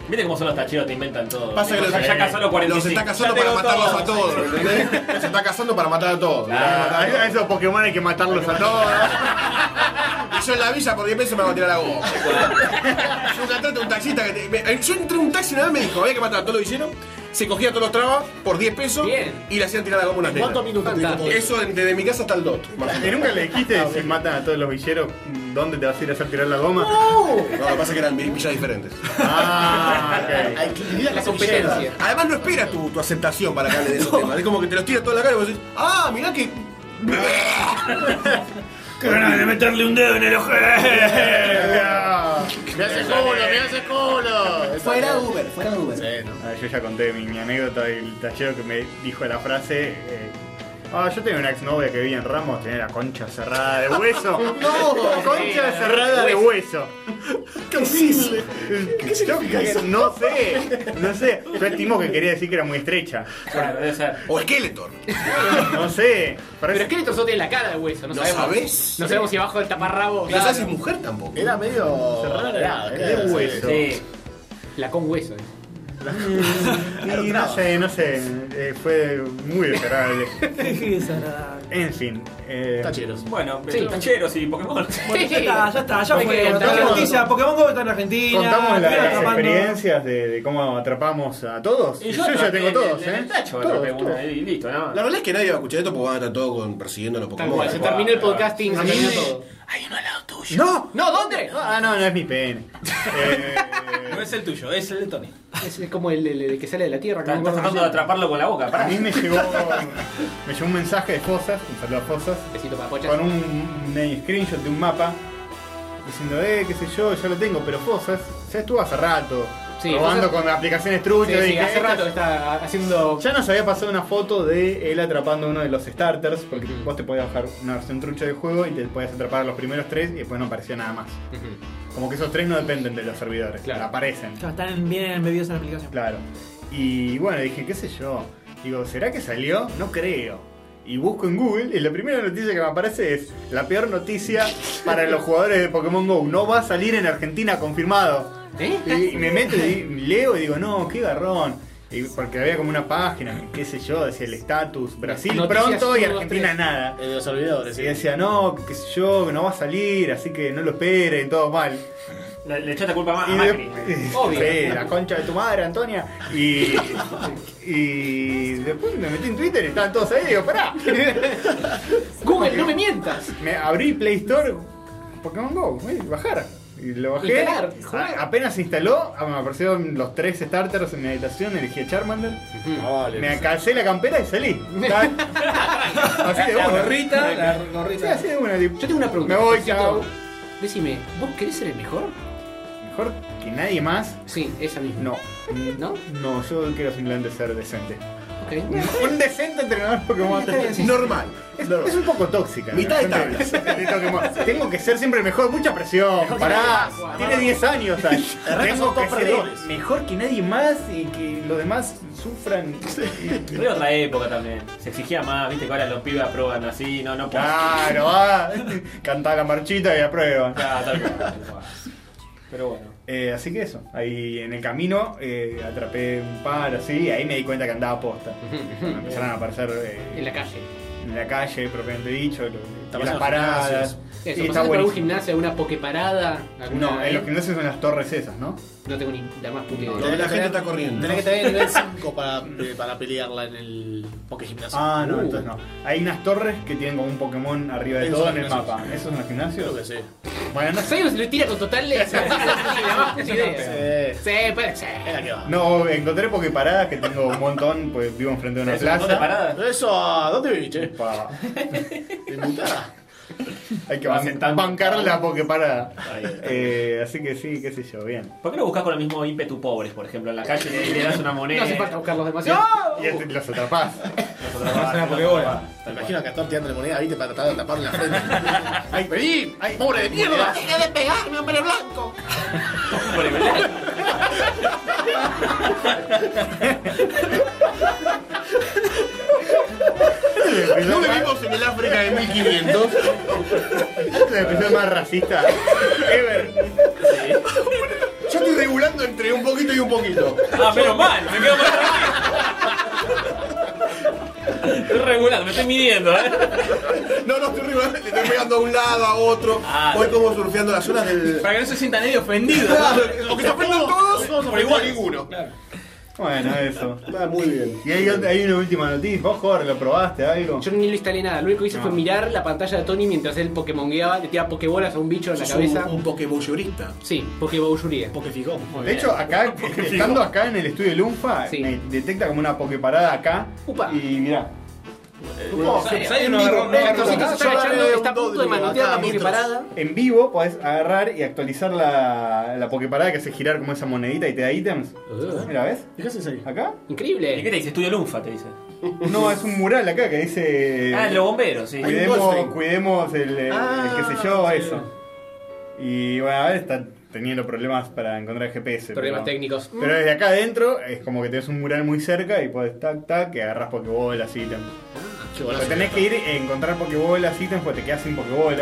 [SPEAKER 3] Viste cómo son los tacheros, te inventan todo.
[SPEAKER 8] Pasa que
[SPEAKER 3] Ya-
[SPEAKER 8] los, eh,
[SPEAKER 3] ya casó los 45.
[SPEAKER 8] los está casando
[SPEAKER 4] Ya
[SPEAKER 8] para
[SPEAKER 4] tengo
[SPEAKER 8] matarlos
[SPEAKER 4] todo.
[SPEAKER 8] a todos, ¿entendés? Los está casando para matar a todos.
[SPEAKER 2] Ah, a- a esos Pokémon hay que matarlos a todos.
[SPEAKER 8] Y yo en la villa por 10 pesos me van a tirar a vos. Yo contraté a un taxista que te- me- Yo entré en un taxi y nada más me dijo, había que matar a todos los hicieron. Se cogía todos los trabas por 10 pesos
[SPEAKER 9] Bien.
[SPEAKER 8] y le hacían tirar a la goma una
[SPEAKER 1] ¿Cuántos minutos te dijo todo eso?
[SPEAKER 8] Eso en- desde mi casa hasta el DOT. más o
[SPEAKER 2] Y
[SPEAKER 8] menos.
[SPEAKER 2] nunca le dijiste si matan a todos los villeros, ¿dónde te vas a ir a hacer tirar la goma?
[SPEAKER 8] No, lo que pasa es que eran vi- villas diferentes.
[SPEAKER 2] Ah, ok.
[SPEAKER 1] Hay que dividir
[SPEAKER 9] La
[SPEAKER 1] las
[SPEAKER 9] competencia.
[SPEAKER 8] Además no espera tu, tu aceptación para que hable de esos temas. Es como que te los tira toda la cara y vos decís, ah, mirá que.
[SPEAKER 4] Qué ganas de meterle un dedo en el ojo.
[SPEAKER 2] Eh, Me hace culo, me hace culo.
[SPEAKER 1] Fuera Uber, fuera Uber.
[SPEAKER 2] Ah, yo ya conté mi, mi anécdota del tachero que me dijo la frase. eh, Ah, yo tenía una exnovia que vivía en Ramos, tenía la concha cerrada de hueso. ¡No! ¡Concha cerrada de hueso!
[SPEAKER 1] ¡Qué horrible!
[SPEAKER 2] ¿Qué significa eso? No sé, no sé. Yo estimo que quería decir que era muy estrecha.
[SPEAKER 3] Claro, debe ser.
[SPEAKER 8] O Skeletor.
[SPEAKER 2] No sé.
[SPEAKER 9] Pero
[SPEAKER 2] Parece
[SPEAKER 9] es que solo tiene la cara de hueso, no,
[SPEAKER 8] ¿No
[SPEAKER 9] sabemos.
[SPEAKER 8] sabés?
[SPEAKER 9] No sabemos si abajo del taparrabo.
[SPEAKER 8] Y No sabes si es mujer tampoco.
[SPEAKER 1] Era medio. Era,
[SPEAKER 2] de hueso.
[SPEAKER 3] Sí.
[SPEAKER 9] La con hueso. eh.
[SPEAKER 2] Y no sé, no sé. eh, fue muy desagradable.
[SPEAKER 7] Qué desagradable.
[SPEAKER 2] En fin. eh,
[SPEAKER 1] Tacheros.
[SPEAKER 3] Bueno, pero
[SPEAKER 9] Sí.
[SPEAKER 3] tacheros y Pokémon.
[SPEAKER 9] Sí,
[SPEAKER 7] Ya está, ya está, ya
[SPEAKER 9] Hay que
[SPEAKER 7] fue.
[SPEAKER 9] contar-
[SPEAKER 7] Otra noticia, Pokémon GO está en Argentina.
[SPEAKER 2] Contamos la-
[SPEAKER 7] estuvieron
[SPEAKER 2] las
[SPEAKER 7] atrapando.
[SPEAKER 2] experiencias de, de cómo atrapamos a todos.
[SPEAKER 3] Y
[SPEAKER 2] yo ya
[SPEAKER 3] atrapé
[SPEAKER 2] tengo
[SPEAKER 3] en-
[SPEAKER 2] todos,
[SPEAKER 3] en
[SPEAKER 2] ¿eh?
[SPEAKER 3] el tacho,
[SPEAKER 2] Todos,
[SPEAKER 3] atrapé una
[SPEAKER 2] todos.
[SPEAKER 3] y listo, nada más.
[SPEAKER 8] La verdad es que nadie va a escuchar esto porque van a estar todos con- persiguiendo a los
[SPEAKER 9] Tal
[SPEAKER 8] Pokémon.
[SPEAKER 9] cual, se termina el podcasting, se termina todo.
[SPEAKER 2] ¡No!
[SPEAKER 9] No, ¿dónde?
[SPEAKER 2] Ah, no, no es mi pene. Eh,
[SPEAKER 4] No es el tuyo, es el de Tony.
[SPEAKER 9] Es, es como el, el- el que sale de la tierra. que no
[SPEAKER 3] Estás
[SPEAKER 9] me
[SPEAKER 3] estás
[SPEAKER 9] acuerdo
[SPEAKER 3] tratando de atraparlo
[SPEAKER 9] cómo se
[SPEAKER 3] con la boca,
[SPEAKER 2] a
[SPEAKER 3] pará.
[SPEAKER 2] mí me llegó, me llegó un mensaje de Fosas, un saludo a Fosas,
[SPEAKER 9] llama. Besito para pochas.
[SPEAKER 2] con un, un screenshot de un mapa diciendo, eh, qué sé yo, yo lo tengo, pero Fosas ya estuvo hace rato
[SPEAKER 9] Sí,
[SPEAKER 2] probando
[SPEAKER 9] Fosas-
[SPEAKER 2] con aplicaciones truchas. y
[SPEAKER 9] Sí, sí,
[SPEAKER 2] dije,
[SPEAKER 9] hace
[SPEAKER 2] "Esta
[SPEAKER 9] rato que está haciendo.
[SPEAKER 2] Ya nos había pasado una foto de él atrapando uno de los starters, porque vos te podías bajar una versión trucha del juego y te podías atrapar a los primeros tres y después no aparecía nada más.
[SPEAKER 9] Ujú.
[SPEAKER 2] Como que esos tres no dependen de los servidores,
[SPEAKER 9] Claro.
[SPEAKER 2] aparecen.
[SPEAKER 7] Claro, Están bien embebidos en la aplicación.
[SPEAKER 2] Claro. Y bueno, dije, qué sé yo. Digo, ¿será que salió? No creo. Y busco en Google y la primera noticia que me aparece es la peor noticia para los jugadores de Pokémon GO. No va a salir en Argentina confirmado.
[SPEAKER 9] ¿Eh?
[SPEAKER 2] Y me meto y leo y digo, no, qué garrón. Y porque había como una página, qué sé yo, decía el estatus, Brasil
[SPEAKER 14] Noticias
[SPEAKER 2] pronto y
[SPEAKER 14] 1, 2,
[SPEAKER 2] Argentina
[SPEAKER 14] 3.
[SPEAKER 2] nada.
[SPEAKER 14] El de los olvidados,
[SPEAKER 2] Y decía, no, qué sé yo, no va a salir, así que no lo esperen, todo mal.
[SPEAKER 3] Le, echaste culpa
[SPEAKER 2] a
[SPEAKER 3] Macri.
[SPEAKER 2] Obvio. Sí, la concha de tu madre, Antonia. Y, y después me metí en Twitter y estaban todos ahí. Digo, pará. Google, no me mientas. Me abrí Play Store, Pokémon Go, eh, bajar. Y lo bajé.
[SPEAKER 9] Instalar,
[SPEAKER 2] A-
[SPEAKER 9] jugar.
[SPEAKER 2] apenas se instaló, ah, me aparecieron los tres starters en mi habitación, elegí a Charmander. Me calcé la campera y salí. Tan- así de
[SPEAKER 4] La
[SPEAKER 2] una.
[SPEAKER 4] gorrita, la gorrita.
[SPEAKER 2] Sí, así de una, tipo,
[SPEAKER 9] Yo tengo una pregunta.
[SPEAKER 2] Me voy,
[SPEAKER 9] Luisito.
[SPEAKER 2] chao.
[SPEAKER 9] Decime, ¿vos querés ser el mejor?
[SPEAKER 2] ¿Mejor que nadie más?
[SPEAKER 9] Sí, esa misma.
[SPEAKER 2] No.
[SPEAKER 9] ¿No?
[SPEAKER 2] No, yo quiero simplemente ser decente.
[SPEAKER 9] Ok.
[SPEAKER 2] Un decente entrenador Pokémon.
[SPEAKER 9] Está bien, sí, sí.
[SPEAKER 2] Normal. Es, es un poco tóxica. la
[SPEAKER 8] Mitad de
[SPEAKER 2] gente de Pokémon. Tengo que ser siempre mejor, mucha presión. Pará,
[SPEAKER 8] más.
[SPEAKER 2] tiene 10 años. Ash.
[SPEAKER 8] El resto
[SPEAKER 2] Tengo
[SPEAKER 8] son
[SPEAKER 2] que
[SPEAKER 8] todos
[SPEAKER 2] ser
[SPEAKER 8] perdedores.
[SPEAKER 2] mejor que nadie más y que los demás sufran.
[SPEAKER 3] Era otra época también. Se exigía más, viste que ahora los pibes aprueban así, no, no puedo.
[SPEAKER 2] Claro, va. Cantá la marchita y aprueba.
[SPEAKER 3] Ah, tal cual. Pero bueno.
[SPEAKER 2] Eh, así que eso, ahí en el camino eh, atrapé un par así, y ahí me di cuenta que andaba posta. Cuando empezaron a aparecer eh,
[SPEAKER 9] En la calle.
[SPEAKER 2] en la calle, propiamente dicho, lo- y
[SPEAKER 9] Pasaste
[SPEAKER 2] las
[SPEAKER 9] por
[SPEAKER 2] paradas.
[SPEAKER 9] gimnasios.
[SPEAKER 2] Sí, está
[SPEAKER 9] Eso, ¿pasaste por algún
[SPEAKER 2] buenísimo.
[SPEAKER 9] gimnasio, alguna pokeparada?
[SPEAKER 2] No,
[SPEAKER 9] alguna-
[SPEAKER 2] en los gimnasios son las torres esas, ¿no?
[SPEAKER 9] No tengo ni la más puta idea.
[SPEAKER 14] Tenés que tener- Tenés que tener nivel 5 para,
[SPEAKER 2] eh,
[SPEAKER 14] para pelearla en el Poké Gimnasio.
[SPEAKER 2] Ah, no, entonces no. Hay unas torres que tienen como un Pokémon arriba de
[SPEAKER 14] Uh. Esos
[SPEAKER 2] todo
[SPEAKER 14] son
[SPEAKER 2] en el
[SPEAKER 14] gimnasios.
[SPEAKER 2] mapa. ¿Esos son los gimnasios?
[SPEAKER 14] Creo que sí.
[SPEAKER 2] Bueno, no sé.
[SPEAKER 9] Sayo se lo tira con total leche. Sí, la más puta idea. Sí, puede ser.
[SPEAKER 2] No, encontré Poképaradas que tengo un montón, pues vivo enfrente de una
[SPEAKER 14] ¿Tenés un montón de
[SPEAKER 2] plaza.
[SPEAKER 14] paradas? Eso, ¿a ¿dónde vivís, che?
[SPEAKER 2] Pa.
[SPEAKER 14] En Butá.
[SPEAKER 2] Hay que ban- bancar la Poképarada. Eh, así que sí, qué sé yo, bien.
[SPEAKER 3] ¿Por qué no buscas con el mismo ímpetu pobres, por ejemplo, en la calle y le das una moneda?
[SPEAKER 9] No hace falta buscarlos demasiado.
[SPEAKER 2] Y este- los atrapás.
[SPEAKER 14] Me imagino a Castor tirándole moneda, viste, para tratar de taparle la frente. ¡Ay, vení! ¡Ay, pobre de mierda!
[SPEAKER 1] ¡Deja de pegarme, hombre blanco!
[SPEAKER 8] No vivimos en el África de 1500.
[SPEAKER 2] Es la expresión más racista ever.
[SPEAKER 8] Yo estoy regulando entre un poquito y un poquito.
[SPEAKER 3] Ah, menos mal, me quedo más tranquilo. Estoy regulando, me estoy midiendo, ¿eh?
[SPEAKER 8] No, no, estoy regulando, le estoy pegando a un lado, a otro. Voy como surfeando las zonas del.
[SPEAKER 4] Para que no se sienta nadie ofendido.
[SPEAKER 8] Claro, o que se ofendan todos,
[SPEAKER 4] todos
[SPEAKER 8] por igual ninguno.
[SPEAKER 2] Bueno, eso.
[SPEAKER 8] Está Ah, muy bien.
[SPEAKER 2] Y hay, ot- hay una última noticia. Vos, Jorge, ¿lo probaste algo?
[SPEAKER 9] Yo ni lo instalé nada, lo único que hice
[SPEAKER 2] No.
[SPEAKER 9] fue mirar la pantalla de Tony mientras él pokemongueaba, le tiraba pokebolas a un bicho en la
[SPEAKER 8] Sos
[SPEAKER 9] cabeza.
[SPEAKER 8] Un, un pokebollerista.
[SPEAKER 9] Sí, pokebouchuría.
[SPEAKER 14] Pokefijón.
[SPEAKER 2] De hecho, acá, estando acá en el estudio de Lunfa, me detecta como una pokeparada acá. Y mirá.
[SPEAKER 4] Sayo no agarró- no agarró
[SPEAKER 9] Entonces,
[SPEAKER 4] nada.
[SPEAKER 9] se está echando, está a punto de manotear la
[SPEAKER 2] Mientras-
[SPEAKER 9] pokeparada.
[SPEAKER 2] En vivo podés agarrar y actualizar la, la pokeparada que hace girar como esa monedita y te da ítems. Mira, ¿ves?
[SPEAKER 14] ¿Qué haces ahí?
[SPEAKER 2] ¿Acá?
[SPEAKER 9] Increíble.
[SPEAKER 3] ¿Y qué te dice? Estudio Lunfa, te dice.
[SPEAKER 2] No, es un mural acá que dice.
[SPEAKER 3] Ah, los bomberos, sí.
[SPEAKER 2] Cuidemos, cuidemos el, el- el qué sé yo, eso. Y bueno, a ver, está teniendo problemas para encontrar GPS.
[SPEAKER 9] Problemas
[SPEAKER 2] pero-
[SPEAKER 9] técnicos.
[SPEAKER 2] Pero desde acá adentro es como que tenés un mural muy cerca y podés tac tac que agarras pokebolas ítems.
[SPEAKER 14] golazo.
[SPEAKER 2] Pero tenés que ir a encontrar pokebolas ítems porque te quedas sin pokebolas.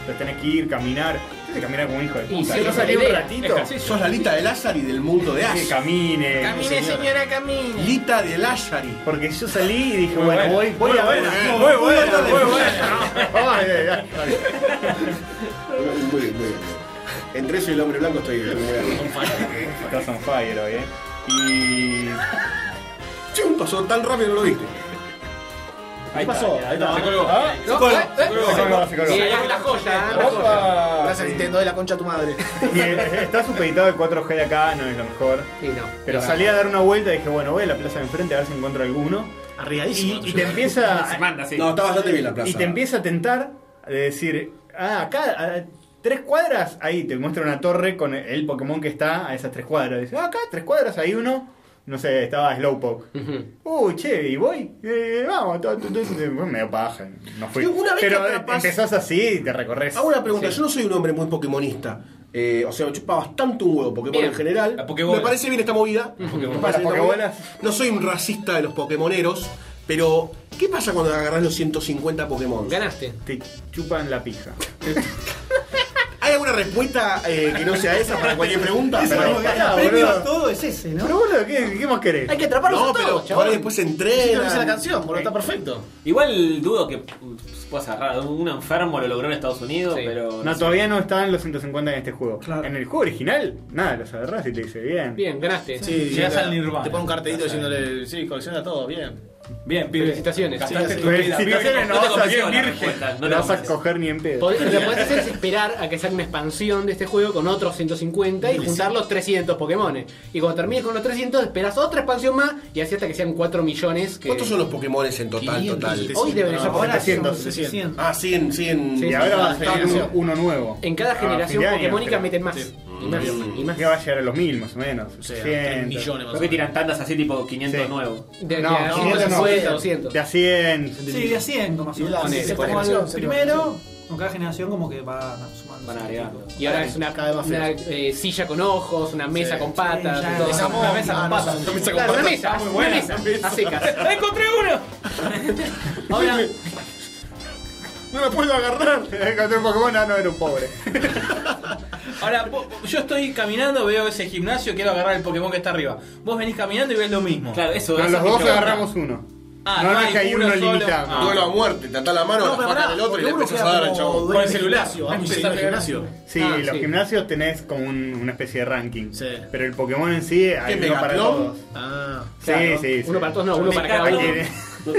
[SPEAKER 2] Entonces tenés que ir, caminar. Tenés que caminar como un hijo de puta.
[SPEAKER 8] si
[SPEAKER 2] Yo
[SPEAKER 8] no
[SPEAKER 2] salí un
[SPEAKER 8] idea,
[SPEAKER 2] ratito.
[SPEAKER 8] Sos la lita de Lázaro y del mundo de
[SPEAKER 2] Que
[SPEAKER 8] Ash.
[SPEAKER 2] camine.
[SPEAKER 8] camine. Lita de Lázaro.
[SPEAKER 2] Porque yo salí y dije, bueno, voy, voy a ver.
[SPEAKER 8] Muy buena, muy buena.
[SPEAKER 2] Ay, ay, ay.
[SPEAKER 8] Muy bien, muy bien. Entre eso y el hombre blanco estoy bien.
[SPEAKER 2] Estás on fire hoy, eh. Y.
[SPEAKER 8] Chum, pasó tan rápido que no lo viste.
[SPEAKER 14] Ahí pasó. Ahí está.
[SPEAKER 2] Se colgó. Ah,
[SPEAKER 14] Se
[SPEAKER 2] no,
[SPEAKER 14] colgó.
[SPEAKER 2] eh, eh.
[SPEAKER 14] Se colgó.
[SPEAKER 2] Se colgó, se colgó.
[SPEAKER 14] Sí,
[SPEAKER 2] Se
[SPEAKER 14] ahí
[SPEAKER 2] colgó.
[SPEAKER 14] la joya.
[SPEAKER 2] Opa.
[SPEAKER 14] la joya. Gracias
[SPEAKER 2] Sí.
[SPEAKER 14] Nintendo de la concha a tu madre.
[SPEAKER 2] Y eh, está supeditado el 4G de acá, no es lo mejor.
[SPEAKER 9] Sí, no.
[SPEAKER 2] Pero
[SPEAKER 14] Claro.
[SPEAKER 2] salí a dar una vuelta y dije, bueno, voy a la plaza de enfrente a ver si encuentro alguno.
[SPEAKER 14] Arriadísimo.
[SPEAKER 2] Y, y te empieza.
[SPEAKER 3] Se manda, sí.
[SPEAKER 8] No, está bastante bien la plaza.
[SPEAKER 2] Y te empieza a tentar de decir, ah, acá, a tres cuadras, ahí te muestra una torre con el, el Pokémon que está a esas tres cuadras. Dice, ah, acá, tres cuadras, hay uno. No sé, estaba Slowpoke. Uy, che, y voy. Eh, vamos, to- to- to- to- bueno, medio paja. No fui.
[SPEAKER 8] Sí, una vez
[SPEAKER 2] Pero eh,
[SPEAKER 8] que atrapás-
[SPEAKER 2] empezás así y te recorres.
[SPEAKER 8] Hago una pregunta, yo no soy un hombre muy pokemonista. Eh, o sea, me chupa bastante un huevo Pokémon
[SPEAKER 9] Bien.
[SPEAKER 8] en general.
[SPEAKER 4] La Pokébola.
[SPEAKER 8] Me parece bien esta movida. Me
[SPEAKER 2] ¿Las
[SPEAKER 8] parece bien esta movida.
[SPEAKER 2] Pokébolas?
[SPEAKER 8] No soy un racista de los Pokémoneros, pero ¿qué pasa cuando agarrás los 150 Pokémon?
[SPEAKER 9] Ganaste.
[SPEAKER 2] Te chupan la pija.
[SPEAKER 8] ¿Hay alguna respuesta eh, que no sea esa para cualquier pregunta.
[SPEAKER 11] Ese
[SPEAKER 8] Pero,
[SPEAKER 11] mismo que gana
[SPEAKER 8] pará,
[SPEAKER 11] premios,
[SPEAKER 8] boludo.
[SPEAKER 11] todo es ese, ¿no?
[SPEAKER 8] Pero boludo, ¿qué, qué más querés?
[SPEAKER 11] Hay que atraparlos
[SPEAKER 8] No,
[SPEAKER 11] a
[SPEAKER 8] pero
[SPEAKER 11] todos,
[SPEAKER 8] por
[SPEAKER 11] chabón.
[SPEAKER 8] ahí después se
[SPEAKER 3] Esa
[SPEAKER 8] entrena.
[SPEAKER 3] es la canción, boludo, está
[SPEAKER 8] perfecto.
[SPEAKER 3] Igual dudo que pues, pueda cerrar. Un enfermo lo logró en Estados Unidos, pero.
[SPEAKER 2] No, todavía no estaban los 150 en este juego. En el juego original, nada, los agarrás y te dice bien.
[SPEAKER 9] Bien, ganaste.
[SPEAKER 2] Sí,
[SPEAKER 14] Llegas
[SPEAKER 2] llega-
[SPEAKER 14] al Nirvana.
[SPEAKER 2] te pone un cartelito
[SPEAKER 14] diciéndole, sí, colecciona todo, bien.
[SPEAKER 4] Bien,
[SPEAKER 14] pibe.
[SPEAKER 9] Felicitaciones.
[SPEAKER 14] Gastaste
[SPEAKER 9] Sí,
[SPEAKER 14] tu
[SPEAKER 9] sí.
[SPEAKER 14] vida.
[SPEAKER 9] Felicitaciones,
[SPEAKER 14] No
[SPEAKER 9] no
[SPEAKER 14] te
[SPEAKER 9] vas a
[SPEAKER 14] convenció
[SPEAKER 9] ser
[SPEAKER 14] la
[SPEAKER 9] virgen.
[SPEAKER 14] respuesta,
[SPEAKER 2] No la vas a coger ni en pedo.
[SPEAKER 9] Podés- Lo que podés hacer es esperar a que salga una expansión de este juego con otros 150 y juntar los 300 Pokémon. Y cuando termines con los 300, esperas otra expansión más y así hasta que sean 4 millones. Que...
[SPEAKER 8] ¿Cuántos son los Pokémon en total?
[SPEAKER 9] 500,
[SPEAKER 8] total?
[SPEAKER 9] Hoy debería ser
[SPEAKER 8] ahora
[SPEAKER 9] 700,
[SPEAKER 8] 700. Ah, 100, 100.
[SPEAKER 9] Sí,
[SPEAKER 8] y
[SPEAKER 9] sí,
[SPEAKER 8] ahora
[SPEAKER 9] sí,
[SPEAKER 8] va a
[SPEAKER 9] sí,
[SPEAKER 8] estar
[SPEAKER 9] sí.
[SPEAKER 8] uno-
[SPEAKER 2] uno nuevo.
[SPEAKER 9] En cada
[SPEAKER 2] Ah,
[SPEAKER 9] generación
[SPEAKER 2] fin de año,
[SPEAKER 9] Pokémonica
[SPEAKER 2] creo.
[SPEAKER 9] meten más. Y más, y más.
[SPEAKER 2] Que va a llegar a los mil más o menos. O
[SPEAKER 3] sea, tres millones, más o Creo que menos. tiran tandas así tipo 500 nuevos.
[SPEAKER 9] De-
[SPEAKER 2] no,
[SPEAKER 9] de a
[SPEAKER 2] 500 no.
[SPEAKER 9] 150, 200.
[SPEAKER 2] De a 100.
[SPEAKER 11] Sí, de a 100 como
[SPEAKER 2] Y la-
[SPEAKER 11] son.
[SPEAKER 2] sí,
[SPEAKER 11] Sí,
[SPEAKER 2] por
[SPEAKER 11] como
[SPEAKER 2] ejemplo,
[SPEAKER 11] al- Primero, con cada generación como que va sumando.
[SPEAKER 3] Van agregando.
[SPEAKER 9] Y ahora es una,
[SPEAKER 11] Cada vez más
[SPEAKER 9] una, eh, silla con ojos, una mesa con patas.
[SPEAKER 11] ya.
[SPEAKER 9] todo.
[SPEAKER 11] Esa
[SPEAKER 9] una mesa con patas.
[SPEAKER 8] Una mesa con
[SPEAKER 9] Claro, una
[SPEAKER 8] patas.
[SPEAKER 9] mesa,
[SPEAKER 8] Está muy
[SPEAKER 9] una
[SPEAKER 8] buena
[SPEAKER 9] mesa,
[SPEAKER 8] esa mesa.
[SPEAKER 9] a secas.
[SPEAKER 7] ¡Encontré uno!
[SPEAKER 9] Ahora,
[SPEAKER 2] No lo puedo agarrar. Encontré un Pokémon, ah, no, era un pobre.
[SPEAKER 4] Ahora, vo- yo estoy caminando, veo ese gimnasio, quiero agarrar el Pokémon que está arriba. Vos venís caminando y ves lo mismo. Claro, eso
[SPEAKER 2] No, los dos agarramos uno.
[SPEAKER 4] Ah,
[SPEAKER 2] no,
[SPEAKER 4] no
[SPEAKER 2] no es
[SPEAKER 4] hay
[SPEAKER 2] que hay
[SPEAKER 4] uno
[SPEAKER 2] uno
[SPEAKER 4] solo.
[SPEAKER 2] limitado.
[SPEAKER 4] Ah. Duelo a
[SPEAKER 8] muerte, te atás la mano, No, la pero fajas pará, del otro y le porque uno empezás a queda dar al como chabón. dueño Con el del celular, gimnasio, vamos, empezás a empezás pegar. gimnasio.
[SPEAKER 2] Sí,
[SPEAKER 8] Ah,
[SPEAKER 2] los
[SPEAKER 8] sí.
[SPEAKER 2] gimnasios tenés como un- una especie de ranking. Pero el Pokémon en sí hay
[SPEAKER 8] ¿Qué,
[SPEAKER 2] uno para
[SPEAKER 8] Megatlón?
[SPEAKER 2] todos.
[SPEAKER 8] Ah.
[SPEAKER 2] Sí,
[SPEAKER 8] Claro.
[SPEAKER 2] sí, sí.
[SPEAKER 8] Uno para todos, no, uno para cada
[SPEAKER 2] Hay
[SPEAKER 8] uno.
[SPEAKER 2] que-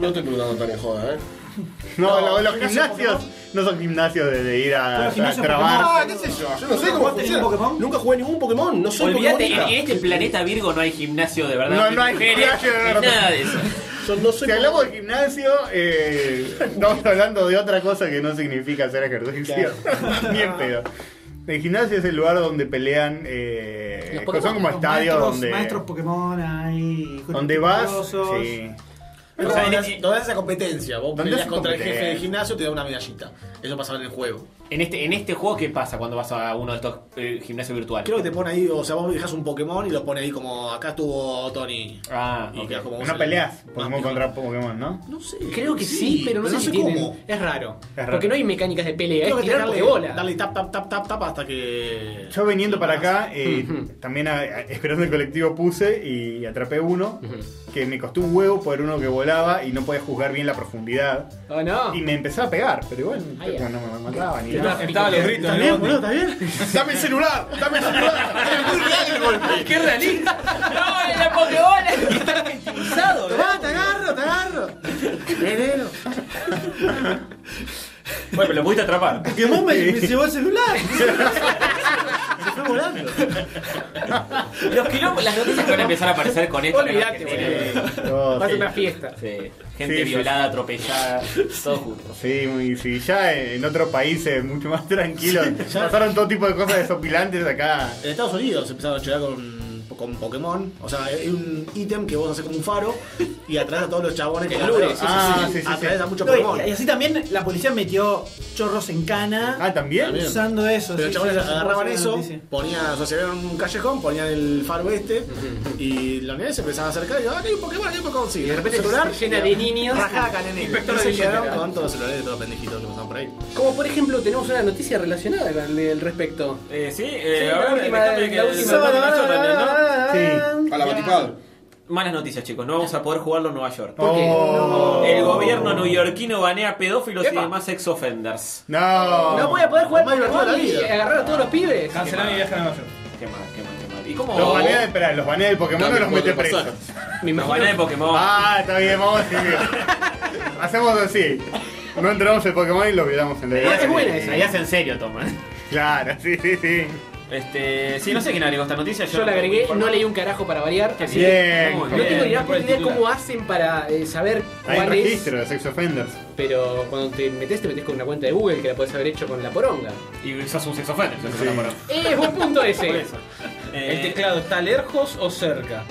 [SPEAKER 8] No te preguntando tan en joda, ¿eh?
[SPEAKER 2] No,
[SPEAKER 8] No,
[SPEAKER 2] lo- los
[SPEAKER 8] gimnasio
[SPEAKER 2] gimnasios no son gimnasios de, de ir a, a
[SPEAKER 8] Ah,
[SPEAKER 2] trabar.
[SPEAKER 8] qué sé yo. Yo no sé cómo funciona. Nunca jugué ningún Pokémon. No soy
[SPEAKER 3] Olvídate, en
[SPEAKER 8] Pokémonista.
[SPEAKER 14] ¿eh?
[SPEAKER 3] en este planeta Virgo no hay gimnasio de verdad.
[SPEAKER 2] No, no hay
[SPEAKER 3] mujeres,
[SPEAKER 2] gimnasio de verdad.
[SPEAKER 3] Nada de eso.
[SPEAKER 8] Yo no soy
[SPEAKER 2] Si hablamos de gimnasio, eh, estamos hablando de otra cosa que no significa hacer ejercicio. Ni en pedo. El gimnasio es el lugar donde pelean. eh,
[SPEAKER 11] Los
[SPEAKER 2] son como
[SPEAKER 11] Pokémon,
[SPEAKER 2] estadios
[SPEAKER 11] maestros,
[SPEAKER 2] donde.
[SPEAKER 11] Maestros Pokémon ahí.
[SPEAKER 2] donde vas.
[SPEAKER 11] curiosos.
[SPEAKER 2] sí.
[SPEAKER 14] O sea, donde haces- donde haces esa competencia, vos
[SPEAKER 2] ¿Dónde
[SPEAKER 14] peleas
[SPEAKER 2] haces
[SPEAKER 14] contra el jefe de
[SPEAKER 2] competencia?
[SPEAKER 14] gimnasio te da una medallita. Eso pasaba en el juego.
[SPEAKER 3] En este, en este juego, ¿qué pasa cuando vas a uno de estos eh, gimnasios virtuales?
[SPEAKER 14] Creo que te pone ahí, o sea, vos dejas un Pokémon y lo pone ahí como acá estuvo Tony.
[SPEAKER 3] Ah,
[SPEAKER 14] y quedás como vos
[SPEAKER 2] No
[SPEAKER 14] el-
[SPEAKER 2] peleas Pokémon contra Pokémon, ¿no?
[SPEAKER 14] No sé.
[SPEAKER 9] Creo que sí, pero no sé si tienen. Es raro.
[SPEAKER 2] raro.
[SPEAKER 9] Porque no hay mecánicas de pelea,
[SPEAKER 14] Creo
[SPEAKER 9] es
[SPEAKER 14] que
[SPEAKER 9] tirarle
[SPEAKER 14] darle
[SPEAKER 9] bola.
[SPEAKER 14] Darle tap, tap, tap, tap, tap hasta que.
[SPEAKER 2] Yo viniendo para acá, eh, también a- a- esperando el colectivo puse y atrapé uno que me costó un huevo por uno que volaba y no podía juzgar bien la profundidad. Y me empezó a pegar, pero igual tipo, no me mataba ni nada.
[SPEAKER 8] ¿Estás bien, boludo? ¿Estás bien? ¡Dame el celular! ¡Dame el celular! ¡Es muy real el golpe!
[SPEAKER 7] ¡Qué realista! ¡No, en la Pokébola! ¡Está ralentizado!
[SPEAKER 8] Tomá, te agarro, te agarro. Veneno.
[SPEAKER 3] Bueno, pero lo pudiste atrapar.
[SPEAKER 8] Pokémon me, me llevó el celular.
[SPEAKER 14] Se fue volando.
[SPEAKER 3] Los quilombos, las noticias que van a empezar a aparecer con esto. acá en
[SPEAKER 9] Olvídate,
[SPEAKER 3] Argentina.
[SPEAKER 2] No,
[SPEAKER 9] Va a
[SPEAKER 2] sí.
[SPEAKER 9] ser una fiesta.
[SPEAKER 3] Sí. Gente
[SPEAKER 2] Sí, sí,
[SPEAKER 3] violada, atropellada, todo junto.
[SPEAKER 2] Sí, muy, sí, ya en otros países mucho más tranquilos pasaron todo tipo de cosas desopilantes acá.
[SPEAKER 14] En Estados Unidos empezaron a chorar con, con Pokémon. O sea, hay un ítem que vos haces como un faro y atrás a todos los chabones que
[SPEAKER 2] El lure,
[SPEAKER 14] atrás-
[SPEAKER 2] sí, sí, Ah, sí, sí, sí.
[SPEAKER 14] atraes a muchos
[SPEAKER 11] No, y-
[SPEAKER 14] Pokémon.
[SPEAKER 11] y, así también la policía metió chorros en cana.
[SPEAKER 2] Ah, ¿también?
[SPEAKER 11] Usando eso.
[SPEAKER 14] Pero los
[SPEAKER 11] sí,
[SPEAKER 14] chabones
[SPEAKER 11] sí, sí,
[SPEAKER 14] agarraban
[SPEAKER 11] sí,
[SPEAKER 14] eso,
[SPEAKER 11] noticia.
[SPEAKER 14] ponían, o sea, se vieron en un callejón, ponían el faro este y los nenes se empezaban a acercar y digo, ah, que hay un Pokémon, que hay un Pokémon, sí. Y de repente el
[SPEAKER 9] Se
[SPEAKER 14] celular
[SPEAKER 9] llena de niños.
[SPEAKER 14] Rajada canenera.
[SPEAKER 9] Inspector de
[SPEAKER 14] se
[SPEAKER 9] billetes,
[SPEAKER 14] llenaron
[SPEAKER 9] claro.
[SPEAKER 14] con todos los celulares de todos los pendejitos que pasaban por ahí.
[SPEAKER 9] Como por ejemplo, tenemos una noticia relacionada al, al respecto.
[SPEAKER 3] Eh, sí,
[SPEAKER 9] Sí,
[SPEAKER 3] eh,
[SPEAKER 9] la
[SPEAKER 3] a ver,
[SPEAKER 9] última,
[SPEAKER 3] déjame que-
[SPEAKER 9] la última.
[SPEAKER 2] Sí.
[SPEAKER 8] A la Batipal.
[SPEAKER 3] Malas noticias, chicos. No vamos a poder jugarlo en Nueva York.
[SPEAKER 2] ¿Por qué? Oh.
[SPEAKER 3] El gobierno neoyorquino banea pedófilos y demás ex offenders.
[SPEAKER 2] No.
[SPEAKER 9] No voy a poder jugar
[SPEAKER 14] Más divertido
[SPEAKER 9] Pokémon
[SPEAKER 14] de la
[SPEAKER 9] y
[SPEAKER 14] vida.
[SPEAKER 9] agarrar a todos los pibes.
[SPEAKER 4] Cancelar mi viaje a Nueva York.
[SPEAKER 3] Qué mal, qué mal, qué mal. ¿Y cómo?
[SPEAKER 2] Los banea de, esperá, los banea del Pokémon no los mete presos.
[SPEAKER 9] Me
[SPEAKER 3] Los banea de Pokémon.
[SPEAKER 2] Ah, está bien, vamos a seguir. Hacemos así. No entramos el Pokémon y lo violamos en la
[SPEAKER 3] Ahí hace-
[SPEAKER 2] vida.
[SPEAKER 8] ¿eh?
[SPEAKER 3] ahí hace en serio, ¿eh? toma.
[SPEAKER 2] Claro, sí, sí, sí.
[SPEAKER 3] Este, sí, no sé quién agregó esta noticia.
[SPEAKER 9] Yo la agregué, no leí un carajo para variar. Así que
[SPEAKER 2] bien.
[SPEAKER 9] no
[SPEAKER 2] Bien,
[SPEAKER 9] tengo ni la
[SPEAKER 4] por el
[SPEAKER 9] idea
[SPEAKER 4] titular.
[SPEAKER 9] cómo hacen para eh, saber
[SPEAKER 2] Hay un
[SPEAKER 9] cuál es.
[SPEAKER 2] registro de sex offenders.
[SPEAKER 9] Pero cuando te metes, te metes con una cuenta de Google que la puedes haber hecho con la poronga.
[SPEAKER 3] Y sos un sex offender. sos
[SPEAKER 2] Sí.
[SPEAKER 3] una mora.
[SPEAKER 9] Eh, es buen punto
[SPEAKER 3] Por
[SPEAKER 9] ese.
[SPEAKER 3] eso.
[SPEAKER 4] ¿El
[SPEAKER 3] Eh,
[SPEAKER 4] teclado está lejos o cerca?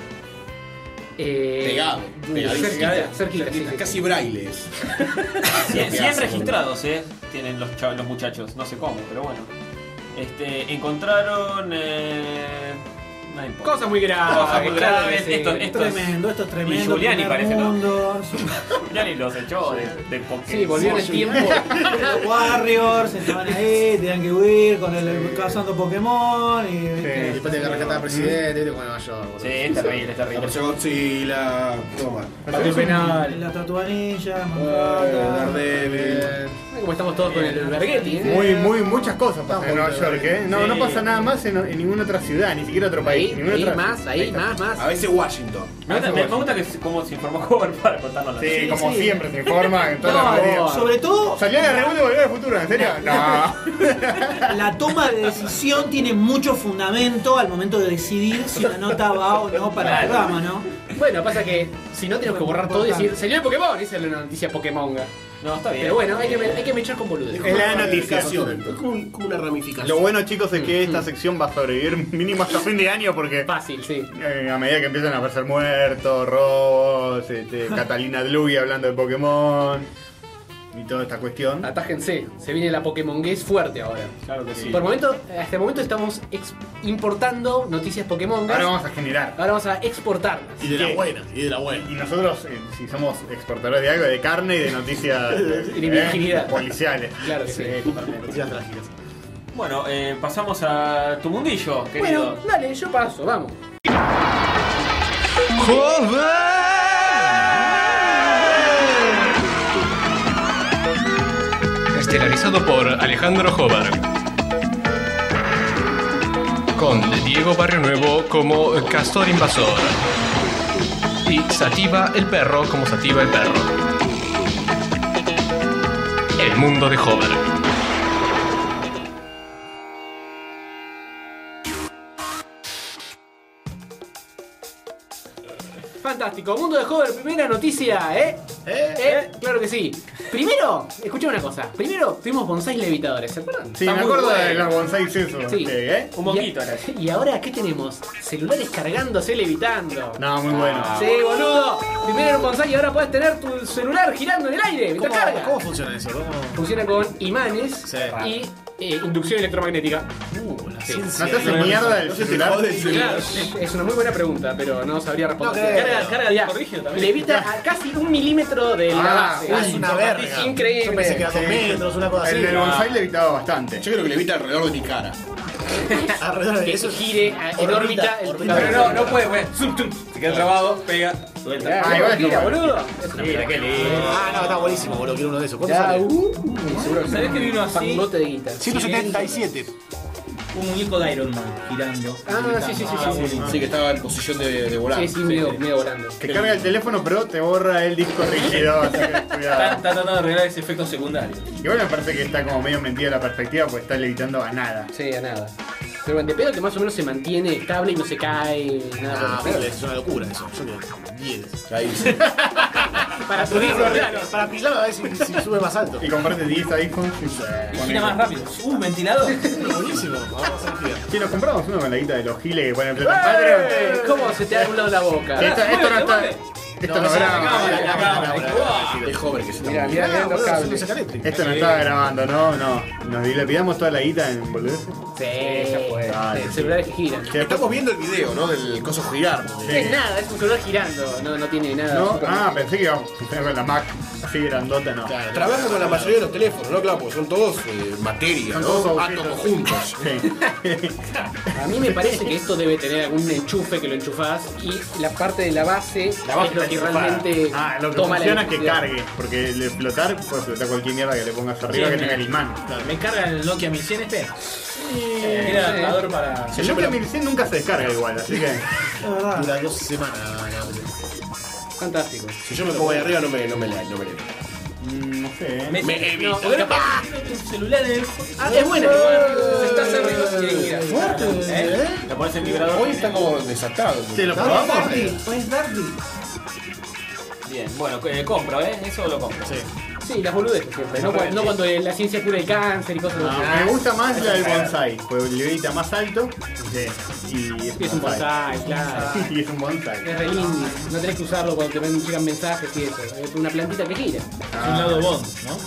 [SPEAKER 9] Eh,
[SPEAKER 8] Pegado, pegadísimo.
[SPEAKER 9] Cerquita, cerquita, sí, sí,
[SPEAKER 8] Casi
[SPEAKER 9] sí.
[SPEAKER 8] brailes.
[SPEAKER 3] 100,
[SPEAKER 8] Lo que
[SPEAKER 3] 100
[SPEAKER 8] hacen,
[SPEAKER 3] registrados, eh, tienen los, chav- los muchachos, no sé cómo, pero bueno. Este, encontraron eh,
[SPEAKER 9] Cosas muy graves.
[SPEAKER 3] Cosas muy
[SPEAKER 9] cada
[SPEAKER 3] graves,
[SPEAKER 9] vez
[SPEAKER 3] esto-
[SPEAKER 9] se-
[SPEAKER 3] esto
[SPEAKER 11] Tremendo, esto es tremendo.
[SPEAKER 3] Y Giuliani
[SPEAKER 11] primer
[SPEAKER 3] parece, ¿no?
[SPEAKER 11] mundo.
[SPEAKER 3] Giuliani los echó de- del podcast.
[SPEAKER 9] Sí, volvió en el tiempo.
[SPEAKER 11] Los Warriors se estaban ahí, tenían que huir con el, cazando Pokémon. Y,
[SPEAKER 14] Y después tiene que rescatar al presidente, viste con Nueva York. boludo.
[SPEAKER 3] Sí, es terrible, es terrible.
[SPEAKER 14] Apareció Godzilla, toma.
[SPEAKER 11] Los- La tatuanilla, Manhattan.
[SPEAKER 9] Como estamos todos con el Berghetti, ¿eh?
[SPEAKER 2] Muy, muy, muchas cosas pasan en
[SPEAKER 9] Estamos
[SPEAKER 2] Nueva
[SPEAKER 9] con
[SPEAKER 2] York, ¿eh? No,
[SPEAKER 9] Sí.
[SPEAKER 2] no pasa nada más en, en ninguna otra ciudad, ni siquiera otro país.
[SPEAKER 9] Ahí,
[SPEAKER 2] ninguna
[SPEAKER 9] ahí,
[SPEAKER 2] otra-
[SPEAKER 9] más, ahí,
[SPEAKER 2] está.
[SPEAKER 9] más, más.
[SPEAKER 8] A veces Washington.
[SPEAKER 3] Me gusta, me- me gusta que se- cómo se informó Cover para contarnos la
[SPEAKER 2] Sí,
[SPEAKER 3] noticia.
[SPEAKER 2] como siempre, se informa en todas las medidas.
[SPEAKER 11] sobre todo.
[SPEAKER 2] Salió la reunión de volver al futuro, ¿en serio? No.
[SPEAKER 11] La toma de decisión tiene mucho fundamento al momento de decidir si la nota va o no para el
[SPEAKER 9] Claro.
[SPEAKER 11] programa, ¿no?
[SPEAKER 9] Bueno, pasa que si no tenemos que borrar todo y decir, salió el Pokémon, esa es la noticia Pokémonga.
[SPEAKER 3] No, está bien.
[SPEAKER 9] Pero bueno, hay que,
[SPEAKER 2] Eh,
[SPEAKER 9] me- hay que mechar con boludeces.
[SPEAKER 2] Es la noticia.
[SPEAKER 8] Es como, un- como una ramificación.
[SPEAKER 2] Lo bueno, chicos, es que esta sección va a sobrevivir mínimo hasta fin de año porque. eh,
[SPEAKER 9] Fácil, sí.
[SPEAKER 2] a medida que empiezan a aparecer muertos, robos, este, Catalina Dlugi hablando de Pokémon y toda esta cuestión.
[SPEAKER 9] Atájense, se viene la Pokémonguez fuerte ahora.
[SPEAKER 2] Claro que sí.
[SPEAKER 9] Por el momento, hasta el momento estamos ex- importando noticias Pokémon.
[SPEAKER 2] Ahora vamos a generar.
[SPEAKER 9] Ahora vamos a exportarlas.
[SPEAKER 8] Y de la buena, y de la buena.
[SPEAKER 2] Y nosotros, eh, si somos exportadores de algo, de carne y de noticias eh,
[SPEAKER 9] Y de virginidad.
[SPEAKER 2] policiales.
[SPEAKER 9] Claro que sí.
[SPEAKER 8] Noticias trágicas.
[SPEAKER 3] Bueno, eh, pasamos a tu mundillo, querido.
[SPEAKER 9] Bueno, dale, yo paso, vamos.
[SPEAKER 15] Estelarizado por Alejandro Jobar. Con Diego Barrio Nuevo como Castor Invasor. Y Sativa el Perro como Sativa el Perro. El mundo de Jobar.
[SPEAKER 9] Fantástico, mundo de Hover, primera noticia, ¿eh? ¿Eh? Claro que sí. Primero, escuchame una cosa. Primero tuvimos bonsais levitadores, ¿se acuerdan?
[SPEAKER 2] Sí,
[SPEAKER 9] Está
[SPEAKER 2] me
[SPEAKER 9] muy
[SPEAKER 2] acuerdo de
[SPEAKER 9] bueno.
[SPEAKER 2] los bonsáis esos.
[SPEAKER 9] Sí. Ah,
[SPEAKER 2] este, ¿eh?
[SPEAKER 9] Y- ¿Y ahora qué tenemos? Celulares cargándose levitando.
[SPEAKER 2] No, muy bueno.
[SPEAKER 9] Sí, boludo. Primero era un bonsai y ahora puedes tener tu celular girando en el aire. mientras
[SPEAKER 14] ¿Cómo,
[SPEAKER 9] carga.
[SPEAKER 14] ¿Cómo funciona eso? ¿Cómo?
[SPEAKER 9] Funciona con imanes y eh, inducción electromagnética. Sí.
[SPEAKER 2] ¿No te hace mierda el
[SPEAKER 9] No sé si
[SPEAKER 2] celular?
[SPEAKER 9] jode el celular. Es- Es una muy buena pregunta, pero no sabría responder.
[SPEAKER 14] creo.
[SPEAKER 9] Carga- carga de disco rígido también. Levita a casi un milímetro de la
[SPEAKER 14] Ah,
[SPEAKER 9] base.
[SPEAKER 14] uy, es una verga.
[SPEAKER 9] Increíble.
[SPEAKER 14] Yo pensé que era dos metros, una cosa así.
[SPEAKER 2] El del bonsai le evitaba bastante.
[SPEAKER 8] Yo creo que le evita alrededor de mi cara. alrededor
[SPEAKER 9] Que gire a- en órbita el
[SPEAKER 4] Pero no, no puede, puede. Zum, zum. Se queda trabado, pega,
[SPEAKER 9] Ah,
[SPEAKER 4] suelta.
[SPEAKER 9] igual es gira, boludo.
[SPEAKER 3] Mira, qué lindo.
[SPEAKER 14] Ah, no, está buenísimo, boludo. Quiero uno de esos. ¿Cuánto
[SPEAKER 9] Ya,
[SPEAKER 14] sale?
[SPEAKER 8] uh.
[SPEAKER 4] ¿Sabés que vino así?
[SPEAKER 9] Pangote de guita.
[SPEAKER 14] 177.
[SPEAKER 4] Un muñeco de Iron Man girando.
[SPEAKER 9] Ah, sí, sí, sí, sí, sí.
[SPEAKER 8] Sí, que estaba en posición de, de volar.
[SPEAKER 9] Sí, sí, medio, medio volando.
[SPEAKER 2] Te carga el teléfono, pero te borra el disco rígido. así que
[SPEAKER 4] Está,
[SPEAKER 2] cuidado.
[SPEAKER 4] está tratando de arreglar ese efecto secundario.
[SPEAKER 2] Igual me parece que está como medio mentira la perspectiva porque está levitando a nada.
[SPEAKER 9] Sí, a nada. Pero bueno, de pedo que más o menos se mantiene estable y no se cae. Nada
[SPEAKER 8] Ah,
[SPEAKER 9] por el
[SPEAKER 8] pero
[SPEAKER 9] estilo.
[SPEAKER 8] es una locura eso. Yo creo que 10. Ya ahí.
[SPEAKER 9] Para
[SPEAKER 14] subir,
[SPEAKER 9] claro.
[SPEAKER 14] Para pisarlo a ver si, si sube más alto.
[SPEAKER 2] Y comprarte 10 iPhones. y-
[SPEAKER 4] Y
[SPEAKER 2] con
[SPEAKER 4] gira
[SPEAKER 2] eso.
[SPEAKER 4] más rápido. Uh, Un ventilador.
[SPEAKER 14] Buenísimo. Vamos a hacer tía.
[SPEAKER 2] Sí, nos compramos uno con la guita de los giles que ponen plata.
[SPEAKER 9] ¡Eh!
[SPEAKER 2] Patreon.
[SPEAKER 9] ¿Cómo se te da un lado la
[SPEAKER 2] Sí,
[SPEAKER 9] boca?
[SPEAKER 2] esto, esto no está.
[SPEAKER 14] No,
[SPEAKER 2] Esto no
[SPEAKER 14] esa es la
[SPEAKER 2] graba.
[SPEAKER 14] cámara, la cámara, la cámara.
[SPEAKER 8] Es joven que se está
[SPEAKER 9] Mirá, mirá, mirá los cables.
[SPEAKER 2] Esto no eh, estaba grabando, no, no. Nos di- le pidamos toda la guita en volver.
[SPEAKER 9] Sí, ya fue.
[SPEAKER 2] Dale.
[SPEAKER 9] Sí, Celulares que giran.
[SPEAKER 8] Estamos viendo el video, ¿no? Del coso girar.
[SPEAKER 9] No es nada, es un celular girando. No, no tiene nada.
[SPEAKER 2] ¿No?
[SPEAKER 9] super-
[SPEAKER 2] Ah, pensé que íbamos a tener con la Mac así grandota, no.
[SPEAKER 8] Claro, Trabaja con la mayoría de los teléfonos, ¿no? Claro, porque son todos eh, materia,
[SPEAKER 2] Son
[SPEAKER 8] ¿no?
[SPEAKER 2] todos agujeros.
[SPEAKER 8] Átomos juntos.
[SPEAKER 2] Sí.
[SPEAKER 9] A mí me parece que esto debe tener algún enchufe que lo enchufás y la parte de la base
[SPEAKER 2] La base
[SPEAKER 9] es lo
[SPEAKER 2] está
[SPEAKER 9] que
[SPEAKER 2] enchufada.
[SPEAKER 9] realmente
[SPEAKER 2] Ah, lo que
[SPEAKER 9] toma
[SPEAKER 2] funciona
[SPEAKER 9] la
[SPEAKER 2] es que
[SPEAKER 9] electricidad.
[SPEAKER 2] cargue, porque el explotar puede explotar cualquier mierda que le pongas arriba que
[SPEAKER 4] Sí, sí.
[SPEAKER 2] tenga el imán.
[SPEAKER 4] Me carga el Nokia 1100 este. Tiene adaptador para.
[SPEAKER 2] El Nokia 1100 nunca se descarga igual, así que.
[SPEAKER 11] Es verdad.
[SPEAKER 8] Dura dos semanas. ¿no?
[SPEAKER 9] Fantástico.
[SPEAKER 8] Si yo me pongo ahí arriba, no me, no me la. No me la.
[SPEAKER 2] mm, No sé.
[SPEAKER 4] Me,
[SPEAKER 8] Me evita.
[SPEAKER 4] no, ah. porque no- tu celular en el.
[SPEAKER 9] Ah, es bueno. Se está cerrando.
[SPEAKER 8] Fuerte, ¿eh?
[SPEAKER 3] La pones en vibrador.
[SPEAKER 8] Hoy está como desatado.
[SPEAKER 2] ¿Te lo
[SPEAKER 11] Puedes
[SPEAKER 2] probamos?
[SPEAKER 11] Darby, puedes Darby.
[SPEAKER 3] Bien, bueno, eh, compro, ¿eh? Eso lo compro. Sí.
[SPEAKER 9] Sí, las boludeces siempre. No, cu- no cuando la ciencia cura el cáncer y cosas
[SPEAKER 2] No,
[SPEAKER 9] así.
[SPEAKER 2] me gusta más la del bonsai, porque le grita más alto y es,
[SPEAKER 9] Sí, es un bonsai, claro.
[SPEAKER 2] y es un bonsai.
[SPEAKER 9] Es re lindo. No tenés que usarlo cuando te ven- llegan mensajes y eso. Es una plantita que gira.
[SPEAKER 4] Es un lado Bond, ¿no?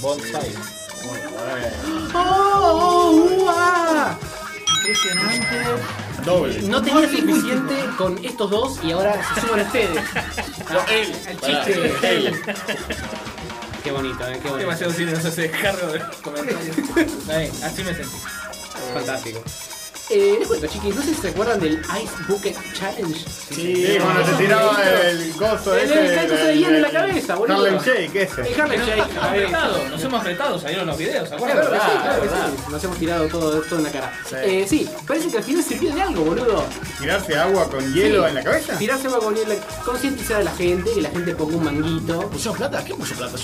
[SPEAKER 4] Bond
[SPEAKER 2] Bueno, a ver.
[SPEAKER 9] ¡Oh! ¡Uah!
[SPEAKER 11] Impresionante.
[SPEAKER 8] Doble.
[SPEAKER 9] No tenía suficiente con estos dos y ahora se suman ustedes.
[SPEAKER 8] él.
[SPEAKER 9] El chiste.
[SPEAKER 4] Él.
[SPEAKER 9] Qué bonito, eh, qué bonito.
[SPEAKER 4] Demasiado cine, no se hace cargo de los comentarios. Está bien, así me sentí. Fantástico.
[SPEAKER 9] Eh, les cuento, chiquis, no sé si se acuerdan del Ice Bucket Challenge. Sí,
[SPEAKER 2] Sí, cuando te tiraba el gozo
[SPEAKER 9] El,
[SPEAKER 2] ese,
[SPEAKER 9] el coso de
[SPEAKER 2] el-
[SPEAKER 9] hielo en la
[SPEAKER 2] el-
[SPEAKER 9] cabeza, boludo.
[SPEAKER 2] Harlem Shake, ese.
[SPEAKER 9] El Harlem
[SPEAKER 4] Nos
[SPEAKER 9] Shake.
[SPEAKER 4] hemos
[SPEAKER 9] a ver.
[SPEAKER 4] apretado, nos hemos apretado, salieron los videos, ¿se
[SPEAKER 9] Es
[SPEAKER 4] acuerdan?
[SPEAKER 9] verdad, sí, claro que sí. Nos hemos tirado todo, todo en la cara. Eh, sí, parece que al final sirvió de algo, boludo.
[SPEAKER 2] ¿Tirarse agua con hielo
[SPEAKER 9] Sí.
[SPEAKER 2] en la cabeza?
[SPEAKER 9] Tirarse agua con hielo. Concientizar a la gente, que la gente ponga un manguito.
[SPEAKER 8] ¿Pusieron plata? ¿Qué puso plata?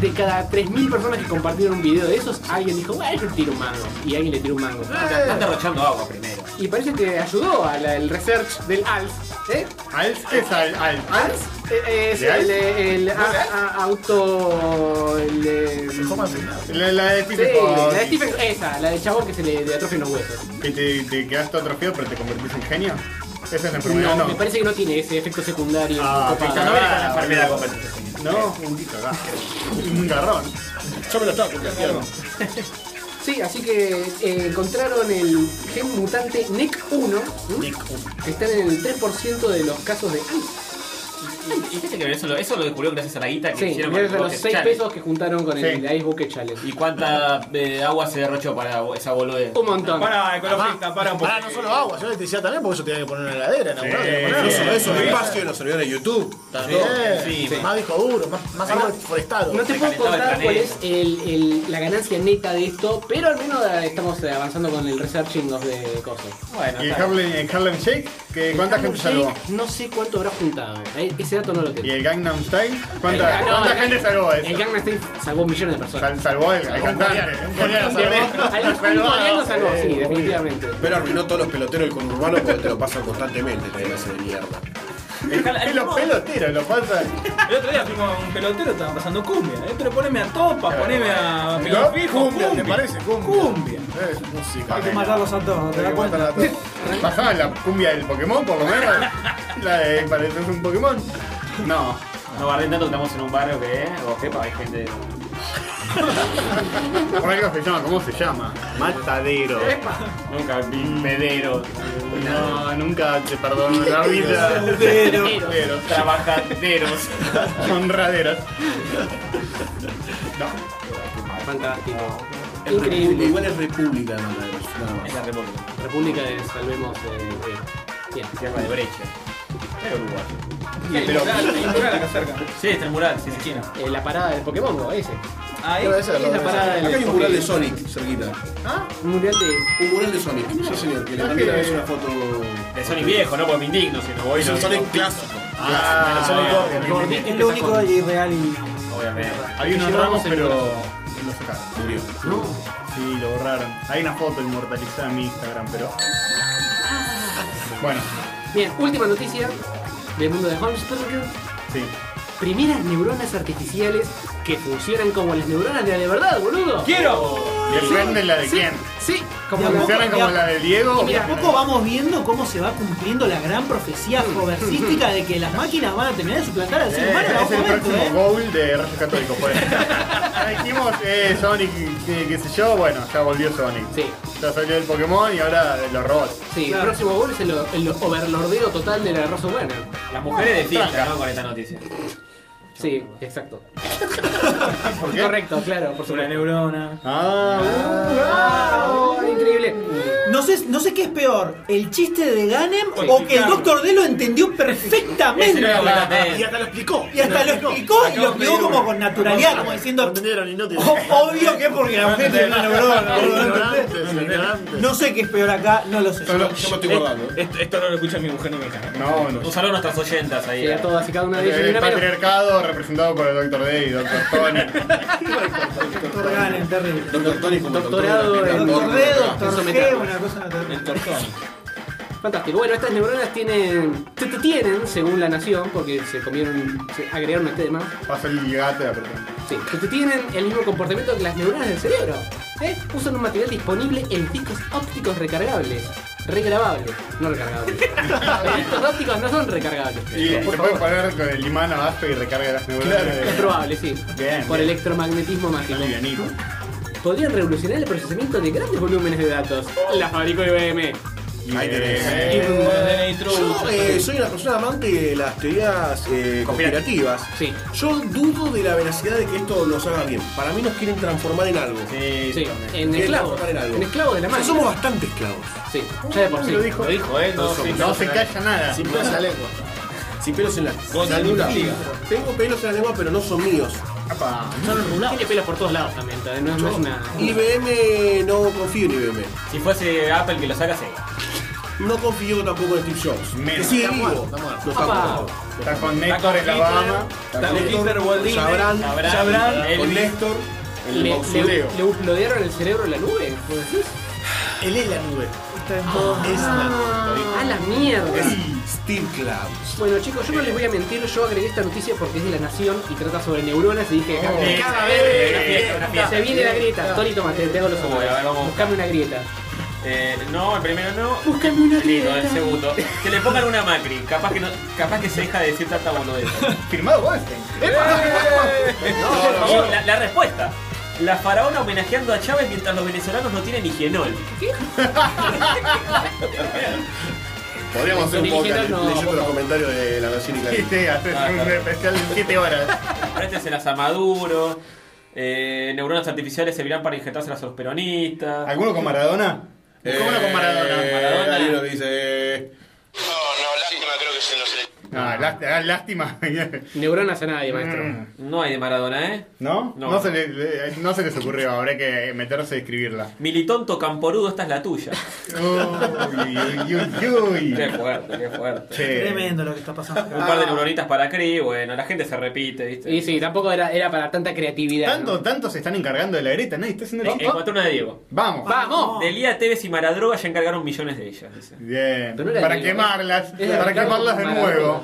[SPEAKER 9] De cada 3.000 personas que compartieron un video de esos, alguien dijo, bueno, yo tiro un mango. Y alguien le tiró un mango.
[SPEAKER 2] Eh.
[SPEAKER 3] Están derrochando agua primero.
[SPEAKER 9] Y parece que ayudó al al research del ALS. ¿Eh?
[SPEAKER 2] ¿ALS? ¿Qué es ALS?
[SPEAKER 9] ALS eh, es
[SPEAKER 2] ¿De ALS?
[SPEAKER 9] el, eh, el a-
[SPEAKER 2] ¿No es ALS?
[SPEAKER 9] a- auto. El, eh,
[SPEAKER 2] La, la de
[SPEAKER 9] sí,
[SPEAKER 2] Stephen
[SPEAKER 9] la de
[SPEAKER 2] Hawking.
[SPEAKER 9] Stephen- esa, la del chabón que se le, le atrofian los huesos.
[SPEAKER 2] ¿Que te, te quedaste atrofiado pero te convertís en genio? Esa es la enfermedad,
[SPEAKER 9] no,
[SPEAKER 2] no.
[SPEAKER 9] me parece que no tiene ese efecto secundario.
[SPEAKER 2] Ah,
[SPEAKER 9] copado.
[SPEAKER 2] que ya no viene con la enfermedad
[SPEAKER 9] No,
[SPEAKER 2] un cagado. Un garrón.
[SPEAKER 8] Yo me lo estaba contagiando.
[SPEAKER 9] Sí, así que eh, encontraron el gen mutante E NEC1,
[SPEAKER 2] E
[SPEAKER 9] ¿m? que está en el 3% de los casos de ALS.
[SPEAKER 3] Y viste que eso lo, eso lo descubrió gracias a la guita que
[SPEAKER 9] Sí,
[SPEAKER 3] hicieron
[SPEAKER 9] gracias a
[SPEAKER 3] el
[SPEAKER 9] los
[SPEAKER 3] Bucket
[SPEAKER 9] 6
[SPEAKER 3] Challenge.
[SPEAKER 9] pesos que juntaron con el Ice Bucket Challenge.
[SPEAKER 3] ¿Y cuánta eh, agua se derrochó para esa boludez?
[SPEAKER 9] Un montón.
[SPEAKER 4] Para, ecologista, para un poco.
[SPEAKER 14] Pará, no solo agua, yo decía también porque eso tenía que poner una heladera, inaugurar,
[SPEAKER 8] Sí,
[SPEAKER 14] tenía que poner-
[SPEAKER 8] sí,
[SPEAKER 14] eso, eso,
[SPEAKER 8] sí.
[SPEAKER 14] espacio.
[SPEAKER 8] los servidores de YouTube.
[SPEAKER 14] También.
[SPEAKER 8] Sí,
[SPEAKER 14] Más disco duro, más, más agua forestado.
[SPEAKER 9] No te puedo contar cuál es el- el- la ganancia neta de esto, pero al menos eh, estamos eh, avanzando con el researching of de cosas.
[SPEAKER 2] ¿Y el Harlem, el Harlem Shake? ¿Que ¿Cuánta
[SPEAKER 9] Harlem
[SPEAKER 2] gente salvó?
[SPEAKER 9] Shake, No sé cuánto habrá juntado. eh, Ese dato no lo tengo.
[SPEAKER 2] ¿Y el Gangnam Style? ¿Cuánta,
[SPEAKER 9] El- no,
[SPEAKER 2] cuánta
[SPEAKER 9] el-
[SPEAKER 2] gente salvó eso?
[SPEAKER 9] El Gangnam Style salvó millones de personas.
[SPEAKER 2] salvó el, el cantante.
[SPEAKER 9] Al- un coreano salvó, sí,
[SPEAKER 2] Eh,
[SPEAKER 9] definitivamente.
[SPEAKER 8] Pero arruinó todos los peloteros del conurbano porque te lo pasan constantemente, te ese de mierda.
[SPEAKER 2] Y los peloteros, los pasan.
[SPEAKER 4] El otro día fuimos a un pelotero, estaban pasando cumbia. ¿eh? Pero poneme a topa, poneme a
[SPEAKER 14] No,
[SPEAKER 4] fijo,
[SPEAKER 14] cumbia, ¿te parece?
[SPEAKER 4] Cumbia. cumbia.
[SPEAKER 14] Es música.
[SPEAKER 2] Hay que matarlos
[SPEAKER 14] a todos,
[SPEAKER 2] ¿te das cuenta? Pasaba la cumbia del Pokémon, por lo menos. La de pareces un Pokémon. No.
[SPEAKER 3] No guardé tanto que estamos en un barrio que es, o jepa, hay gente.
[SPEAKER 2] Por algo se llama, ¿cómo se llama? Matadero. Nunca vi pedero. No, nunca te perdono la vida.
[SPEAKER 3] Pedero.
[SPEAKER 2] Pedero. Trabajaderos. Honraderos. No.
[SPEAKER 9] Fantástico.
[SPEAKER 8] Es
[SPEAKER 9] Increíble.
[SPEAKER 8] República, Igual es república, no, no, no.
[SPEAKER 9] Es la República. República de Salvemos. eh, eh, bien.
[SPEAKER 3] Tierra de brecha. Pero Uruguay.
[SPEAKER 9] Pero-
[SPEAKER 3] Sí, está el mural, sí, esquina.
[SPEAKER 9] Eh, la parada del Pokémon Go, ese.
[SPEAKER 4] Ahí
[SPEAKER 8] Debe ser,
[SPEAKER 9] es la
[SPEAKER 8] debe
[SPEAKER 9] parada
[SPEAKER 8] ser.
[SPEAKER 9] del
[SPEAKER 8] Acá hay un mural de
[SPEAKER 9] Pokémon.
[SPEAKER 8] Sonic, cerquita.
[SPEAKER 9] Un mural de.
[SPEAKER 8] Un mural de Sonic. Sí, señor, que le mandé una vez una foto.
[SPEAKER 3] De Sonic viejo, ¿no? Porque me indigno si no voy.
[SPEAKER 8] Es
[SPEAKER 3] no-
[SPEAKER 8] un Sonic clásico.
[SPEAKER 3] Ah,
[SPEAKER 8] Sonic
[SPEAKER 3] bien,
[SPEAKER 8] Gordon,
[SPEAKER 3] bien,
[SPEAKER 8] Gordon.
[SPEAKER 3] bien.
[SPEAKER 7] Es lo único y real y.
[SPEAKER 3] Obviamente.
[SPEAKER 2] Hay unos
[SPEAKER 7] Llevamos
[SPEAKER 2] ramos,
[SPEAKER 7] el
[SPEAKER 2] pero
[SPEAKER 7] corazón.
[SPEAKER 2] lo sacaron. Murió. Sí, lo borraron. Hay una foto inmortalizada en mi Instagram, pero. Bueno,
[SPEAKER 9] Bien, última noticia del mundo de Holmesburger.
[SPEAKER 2] sí.
[SPEAKER 9] Primeras neuronas artificiales que funcionan como las neuronas de la de verdad, boludo.
[SPEAKER 4] ¡Quiero!
[SPEAKER 2] Depende la de
[SPEAKER 9] Sí,
[SPEAKER 2] quién.
[SPEAKER 9] Sí,
[SPEAKER 2] Como
[SPEAKER 9] la-
[SPEAKER 2] funcionan como la de Diego.
[SPEAKER 7] Y de a poco vamos viendo cómo se va cumpliendo la gran profecía jovencística de que las máquinas van a terminar de suplantar al ser
[SPEAKER 2] Eh,
[SPEAKER 7] humano en
[SPEAKER 2] es
[SPEAKER 7] algún
[SPEAKER 2] el
[SPEAKER 7] momento,
[SPEAKER 2] próximo
[SPEAKER 7] ¿eh?
[SPEAKER 2] goal de Rayos Católicos, por eso. Ya dijimos, eh, Sonic, eh, qué sé yo, bueno, ya volvió Sonic.
[SPEAKER 9] Sí.
[SPEAKER 2] Ya salió el Pokémon y ahora los robots.
[SPEAKER 9] Sí, el próximo gol es el, el overlordeo total de la raza humana.
[SPEAKER 3] Las mujeres de fiesta, ¿no? Con esta noticia.
[SPEAKER 9] Sí, exacto. Correcto, claro, por
[SPEAKER 4] Una
[SPEAKER 9] supuesto.
[SPEAKER 4] neurona.
[SPEAKER 7] Ah.
[SPEAKER 2] uh.
[SPEAKER 9] Ah, increíble.
[SPEAKER 7] No sé, no sé qué es peor, el chiste de Ganem
[SPEAKER 4] Sí,
[SPEAKER 7] o que el
[SPEAKER 4] claro.
[SPEAKER 7] Doctor D lo entendió perfectamente.
[SPEAKER 14] Y hasta lo explicó.
[SPEAKER 7] Y hasta lo explicó y lo explicó como con naturalidad, como diciendo,
[SPEAKER 14] Entendieron inútil.
[SPEAKER 7] "Oh, obvio que es porque la mujer tiene una neurona. boludo".
[SPEAKER 14] Ignorantes, ignorantes.
[SPEAKER 7] No sé qué es peor acá, no lo sé.
[SPEAKER 8] Yo me estoy guardando.
[SPEAKER 4] Esto, esto no lo escucha mi mujer ni mi hija.
[SPEAKER 2] No, no.
[SPEAKER 3] Un saludo a nuestras oyentas ahí. eh.
[SPEAKER 9] Sí, a todas y cada una de ellas.
[SPEAKER 2] El
[SPEAKER 9] Mira, mira.
[SPEAKER 2] patriarcado representado por el Dr. D y Dr. Tony.
[SPEAKER 7] Doctor Ganem, terrible.
[SPEAKER 8] Doctor Tony como
[SPEAKER 9] Doctorado
[SPEAKER 8] doctor de la
[SPEAKER 9] en-
[SPEAKER 8] primera
[SPEAKER 7] Doctor D, Doctor
[SPEAKER 9] Eso me
[SPEAKER 7] G,
[SPEAKER 9] encanta.
[SPEAKER 7] una cosa natural.
[SPEAKER 9] Fantástico. Bueno, estas neuronas tienen, t- t- tienen, según la nación, porque se comieron, se agregaron el tema,
[SPEAKER 2] Pasó el gato de la persona.
[SPEAKER 9] sí, que tienen el mismo comportamiento que las neuronas del cerebro. ¿eh? Usan un material disponible en discos ópticos recargables. Regrabables, no recargables. Los discos ópticos no son recargables.
[SPEAKER 2] Y
[SPEAKER 9] Por
[SPEAKER 2] se puede
[SPEAKER 9] favor.
[SPEAKER 2] poner con el imán abajo y recarga las neuronas.
[SPEAKER 9] Es probable, sí.
[SPEAKER 2] Bien,
[SPEAKER 9] Por
[SPEAKER 2] bien.
[SPEAKER 9] electromagnetismo mágico.
[SPEAKER 2] Livianito.
[SPEAKER 9] podrían revolucionar el procesamiento de grandes volúmenes de datos. La fabricó IBM.
[SPEAKER 8] Ahí tenés.
[SPEAKER 9] Eh, eh,
[SPEAKER 8] Yo eh, soy una persona amante de las teorías eh, conspirativas. Yo dudo de la veracidad de que esto nos haga bien. Para mí nos quieren transformar en algo.
[SPEAKER 9] Sí, en
[SPEAKER 8] Quieren
[SPEAKER 9] esclavos.
[SPEAKER 8] transformar algo.
[SPEAKER 9] En esclavos de la
[SPEAKER 8] O sea,
[SPEAKER 9] máquina.
[SPEAKER 8] somos bastante esclavos.
[SPEAKER 9] Sí, ya de por sí.
[SPEAKER 8] Lo dijo.
[SPEAKER 9] Lo dijo, eh, no,
[SPEAKER 8] Todos somos
[SPEAKER 9] sí, no se
[SPEAKER 8] esclavos.
[SPEAKER 9] calla nada.
[SPEAKER 8] Sin pelos en la lengua. Sin pelos en la
[SPEAKER 9] Con
[SPEAKER 8] la lengua.
[SPEAKER 9] significa.
[SPEAKER 8] Tengo pelos en la lengua, pero no son míos.
[SPEAKER 9] Tiene pelos por todos lados también, entonces no, no es una.
[SPEAKER 8] IBM, no confío en IBM.
[SPEAKER 3] Si fuese Apple que lo saca, sí.
[SPEAKER 8] No confío tampoco en Steve Jobs. Que sigue
[SPEAKER 2] Está
[SPEAKER 8] vivo.
[SPEAKER 2] muerto, está muerto.
[SPEAKER 8] No está
[SPEAKER 2] Apa.
[SPEAKER 8] muerto.
[SPEAKER 2] Está con Néstor en la Bahama.
[SPEAKER 8] Está con Néstor, Sabrán,
[SPEAKER 2] Sabrán,
[SPEAKER 8] con
[SPEAKER 2] Elvis.
[SPEAKER 8] Néstor.
[SPEAKER 9] Le, le, le uploadearon el cerebro en la nube, ¿puedo decir?
[SPEAKER 14] Él es la nube.
[SPEAKER 9] Ah, a la mierda.
[SPEAKER 8] Steve Cloud.
[SPEAKER 9] Bueno chicos, yo no les voy a mentir, yo agregué esta noticia porque es de la nación y trata sobre neuronas y dije,
[SPEAKER 3] Oh.
[SPEAKER 9] "Ah,
[SPEAKER 3] Sí,
[SPEAKER 9] cada
[SPEAKER 3] sí,
[SPEAKER 9] vez
[SPEAKER 3] una fiesta, una fiesta".
[SPEAKER 9] se viene la grieta.
[SPEAKER 3] Ah.
[SPEAKER 9] Tony, toma, te tengo los ojos.
[SPEAKER 3] Voy, a ver, vamos.
[SPEAKER 9] Buscame una grieta.
[SPEAKER 3] Eh, no, el primero no.
[SPEAKER 9] Buscame una
[SPEAKER 3] Listo,
[SPEAKER 9] grieta.
[SPEAKER 3] el segundo. Que le pongan una macri. Capaz que, no, capaz que se deja de decir tanta boludez.
[SPEAKER 2] Firmado este. Goldstein.
[SPEAKER 3] No, por favor, la, la respuesta. La faraona homenajeando a Chávez mientras los venezolanos no tienen higienol.
[SPEAKER 8] Podríamos hacer un
[SPEAKER 3] Original
[SPEAKER 8] podcast
[SPEAKER 3] no,
[SPEAKER 8] leyendo
[SPEAKER 3] por
[SPEAKER 8] los comentarios de la versión italiana.
[SPEAKER 2] especial de 7 horas.
[SPEAKER 3] Préstenselas se las a Maduro. Eh, neuronas artificiales servirán para injetárselas a los peronistas.
[SPEAKER 2] ¿Alguno con Maradona?
[SPEAKER 3] ¿Alguno con Maradona? Maradona.
[SPEAKER 8] Hay uno que Eh, dice. eh,
[SPEAKER 2] Ah, lástima, ah, lástima.
[SPEAKER 9] Neuronas a nadie,
[SPEAKER 2] maestro.
[SPEAKER 3] No hay de Maradona, ¿eh?
[SPEAKER 2] ¿No?
[SPEAKER 3] No.
[SPEAKER 2] No, se le- eh, no se les ocurrió, habrá que meterse a escribirla.
[SPEAKER 3] Militonto Camporudo, esta es la tuya.
[SPEAKER 2] Uy, uy, uy.
[SPEAKER 3] Qué fuerte, qué fuerte.
[SPEAKER 7] Tremendo lo que está pasando.
[SPEAKER 3] Un par de neuronitas para Cree, bueno, la gente se repite, ¿viste?
[SPEAKER 9] Y sí, tampoco era, era para tanta creatividad.
[SPEAKER 2] Tanto, tanto se están encargando de la grieta, nadie está haciendo
[SPEAKER 3] Eh, En cuatrona de Diego.
[SPEAKER 2] Vamos.
[SPEAKER 9] ¡Vamos!
[SPEAKER 3] Delia Tevez y Maradroga ya encargaron millones de ellas. dice.
[SPEAKER 2] Bien.
[SPEAKER 3] Pero no era
[SPEAKER 2] Para
[SPEAKER 3] Diego,
[SPEAKER 2] quemarlas,
[SPEAKER 3] era
[SPEAKER 2] para
[SPEAKER 3] Ricardo
[SPEAKER 2] quemarlas de
[SPEAKER 3] Maradona.
[SPEAKER 2] nuevo.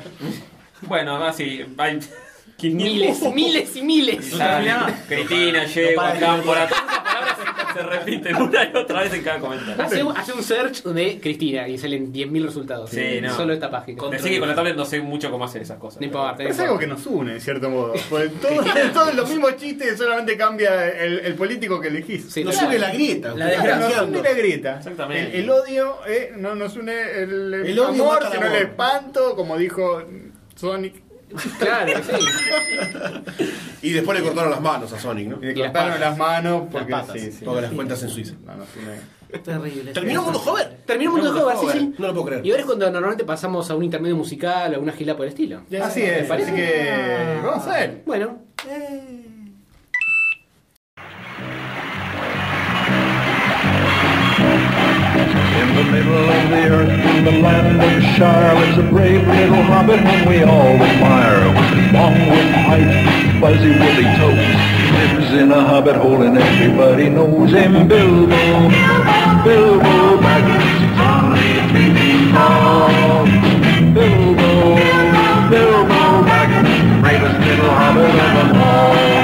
[SPEAKER 3] Bueno, así, hay 500.
[SPEAKER 9] Miles, miles y miles.
[SPEAKER 3] Sale, Cristina, Yegua,
[SPEAKER 9] para de
[SPEAKER 3] Cámpora, todas esas palabras se- se repiten una y otra vez en cada comentario.
[SPEAKER 9] Hace un, hace un search de Cristina y salen 10.000 resultados.
[SPEAKER 3] Sí, no.
[SPEAKER 9] Solo esta página.
[SPEAKER 3] Decí que con la tablet no sé mucho cómo hacer esas cosas.
[SPEAKER 9] Ni pagar,
[SPEAKER 2] Pero es algo que nos une, en cierto modo. Porque todos todos los mismos chistes, solamente cambia el, el político que elegís.
[SPEAKER 8] Nos une la grieta.
[SPEAKER 2] La
[SPEAKER 8] ustedes están
[SPEAKER 2] desgracia. Nos une
[SPEAKER 8] hablando.
[SPEAKER 2] la grieta.
[SPEAKER 3] Exactamente.
[SPEAKER 2] El, el odio eh, no nos une el,
[SPEAKER 8] El odio
[SPEAKER 2] amor,
[SPEAKER 8] mata el
[SPEAKER 2] sino el
[SPEAKER 8] amor.
[SPEAKER 2] espanto, como dijo Sonic.
[SPEAKER 9] Claro, sí.
[SPEAKER 8] Y después le cortaron las manos a Sonic, ¿no?
[SPEAKER 2] Le cortaron las manos porque
[SPEAKER 8] Las patas.
[SPEAKER 2] sí, sí,
[SPEAKER 8] Porque las
[SPEAKER 2] sí.
[SPEAKER 8] cuentas en Suiza.
[SPEAKER 2] No, nos une.
[SPEAKER 7] Terrible.
[SPEAKER 8] Terminó Mundo Joven.
[SPEAKER 9] Terminó Mundo Joven, sí, sí.
[SPEAKER 8] No lo puedo creer.
[SPEAKER 9] Y ahora es cuando normalmente pasamos a un intermedio musical o una gila por el estilo.
[SPEAKER 2] Así
[SPEAKER 9] ¿Te
[SPEAKER 2] es,
[SPEAKER 9] parece?
[SPEAKER 2] así que vamos a ver.
[SPEAKER 9] Bueno.
[SPEAKER 16] In the middle of the earth, in the land of the Shire, lives a brave little hobbit whom we all admire. With his long wooden pipe, fuzzy woolly toes, he lives in a hobbit hole and everybody knows him. Bilbo, Bilbo Baggins, Johnny Peeping Tom. Bilbo, Bilbo Baggins, bravest little hobbit of them all.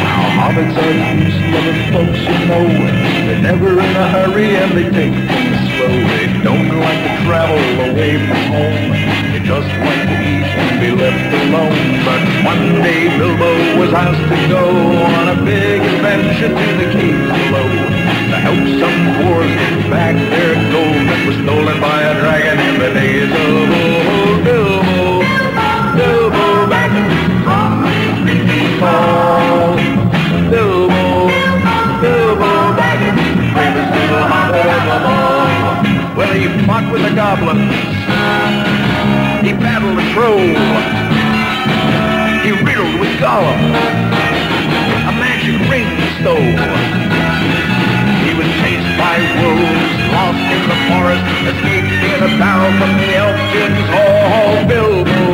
[SPEAKER 16] Now hobbits are these little folks you know They're never in a hurry and they take things slow They don't like to travel away from home They just like to eat and be left alone But one day Bilbo was asked to go On a big adventure to the caves below To help some dwarves get back their gold That was stolen by a dragon in the days of old Bilbo, Bilbo back fall Bilbo, Bilbo Baggins, bravest little hobbit of them all. Well, he fought with the goblins. He battled the troll. He riddled with Gollum. A magic ring he stole. He was chased by wolves, lost in the forest, escaped in a barrel from the elf king's hall. Bilbo,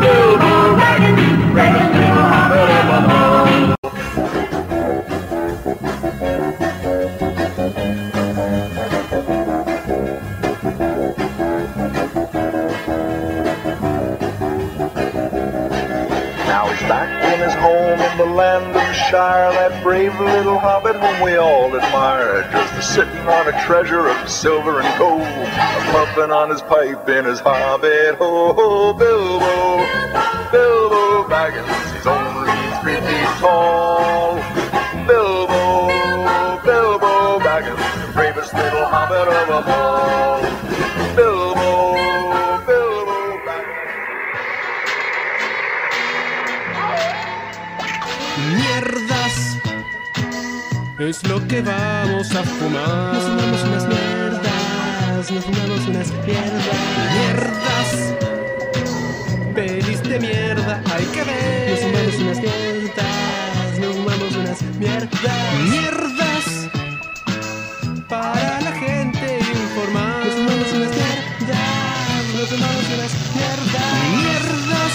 [SPEAKER 16] Bilbo Baggins, bravest little hobbit of them all. Now he's back in his home in the land of
[SPEAKER 17] Shire, that brave little hobbit whom we all admire, just sitting on a treasure of silver and gold, puffing on his pipe in his hobbit. Ho, ho, Bilbo, Bilbo Baggins, he's only three feet tall. Bilbo, Bilbo Baggins, the bravest little hobbit of them all. Bilbo, Bilbo
[SPEAKER 1] Mierdas es lo que vamos a fumar. Nos fumamos unas mierdas, nos fumamos unas mierdas. Mierdas, pelis de mierda, hay que ver. Nos fumamos unas mierdas, nos fumamos unas mierdas. Mierdas para la gente informar. Nos fumamos unas mierdas, nos fumamos unas mierdas. Mierdas.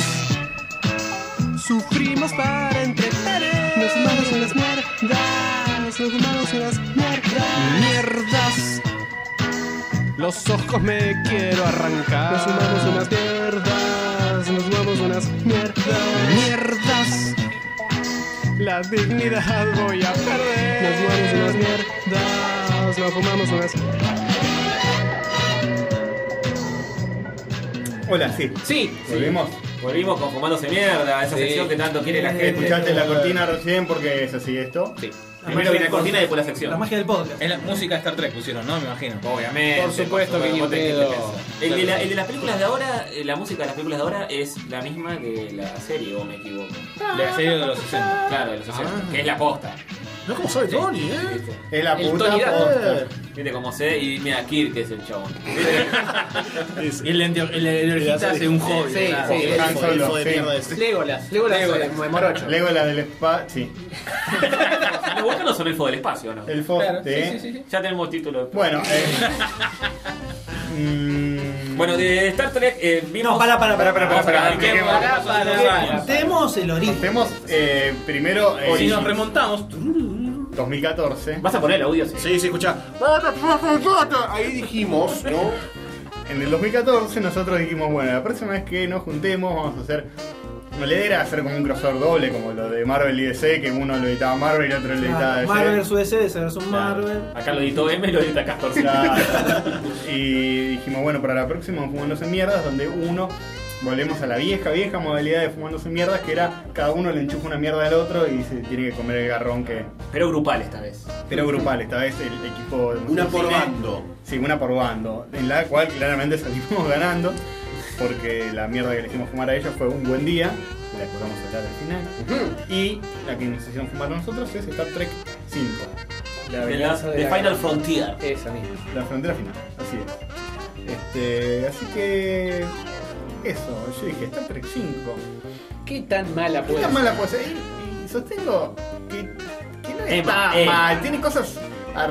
[SPEAKER 1] Sufrimos para entretener. Nos fumamos unas mierdas. Nos fumamos unas mierdas. Mierdas. Los ojos me quiero arrancar. Nos fumamos unas mierdas. Nos fumamos unas mierdas. Mierdas. La dignidad voy a perder. Nos fumamos unas mierdas. Nos fumamos unas.
[SPEAKER 2] Hola, sí.
[SPEAKER 3] Sí.
[SPEAKER 2] Volvimos.
[SPEAKER 3] Volvimos con Fumándose Mierda, esa
[SPEAKER 2] Sí.
[SPEAKER 3] sección que tanto quiere
[SPEAKER 2] Eh,
[SPEAKER 3] la gente.
[SPEAKER 2] Escuchaste la cortina recién porque es así esto. Sí.
[SPEAKER 3] Primero viene la cortina y después la sección.
[SPEAKER 7] del podcast.
[SPEAKER 4] Es la música de Star Trek pusieron, ¿no? Me imagino.
[SPEAKER 3] Obviamente.
[SPEAKER 4] Por supuesto que
[SPEAKER 3] vos tenés
[SPEAKER 4] Guido.
[SPEAKER 3] que El de, la- el de las películas de ahora, eh, la música de las películas de ahora es la misma que la serie, o me equivoco.
[SPEAKER 4] La serie de los 60.
[SPEAKER 3] Claro, de los 60,
[SPEAKER 4] Ah.
[SPEAKER 3] que es la posta.
[SPEAKER 8] No como sabe Tony, eh.
[SPEAKER 2] Es la
[SPEAKER 3] El
[SPEAKER 2] puta
[SPEAKER 3] Tony Dan.
[SPEAKER 2] posta.
[SPEAKER 3] Viste cómo sé, y mira, Kirk es el chabón.
[SPEAKER 4] Y el lente- el- el orejita hace un hobby.
[SPEAKER 9] Sí,
[SPEAKER 4] claro.
[SPEAKER 9] sí,
[SPEAKER 2] Han
[SPEAKER 9] el-
[SPEAKER 2] Solo,
[SPEAKER 9] hijo de
[SPEAKER 2] sí.
[SPEAKER 9] mierda ese. Legolas. Legolas,
[SPEAKER 2] Legolas.
[SPEAKER 9] eh, de morocho.
[SPEAKER 2] Legolas del espacio. Sí.
[SPEAKER 3] Los vulcanos son el fo del espacio, ¿no?
[SPEAKER 2] El fo, Claro, sí, sí. sí, sí,
[SPEAKER 3] Ya tenemos título.
[SPEAKER 2] Bueno, eh, mm,
[SPEAKER 3] Bueno, de Star Trek eh, vimos.
[SPEAKER 2] No, para, para, para, para, para, para,
[SPEAKER 3] Arranquemos.
[SPEAKER 2] para, para, para.
[SPEAKER 7] Contemos el origen.
[SPEAKER 2] Contemos eh, primero.
[SPEAKER 4] O si nos
[SPEAKER 2] remontamos. 2014.
[SPEAKER 3] ¿Vas a poner el audio? Sí,
[SPEAKER 8] sí, escuchá. Ahí dijimos, ¿no?
[SPEAKER 2] En el 2014 nosotros dijimos, bueno, la próxima vez que nos juntemos vamos a hacer... No le era hacer como un crossover doble, como lo de Marvel y DC, que uno lo editaba Marvel y el otro lo editaba
[SPEAKER 7] Claro,
[SPEAKER 2] DC.
[SPEAKER 7] Ah, Marvel vs DC, DC vs Marvel.
[SPEAKER 3] Acá lo editó M y lo edita Castor.
[SPEAKER 2] Claro. y dijimos, bueno, para la próxima Fumándose Mierdas, donde uno... Volvemos a la vieja, vieja modalidad de fumándose mierdas, que era cada uno le enchufa una mierda al otro y se tiene que comer el garrón que...
[SPEAKER 3] Pero grupal esta vez.
[SPEAKER 2] Pero grupal, esta vez el equipo... de
[SPEAKER 8] Una
[SPEAKER 2] Museo
[SPEAKER 8] por
[SPEAKER 2] Cine-
[SPEAKER 8] bando.
[SPEAKER 2] Sí, una por bando, en la cual claramente salimos ganando, porque la mierda que le hicimos fumar a ellos fue un buen día, de la que vamos a hablar al final. Y la que nos hicieron fumar a nosotros es Star Trek 5.
[SPEAKER 3] De la-
[SPEAKER 2] venganza
[SPEAKER 3] de Final
[SPEAKER 2] Frontier. Esa misma. La frontera final, así es. Este, así que. Eso, yo dije Star Trek 5.
[SPEAKER 9] ¿Qué tan mala
[SPEAKER 2] ¿Qué
[SPEAKER 9] puede
[SPEAKER 2] tan
[SPEAKER 9] ser?
[SPEAKER 2] mala puede ser? Y, y sostengo que, que no
[SPEAKER 9] Emma,
[SPEAKER 2] está
[SPEAKER 9] Emma.
[SPEAKER 2] mal, tiene cosas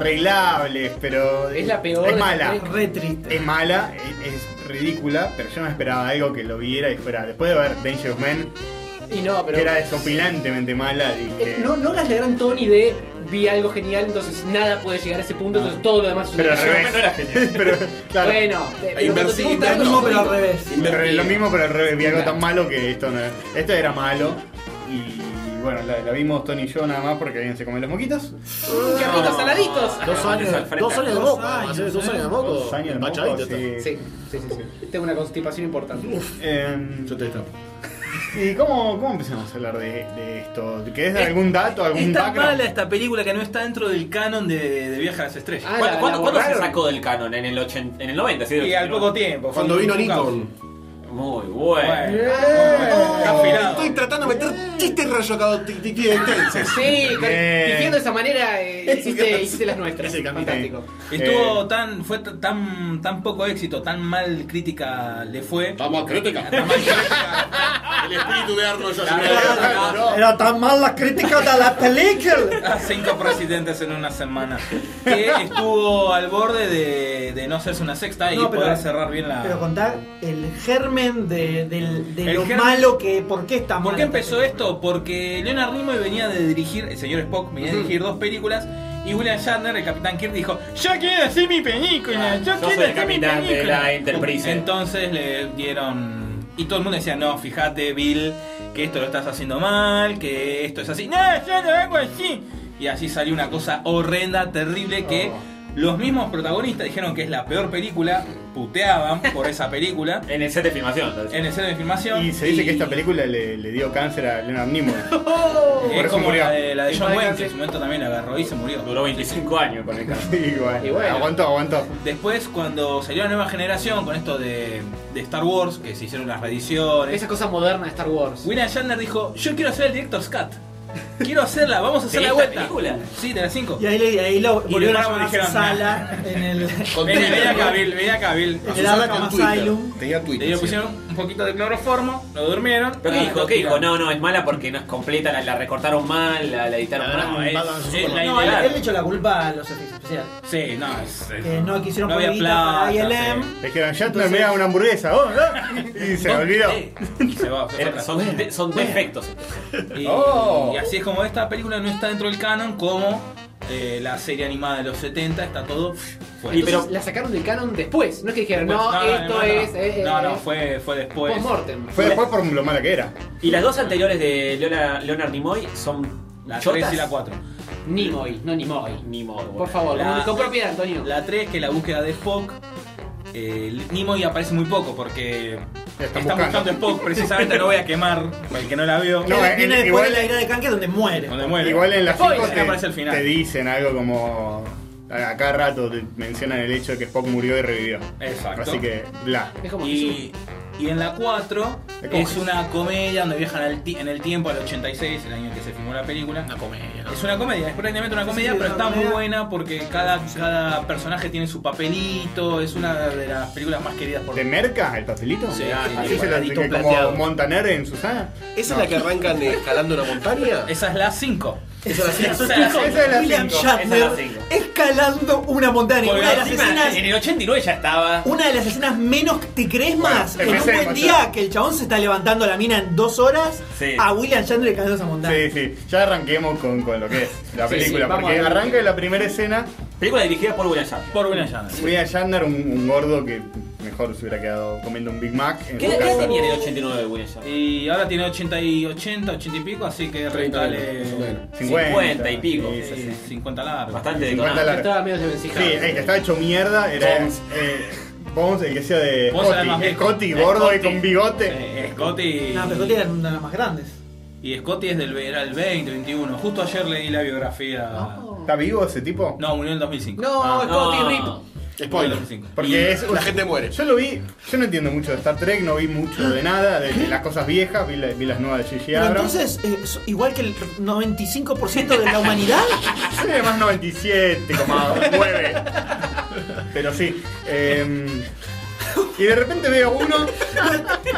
[SPEAKER 2] arreglables, pero.
[SPEAKER 9] Es la peor
[SPEAKER 2] Es
[SPEAKER 9] de
[SPEAKER 2] mala.
[SPEAKER 9] las tres.
[SPEAKER 7] Re triste.
[SPEAKER 2] Es mala, es, es ridícula, pero yo no esperaba algo que lo viera y fuera. Después de ver Dangerous Men,
[SPEAKER 9] Y no, pero.
[SPEAKER 2] que era desopilantemente mala, dije.
[SPEAKER 9] Eh, No, no la gran Tony de vi algo genial, entonces nada puede llegar a ese punto, entonces todo lo demás es
[SPEAKER 2] Pero
[SPEAKER 9] una
[SPEAKER 2] al
[SPEAKER 9] mierda.
[SPEAKER 2] revés. pero, claro.
[SPEAKER 9] Bueno, eh, pero cuando te gusta algo,
[SPEAKER 2] Invertido.
[SPEAKER 9] pero al revés.
[SPEAKER 2] Pero lo mismo, pero al revés. Vi algo tan malo que esto no Esto era malo. Y bueno, la, la vimos Tony y yo nada más porque alguien se comió los moquitos.
[SPEAKER 9] ¡Qué ricos saladitos!
[SPEAKER 8] Dos años, dos años de moco, además, ¿eh? dos años de
[SPEAKER 9] Oh,
[SPEAKER 8] moco.
[SPEAKER 2] Dos años de moco,
[SPEAKER 8] Empachadito
[SPEAKER 2] sí.
[SPEAKER 8] está.
[SPEAKER 9] Sí, sí, sí, sí. Tengo una constipación importante.
[SPEAKER 2] Yo te destapo. Em, ¿Y cómo, cómo empezamos a hablar de, de esto? ¿Querés
[SPEAKER 9] Eh,
[SPEAKER 2] dar algún dato, algún
[SPEAKER 4] Es tan
[SPEAKER 2] background?
[SPEAKER 4] mala esta película que no está dentro del canon de, Ah, de Viaje a las Estrellas.
[SPEAKER 3] ¿Cuándo, cuándo- cuándo se sacó del canon? En el, 80, en el 90, ¿sí?
[SPEAKER 4] Y al poco tiempo.
[SPEAKER 8] Cuando vino
[SPEAKER 4] Lincoln.
[SPEAKER 3] Muy bueno.
[SPEAKER 8] Estoy tratando de meter chistes rayocados tenses.
[SPEAKER 9] Sí, con- diciendo de esa manera eh, hiciste, hiciste las nuestras. Fantástico.
[SPEAKER 2] Eh,
[SPEAKER 7] Eh.
[SPEAKER 4] Estuvo tan, fue t- tan, tan poco éxito, tan mal crítica le fue. Vamos a crítica.
[SPEAKER 8] El espíritu de Arnold
[SPEAKER 4] Era tan mal la crítica de la película. Cinco presidentes en una semana. Que estuvo al borde de, de no hacerse una sexta y
[SPEAKER 7] No, pero-
[SPEAKER 4] poder cerrar bien la.
[SPEAKER 7] Pero contar el germen de, del- de
[SPEAKER 4] El
[SPEAKER 7] lo
[SPEAKER 4] germen-
[SPEAKER 7] malo que. ¿Por qué está
[SPEAKER 4] ¿Por
[SPEAKER 7] mal?
[SPEAKER 4] qué empezó esto? Porque Leonard Nimoy venía de dirigir, el señor Spock venía de dirigir dos películas y William Shatner, el capitán Kirk, dijo: Yo quiero hacer mi película, yo
[SPEAKER 3] yo
[SPEAKER 4] quiero
[SPEAKER 3] soy el
[SPEAKER 4] hacer mi
[SPEAKER 3] capitán de
[SPEAKER 4] película.
[SPEAKER 3] la Enterprise.
[SPEAKER 4] Entonces le dieron Y todo el mundo decía, no, fíjate, Bill, que esto lo estás haciendo mal, que esto es así. No, yo no hago así. Y así salió una cosa horrenda, terrible, que
[SPEAKER 2] Oh.
[SPEAKER 4] los mismos protagonistas dijeron que es la peor película, puteaban por esa película.
[SPEAKER 3] En el set de filmación.
[SPEAKER 4] En el set de filmación.
[SPEAKER 2] Y se dice que esta película le, le dio cáncer a Leonard Nimoy.
[SPEAKER 4] Es
[SPEAKER 2] Por eso
[SPEAKER 4] como
[SPEAKER 2] murió.
[SPEAKER 4] la de, la de John Wayne, que
[SPEAKER 2] Imagínate.
[SPEAKER 4] en su momento también la agarró y se murió.
[SPEAKER 3] Duró 25 años con el
[SPEAKER 2] Sí, igual. Aguantó, aguantó.
[SPEAKER 4] Después, cuando salió la nueva generación con esto de, de Star Wars, que se hicieron las reediciones.
[SPEAKER 9] Esa cosa moderna de Star Wars.
[SPEAKER 4] William Shatner dijo: Yo quiero hacer el Director's Cut. Quiero hacerla, vamos a hacer la
[SPEAKER 9] ¿De esta
[SPEAKER 4] vuelta.
[SPEAKER 9] película?
[SPEAKER 4] Sí, de las 5.
[SPEAKER 7] Y ahí, le- ahí lo
[SPEAKER 4] Y
[SPEAKER 7] volvieron
[SPEAKER 4] le
[SPEAKER 7] a
[SPEAKER 4] paramos,
[SPEAKER 7] llamar a su
[SPEAKER 4] dijeron,
[SPEAKER 7] sala en el.
[SPEAKER 4] Ven, ven acá, Bill, ven acá, Bill.
[SPEAKER 7] El Arkham Asylum.
[SPEAKER 8] Tenía
[SPEAKER 4] Twitter. Le pusieron un poquito de cloroformo, lo durmieron.
[SPEAKER 3] ¿Pero qué
[SPEAKER 4] Ah,
[SPEAKER 3] dijo?
[SPEAKER 4] lo
[SPEAKER 3] ¿Qué dijo?
[SPEAKER 4] tiraron.
[SPEAKER 3] No, no, es mala porque no es completa, la, la recortaron mal, la, la editaron mal. Eh,
[SPEAKER 4] no, es- es la
[SPEAKER 7] No, él,
[SPEAKER 4] ideal.
[SPEAKER 7] él le echó la culpa a los efectos especiales.
[SPEAKER 4] Sí, no, es.
[SPEAKER 7] Que no quisieron
[SPEAKER 4] No
[SPEAKER 7] poner
[SPEAKER 4] había
[SPEAKER 7] guita para
[SPEAKER 4] plata,
[SPEAKER 7] ILM.
[SPEAKER 4] sí.
[SPEAKER 2] Le dijeron, ya te me da una hamburguesa, vos, ¿no? Y se olvidó.
[SPEAKER 4] Se va, se
[SPEAKER 3] eh. Era-
[SPEAKER 4] va.
[SPEAKER 3] son, de- son defectos.
[SPEAKER 4] Y,
[SPEAKER 2] Oh.
[SPEAKER 4] y así es como esta película no está dentro del canon, como eh, la serie animada de los 70, está todo fuera.
[SPEAKER 9] Y pero la sacaron del canon después. No es que dijeron,
[SPEAKER 4] Pues,
[SPEAKER 9] no,
[SPEAKER 4] no, no,
[SPEAKER 9] esto
[SPEAKER 4] no, no.
[SPEAKER 9] es. eh,
[SPEAKER 4] No, no,
[SPEAKER 9] eh,
[SPEAKER 4] fue, fue después.
[SPEAKER 9] Postmortem.
[SPEAKER 2] Fue después por lo mala que era.
[SPEAKER 3] Y las dos anteriores de Leona- Leonard Nimoy son
[SPEAKER 4] La
[SPEAKER 3] chotas.
[SPEAKER 4] 3 y la 4.
[SPEAKER 9] Nimoy, no Nimoy.
[SPEAKER 3] Nimoy.
[SPEAKER 9] Por favor,
[SPEAKER 4] La-
[SPEAKER 9] con propiedad, Antonio.
[SPEAKER 4] La 3, que es la búsqueda de Spock. Eh, Nimoy aparece muy poco porque están, buscando.
[SPEAKER 2] buscando.
[SPEAKER 4] a Spock. Precisamente no voy a quemar para el que no la vio.
[SPEAKER 2] No, eh,
[SPEAKER 7] Viene
[SPEAKER 2] eh,
[SPEAKER 7] después
[SPEAKER 2] igual-
[SPEAKER 7] de la ira de Kanker donde muere.
[SPEAKER 4] Donde muere.
[SPEAKER 2] Igual en las
[SPEAKER 4] Spoiler,
[SPEAKER 2] 5
[SPEAKER 4] que aparece al
[SPEAKER 2] te,
[SPEAKER 4] final.
[SPEAKER 2] te dicen algo como. A cada rato te mencionan el hecho de que Spock murió y revivió.
[SPEAKER 4] Exacto.
[SPEAKER 2] Así que, bla.
[SPEAKER 4] y, y en la 4
[SPEAKER 2] Es como
[SPEAKER 4] es
[SPEAKER 2] Jesús.
[SPEAKER 4] una comedia donde viajan al ti- en el tiempo al 86, el año en que se filmó la película. Una comedia. Es una comedia, es prácticamente una
[SPEAKER 14] Sí,
[SPEAKER 4] comedia,
[SPEAKER 14] sí, una
[SPEAKER 4] pero está muy
[SPEAKER 14] comedia.
[SPEAKER 4] buena porque cada, cada personaje tiene su papelito. Es una de las películas más queridas por
[SPEAKER 2] ¿De merca el papelito?
[SPEAKER 4] Sí,
[SPEAKER 2] Así
[SPEAKER 4] sí,
[SPEAKER 2] se lo
[SPEAKER 4] cuadradito
[SPEAKER 2] que como
[SPEAKER 4] plateado.
[SPEAKER 2] Montaner en Susana.
[SPEAKER 8] ¿Esa es la que arrancan escalando una montaña?
[SPEAKER 4] Esa es la 5.
[SPEAKER 8] Esa es la 5.
[SPEAKER 2] Esa es la
[SPEAKER 7] William
[SPEAKER 2] cinco.
[SPEAKER 7] Shatner
[SPEAKER 3] Esa es la cinco.
[SPEAKER 7] escalando una montaña.
[SPEAKER 3] Porque
[SPEAKER 7] Una de las
[SPEAKER 3] encima,
[SPEAKER 7] escenas.
[SPEAKER 3] En el 89 ya estaba.
[SPEAKER 7] Una de las escenas menos te crees más
[SPEAKER 3] Bueno,
[SPEAKER 7] en un
[SPEAKER 3] empecemos
[SPEAKER 7] buen
[SPEAKER 3] ya.
[SPEAKER 7] día que el chabón se está levantando la mina en dos horas
[SPEAKER 2] Sí.
[SPEAKER 7] a William Shatner cayó esa montaña.
[SPEAKER 2] Sí, sí. Ya arranquemos con, con lo que es la
[SPEAKER 3] Sí,
[SPEAKER 2] película.
[SPEAKER 3] sí, vamos
[SPEAKER 2] porque
[SPEAKER 3] a ver.
[SPEAKER 2] arranca en la primera escena.
[SPEAKER 3] Película dirigida por William Shatner.
[SPEAKER 4] Por William Shatner.
[SPEAKER 2] William Shatner, un, un gordo que mejor se hubiera quedado comiendo un Big Mac. En
[SPEAKER 3] ¿Qué
[SPEAKER 2] su
[SPEAKER 3] edad
[SPEAKER 2] casa.
[SPEAKER 3] tenía en el 89 William Shatner?
[SPEAKER 4] Y ahora tiene 80 y 80, 80 y pico, así que eh, rentale
[SPEAKER 2] 50.
[SPEAKER 3] 50 y pico. Ah,
[SPEAKER 4] 50 largo.
[SPEAKER 3] Bastante
[SPEAKER 2] 50
[SPEAKER 3] detonado.
[SPEAKER 2] largo. Sí, eh. el que estaba hecho mierda era.
[SPEAKER 4] Bones.
[SPEAKER 2] eh, Bones, el que sea de
[SPEAKER 4] Bones era el más
[SPEAKER 2] Scotty.
[SPEAKER 4] viejo.
[SPEAKER 2] Scotty, gordo y
[SPEAKER 4] Scotty.
[SPEAKER 2] con bigote.
[SPEAKER 4] Eh, Scotty.
[SPEAKER 7] No, pero Scotty era una de las más grandes.
[SPEAKER 4] Y Scotty es del era el 20, 21. Justo ayer leí la biografía.
[SPEAKER 2] ¿Está vivo ese tipo?
[SPEAKER 4] No, murió en el 2005.
[SPEAKER 9] No,
[SPEAKER 4] Scotty
[SPEAKER 9] Scotty,
[SPEAKER 4] Rip.
[SPEAKER 2] Spoiler. Porque es
[SPEAKER 8] la gente muere.
[SPEAKER 2] Yo lo vi, yo no entiendo mucho de Star Trek, no vi mucho de nada, de, de las cosas viejas, vi, la- vi las nuevas de Gigi
[SPEAKER 7] Pero
[SPEAKER 2] Abrams.
[SPEAKER 7] entonces, eh, so- igual que el 95% de la humanidad,
[SPEAKER 2] Sí, más 97,9. Pero sí. em, y de repente veo uno.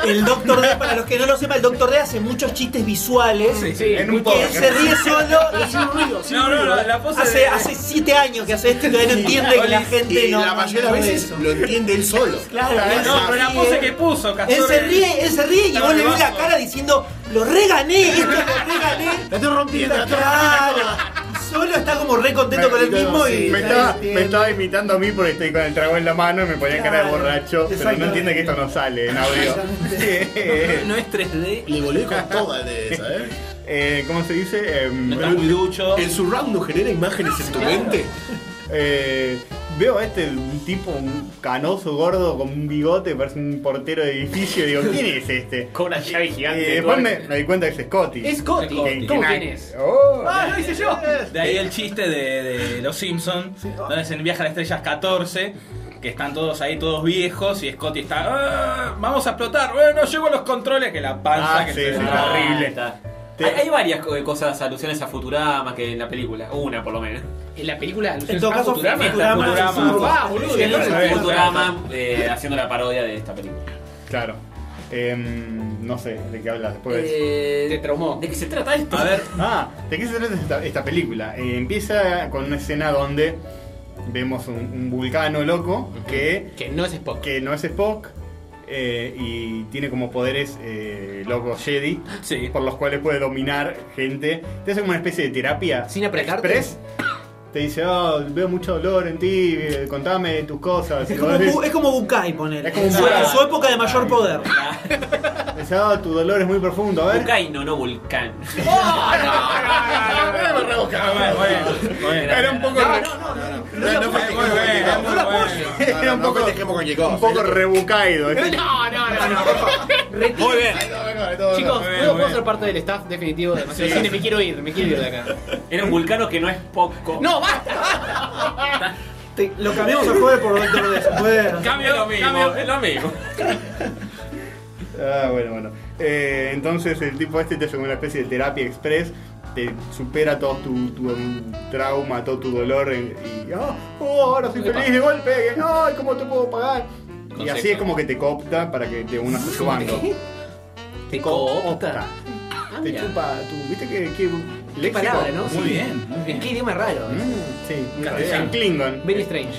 [SPEAKER 7] el Doctor D, para los que no lo sepan, el Doctor D hace muchos chistes visuales.
[SPEAKER 2] en un
[SPEAKER 7] que él
[SPEAKER 2] podcast.
[SPEAKER 7] se ríe solo y
[SPEAKER 8] sin ruido,
[SPEAKER 4] No, no, la- la pose
[SPEAKER 7] hace,
[SPEAKER 4] de-
[SPEAKER 7] hace siete años que hace esto y todavía no entiende que la gente
[SPEAKER 8] y
[SPEAKER 7] no.
[SPEAKER 8] la mayoría de las veces lo entiende él solo.
[SPEAKER 7] Claro, él
[SPEAKER 4] no,
[SPEAKER 7] se
[SPEAKER 4] pero la
[SPEAKER 7] ríe.
[SPEAKER 4] pose que puso, Castor.
[SPEAKER 7] Él se ríe, él se ríe y
[SPEAKER 4] Estaba
[SPEAKER 7] vos le ves la
[SPEAKER 4] nervioso.
[SPEAKER 7] cara diciendo, lo regané, esto lo regané.
[SPEAKER 8] La estoy rompiendo, la estoy
[SPEAKER 7] Claro. Solo está como re contento con el mismo y.
[SPEAKER 2] me, estaba, me estaba imitando a mí porque estoy con el trago en la mano y me ponía cara de borracho, pero no entiende que esto no sale en audio.
[SPEAKER 4] No, no es 3D.
[SPEAKER 8] Le volví con toda de esa, ¿eh?
[SPEAKER 2] Eh, ¿Cómo se dice? Em,
[SPEAKER 4] No estás muy ducho.
[SPEAKER 8] El surround no genera imágenes en tu mente.
[SPEAKER 2] Eh, veo a este un tipo, un canoso gordo con un bigote, parece un portero de edificio. Digo, ¿quién es este?
[SPEAKER 3] Con una llave
[SPEAKER 2] Y
[SPEAKER 3] gigante.
[SPEAKER 2] después Eh, me, me di cuenta que es Scotty.
[SPEAKER 9] Es Scotty.
[SPEAKER 2] Que-
[SPEAKER 9] ¿Cómo
[SPEAKER 2] que-
[SPEAKER 9] quién es?
[SPEAKER 2] Oh.
[SPEAKER 9] ¡Ah, lo hice yo!
[SPEAKER 4] De ahí el chiste de, de Los Simpsons, donde se viaja a las estrellas 14, que están todos ahí, todos viejos, y Scotty está. "Ah, Vamos a explotar, bueno, llego a los controles, que la panza
[SPEAKER 3] Ah,
[SPEAKER 4] que
[SPEAKER 3] sí,
[SPEAKER 4] se-
[SPEAKER 3] sí,
[SPEAKER 4] Ah,
[SPEAKER 3] horrible. Hay, hay varias co- cosas, alusiones a Futurama que en la película. Una, por lo menos.
[SPEAKER 9] En la película.
[SPEAKER 7] En todo caso,
[SPEAKER 9] Futurama.
[SPEAKER 7] Futurama,
[SPEAKER 9] Futurama.
[SPEAKER 7] Futurama.
[SPEAKER 9] Ah, boludo,
[SPEAKER 3] Sí,
[SPEAKER 9] y entonces-
[SPEAKER 3] Futurama, Futurama, eh, haciendo la parodia de esta película.
[SPEAKER 2] Claro. Em, no sé de qué hablas después.
[SPEAKER 9] Te traumó.
[SPEAKER 3] ¿De qué se trata esto?
[SPEAKER 4] A ver.
[SPEAKER 2] Ah, ¿de qué se trata esta, esta película? Eh, empieza con una escena donde vemos un, un vulcano loco que.
[SPEAKER 9] Que no es Spock.
[SPEAKER 2] Que no es Spock. eh, y tiene como poderes eh, locos Jedi. Por los cuales puede dominar gente. Te hace como una especie de terapia. Sin
[SPEAKER 9] apretarte.
[SPEAKER 2] Express. Te dice, oh, veo mucho dolor en ti, eh, contame tus cosas. Y
[SPEAKER 7] Es como,
[SPEAKER 2] vos decís,
[SPEAKER 7] Bu- es como Bukai, poner.
[SPEAKER 2] como
[SPEAKER 7] en, su-
[SPEAKER 2] Bukai.
[SPEAKER 7] en su época de mayor poder.
[SPEAKER 2] dice, ah, tu dolor es muy profundo, a ver.
[SPEAKER 3] Volcano, no volcán.
[SPEAKER 8] Era más rebuscado, más, bueno. Era un poco. No, no, no. No Era un poco tejemos con Jacob.
[SPEAKER 2] Un poco rebucaído. ¿eh?
[SPEAKER 9] No, no, no, no.
[SPEAKER 8] Muy bien.
[SPEAKER 9] Chicos,
[SPEAKER 3] Muy bien,
[SPEAKER 9] ¿puedo,
[SPEAKER 3] muy
[SPEAKER 9] puedo
[SPEAKER 3] bien.
[SPEAKER 9] ser parte del staff definitivo de Demasiado
[SPEAKER 3] Sí.
[SPEAKER 9] Cine? Me quiero ir, me quiero ir de acá.
[SPEAKER 3] Era un vulcano que no es poco.
[SPEAKER 9] ¡No, basta!
[SPEAKER 7] Te- lo cambiamos a jueves por Doctor Death. Bueno.
[SPEAKER 3] Cambio lo mismo,
[SPEAKER 2] cambio.
[SPEAKER 3] es lo
[SPEAKER 9] eh.
[SPEAKER 3] mismo.
[SPEAKER 2] Ah, bueno, bueno. Eh, entonces el tipo este te hace como una especie de terapia express, te supera todo tu, tu, um, trauma, todo tu dolor en- y "Ah, oh, ahora soy
[SPEAKER 18] Epa.
[SPEAKER 2] feliz de golpe, que, ay, ¿cómo te puedo pagar? Y
[SPEAKER 18] Consejo.
[SPEAKER 2] así es como que te coopta para que te unas a su bando. Te coopta. Ah, Te chupa tu, viste que, que léxico?
[SPEAKER 9] Ah, palabra, ¿no?
[SPEAKER 2] Muy
[SPEAKER 9] Sí.
[SPEAKER 2] bien, muy bien. Mm,
[SPEAKER 9] Qué idioma raro.
[SPEAKER 2] Sí,
[SPEAKER 3] Castellano.
[SPEAKER 2] en Klingon. Eh,
[SPEAKER 9] Very strange.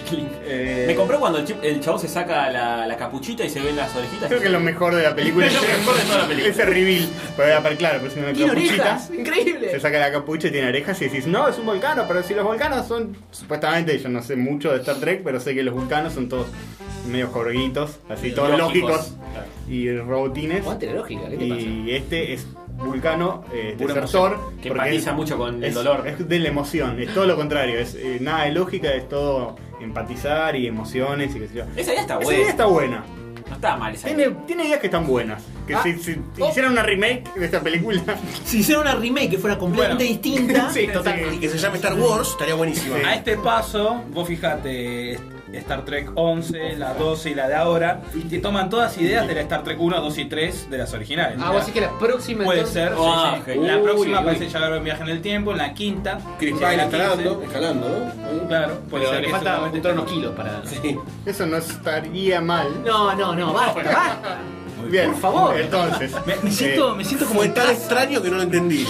[SPEAKER 3] Me compró cuando el, chip- el chabón se saca la, la capuchita y se ven las orejitas.
[SPEAKER 2] Creo que lo mejor de la película
[SPEAKER 3] Es lo mejor de toda la película.
[SPEAKER 2] Ese reveal. Pero, pero claro, pues una
[SPEAKER 3] Tiene
[SPEAKER 2] capuchita.
[SPEAKER 3] orejas,
[SPEAKER 2] Se
[SPEAKER 9] increíble.
[SPEAKER 2] saca la capucha y tiene orejas y decís, no, es un volcano, pero si los volcanos son, supuestamente, yo no sé mucho de Star Trek, pero sé que los vulcanos son todos medio jorguitos, así, todos lógicos,
[SPEAKER 18] lógicos.
[SPEAKER 2] y robotines.
[SPEAKER 9] Aguante la lógica, ¿qué te
[SPEAKER 2] Y este es vulcano, eh, este
[SPEAKER 3] Pura
[SPEAKER 2] desertor,
[SPEAKER 3] emoción, que
[SPEAKER 2] porque
[SPEAKER 3] empatiza
[SPEAKER 2] es-
[SPEAKER 3] mucho con el
[SPEAKER 2] es-
[SPEAKER 3] dolor.
[SPEAKER 2] Es de la emoción, es todo lo contrario, es eh, nada de lógica, es todo empatizar y emociones y qué sé yo.
[SPEAKER 3] Esa idea está
[SPEAKER 2] Esa
[SPEAKER 3] buena.
[SPEAKER 2] idea está buena.
[SPEAKER 3] No está mal esa
[SPEAKER 2] Tiene, tiene ideas que están buenas. Que si, si hicieran una remake de esta película.
[SPEAKER 7] Si hiciera una remake que fuera completamente distinta.
[SPEAKER 2] Sí, total.
[SPEAKER 8] Y que se llame Star Wars, estaría buenísimo.
[SPEAKER 4] A este paso, vos fijate, Star Trek 11, la 12 y la de ahora, te toman todas ideas de la Star Trek 1, 2 y 3 de las originales.
[SPEAKER 9] Ah, vos decís que la próxima
[SPEAKER 4] Puede
[SPEAKER 9] entonces-
[SPEAKER 4] ser, sí,
[SPEAKER 9] Ah,
[SPEAKER 4] sí.
[SPEAKER 9] genial.
[SPEAKER 4] La próxima
[SPEAKER 9] Uy, uy.
[SPEAKER 4] parece ya haber un viaje en el tiempo, en la quinta.
[SPEAKER 8] Chris
[SPEAKER 4] llega la
[SPEAKER 8] Pine
[SPEAKER 4] quince.
[SPEAKER 8] escalando, escalando, ¿no?
[SPEAKER 4] Claro, puede
[SPEAKER 9] Pero
[SPEAKER 4] ser
[SPEAKER 9] le
[SPEAKER 4] que
[SPEAKER 9] falta
[SPEAKER 4] seguramente-
[SPEAKER 9] juntar unos kilos para.
[SPEAKER 2] Eso no estaría mal.
[SPEAKER 9] No, no, no, basta, basta.
[SPEAKER 2] Muy bien. Por favor. Entonces.
[SPEAKER 7] Me siento, me siento como en
[SPEAKER 8] Tan extraño que no lo entendí.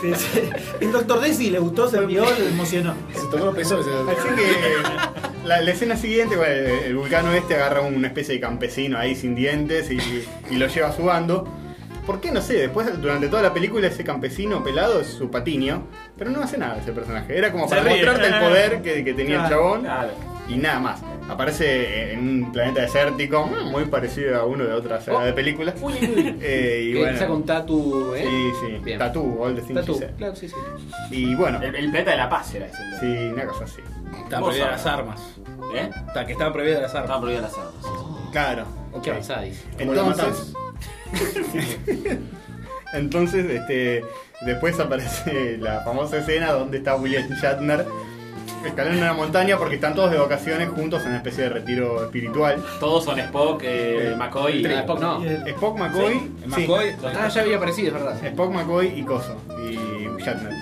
[SPEAKER 7] Sí, sí. El Doctor Desi le gustó, se envió, le emocionó.
[SPEAKER 14] Se tomó los pesos.
[SPEAKER 2] Así que la, la escena siguiente, bueno, el, el vulcano este agarra una especie de campesino ahí sin dientes y, y lo lleva a su bando. ¿Por qué? No sé, después durante toda la película ese campesino pelado es su patiño, pero no hace nada ese personaje. Era como
[SPEAKER 18] Se
[SPEAKER 2] para
[SPEAKER 18] ríe.
[SPEAKER 2] mostrarte el poder que, que tenía el
[SPEAKER 18] Claro,
[SPEAKER 2] chabón y nada más. Aparece en un planeta desértico, muy parecido a uno de otra
[SPEAKER 9] Oh.
[SPEAKER 2] saga de películas. Eh, y
[SPEAKER 9] Que
[SPEAKER 2] bueno,
[SPEAKER 9] empieza con Tatu, ¿eh?
[SPEAKER 2] Sí, sí, Tatú, All the Things
[SPEAKER 9] Tatu,
[SPEAKER 2] She Said.
[SPEAKER 9] claro, sí, sí.
[SPEAKER 2] Y bueno.
[SPEAKER 3] El, el planeta de la paz era ese.
[SPEAKER 2] Sí, una cosa así.
[SPEAKER 4] Estaban prohibidas las armas.
[SPEAKER 3] ¿Eh?
[SPEAKER 4] Está- que estaban prohibidas las armas.
[SPEAKER 3] Estaban prohibidas las armas.
[SPEAKER 2] Claro. ok.
[SPEAKER 9] Qué avanzada, dice.
[SPEAKER 14] Como lo
[SPEAKER 2] Entonces. Entonces, este. Después aparece la famosa escena donde está William Shatner escalando una montaña porque están todos de vacaciones juntos en una especie de retiro espiritual.
[SPEAKER 3] Todos son Spock, eh,
[SPEAKER 2] Eh,
[SPEAKER 3] McCoy.
[SPEAKER 2] sí.
[SPEAKER 3] Ah, Spock no.
[SPEAKER 2] Spock, McCoy.
[SPEAKER 3] Sí,
[SPEAKER 2] sí.
[SPEAKER 3] McCoy. Ah, ya había aparecido, es verdad.
[SPEAKER 2] Spock, McCoy y Coso. Y Shatner.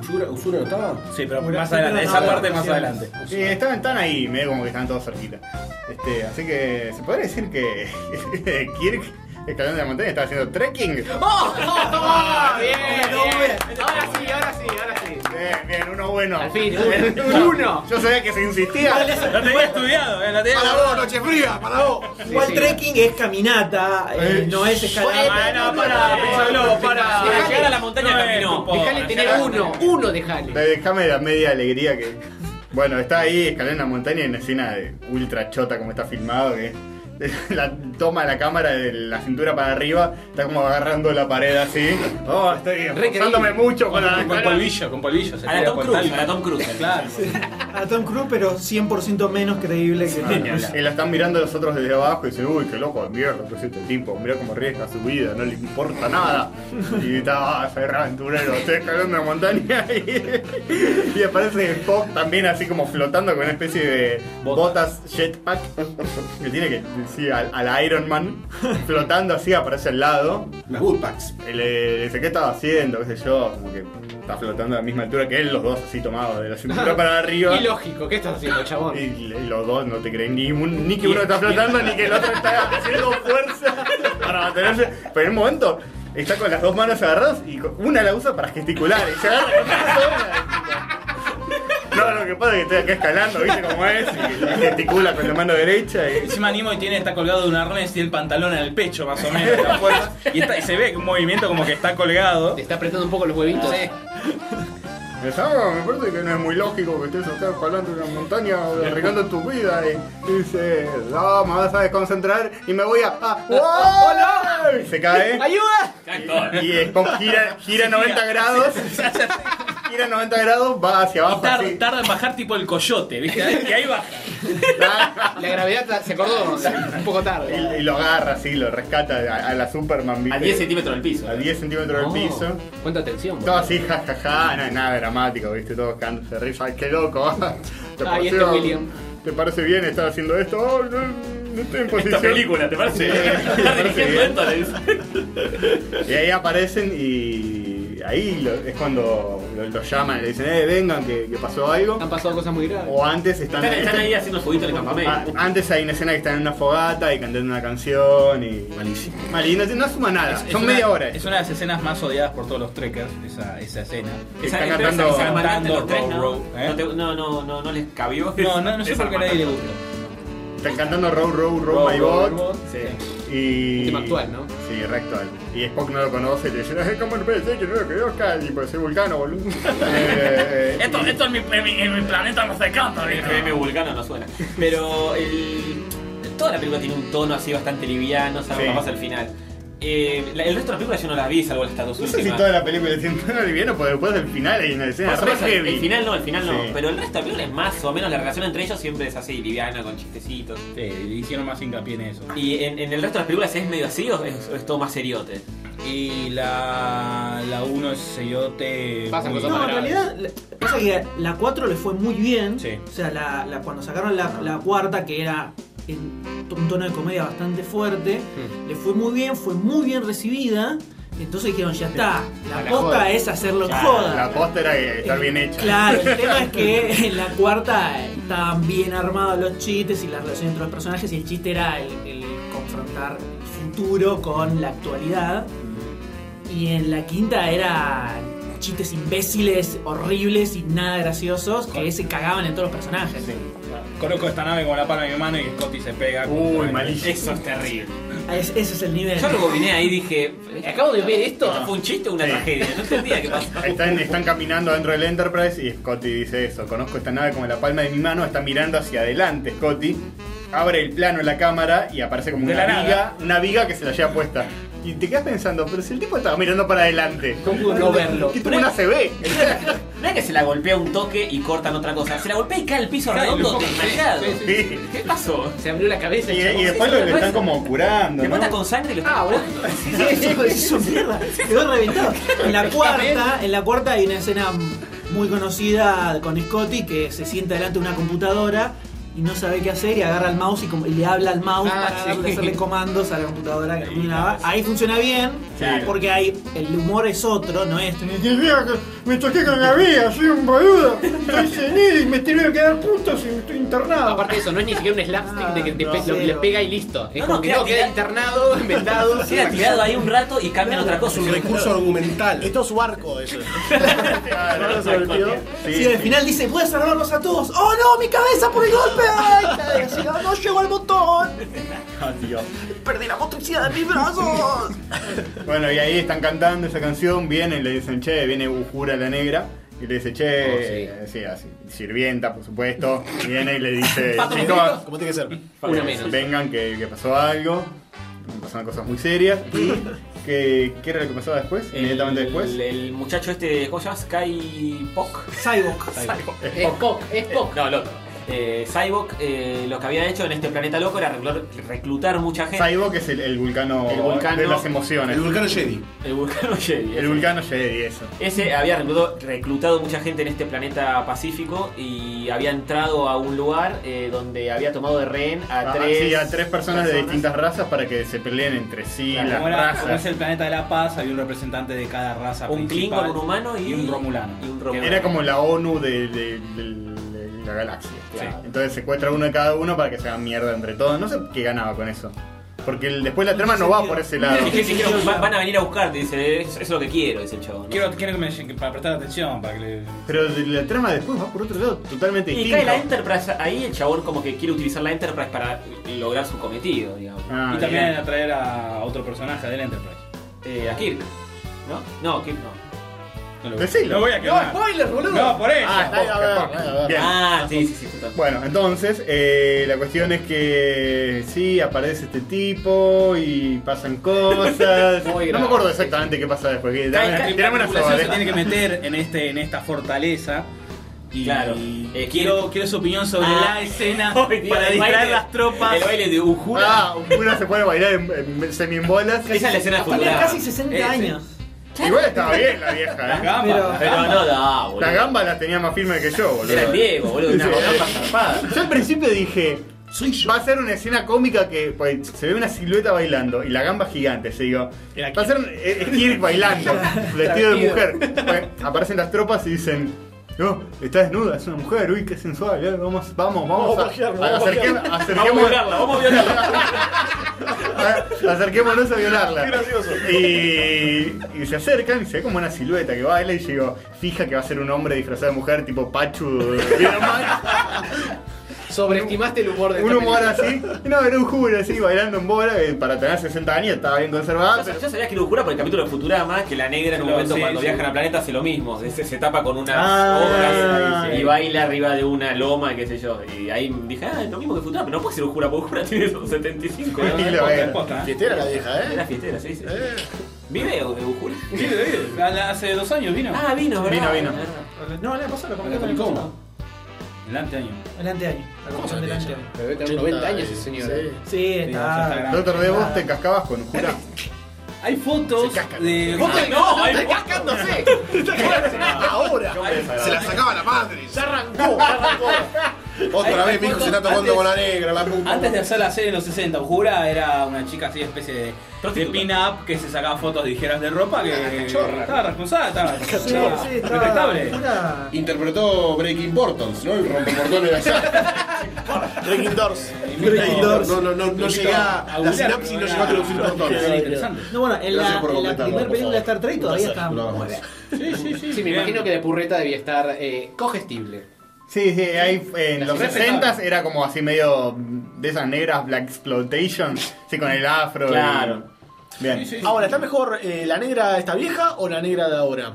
[SPEAKER 8] ¿Usura, ¿Usura no estaba?
[SPEAKER 4] Sí, pero
[SPEAKER 2] Bueno,
[SPEAKER 4] más
[SPEAKER 2] sí,
[SPEAKER 4] adelante,
[SPEAKER 2] pero
[SPEAKER 4] esa
[SPEAKER 2] no,
[SPEAKER 4] parte
[SPEAKER 2] no,
[SPEAKER 4] más
[SPEAKER 2] sí,
[SPEAKER 4] adelante.
[SPEAKER 2] Sí, estaban, Eh, están ahí, medio como que están todos cerquita. Este, así que se podría decir que Kirk escalando la montaña está haciendo trekking.
[SPEAKER 9] ¡Oh! Bien,
[SPEAKER 4] Ah,
[SPEAKER 9] bien. Ahora sí, ahora sí, ahora sí.
[SPEAKER 2] Bien, bien, uno bueno. Al
[SPEAKER 9] fin,
[SPEAKER 2] uno.
[SPEAKER 9] uno.
[SPEAKER 2] Yo sabía que se insistía.
[SPEAKER 4] No tenía estudiado, eh, no tenía
[SPEAKER 8] Para vos, noche fría, para vos.
[SPEAKER 7] Igual trekking es caminata, eh, no es Ah, escalada.
[SPEAKER 3] Bueno, para,
[SPEAKER 9] Ah,
[SPEAKER 3] Picholo, para. Para llegar a la montaña caminó.
[SPEAKER 9] Dejale tener uno, uno dejale.
[SPEAKER 2] Déjame la media alegría que. Bueno, está ahí escalando la montaña en una escena de ultra chota como está filmado, que la toma la cámara de la cintura para arriba, está como agarrando la pared así. Oh, estoy esforzándome mucho con la
[SPEAKER 4] Con, con polvillo, con polvillo. se
[SPEAKER 3] A la
[SPEAKER 4] tira
[SPEAKER 3] Tom
[SPEAKER 4] por
[SPEAKER 3] Cruise,
[SPEAKER 4] tal-
[SPEAKER 3] a la Tom Cruise.
[SPEAKER 4] Claro.
[SPEAKER 7] A Tom Cruise, pero 100% menos creíble que
[SPEAKER 2] Ah,
[SPEAKER 7] Tom Cruise.
[SPEAKER 2] Y la están mirando los otros desde abajo y dicen, uy, qué loco de mierda que es este tipo, mirá cómo arriesga su vida, no le importa nada. Y está, ah, soy re aventurero, estoy escalando una montaña y, y aparece Spock también así como flotando con una especie de botas jetpack que tiene que sí, al, al Iron Man, flotando así, aparece al lado.
[SPEAKER 8] Las Woodpacks.
[SPEAKER 2] Le dice, ¿qué estaba haciendo? ¿Qué sé yo? Como que está flotando a la misma altura que él, los dos así tomados de la cintura para arriba.
[SPEAKER 9] Ilógico, ¿qué estás haciendo, chabón?
[SPEAKER 2] Y, y los dos no te creen ni, un- ni que uno está flotando ni que el otro está haciendo fuerza para mantenerse. Pero en un momento está con las dos manos agarradas y con- una la usa para gesticular. Y se agarra con una sola. No, lo que pasa es que estoy acá escalando, ¿viste cómo es? Y gesticula con la mano derecha. Y...
[SPEAKER 4] Encima Nimoy tiene, está colgado de un arnés y el pantalón en el pecho, más o menos. la fuerza. y, está- y se ve un movimiento como que está colgado.
[SPEAKER 9] Te está apretando un poco los huevitos.
[SPEAKER 2] Me dice, "Ah, me parece que no es muy lógico que estés acá escalando una montaña o arriesgando tu vida. Y y dice, no, me vas a desconcentrar y me voy a... ah, ¡wow! ¡Ay! Se cae.
[SPEAKER 7] ¡Ayuda!
[SPEAKER 2] Y Spock gira, gira 90 grados. Gira 90 grados, va hacia abajo.
[SPEAKER 4] Tar-
[SPEAKER 2] así.
[SPEAKER 4] tarda en bajar tipo el coyote, ¿viste? Y ahí baja.
[SPEAKER 9] La gravedad se acordó, o sea, un poco tarde.
[SPEAKER 2] Y lo agarra así, lo rescata a, a la Superman. ¿viste?
[SPEAKER 9] A 10 centímetros
[SPEAKER 2] del piso. A 10 centímetros
[SPEAKER 9] Oh,
[SPEAKER 2] del piso.
[SPEAKER 9] Cuánta tensión.
[SPEAKER 2] Todo así, jajaja, nada, nada dramático, ¿viste? Todos cagando de risa. ¡Ay, qué loco! ¿Te,
[SPEAKER 9] Ay, este
[SPEAKER 2] pareció-
[SPEAKER 9] William.
[SPEAKER 2] ¿Te parece bien estar haciendo esto? Ay, no, no estoy en posición.
[SPEAKER 4] película, ¿te parece? Está dirigiendo esto, le
[SPEAKER 2] Y ahí aparecen y ahí lo- es cuando lo- los llaman y le dicen, eh, vengan, que, que pasó algo. Han
[SPEAKER 9] pasado cosas muy graves.
[SPEAKER 2] O antes están,
[SPEAKER 3] Están- están ahí haciendo fueguito en el campamento.
[SPEAKER 2] Ah, antes hay una escena que están en una fogata y cantando una canción y... Malísimo. Malísimo, no, no suma nada,
[SPEAKER 4] Es
[SPEAKER 2] son
[SPEAKER 4] una-
[SPEAKER 2] media hora.
[SPEAKER 4] Es una de las escenas más odiadas por todos los trekkers, esa, esa escena.
[SPEAKER 2] Esa-
[SPEAKER 4] Están
[SPEAKER 2] esa- esa- esa
[SPEAKER 3] mandante los tres, ¿no?
[SPEAKER 4] ¿eh?
[SPEAKER 3] No te- No, no, no, no les cabió.
[SPEAKER 4] No, no, no sé por qué a nadie le gusta.
[SPEAKER 2] Están cantando Row, Row, Row,
[SPEAKER 4] Row,
[SPEAKER 2] My
[SPEAKER 4] Row,
[SPEAKER 2] Boat.
[SPEAKER 4] My Boat,
[SPEAKER 2] Sí. Y...
[SPEAKER 4] tema actual,
[SPEAKER 2] ¿no? Sí, re actual. Y Spock no lo conoce y le dice, ¡Eh, cómo no pensé que no lo conozca! Y pues soy vulcano, boludo. Eh,
[SPEAKER 4] Esto, esto en, mi, en mi- en mi planeta no se canta, ¿viste?
[SPEAKER 3] FM Vulcano no suena. Pero el- toda la película tiene un tono así bastante liviano, salvo
[SPEAKER 2] Sí.
[SPEAKER 3] capaz al final. Eh, la- el resto de las películas yo no las vi, salvo estas dos
[SPEAKER 2] No sé si
[SPEAKER 3] últimas.
[SPEAKER 2] toda la película tiene un tono liviano, porque después del final hay una escena
[SPEAKER 3] Más o
[SPEAKER 2] re
[SPEAKER 3] menos, el,
[SPEAKER 2] heavy.
[SPEAKER 3] el final no, el final no.
[SPEAKER 2] Sí.
[SPEAKER 3] Pero el resto de la película es más o menos la relación entre ellos siempre es así, liviana, con chistecitos.
[SPEAKER 4] Sí, hicieron más hincapié en eso.
[SPEAKER 3] ¿Y en, en el resto de las películas es medio así o es, o es todo más seriote?
[SPEAKER 4] Y la. La 1 es Seyote.
[SPEAKER 3] Pasan
[SPEAKER 4] muy-
[SPEAKER 3] cosas
[SPEAKER 7] No, en realidad, la- pasa que la 4 le fue muy bien. O sea, la, la- cuando sacaron
[SPEAKER 2] Ah.
[SPEAKER 7] la, la cuarta, que era en t- un tono de comedia bastante fuerte,
[SPEAKER 2] Hmm.
[SPEAKER 7] le fue muy bien, fue muy bien recibida. Entonces dijeron, ya está, la
[SPEAKER 2] La
[SPEAKER 7] posta
[SPEAKER 2] joda.
[SPEAKER 7] es hacerlo en
[SPEAKER 2] Ya,
[SPEAKER 7] joda.
[SPEAKER 2] La posta era que estar bien hecha.
[SPEAKER 7] Claro, el tema es que en la cuarta estaban bien armados los chistes y la relación entre los personajes y el chiste era el, el confrontar el futuro con la actualidad. Y en la quinta era chistes imbéciles, horribles y nada graciosos que se cagaban en todos los personajes.
[SPEAKER 4] Conozco esta nave con la palma de mi mano y Scotty se pega. Uy, malísimo.
[SPEAKER 3] Eso es terrible.
[SPEAKER 7] Es- ese es el nivel.
[SPEAKER 3] Yo lo bobiné ahí y dije, acabo de ver esto. ¿Fue un chiste o una
[SPEAKER 2] Sí.
[SPEAKER 3] tragedia? No entendía qué pasó.
[SPEAKER 2] Están, están caminando dentro del Enterprise y Scotty dice eso. Conozco esta nave como la palma de mi mano. Está mirando hacia adelante Scotty. Abre el plano en la cámara y aparece como
[SPEAKER 4] De
[SPEAKER 2] una
[SPEAKER 4] la nada.
[SPEAKER 2] viga, una viga que se la lleva puesta. Y te quedas pensando, pero si el tipo estaba mirando para adelante. ¿Cómo
[SPEAKER 9] pudo no verlo?
[SPEAKER 2] ¿Qué tipo una se ve?
[SPEAKER 3] No es que se la golpea un toque y cortan otra cosa. Se la golpea y cae al piso
[SPEAKER 9] Cae,
[SPEAKER 3] redondo,
[SPEAKER 9] loco, sí,
[SPEAKER 3] desmayado.
[SPEAKER 9] sí,
[SPEAKER 3] ¿Qué pasó?
[SPEAKER 9] Se abrió la cabeza.
[SPEAKER 2] Y,
[SPEAKER 9] chabón.
[SPEAKER 2] y después lo, lo están como curando.
[SPEAKER 3] Le
[SPEAKER 2] ¿no?
[SPEAKER 3] mata con sangre y lo está.
[SPEAKER 7] Eso, eso, mierda. Quedó reventado. En la cuarta, en la cuarta hay una escena muy conocida con Scotty que se sienta delante de una computadora y no sabe qué hacer y agarra el mouse y, como- y le habla al mouse
[SPEAKER 9] Ah,
[SPEAKER 7] para
[SPEAKER 9] sí.
[SPEAKER 7] darle, hacerle comandos a la computadora que no tiene nada. Ahí funciona bien
[SPEAKER 2] Sí.
[SPEAKER 7] porque ahí el humor es otro, no es.
[SPEAKER 18] Me toqué con la vida, soy un boludo. Estoy senil y me tuvieron que dar puntos y estoy internado.
[SPEAKER 14] Ah,
[SPEAKER 9] Aparte de eso, no es ni siquiera un slapstick de que te
[SPEAKER 18] no,
[SPEAKER 9] pe- lo-
[SPEAKER 18] cero.
[SPEAKER 9] le pega y listo. Es
[SPEAKER 3] No,
[SPEAKER 9] como
[SPEAKER 3] no,
[SPEAKER 9] que
[SPEAKER 3] queda
[SPEAKER 9] Ah, no, queda
[SPEAKER 3] tira-
[SPEAKER 9] internado, inventado.
[SPEAKER 3] Queda tirado ahí un rato y cambian otra cosa.
[SPEAKER 1] Un recurso argumental.
[SPEAKER 14] Esto es su arco, eso.
[SPEAKER 2] Claro, sobre el tío.
[SPEAKER 7] Si al final dice, voy a salvarlos a todos. ¡Oh no, mi cabeza por el golpe! ¡Ay, cabeza, "Oh, no, no llegó al botón!
[SPEAKER 2] Ah, Dios.
[SPEAKER 7] ¡Perdí la motricidad de mis brazos!
[SPEAKER 2] Bueno, y ahí están cantando esa canción, vienen y le dicen, che, viene Ujura la negra. Y le dice,
[SPEAKER 4] Oh, sí.
[SPEAKER 2] che, eh, sí, así, sirvienta, por supuesto. Viene y le dice, chicos,
[SPEAKER 14] Como tiene que ser.
[SPEAKER 2] eh, vengan que, que pasó algo. Pasaron cosas muy serias. ¿Y que, qué era lo que pasaba después? Inmediatamente Eh, después.
[SPEAKER 3] El, el muchacho este de joyas, Sky Pock.
[SPEAKER 7] Cyborg.
[SPEAKER 9] Es Spock, es Spock.
[SPEAKER 3] No, el otro. Eh, Cyborg eh, lo que había hecho en este planeta loco era reclutar, reclutar mucha gente.
[SPEAKER 2] Cyborg es el, el vulcano
[SPEAKER 3] El vulcano-
[SPEAKER 2] de las emociones.
[SPEAKER 1] El vulcano Jedi.
[SPEAKER 3] El vulcano Jedi.
[SPEAKER 2] El vulcano Jedi, eso.
[SPEAKER 3] Ese había reclutado, reclutado mucha gente en este planeta pacífico y había entrado a un lugar eh, donde había tomado de rehén a
[SPEAKER 2] Ah,
[SPEAKER 3] tres.
[SPEAKER 2] sí, a tres personas, de distintas razas para que se peleen entre sí,
[SPEAKER 4] Claro,
[SPEAKER 2] las
[SPEAKER 4] como, era- como
[SPEAKER 2] razas.
[SPEAKER 4] es el planeta de la paz, había un representante de cada raza.
[SPEAKER 3] Un
[SPEAKER 4] principal
[SPEAKER 3] Klingon, un humano y-
[SPEAKER 4] un romulano.
[SPEAKER 2] Era como la ONU de, de- de- de la galaxia.
[SPEAKER 4] Claro.
[SPEAKER 2] Entonces secuestra uno de cada uno para que se hagan mierda entre todos. No sé qué ganaba con eso. Porque el- después la trama no va por ese lado.
[SPEAKER 3] Y que dijeron, "Va- van a venir a buscarte, dice, es, es lo que quiero, dice el chavo.
[SPEAKER 4] Quiero, quiero que me que- para prestar atención, para que le.
[SPEAKER 2] Pero la trama después va por otro lado totalmente
[SPEAKER 3] Y
[SPEAKER 2] distinto.
[SPEAKER 3] cae la Enterprise, ahí el chabón como que quiere utilizar la Enterprise para lograr su cometido, digamos.
[SPEAKER 2] Ah,
[SPEAKER 4] y también atraer a otro personaje del Enterprise.
[SPEAKER 3] Eh, a Kirk, ¿no? No, Kirk no.
[SPEAKER 4] No lo voy a-
[SPEAKER 2] Decilo.
[SPEAKER 4] Lo voy a quemar.
[SPEAKER 2] spoilers,
[SPEAKER 4] boludo. No, por eso.
[SPEAKER 2] Ah,
[SPEAKER 4] Nadie va a ver,
[SPEAKER 2] poca, poca.
[SPEAKER 4] nadie va a ver.
[SPEAKER 2] Bien.
[SPEAKER 4] Ah,
[SPEAKER 2] sí, sí, sí. Bueno, entonces, eh, la cuestión es que sí, aparece este tipo y pasan cosas.
[SPEAKER 4] Muy
[SPEAKER 2] no
[SPEAKER 4] grave.
[SPEAKER 2] me acuerdo exactamente qué pasa después. que- Dame, tirame una
[SPEAKER 4] tripulación
[SPEAKER 2] soga.
[SPEAKER 4] se tiene que meter en este en esta fortaleza. Y
[SPEAKER 3] Claro.
[SPEAKER 4] Eh, quiero, quiero su opinión sobre
[SPEAKER 3] Ah.
[SPEAKER 4] la escena
[SPEAKER 3] Oh, Dios,
[SPEAKER 4] para
[SPEAKER 3] el
[SPEAKER 4] distraer
[SPEAKER 3] baile-
[SPEAKER 4] las tropas.
[SPEAKER 3] el baile de Ujura.
[SPEAKER 2] Ah, Ujura se puede bailar en, en semi-bolas.
[SPEAKER 3] Esa es la escena
[SPEAKER 2] de
[SPEAKER 3] futura.
[SPEAKER 7] Casi 60 años.
[SPEAKER 2] Igual estaba bien la vieja, ¿eh?
[SPEAKER 7] Las gambas, Pero- las
[SPEAKER 2] Pero
[SPEAKER 7] gambas.
[SPEAKER 2] no da,
[SPEAKER 3] boludo.
[SPEAKER 2] La gamba la tenía más firme que yo, boludo.
[SPEAKER 3] Era el Diego, boludo, una gamba zarpada.
[SPEAKER 2] Yo al principio dije. Va a ser una escena cómica que pues, se ve una silueta bailando y la gamba gigante. Se digo, va a ser un- es- es Kirk bailando, vestido de mujer. Pues, aparecen las tropas y dicen: No, está desnuda, es una mujer, uy, qué sensual. eh, Vamos, vamos, vamos.
[SPEAKER 14] Vamos a
[SPEAKER 2] a-
[SPEAKER 14] pajearla,
[SPEAKER 2] a-
[SPEAKER 14] vamos a
[SPEAKER 2] acerquem-
[SPEAKER 14] pajearla.
[SPEAKER 2] acerquemos-
[SPEAKER 14] Vamos a violarla, vamos a violarla.
[SPEAKER 2] a- Ah, Acerquémonos a violarla.
[SPEAKER 14] Qué gracioso.
[SPEAKER 2] Y, y se acercan y se ve como una silueta que baila y yo digo, fija que va a ser un hombre disfrazado de mujer tipo Pachu.
[SPEAKER 9] Sobreestimaste el humor de
[SPEAKER 2] un
[SPEAKER 9] esta
[SPEAKER 2] humor
[SPEAKER 9] película.
[SPEAKER 2] así. No, era un juro así, bailando en bola, que para tener 60 años estaba bien conservado.
[SPEAKER 3] Yo, yo sabía que locura por el capítulo de Futurama, que la negra en un
[SPEAKER 2] Claro,
[SPEAKER 3] momento
[SPEAKER 2] sí,
[SPEAKER 3] cuando
[SPEAKER 2] sí.
[SPEAKER 3] viajan a planeta hace lo mismo, se, se tapa con unas
[SPEAKER 2] Ah,
[SPEAKER 3] obras
[SPEAKER 2] sí, sí.
[SPEAKER 3] y baila arriba de una loma, qué sé yo. Y ahí dije, ah, es lo mismo que Futurama, pero no puede ser Ujura, porque Ujura tiene esos 75.
[SPEAKER 2] Sí, lo era.
[SPEAKER 14] Fiestera la vieja, ¿eh?
[SPEAKER 3] Era fiestera, sí, sí. Vive o de Ujura.
[SPEAKER 4] Vive, vive. A Ah, la- Hace dos años vino.
[SPEAKER 3] Ah, vino, ¿verdad?
[SPEAKER 4] Vino, vino.
[SPEAKER 7] No, el año pasado lo compré
[SPEAKER 4] Hola,
[SPEAKER 7] con el
[SPEAKER 4] ¿cómo?
[SPEAKER 7] costado.
[SPEAKER 4] El anteaño.
[SPEAKER 7] El anteaño. La compré del anteaño.
[SPEAKER 9] Debe tener 90 años ese señor.
[SPEAKER 7] Sí, está.
[SPEAKER 2] Doctor D,
[SPEAKER 7] Ah.
[SPEAKER 2] vos te cascabas con Jura.
[SPEAKER 4] Hay fotos de. Ah,
[SPEAKER 2] ¿Vos
[SPEAKER 3] Ah,
[SPEAKER 2] te-
[SPEAKER 4] no, hay fotos.
[SPEAKER 8] cascándose! ¡Ahora! Se la sacaba la madre. Se arrancó, Otra vez, mijo, se está tomando con la negra, la puta.
[SPEAKER 4] Antes de hacer la serie de los 60, Jura era una chica así, especie de, de pin-up que se sacaba fotos de tijeras de ropa que
[SPEAKER 8] Ah, cachorra.
[SPEAKER 4] estaba responsable, estaba
[SPEAKER 8] Cachorra.
[SPEAKER 4] estaba respetable.
[SPEAKER 8] Interpretó Breaking Portals, ¿no? El rompeportones de allá. Breaking Doors. Breaking Doors. No, no, no, no llegué a. La sinapsis no llegó a traducir portones.
[SPEAKER 7] No, bueno, en
[SPEAKER 8] Gracias
[SPEAKER 7] la,
[SPEAKER 8] por
[SPEAKER 7] en la primera
[SPEAKER 8] comentarlo,
[SPEAKER 7] película
[SPEAKER 8] por
[SPEAKER 7] de
[SPEAKER 8] favor.
[SPEAKER 7] Star Trek todavía
[SPEAKER 8] Un
[SPEAKER 7] está
[SPEAKER 8] placer.
[SPEAKER 7] muy bien.
[SPEAKER 4] Sí, sí, sí.
[SPEAKER 9] Sí, me imagino que de purreta debía estar eh, cogestible.
[SPEAKER 2] Sí, sí, ahí en los
[SPEAKER 9] silueta
[SPEAKER 2] 60 era como así medio de esas negras Black Exploitation, sí, con el afro. y-
[SPEAKER 3] Claro.
[SPEAKER 2] Bien.
[SPEAKER 14] Ahora, ¿está mejor eh, la negra esta vieja o la negra de ahora?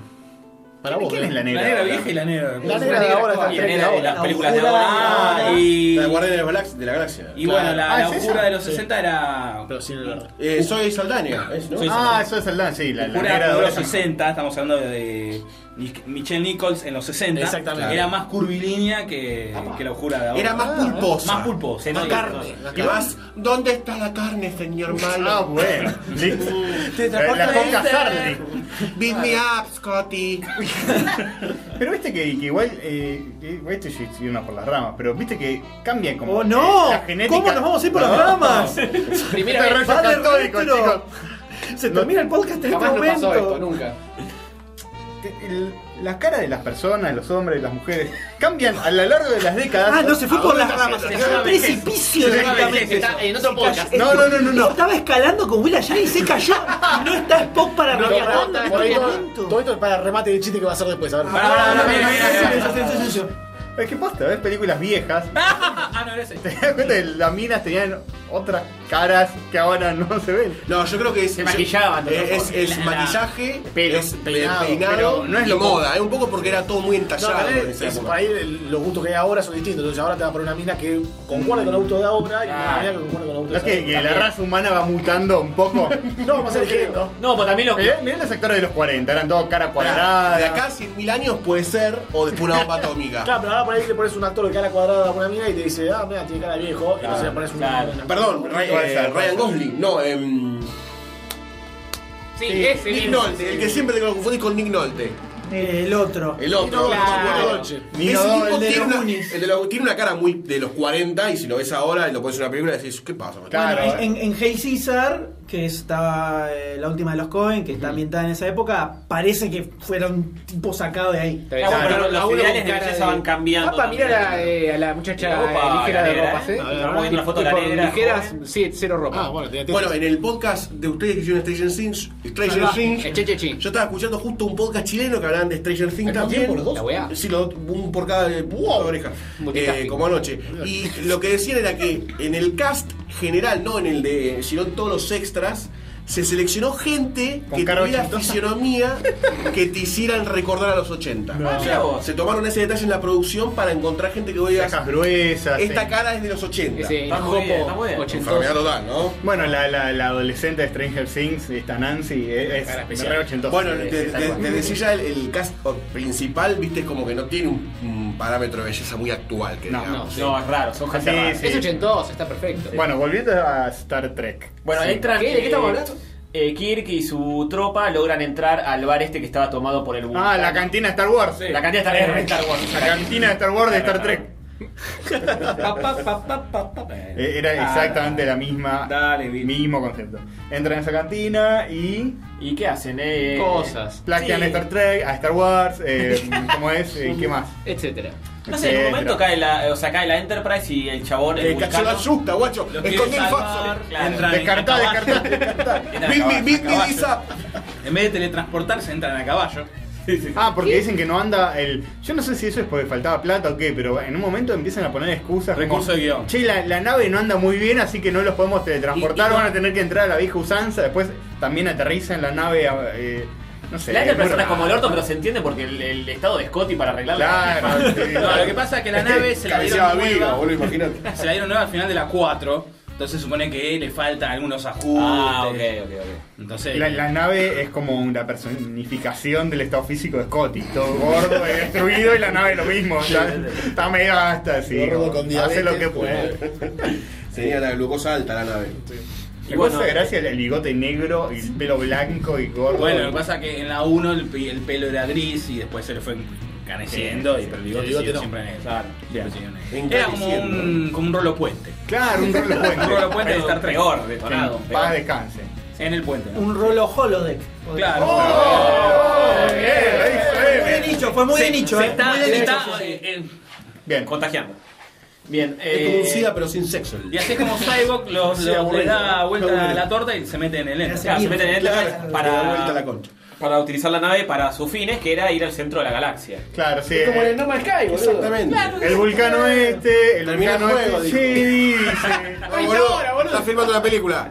[SPEAKER 14] Para vos.
[SPEAKER 2] ¿Quién
[SPEAKER 14] ¿eh?
[SPEAKER 2] es la
[SPEAKER 4] La
[SPEAKER 2] negra?
[SPEAKER 4] negra vieja y la negra.
[SPEAKER 14] La negra de ahora está
[SPEAKER 4] Y
[SPEAKER 14] en
[SPEAKER 4] negra de
[SPEAKER 14] ahora.
[SPEAKER 4] las películas de
[SPEAKER 14] La
[SPEAKER 4] ahora.
[SPEAKER 14] oscura.
[SPEAKER 4] Ah, y-
[SPEAKER 8] La guardiana de la galaxia- de la galaxia.
[SPEAKER 4] Y bueno, la,
[SPEAKER 8] Ah,
[SPEAKER 4] la
[SPEAKER 8] ¿es esa?
[SPEAKER 4] oscura de los
[SPEAKER 8] Sí.
[SPEAKER 4] 60 era.
[SPEAKER 14] Pero sin el
[SPEAKER 8] Eh, soy Saldaña, ¿es, no?
[SPEAKER 4] Soy
[SPEAKER 2] Ah, eso es Aldán, sí, la, la
[SPEAKER 4] Oscura
[SPEAKER 2] negra
[SPEAKER 4] de los
[SPEAKER 2] de
[SPEAKER 4] 60, estamos hablando de Mich- Michelle Nichols en los 60.
[SPEAKER 8] Exactamente.
[SPEAKER 4] Era más curvilínea que, que la oscura de ahora.
[SPEAKER 8] Era más pulposa.
[SPEAKER 4] Más pulposa.
[SPEAKER 8] La
[SPEAKER 4] ¿no?
[SPEAKER 8] carne.
[SPEAKER 4] La
[SPEAKER 8] Y más, ¿dónde está la carne, señor malo?
[SPEAKER 2] Ah, bueno. Listo.
[SPEAKER 8] Te transporta
[SPEAKER 2] La
[SPEAKER 8] de
[SPEAKER 2] coca
[SPEAKER 8] Inter.
[SPEAKER 2] Sardi.
[SPEAKER 8] Beat me up, Scotty.
[SPEAKER 2] Pero viste que, que igual, eh, eh, esto ya es irnos por las ramas, pero viste que cambian como
[SPEAKER 7] ¡Oh, no!
[SPEAKER 2] la genética.
[SPEAKER 7] ¿Cómo nos vamos a ir por las
[SPEAKER 2] No.
[SPEAKER 7] ramas?
[SPEAKER 9] Primera
[SPEAKER 2] Este rollo
[SPEAKER 9] vez. Va de
[SPEAKER 2] católico,
[SPEAKER 9] retro.
[SPEAKER 2] chicos.
[SPEAKER 7] Se termina el podcast en este
[SPEAKER 9] Jamás no pasó esto,
[SPEAKER 7] momento.
[SPEAKER 9] nunca.
[SPEAKER 2] el- la cara de las personas, los hombres, las mujeres, cambian a lo largo de las décadas.
[SPEAKER 7] Ah, no, se fue por las ramas.
[SPEAKER 2] Se
[SPEAKER 7] Se
[SPEAKER 2] llama
[SPEAKER 7] fue un
[SPEAKER 2] vejez.
[SPEAKER 7] precipicio
[SPEAKER 2] Se llama
[SPEAKER 7] directamente.
[SPEAKER 2] vejez,
[SPEAKER 9] Está en otro
[SPEAKER 7] Se cayó-
[SPEAKER 9] podcast.
[SPEAKER 2] No, no, no, no, no.
[SPEAKER 7] Estaba escalando con Will allá y se cayó. No está Spock para
[SPEAKER 14] No,
[SPEAKER 7] rescatarlo
[SPEAKER 14] no,
[SPEAKER 7] en
[SPEAKER 14] por ahí
[SPEAKER 7] este
[SPEAKER 14] todo,
[SPEAKER 7] momento.
[SPEAKER 14] todo esto es para remate del chiste que va a hacer después. A ver.
[SPEAKER 4] Pará, pará, pará, Ah, mira, mira, mira, mira.
[SPEAKER 2] Es que posta, ves películas viejas.
[SPEAKER 4] Ah, no, era ese.
[SPEAKER 2] Te das cuenta que las minas tenían otras caras que ahora no se ven.
[SPEAKER 8] No, yo creo que es.
[SPEAKER 3] Se maquillaban,
[SPEAKER 8] eh, Es,
[SPEAKER 3] ¿no?
[SPEAKER 8] es
[SPEAKER 3] La- la-
[SPEAKER 8] maquillaje,
[SPEAKER 2] pelo,
[SPEAKER 8] es
[SPEAKER 14] peinado,
[SPEAKER 8] peinado,
[SPEAKER 14] pero
[SPEAKER 8] no es lo moda, es un poco porque era todo muy entallado.
[SPEAKER 14] No, tal
[SPEAKER 8] en
[SPEAKER 14] vez,
[SPEAKER 8] esa
[SPEAKER 14] es-
[SPEAKER 8] época.
[SPEAKER 14] por ahí el- los gustos que hay ahora son distintos. Entonces ahora te va a poner una mina que concuerde con el gusto de ahora y una mina que concuerde con el gusto
[SPEAKER 2] ¿No
[SPEAKER 14] de
[SPEAKER 2] es que, que
[SPEAKER 14] ahora.
[SPEAKER 2] la raza humana va mutando un poco?
[SPEAKER 14] No, vamos a ser ejemplo.
[SPEAKER 3] No, pero también lo que.
[SPEAKER 2] mirá, mirá los actores de los 40, eran todos cara cuadrada.
[SPEAKER 8] De acá a 100.000 años puede ser, o después una bomba atómica.
[SPEAKER 14] Claro, pero ahora por ahí le pones un actor de cara cuadrada a una mina y te dice, ah, mira, tiene cara de viejo. y entonces le pones un. una-
[SPEAKER 8] Perdón, Ray-
[SPEAKER 2] Puede
[SPEAKER 8] eh,
[SPEAKER 2] ser, puede
[SPEAKER 8] Ryan
[SPEAKER 2] ser.
[SPEAKER 8] Gosling, no, em,
[SPEAKER 9] Sí,
[SPEAKER 8] eh,
[SPEAKER 9] ese
[SPEAKER 8] Nick
[SPEAKER 9] mismo.
[SPEAKER 8] Nolte, el que siempre te lo confundís con Nick Nolte.
[SPEAKER 7] El otro.
[SPEAKER 8] El otro,
[SPEAKER 7] Claro.
[SPEAKER 8] Ese
[SPEAKER 2] Nino Doble,
[SPEAKER 8] tipo
[SPEAKER 2] el de
[SPEAKER 8] tiene
[SPEAKER 2] los
[SPEAKER 8] una,
[SPEAKER 7] Goonies.
[SPEAKER 8] el de los- tiene una cara muy de los 40 y si lo ves ahora y lo pones en una película decís, ¿qué pasa? macho?
[SPEAKER 2] Claro,
[SPEAKER 7] Bueno,
[SPEAKER 2] eh.
[SPEAKER 7] en, en Hey Caesar, que está eh, la última de los Cohen, que está ambientada en esa época, parece que fuera un tipo sacado de ahí.
[SPEAKER 9] Está bien.
[SPEAKER 3] Ah, bueno, pero
[SPEAKER 9] Claro,
[SPEAKER 3] los
[SPEAKER 9] uno
[SPEAKER 3] ideales
[SPEAKER 9] con
[SPEAKER 3] de
[SPEAKER 9] cara
[SPEAKER 3] belleza van cambiando
[SPEAKER 9] Apa, mira
[SPEAKER 3] también.
[SPEAKER 9] eh, la, eh, a la muchacha
[SPEAKER 3] Opa,
[SPEAKER 9] eh, ligera
[SPEAKER 3] la
[SPEAKER 9] de
[SPEAKER 3] negra,
[SPEAKER 9] ropa,
[SPEAKER 3] ¿eh?
[SPEAKER 9] ¿eh?
[SPEAKER 3] Estamos viendo la foto de la
[SPEAKER 9] Tipo,
[SPEAKER 3] negra,
[SPEAKER 9] Ligeras, sí, cero ropa.
[SPEAKER 14] Ah, bueno, te
[SPEAKER 8] Bueno, en el podcast de ustedes que hicieron Stranger Things, Stranger
[SPEAKER 9] Ah,
[SPEAKER 8] Things,
[SPEAKER 9] el Cheche Chin.
[SPEAKER 8] yo estaba escuchando justo un podcast chileno que hablaban de Stranger Things también.
[SPEAKER 9] tiempo, los dos? La weá.
[SPEAKER 8] Sí, los dos, un por cada wow, oreja.
[SPEAKER 9] Multitasking.
[SPEAKER 8] Eh, como anoche. Y lo que decían era que en el cast general, no en el de, sino en todos los extras,
[SPEAKER 1] se seleccionó gente que
[SPEAKER 8] cara
[SPEAKER 1] tuviera
[SPEAKER 8] ochentosa.
[SPEAKER 1] fisionomía que te hicieran recordar a los 80.
[SPEAKER 8] No. Ah, mirá vos.
[SPEAKER 1] Se tomaron ese detalle en la producción para encontrar gente que vos digas.
[SPEAKER 2] gruesas, eh.
[SPEAKER 1] Esta
[SPEAKER 2] sí.
[SPEAKER 1] cara es de los 80.
[SPEAKER 2] Está muy bien, está muy bien.
[SPEAKER 1] Enfermedad total, ¿no?
[SPEAKER 2] Bueno, la, la, la adolescente de Stranger Things, esta Nancy, eh, es,
[SPEAKER 1] Cara
[SPEAKER 2] es
[SPEAKER 1] especial.
[SPEAKER 2] re ochentosa.
[SPEAKER 1] Bueno,
[SPEAKER 2] Sí,
[SPEAKER 1] te,
[SPEAKER 2] sí,
[SPEAKER 1] te-
[SPEAKER 2] tal cual.
[SPEAKER 1] te decía ya el, el cast principal, viste, es como que no tiene un, un parámetro de belleza muy actual. Que
[SPEAKER 2] No,
[SPEAKER 1] digamos.
[SPEAKER 2] no, no, es raro, son gente rara. Es
[SPEAKER 9] ochentoso, está perfecto.
[SPEAKER 2] Bueno, volviendo a Star Trek.
[SPEAKER 3] Bueno,
[SPEAKER 2] Sí.
[SPEAKER 3] entran.
[SPEAKER 2] ¿Qué? ¿De qué estamos
[SPEAKER 3] eh,
[SPEAKER 2] hablando?
[SPEAKER 3] eh, Kirk y su tropa logran entrar al bar este que estaba tomado por el
[SPEAKER 2] Ah, la cantina de Star Wars.
[SPEAKER 3] La cantina de Star- de Star Wars.
[SPEAKER 2] La cantina de Star Wars de Star Trek. Eh, Era exactamente la misma. mismo concepto. Entran a esa cantina y.
[SPEAKER 3] ¿Y qué hacen? Eh,
[SPEAKER 2] Cosas. Plagian a Star Trek, a Star Wars, eh, ¿cómo es? Eh, ¿Qué más?
[SPEAKER 9] Etcétera.
[SPEAKER 3] No sé, en un momento cae la, o sea, cae la Enterprise y el chabón.
[SPEAKER 1] Eh,
[SPEAKER 3] El
[SPEAKER 1] cacho,
[SPEAKER 3] vulcano,
[SPEAKER 1] la asusta, guacho.
[SPEAKER 3] Los quiere
[SPEAKER 1] Escondí el
[SPEAKER 3] salvar,
[SPEAKER 1] faso.
[SPEAKER 3] claro.
[SPEAKER 4] Descartá,
[SPEAKER 1] descartá, Ah,
[SPEAKER 4] En vez de teletransportarse, entran a caballo.
[SPEAKER 2] Ah, porque dicen que no anda el. Yo no sé si eso es porque faltaba plata o qué, pero en un momento empiezan a poner excusas. como,
[SPEAKER 4] Recurso de guión.
[SPEAKER 2] Che, la, la nave no anda muy bien, así que no los podemos teletransportar.
[SPEAKER 4] Y- y-
[SPEAKER 2] van a tener que entrar a la vieja usanza. Después también aterriza en la nave. eh, no sé.
[SPEAKER 3] La Enterprise
[SPEAKER 2] muy
[SPEAKER 3] está
[SPEAKER 2] raro.
[SPEAKER 3] como el orto, pero se entiende porque el, el estado de Scotty para arreglarla.
[SPEAKER 2] Claro,
[SPEAKER 4] No, lo que pasa es que la nave se la
[SPEAKER 8] Cabeceaba
[SPEAKER 4] dieron
[SPEAKER 8] viva,
[SPEAKER 4] nueva.
[SPEAKER 8] boludo, imagínate.
[SPEAKER 4] Se la dieron nueva al final de la 4. Entonces supone que le faltan algunos ajustes.
[SPEAKER 2] Ah, ok,
[SPEAKER 3] Este,
[SPEAKER 4] ok, ok. Entonces.
[SPEAKER 2] La, la nave es como una personificación del estado físico de Scotty. Todo gordo y destruido y la nave lo mismo. Está, está medio hasta así. como,
[SPEAKER 8] Gordo con
[SPEAKER 2] Hace
[SPEAKER 8] diabetes,
[SPEAKER 2] lo que puede.
[SPEAKER 1] Tenía pues. la glucosa alta la nave.
[SPEAKER 2] Y vos gracias el bigote negro, y el pelo blanco y gordo.
[SPEAKER 4] Bueno, lo que pasa es que en la 1 el, pe- el pelo era gris y después se le fue encaneciendo.
[SPEAKER 2] Sí,
[SPEAKER 4] y, pero el
[SPEAKER 2] sí,
[SPEAKER 4] bigote,
[SPEAKER 2] el bigote
[SPEAKER 4] siguió
[SPEAKER 2] no.
[SPEAKER 4] siempre negro. Siempre siguió negro. Era como
[SPEAKER 2] Encaneciendo.
[SPEAKER 4] un, como un rolo puente.
[SPEAKER 2] Claro, un rolo puente.
[SPEAKER 4] un rolo puente de
[SPEAKER 2] Pero
[SPEAKER 4] Star Trek.
[SPEAKER 2] peor, detonado,
[SPEAKER 4] En
[SPEAKER 2] peor.
[SPEAKER 4] paz
[SPEAKER 2] descanse.
[SPEAKER 4] En el puente.
[SPEAKER 7] Un rolo holodeck.
[SPEAKER 4] Claro.
[SPEAKER 2] ¡Oh!
[SPEAKER 4] oh,
[SPEAKER 7] Fue de nicho, fue muy de nicho,
[SPEAKER 3] se
[SPEAKER 7] eh.
[SPEAKER 3] está-
[SPEAKER 7] Muy de
[SPEAKER 3] se
[SPEAKER 7] nicho,
[SPEAKER 3] Ah, está,
[SPEAKER 7] sí, sí.
[SPEAKER 3] eh, eh,
[SPEAKER 2] Bien.
[SPEAKER 3] Contagiando. Bien.
[SPEAKER 1] Es como un
[SPEAKER 3] eh,
[SPEAKER 1] SIDA, pero sin sexo.
[SPEAKER 4] Y así es como Cyborg los,
[SPEAKER 1] Sí,
[SPEAKER 4] los- le
[SPEAKER 1] aburrido.
[SPEAKER 4] da vuelta a
[SPEAKER 1] Aburrido.
[SPEAKER 4] la torta y se mete en el
[SPEAKER 3] O
[SPEAKER 4] ente.
[SPEAKER 3] sea, se meten en el Enterprise para, para utilizar la nave para sus fines, que era ir al centro de la galaxia.
[SPEAKER 2] Claro, sí.
[SPEAKER 3] Es como
[SPEAKER 2] eh,
[SPEAKER 3] el No Man's Sky, boludo.
[SPEAKER 1] Exactamente.
[SPEAKER 2] El vulcano este, el
[SPEAKER 1] Termina el
[SPEAKER 2] vulcano
[SPEAKER 1] juego,
[SPEAKER 2] este.
[SPEAKER 1] dijo.
[SPEAKER 2] Sí, dice.
[SPEAKER 1] Está filmando la película.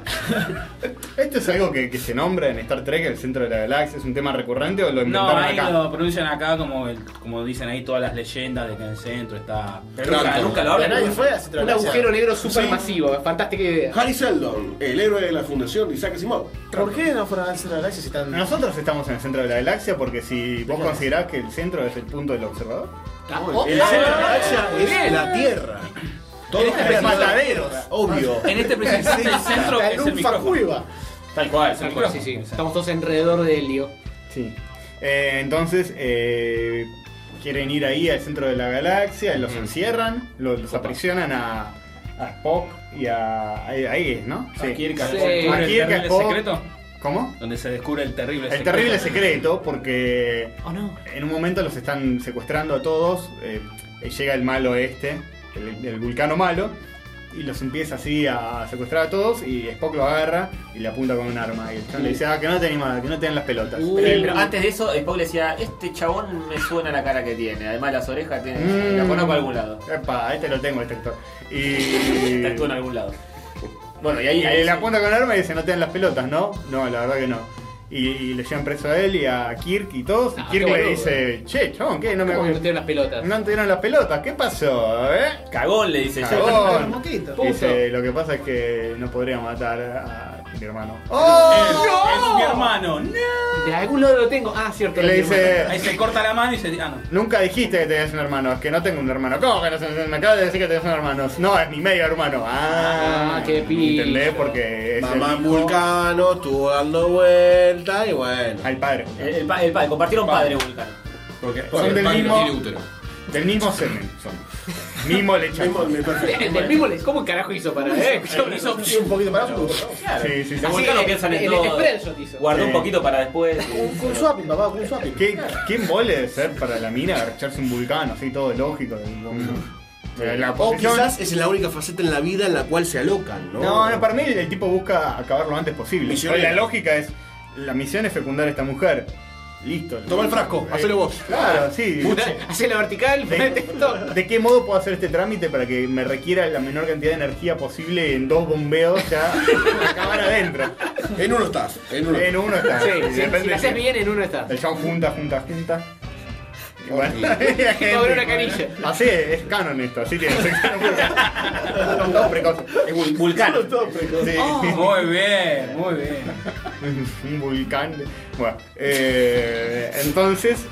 [SPEAKER 2] ¿Esto es algo que, que se nombra en Star Trek, el centro de la galaxia? ¿Es un tema recurrente o lo
[SPEAKER 4] No,
[SPEAKER 2] inventaron
[SPEAKER 4] ahí
[SPEAKER 2] acá?
[SPEAKER 4] lo pronuncian acá como, el- como dicen ahí todas las leyendas de que en el centro está.
[SPEAKER 9] Un agujero negro súper masivo, fantástica idea.
[SPEAKER 1] Harry Seldon, el héroe de la fundación de Isaac Asimov.
[SPEAKER 14] ¿Por qué no fueron al centro de la galaxia si están.?
[SPEAKER 2] Nosotros estamos en el centro de la galaxia porque si vos considerás que el centro es el punto del observador.
[SPEAKER 14] Oh,
[SPEAKER 2] el
[SPEAKER 14] ah,
[SPEAKER 2] centro de la
[SPEAKER 14] ah,
[SPEAKER 2] galaxia
[SPEAKER 14] muy
[SPEAKER 2] es
[SPEAKER 14] bien.
[SPEAKER 2] la Tierra.
[SPEAKER 14] Todo
[SPEAKER 2] Todos los mataderos.
[SPEAKER 14] Obvio.
[SPEAKER 4] En este preciso instante el centro
[SPEAKER 14] La
[SPEAKER 4] es el
[SPEAKER 14] lunfa
[SPEAKER 4] micrófono.
[SPEAKER 14] cueva.
[SPEAKER 4] Tal cual,
[SPEAKER 2] Tal
[SPEAKER 4] tal
[SPEAKER 2] cual,
[SPEAKER 4] cual.
[SPEAKER 2] sí, sí.
[SPEAKER 9] Estamos todos alrededor de Helio.
[SPEAKER 2] Sí. Eh, entonces, eh, quieren ir ahí al centro de la galaxia,
[SPEAKER 4] Mm.
[SPEAKER 2] los encierran, los, los aprisionan a, a Spock y a. Ahí, ahí es, ¿no?
[SPEAKER 4] A Kirk, a-
[SPEAKER 2] Sí.
[SPEAKER 4] ¿El
[SPEAKER 2] A Kirk, a
[SPEAKER 4] terrible
[SPEAKER 2] Spock.
[SPEAKER 4] secreto?
[SPEAKER 2] ¿Cómo?
[SPEAKER 4] Donde se descubre el terrible
[SPEAKER 2] El terrible secreto, porque
[SPEAKER 7] Oh,
[SPEAKER 2] en un momento los están secuestrando a todos. eh, y llega el malo este, el, el vulcano malo, y los empieza así a secuestrar a todos. Y Spock lo agarra y le apunta con un arma. Y el chabón le dice: Ah, que no te animas, que no te den las pelotas.
[SPEAKER 3] Sí,
[SPEAKER 2] El-
[SPEAKER 3] pero antes de eso, Spock le decía, este chabón me suena la cara que tiene, además las orejas tiene,
[SPEAKER 2] Mm.
[SPEAKER 3] la conozco a algún lado.
[SPEAKER 2] Epa, este lo tengo, este actor. Y.
[SPEAKER 3] Está en algún lado. Bueno, y ahí-
[SPEAKER 2] Y
[SPEAKER 3] ahí
[SPEAKER 2] le
[SPEAKER 3] sí.
[SPEAKER 2] apunta con arma y dice: No te dan las pelotas, ¿no? No, la verdad que no. Y, y le llevan preso a él y a Kirk y todos. Y
[SPEAKER 9] Ah,
[SPEAKER 2] Kirk
[SPEAKER 9] qué
[SPEAKER 2] le
[SPEAKER 9] boludo.
[SPEAKER 2] dice: Che, chabón, ¿qué? No me
[SPEAKER 9] ¿Cómo que no te dieron las pelotas?
[SPEAKER 2] No te dieron las pelotas, ¿qué pasó? eh?
[SPEAKER 3] Cagón, le dice.
[SPEAKER 2] Cagón.
[SPEAKER 3] Moquito.
[SPEAKER 2] Dice: Lo que pasa es que no podría matar a mi hermano.
[SPEAKER 4] ¡Oh! Es, mi hermano. ¡No!
[SPEAKER 9] De algún lado lo tengo. Ah, cierto.
[SPEAKER 2] Que le dice-
[SPEAKER 4] Ahí se corta la mano y se. Ah, no.
[SPEAKER 2] Nunca dijiste que tenías un hermano, es que no tengo un hermano. ¿Cómo que no tenés- Me acabas de decir que tenías un hermano. No, es mi medio hermano. Ah,
[SPEAKER 9] qué pillo.
[SPEAKER 2] ¿Entendés? Porque es
[SPEAKER 1] Mamá
[SPEAKER 2] el hijo-
[SPEAKER 1] Vulcano estuvo dando vuelta y bueno.
[SPEAKER 2] Al padre.
[SPEAKER 3] El, el pa- el padre, compartieron padre, Vulcano.
[SPEAKER 1] Porque
[SPEAKER 2] Son del mismo- Del mismo semen son. Mismo lechazo.
[SPEAKER 9] El del mismo les- ¿Cómo carajo hizo para.? Eh?
[SPEAKER 14] Hizo un poquito para abajo.
[SPEAKER 3] Claro.
[SPEAKER 2] Sí, sí, sí.
[SPEAKER 3] Así que piensan en
[SPEAKER 9] el
[SPEAKER 3] todo.
[SPEAKER 9] Spreadshot hizo.
[SPEAKER 3] Guardó
[SPEAKER 2] Sí.
[SPEAKER 3] un poquito para después. eh,
[SPEAKER 14] Un, un swapping, papá, un swapping.
[SPEAKER 2] ¿Qué, ¿Quién vole de ser para la mina agacharse un vulcano? Así todo lógico. Pero la
[SPEAKER 1] O
[SPEAKER 2] posición-
[SPEAKER 1] quizás es la única faceta en la vida en la cual se alocan, ¿no?
[SPEAKER 2] No, no, para mí el, el tipo busca acabar lo antes posible.
[SPEAKER 1] Misionero.
[SPEAKER 2] Pero La lógica es, la misión es fecundar a esta mujer. Listo.
[SPEAKER 8] Toma el frasco,
[SPEAKER 2] Eh,
[SPEAKER 8] hacelo vos.
[SPEAKER 2] Claro, sí.
[SPEAKER 8] Puche.
[SPEAKER 9] Hacé la vertical,
[SPEAKER 2] ¿De, de qué modo puedo hacer este trámite para que me requiera la menor cantidad de energía posible en dos bombeos ya acabar adentro?
[SPEAKER 8] En uno estás. En
[SPEAKER 2] uno, estás.
[SPEAKER 9] Sí,
[SPEAKER 2] Y
[SPEAKER 9] sí,
[SPEAKER 2] depende
[SPEAKER 9] si la haces
[SPEAKER 2] de-
[SPEAKER 9] bien, en uno está.
[SPEAKER 2] El chabón junta, junta, junta. Y Bueno,
[SPEAKER 9] Va a haber una canilla.
[SPEAKER 2] Así es, es canon esto, así tiene sección. Son todos precoces. Es vul- vulcano. Sí.
[SPEAKER 4] Muy bien, muy bien.
[SPEAKER 2] Un vulcán. de- Bueno, eh, entonces.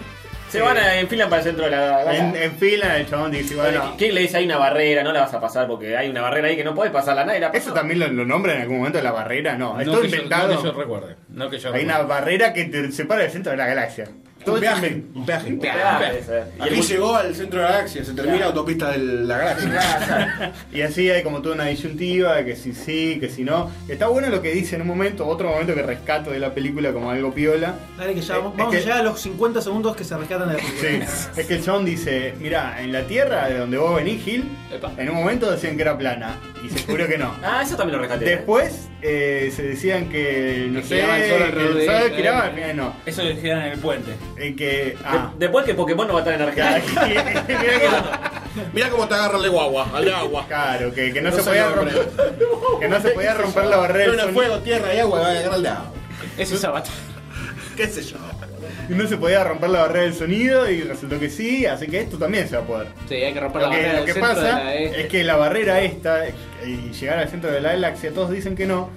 [SPEAKER 3] Se van a enfilan para el centro de la gala.
[SPEAKER 2] En, enfilan, el chabón dice, bueno.
[SPEAKER 3] ¿Quién le dice hay una barrera? No la vas a pasar porque hay una barrera ahí que no puedes pasarla nadie. La
[SPEAKER 2] ¿Eso también lo, lo nombra en algún momento la barrera? No, es todo
[SPEAKER 14] que yo-
[SPEAKER 2] inventado.
[SPEAKER 14] no que yo recuerde. No que yo
[SPEAKER 2] Hay
[SPEAKER 14] recuerde.
[SPEAKER 2] una barrera que te separa del centro de la galaxia. Todo
[SPEAKER 8] Un viaje,
[SPEAKER 2] inven-
[SPEAKER 8] un viaje.
[SPEAKER 2] Un viaje.
[SPEAKER 8] Aquí llegó al centro de la galaxia, se termina la autopista de la galaxia.
[SPEAKER 2] Y así hay como toda una disyuntiva, que si sí, que si no. Está bueno lo que dice en un momento, otro momento que rescato de la película como algo piola.
[SPEAKER 7] Dale que ya
[SPEAKER 2] Eh,
[SPEAKER 7] vamos,
[SPEAKER 2] es
[SPEAKER 7] vamos
[SPEAKER 2] que-
[SPEAKER 7] a llegar a los 50 segundos que se rescatan de la
[SPEAKER 2] Sí,
[SPEAKER 7] película.
[SPEAKER 2] es que el chabón dice, mira, en la tierra de donde vos venís, Gil, en un momento decían que era plana. Y se descubrió que no.
[SPEAKER 3] Ah, eso también lo rescaté.
[SPEAKER 2] Después eh, se decían que no
[SPEAKER 3] Que
[SPEAKER 2] sé,
[SPEAKER 3] giraba el sol
[SPEAKER 2] que
[SPEAKER 3] alrededor
[SPEAKER 2] el
[SPEAKER 3] de- ¿eh?
[SPEAKER 2] sol giraba, al final no.
[SPEAKER 4] Eso lo dijeron en el puente.
[SPEAKER 2] En que. Ah,
[SPEAKER 3] Después que Pokémon no va a estar en Argentina.
[SPEAKER 8] Mirá cómo te agarra el de guagua, al de agua.
[SPEAKER 2] Claro, que, que no,
[SPEAKER 8] No
[SPEAKER 2] se
[SPEAKER 8] sé
[SPEAKER 2] podía
[SPEAKER 8] lo que
[SPEAKER 2] romper. que no se podía romper la barrera. del
[SPEAKER 8] Era
[SPEAKER 2] sonido.
[SPEAKER 8] fuego, tierra y agua, va a agarrar el de agua.
[SPEAKER 9] Eso es avatar.
[SPEAKER 8] ¿Qué sé yo?
[SPEAKER 2] Y no se podía romper la barrera del sonido y resultó que sí, así que esto también se va a poder.
[SPEAKER 9] Sí, hay que romper
[SPEAKER 2] Lo
[SPEAKER 9] la
[SPEAKER 2] que,
[SPEAKER 9] barrera
[SPEAKER 2] lo
[SPEAKER 9] del
[SPEAKER 2] que
[SPEAKER 9] centro de
[SPEAKER 2] pasa
[SPEAKER 9] la- eh, E.
[SPEAKER 2] es que la barrera esta eh, y llegar al centro de la galaxia, todos dicen que no,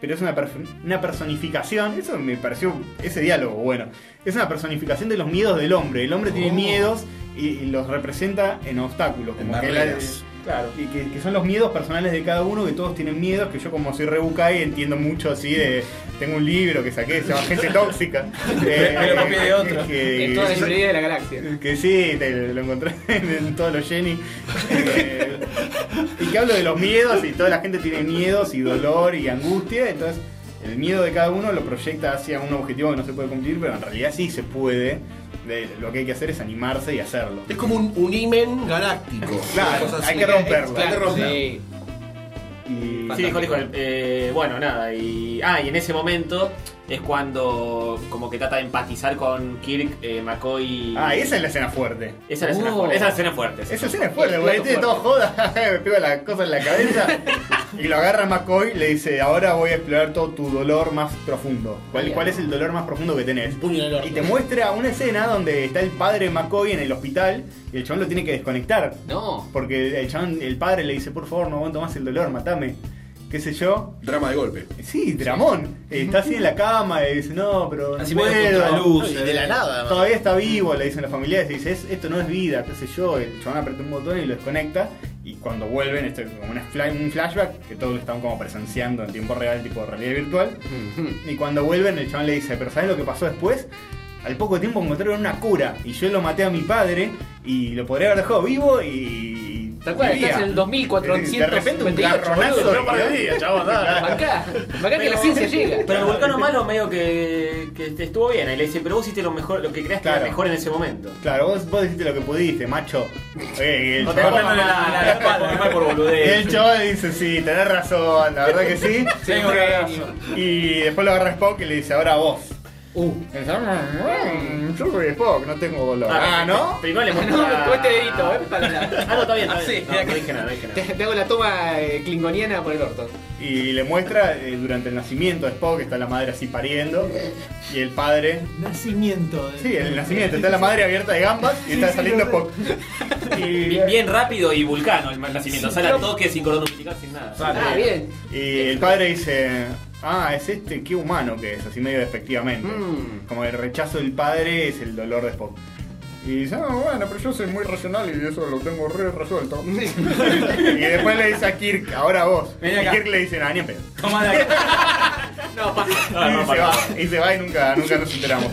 [SPEAKER 2] pero es una, perf- una personificación, eso me pareció, ese diálogo bueno, es una personificación de los miedos del hombre, el hombre
[SPEAKER 9] Oh.
[SPEAKER 2] tiene miedos y, y los representa en obstáculos, como que la-
[SPEAKER 8] barreras.
[SPEAKER 2] Claro. Y que, que son los miedos personales de cada uno, que todos tienen miedos, que yo como soy rebuca y entiendo mucho así de... Tengo un libro que saqué, se llama Gente Tóxica. Eh,
[SPEAKER 9] Me lo copié de otro.
[SPEAKER 2] que-
[SPEAKER 9] En toda la librería de la galaxia.
[SPEAKER 2] que sí, te- lo encontré en todos los Jenny. Eh, y que hablo de los miedos y toda la gente tiene miedos y dolor y angustia. Entonces, el miedo de cada uno lo proyecta hacia un objetivo que no se puede cumplir, pero en realidad sí se puede. De- lo que hay que hacer es animarse y hacerlo.
[SPEAKER 8] Es como un, un imen galáctico.
[SPEAKER 2] Claro,
[SPEAKER 8] Cosas
[SPEAKER 2] hay
[SPEAKER 8] así.
[SPEAKER 2] que romperlo.
[SPEAKER 8] Hay que romperlo.
[SPEAKER 2] Y-
[SPEAKER 3] Sí, dijo, dijo, eh, bueno, nada, y. Ah, y en ese momento es cuando como que trata de empatizar con Kirk, eh, McCoy.
[SPEAKER 2] Ah, y esa es la escena fuerte.
[SPEAKER 3] Esa es la escena
[SPEAKER 2] Oh.
[SPEAKER 3] fuerte. Esa es la escena fuerte.
[SPEAKER 2] Esa escena es fuerte, porque tiene todo joda, me pego la cosa en la cabeza. Y lo agarra McCoy, le dice, ahora voy a explorar todo tu dolor más profundo. ¿Cuál,
[SPEAKER 8] Bien.
[SPEAKER 2] cuál es el dolor más profundo que tenés? Y te muestra una escena donde está el padre de McCoy en el hospital y el chabón lo tiene que desconectar.
[SPEAKER 9] No.
[SPEAKER 2] Porque el- el, chabón- el padre le dice, por favor, no aguanto más el dolor, matame. ¿Qué sé yo?
[SPEAKER 8] Drama de golpe.
[SPEAKER 2] Sí, dramón. Eh, Está así en la cama y dice, no, pero no
[SPEAKER 8] Así medio
[SPEAKER 2] puedo.
[SPEAKER 8] contraluz, No, y de la eh. nada, además.
[SPEAKER 2] Todavía está vivo, le dicen los familiares. Y dice, "Es- esto no es vida, qué sé yo. El chabón aprieta un botón y lo desconecta. Y cuando vuelven, esto es como una fla- un flashback que todos lo están como presenciando en tiempo real, tipo realidad virtual. Y cuando vuelven, el chabón le dice, pero ¿sabes lo que pasó después? Al poco tiempo encontraron una cura y yo lo maté a mi padre y lo podría haber dejado vivo y...
[SPEAKER 9] Tal cual,
[SPEAKER 2] vivía".
[SPEAKER 9] estás en el 2400.
[SPEAKER 2] De repente un garronazo.
[SPEAKER 9] No para el día, chavos, dale. Bancá, bancá que la ciencia llega.
[SPEAKER 3] Pero el volcano malo medio que, que te estuvo bien. Ahí le dice, pero vos hiciste lo mejor, lo que creas que era
[SPEAKER 2] Claro.
[SPEAKER 3] mejor en ese momento.
[SPEAKER 2] Claro, vos, vos hiciste lo que pudiste, macho. Eh, el
[SPEAKER 3] No te
[SPEAKER 2] chabón-
[SPEAKER 3] rompan la- la- la espalda, no es por boludez.
[SPEAKER 2] Y el chaval dice, sí, tenés razón, la verdad que sí.
[SPEAKER 4] Tengo razón.
[SPEAKER 2] Y después lo agarra Spock y le dice, ahora vos. Uh. Yo soy Spock, no tengo dolor. Ah, ¿no?
[SPEAKER 3] Primero le muestra.
[SPEAKER 9] No, con este dedito, eh, para la-
[SPEAKER 3] Ah, no, está bien, está
[SPEAKER 9] Ah,
[SPEAKER 3] bien.
[SPEAKER 9] sí,
[SPEAKER 3] No, no dije nada, no dije nada.
[SPEAKER 9] Te, te hago la toma eh, klingoniana por el orto.
[SPEAKER 2] Y le muestra eh, durante el nacimiento de Spock, está la madre así pariendo. Y el padre.
[SPEAKER 7] Nacimiento.
[SPEAKER 2] Sí, el nacimiento. Está la madre abierta de gambas y está saliendo Spock.
[SPEAKER 3] Bien, bien rápido y vulcano el nacimiento.
[SPEAKER 2] Sí,
[SPEAKER 3] Sale
[SPEAKER 2] pero-
[SPEAKER 3] al toque sin cordón umbilical, sin nada.
[SPEAKER 2] Ah, bien. Y el padre dice, ah, es este, qué humano que es, así medio despectivamente. Como el rechazo del padre es el dolor de Spock. Y dice, ah, bueno, pero yo soy muy racional y eso lo tengo re resuelto. y después le dice a Kirk, ahora vos.
[SPEAKER 4] Vení
[SPEAKER 2] y
[SPEAKER 4] acá.
[SPEAKER 2] Kirk le dice, ah, ni en pedo.
[SPEAKER 4] Toma de acá.
[SPEAKER 9] No, pasa.
[SPEAKER 3] Ah,
[SPEAKER 2] y, se va, y se va y nunca, nunca nos enteramos.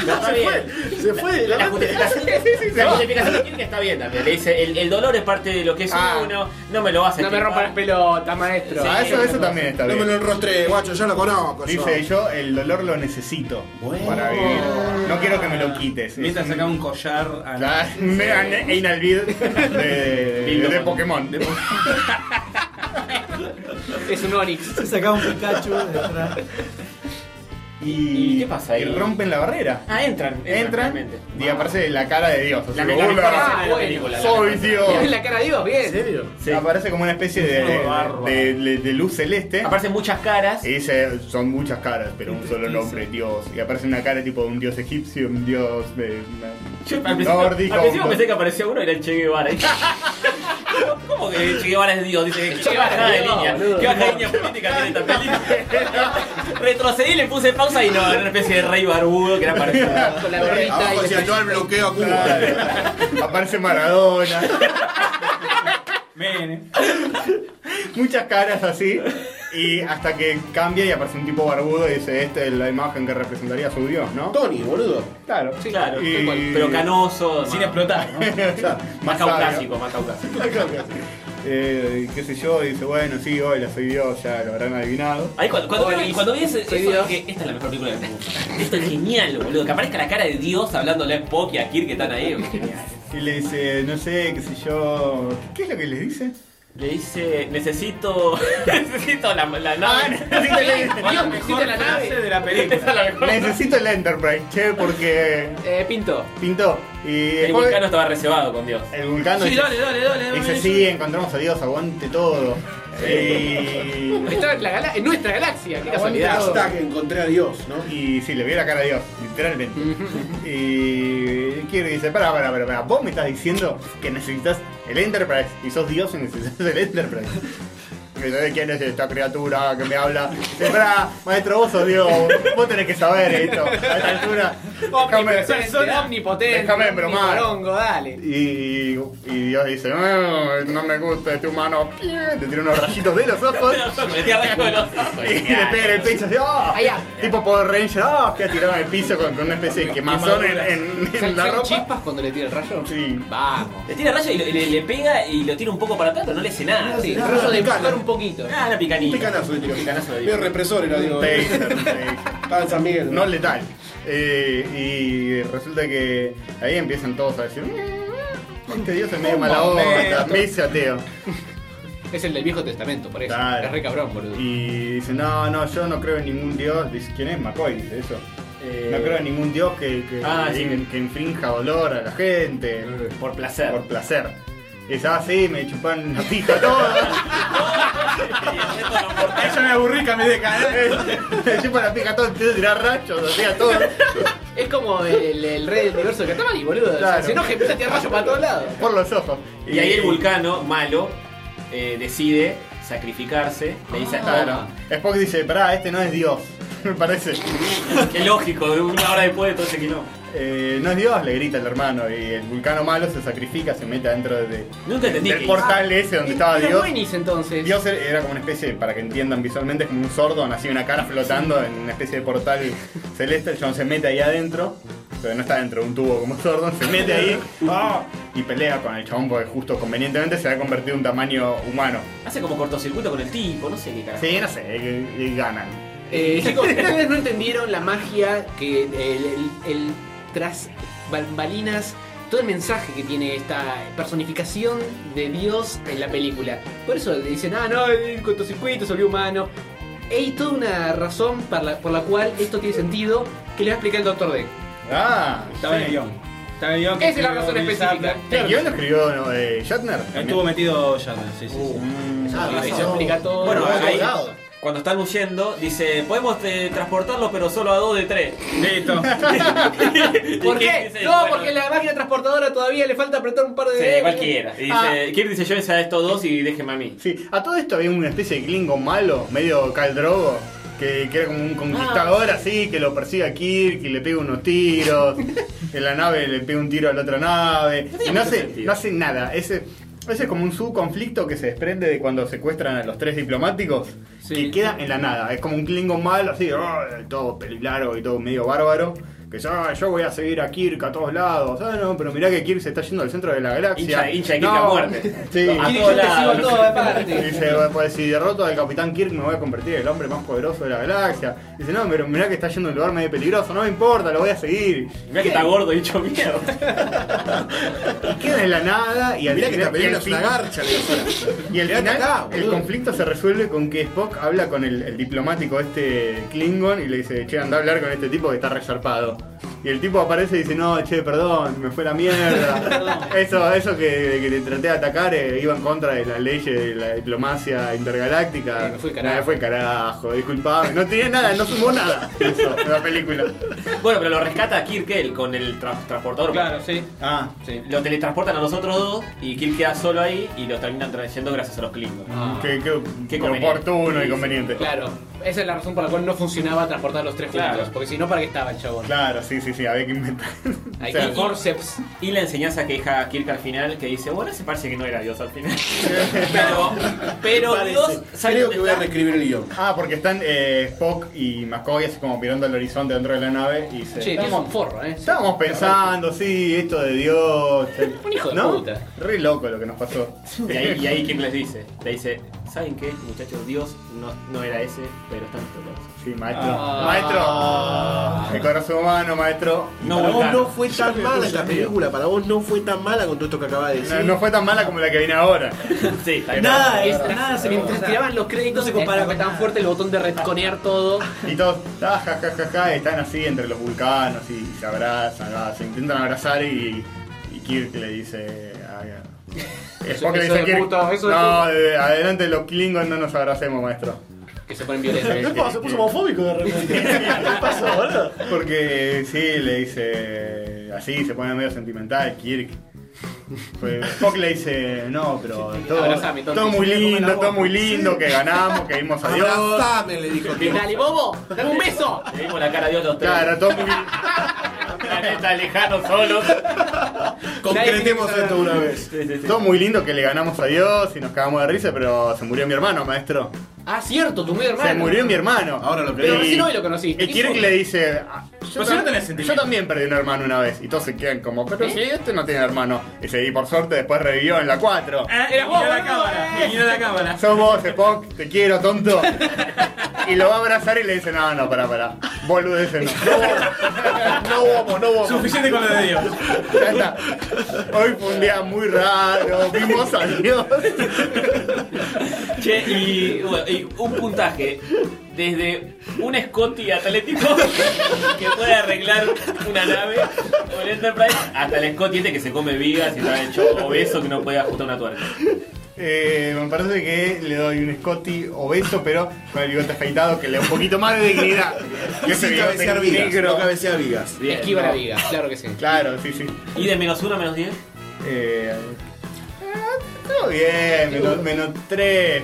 [SPEAKER 3] Está bien.
[SPEAKER 8] Se fue de la
[SPEAKER 3] La justificación,
[SPEAKER 2] se
[SPEAKER 3] la
[SPEAKER 2] va.
[SPEAKER 3] justificación de Kirk está bien también. Le dice, el, el dolor es parte de lo que es uno, no me lo vas a
[SPEAKER 9] No me rompa las pelotas, maestro.
[SPEAKER 2] Ah, eso, eso también está
[SPEAKER 8] No
[SPEAKER 2] bien.
[SPEAKER 8] me lo enrostré, guacho, ya lo conozco.
[SPEAKER 2] Dice yo, el dolor lo necesito para vivir. No quiero que me lo quites.
[SPEAKER 4] Mientras saca un collar a la...
[SPEAKER 2] Einalvid de, de Pokémon.
[SPEAKER 9] Es un Onix.
[SPEAKER 7] Se sacaba un Pikachu de atrás.
[SPEAKER 2] Y, qué pasa Y rompen la barrera.
[SPEAKER 3] Ah, entran.
[SPEAKER 2] Entran y aparece la cara de Dios. así
[SPEAKER 3] La-
[SPEAKER 2] como, "Hola,
[SPEAKER 3] la mejor escena de la película, la mejor
[SPEAKER 2] Soy
[SPEAKER 3] escena.
[SPEAKER 2] Dios.
[SPEAKER 3] Es la cara de Dios, bien.
[SPEAKER 2] ¿En serio? Aparece como una especie de, de- de- de luz celeste.
[SPEAKER 3] Aparecen muchas caras.
[SPEAKER 2] Y dice, son muchas caras, pero un solo nombre, Dios. Y aparece una cara tipo de un dios egipcio, un dios de,
[SPEAKER 3] Yo al principio,
[SPEAKER 2] nórdico.
[SPEAKER 3] al principio
[SPEAKER 2] un-
[SPEAKER 3] pensé que aparecía uno y era el Che Guevara. ¿Cómo que Che Guevara es Dios? Dice, qué bajada de línea. Qué bajada de línea política tiene esta película. Retrocedí, le puse pausa y no, era una especie de rey barbudo que era parecido.
[SPEAKER 8] Con la gorrita Abajo y la decía,
[SPEAKER 2] no al bloqueo a Cuba. Aparece Maradona. Muchas caras así. Y hasta que cambia y aparece un tipo barbudo y dice, esta es la imagen que representaría a su dios, ¿no? Tony, boludo. Claro.
[SPEAKER 3] Sí, claro,
[SPEAKER 2] Y-
[SPEAKER 3] tal cual. pero canoso.
[SPEAKER 2] Sin
[SPEAKER 3] explotar, Más
[SPEAKER 2] Más sabio.
[SPEAKER 3] caucásico, más caucásico.
[SPEAKER 2] Eh, qué sé yo, y dice, bueno, sí, hola, soy dios, ya lo habrán adivinado.
[SPEAKER 3] Ahí cuando, cuando, vi- cuando vi ese- eso, dije, esta es la mejor película del mundo. Esto es genial, boludo. Que aparezca la cara de Dios hablándole a Spock y a Kirk que están ahí. boludo.
[SPEAKER 2] Y le dice, no sé, qué sé yo. ¿Qué es lo que le dice?
[SPEAKER 3] Le dice, necesito. Ah, necesito la, la
[SPEAKER 2] Ah,
[SPEAKER 3] nave.
[SPEAKER 2] necesito la- Dios,
[SPEAKER 3] necesito la nave.
[SPEAKER 4] de la película.
[SPEAKER 3] Esa es la mejor.
[SPEAKER 2] Necesito el Enterprise, che, porque.
[SPEAKER 9] Eh, pinto.
[SPEAKER 2] Pintó. Y
[SPEAKER 3] El vulcano estaba reservado con Dios.
[SPEAKER 2] El vulcano
[SPEAKER 3] Sí,
[SPEAKER 2] dice,
[SPEAKER 3] dale, dale, dale, dame
[SPEAKER 2] dice
[SPEAKER 3] eso.
[SPEAKER 2] sí, encontramos a Dios, aguante todo. Y...
[SPEAKER 9] Estaba en, la gala- en nuestra galaxia, qué
[SPEAKER 2] Hasta
[SPEAKER 9] casualidad.
[SPEAKER 2] que encontré a Dios, ¿no? Y sí, le vi la cara a Dios, literalmente. y quiere dice, pará, pará, pará, pará, vos me estás diciendo que necesitas el Enterprise y sos Dios y necesitas el Enterprise. Que sabés quién es esta criatura que me habla. Dice, pará, maestro, vos sos Dios, vos tenés que saber esto. A esta altura.
[SPEAKER 9] Omnipresente, omnipotente,
[SPEAKER 2] Déjame bromar.
[SPEAKER 9] omniporongo, dale.
[SPEAKER 2] Y, y Dios dice, "No, no me gusta este humano. Te tira unos rayitos de los ojos.
[SPEAKER 3] Me metí abajo de los ojos.
[SPEAKER 2] Y le pega en el pecho así, ¡ah! Tipo Power Ranger, ¡ah! Queda tirado en el piso con, con una especie de quemazón en, en- en la ropa.
[SPEAKER 9] chispas cuando le tira el rayo?
[SPEAKER 2] Sí.
[SPEAKER 9] Vamos.
[SPEAKER 3] Le tira rayo y lo- y le, le pega y lo tira un poco para atrás, pero no le hace nada.
[SPEAKER 9] Sí, el rayo de empujar un poquito.
[SPEAKER 3] Ah, la picanilla.
[SPEAKER 8] Picanazo, le tiró.
[SPEAKER 3] Picanazo le dio.
[SPEAKER 8] Bien represor era, digo.
[SPEAKER 2] en eh. San Miguel. No letal. Eh, y resulta que ahí empiezan todos a decir, "Mm, este Dios es medio
[SPEAKER 9] Un
[SPEAKER 2] mala onda,
[SPEAKER 9] momento.
[SPEAKER 2] me hice ateo.
[SPEAKER 9] Es el del Viejo Testamento, por eso.
[SPEAKER 2] Claro.
[SPEAKER 9] Es re cabrón, boludo.
[SPEAKER 2] Y dice, no, no, yo no creo en ningún dios. Dice, ¿quién es? McCoy, dice eso.
[SPEAKER 3] Eh,
[SPEAKER 2] No creo en ningún dios que, que,
[SPEAKER 3] Ah,
[SPEAKER 2] que-
[SPEAKER 3] sí. Eh.
[SPEAKER 2] que- que infrinja dolor a la gente.
[SPEAKER 3] Por placer.
[SPEAKER 2] Por placer. Y dice, ah, sí, me chupan la pija toda. Ella me aburrica, me deja. me chupan la pija toda, empiezo a tirar rachos, así a todo.
[SPEAKER 9] Es como el, el rey del universo de Katamari, boludo. O sea,
[SPEAKER 2] Claro.
[SPEAKER 9] se enoja y empieza a tirar rayos para todos lados.
[SPEAKER 2] Por los ojos.
[SPEAKER 3] Y ahí el vulcano, malo, eh, decide sacrificarse. Le dice "Ah, a
[SPEAKER 2] Claro. Spock dice, pará, este no es Dios. Me parece.
[SPEAKER 3] Qué lógico, de una hora después de todo ese quilombo.
[SPEAKER 2] Eh, no es Dios, le grita el hermano. Y el vulcano malo se sacrifica, se mete adentro de,
[SPEAKER 3] Nunca entendí
[SPEAKER 2] del
[SPEAKER 3] qué
[SPEAKER 2] portal
[SPEAKER 3] hizo.
[SPEAKER 2] ese donde estaba
[SPEAKER 9] Era
[SPEAKER 2] Dios.
[SPEAKER 9] Buenis, entonces.
[SPEAKER 2] Dios er- era como una especie, para que entiendan visualmente, es como un sordón, así una cara flotando en una especie de portal celeste. El John se mete ahí adentro, pero no está dentro de un tubo como sordón, se mete ahí ¡ah! y pelea con el chabón porque justo convenientemente se le ha convertido en un tamaño humano.
[SPEAKER 3] Hace como cortocircuito con el tipo, no sé qué carajo.
[SPEAKER 2] Sí, no sé, y, y ganan.
[SPEAKER 9] Eh, chicos, ustedes no entendieron la magia que el, el- el- tras bambalinas, todo el mensaje que tiene esta personificación de Dios en la película. Por eso le dicen, ah, no, el cortocircuito se volvió humano. Hay toda una razón para la- por la, cual esto tiene sentido que le va a explicar el Doctor D.
[SPEAKER 2] Ah,
[SPEAKER 4] Estaba en el guión. Estaba en el guión. que
[SPEAKER 9] Esa es la
[SPEAKER 4] escribió
[SPEAKER 9] razón
[SPEAKER 4] Bill
[SPEAKER 9] específica.
[SPEAKER 4] Shatner.
[SPEAKER 2] ¿El guión lo escribió no, eh, Shatner?
[SPEAKER 4] Estuvo metido Shatner, sí, sí. sí.
[SPEAKER 2] Uh.
[SPEAKER 9] Ah,
[SPEAKER 3] Ah,
[SPEAKER 9] se
[SPEAKER 3] no.
[SPEAKER 9] explica todo.
[SPEAKER 3] Bueno,
[SPEAKER 9] Ah,
[SPEAKER 3] ahí,
[SPEAKER 9] abogado.
[SPEAKER 3] cuando están huyendo, dice, podemos eh, transportarlos pero solo a dos de tres.
[SPEAKER 4] Listo.
[SPEAKER 9] ¿Por
[SPEAKER 3] ¿Y qué
[SPEAKER 9] qué?
[SPEAKER 3] dice?
[SPEAKER 9] No,
[SPEAKER 3] Bueno.
[SPEAKER 9] porque la máquina transportadora todavía le falta apretar un par de
[SPEAKER 3] Sí,
[SPEAKER 9] dedos.
[SPEAKER 3] cualquiera. Y dice,
[SPEAKER 9] Ah,
[SPEAKER 3] Kirk dice, llévense a estos dos y déjenme a mí.
[SPEAKER 2] Sí, a todo esto había una especie de Klingon malo, medio caldrogo, que, que era como un conquistador
[SPEAKER 3] Ah.
[SPEAKER 2] así, que lo persigue a Kirk y le pega unos tiros, en la nave le pega un tiro a la otra nave, y no hace, no hace nada. Ese, ese es como un subconflicto que se desprende de cuando secuestran a los tres diplomáticos, oh, que queda en la nada. Es como un Klingon malo así, "Ah", todo pelilargo y todo medio bárbaro. que ya yo voy a seguir a Kirk a todos lados. Ah, no, pero mirá que Kirk se está yendo al centro de la galaxia.
[SPEAKER 3] Hincha- hincha de Kirk a muerte.
[SPEAKER 2] Sí,
[SPEAKER 3] A Kirk, yo te sigo a todo, de parte.
[SPEAKER 2] Dice, pues si derroto al Capitán Kirk me voy a convertir en el hombre más poderoso de la galaxia. Dice, no, pero mirá que está yendo a un lugar medio peligroso, no me importa, lo voy a seguir.
[SPEAKER 3] Mirá que está gordo, dicho miedo.
[SPEAKER 2] Y queda en la nada y al
[SPEAKER 8] Mirá que
[SPEAKER 2] final-
[SPEAKER 8] esta película
[SPEAKER 2] y al
[SPEAKER 8] es una
[SPEAKER 2] fin-
[SPEAKER 8] garcha, le digo.
[SPEAKER 2] Y al
[SPEAKER 8] Mirá
[SPEAKER 2] final,
[SPEAKER 8] acá, boludo.
[SPEAKER 2] el conflicto se resuelve con que Spock habla con el, el diplomático este Klingon y le dice, che, anda a hablar con este tipo que está resarpado. Y el tipo aparece y dice, no, che, perdón, me fue la mierda. eso eso que, que te traté de atacar eh, iba en contra de las leyes de la diplomacia intergaláctica. me fue carajo. fue el carajo, disculpame. No tiene nada, no sumó nada. Eso, de la película.
[SPEAKER 3] Bueno, pero lo rescata a Kirk él con el tra- transportador.
[SPEAKER 4] Claro, sí.
[SPEAKER 2] Ah,
[SPEAKER 3] sí. Lo teletransportan a nosotros dos y Kirk queda solo ahí y lo terminan trayendo gracias a los Klingons.
[SPEAKER 2] Qué,
[SPEAKER 3] Qué conveniente.
[SPEAKER 2] oportuno y conveniente.
[SPEAKER 9] Claro, esa es la razón por la cual no funcionaba transportar los tres juntos.
[SPEAKER 3] Claro.
[SPEAKER 9] Porque si no, ¿para qué estaba el chabón?
[SPEAKER 2] Claro, sí, sí, sí, había que inventar.
[SPEAKER 9] Hay
[SPEAKER 3] O sea,
[SPEAKER 9] que forceps.
[SPEAKER 3] Y la enseñanza que deja Kirk al final, que dice, bueno, se parece que no era Dios al final. pero, pero Dios sabe
[SPEAKER 2] Creo
[SPEAKER 3] dónde
[SPEAKER 2] que voy a
[SPEAKER 3] está.
[SPEAKER 2] reescribir el guión. Ah, porque están eh, Spock y McCoy así como mirando al horizonte dentro de la nave y se.
[SPEAKER 9] Che, que es un forro, ¿eh?
[SPEAKER 2] Estábamos pensando, sí, esto de Dios.
[SPEAKER 9] Un hijo de
[SPEAKER 2] ¿No?
[SPEAKER 9] puta.
[SPEAKER 2] Re loco lo que nos pasó.
[SPEAKER 3] Y ahí, y ahí Kirk les dice, le dice, ¿saben qué, muchachos? Dios no, no era ese, pero está en nuestro corazón".
[SPEAKER 2] Sí, maestro.
[SPEAKER 3] Ah.
[SPEAKER 2] Maestro.
[SPEAKER 9] Ah.
[SPEAKER 2] El corazón humano, maestro.
[SPEAKER 3] No
[SPEAKER 8] para vos
[SPEAKER 2] volcán.
[SPEAKER 8] no fue tan mala esta película, para vos no fue tan mala con todo esto que acabas de
[SPEAKER 2] No,
[SPEAKER 8] decir.
[SPEAKER 2] no fue tan mala como la que viene ahora.
[SPEAKER 3] sí,
[SPEAKER 7] Nada, es- nada se
[SPEAKER 9] Mientras
[SPEAKER 7] compara.
[SPEAKER 9] tiraban los créditos, se comparaba con tan fuerte el botón de retconear todo.
[SPEAKER 2] Y todos, ah, ja, ja, ja, ja, están así entre los vulcanos y se abrazan, ah, se intentan abrazar y, y Kirk le dice. ah, ya.
[SPEAKER 9] Eso-
[SPEAKER 2] Spock le
[SPEAKER 9] eso
[SPEAKER 2] dice a
[SPEAKER 9] de
[SPEAKER 2] Kirk,
[SPEAKER 9] puto, eso de
[SPEAKER 2] no,
[SPEAKER 9] puto".
[SPEAKER 2] eh, adelante los Klingons no nos abracemos, maestro.
[SPEAKER 9] Que se ponen
[SPEAKER 14] Se puso- se puso homofóbico de repente. ¿Qué pasó, boludo?
[SPEAKER 2] Porque sí, le dice así, se pone medio sentimental Kirk. Pues Spock le dice, no, pero
[SPEAKER 9] Abrazame,
[SPEAKER 2] todo,
[SPEAKER 9] tonto.
[SPEAKER 2] todo muy lindo, todo muy lindo,
[SPEAKER 9] Sí.
[SPEAKER 2] que ganamos, que vimos a Dios.
[SPEAKER 8] Abrazame, le dijo Kirk.
[SPEAKER 9] Dale, bobo, dame un beso.
[SPEAKER 3] Le dimos la cara a Dios los tres.
[SPEAKER 2] Claro, todo muy
[SPEAKER 3] Está lejano, solo.
[SPEAKER 2] Concretemos esto una vez. Todo muy lindo que le ganamos a Dios y nos cagamos de risa, pero se murió mi hermano, maestro.
[SPEAKER 9] Ah, cierto, tu medio hermano.
[SPEAKER 2] Se murió mi hermano. Ahora lo
[SPEAKER 9] Pero recién hoy lo conociste.
[SPEAKER 2] Y
[SPEAKER 9] ¿Qué
[SPEAKER 2] Kirk
[SPEAKER 9] fue?
[SPEAKER 2] le dice. "Ah, Yo,
[SPEAKER 9] Pero si no
[SPEAKER 2] tam-
[SPEAKER 9] tenés
[SPEAKER 2] yo
[SPEAKER 9] sentimiento".
[SPEAKER 2] también perdí un hermano una vez. Y todos se quedan como, pero si este no tiene hermano. Y seguí por suerte, después revivió en la 4.
[SPEAKER 4] Ah, Era vos, eh. la cámara. Y la cámara.
[SPEAKER 2] Sos vos, Spock, te quiero, tonto. Y lo va a abrazar y le dice, no, no, pará, pará. Boludece no. No vamos, no vamos.
[SPEAKER 4] Suficiente con lo de Dios.
[SPEAKER 2] Ya está. Hoy fue un día muy raro, vimos a Dios.
[SPEAKER 3] Che, y, bueno, y un puntaje. Desde un Scotty atlético que puede arreglar una nave o el Enterprise hasta el Scotty este que se come vigas y está hecho obeso que no puede ajustar una tuerca.
[SPEAKER 2] Eh, me parece que le doy un Scotty obeso, pero con el bigote afeitado que le da un poquito más de dignidad. Y ese
[SPEAKER 8] Sin
[SPEAKER 2] bigote
[SPEAKER 8] cabecear vigas,
[SPEAKER 2] negro.
[SPEAKER 8] no cabecea vigas.
[SPEAKER 3] Bien,
[SPEAKER 9] Esquiva la
[SPEAKER 3] no.
[SPEAKER 9] viga, claro que sí.
[SPEAKER 2] Claro, sí, sí.
[SPEAKER 3] ¿Y de menos uno a menos diez?
[SPEAKER 2] Eh, todo bien, menos, menos tres.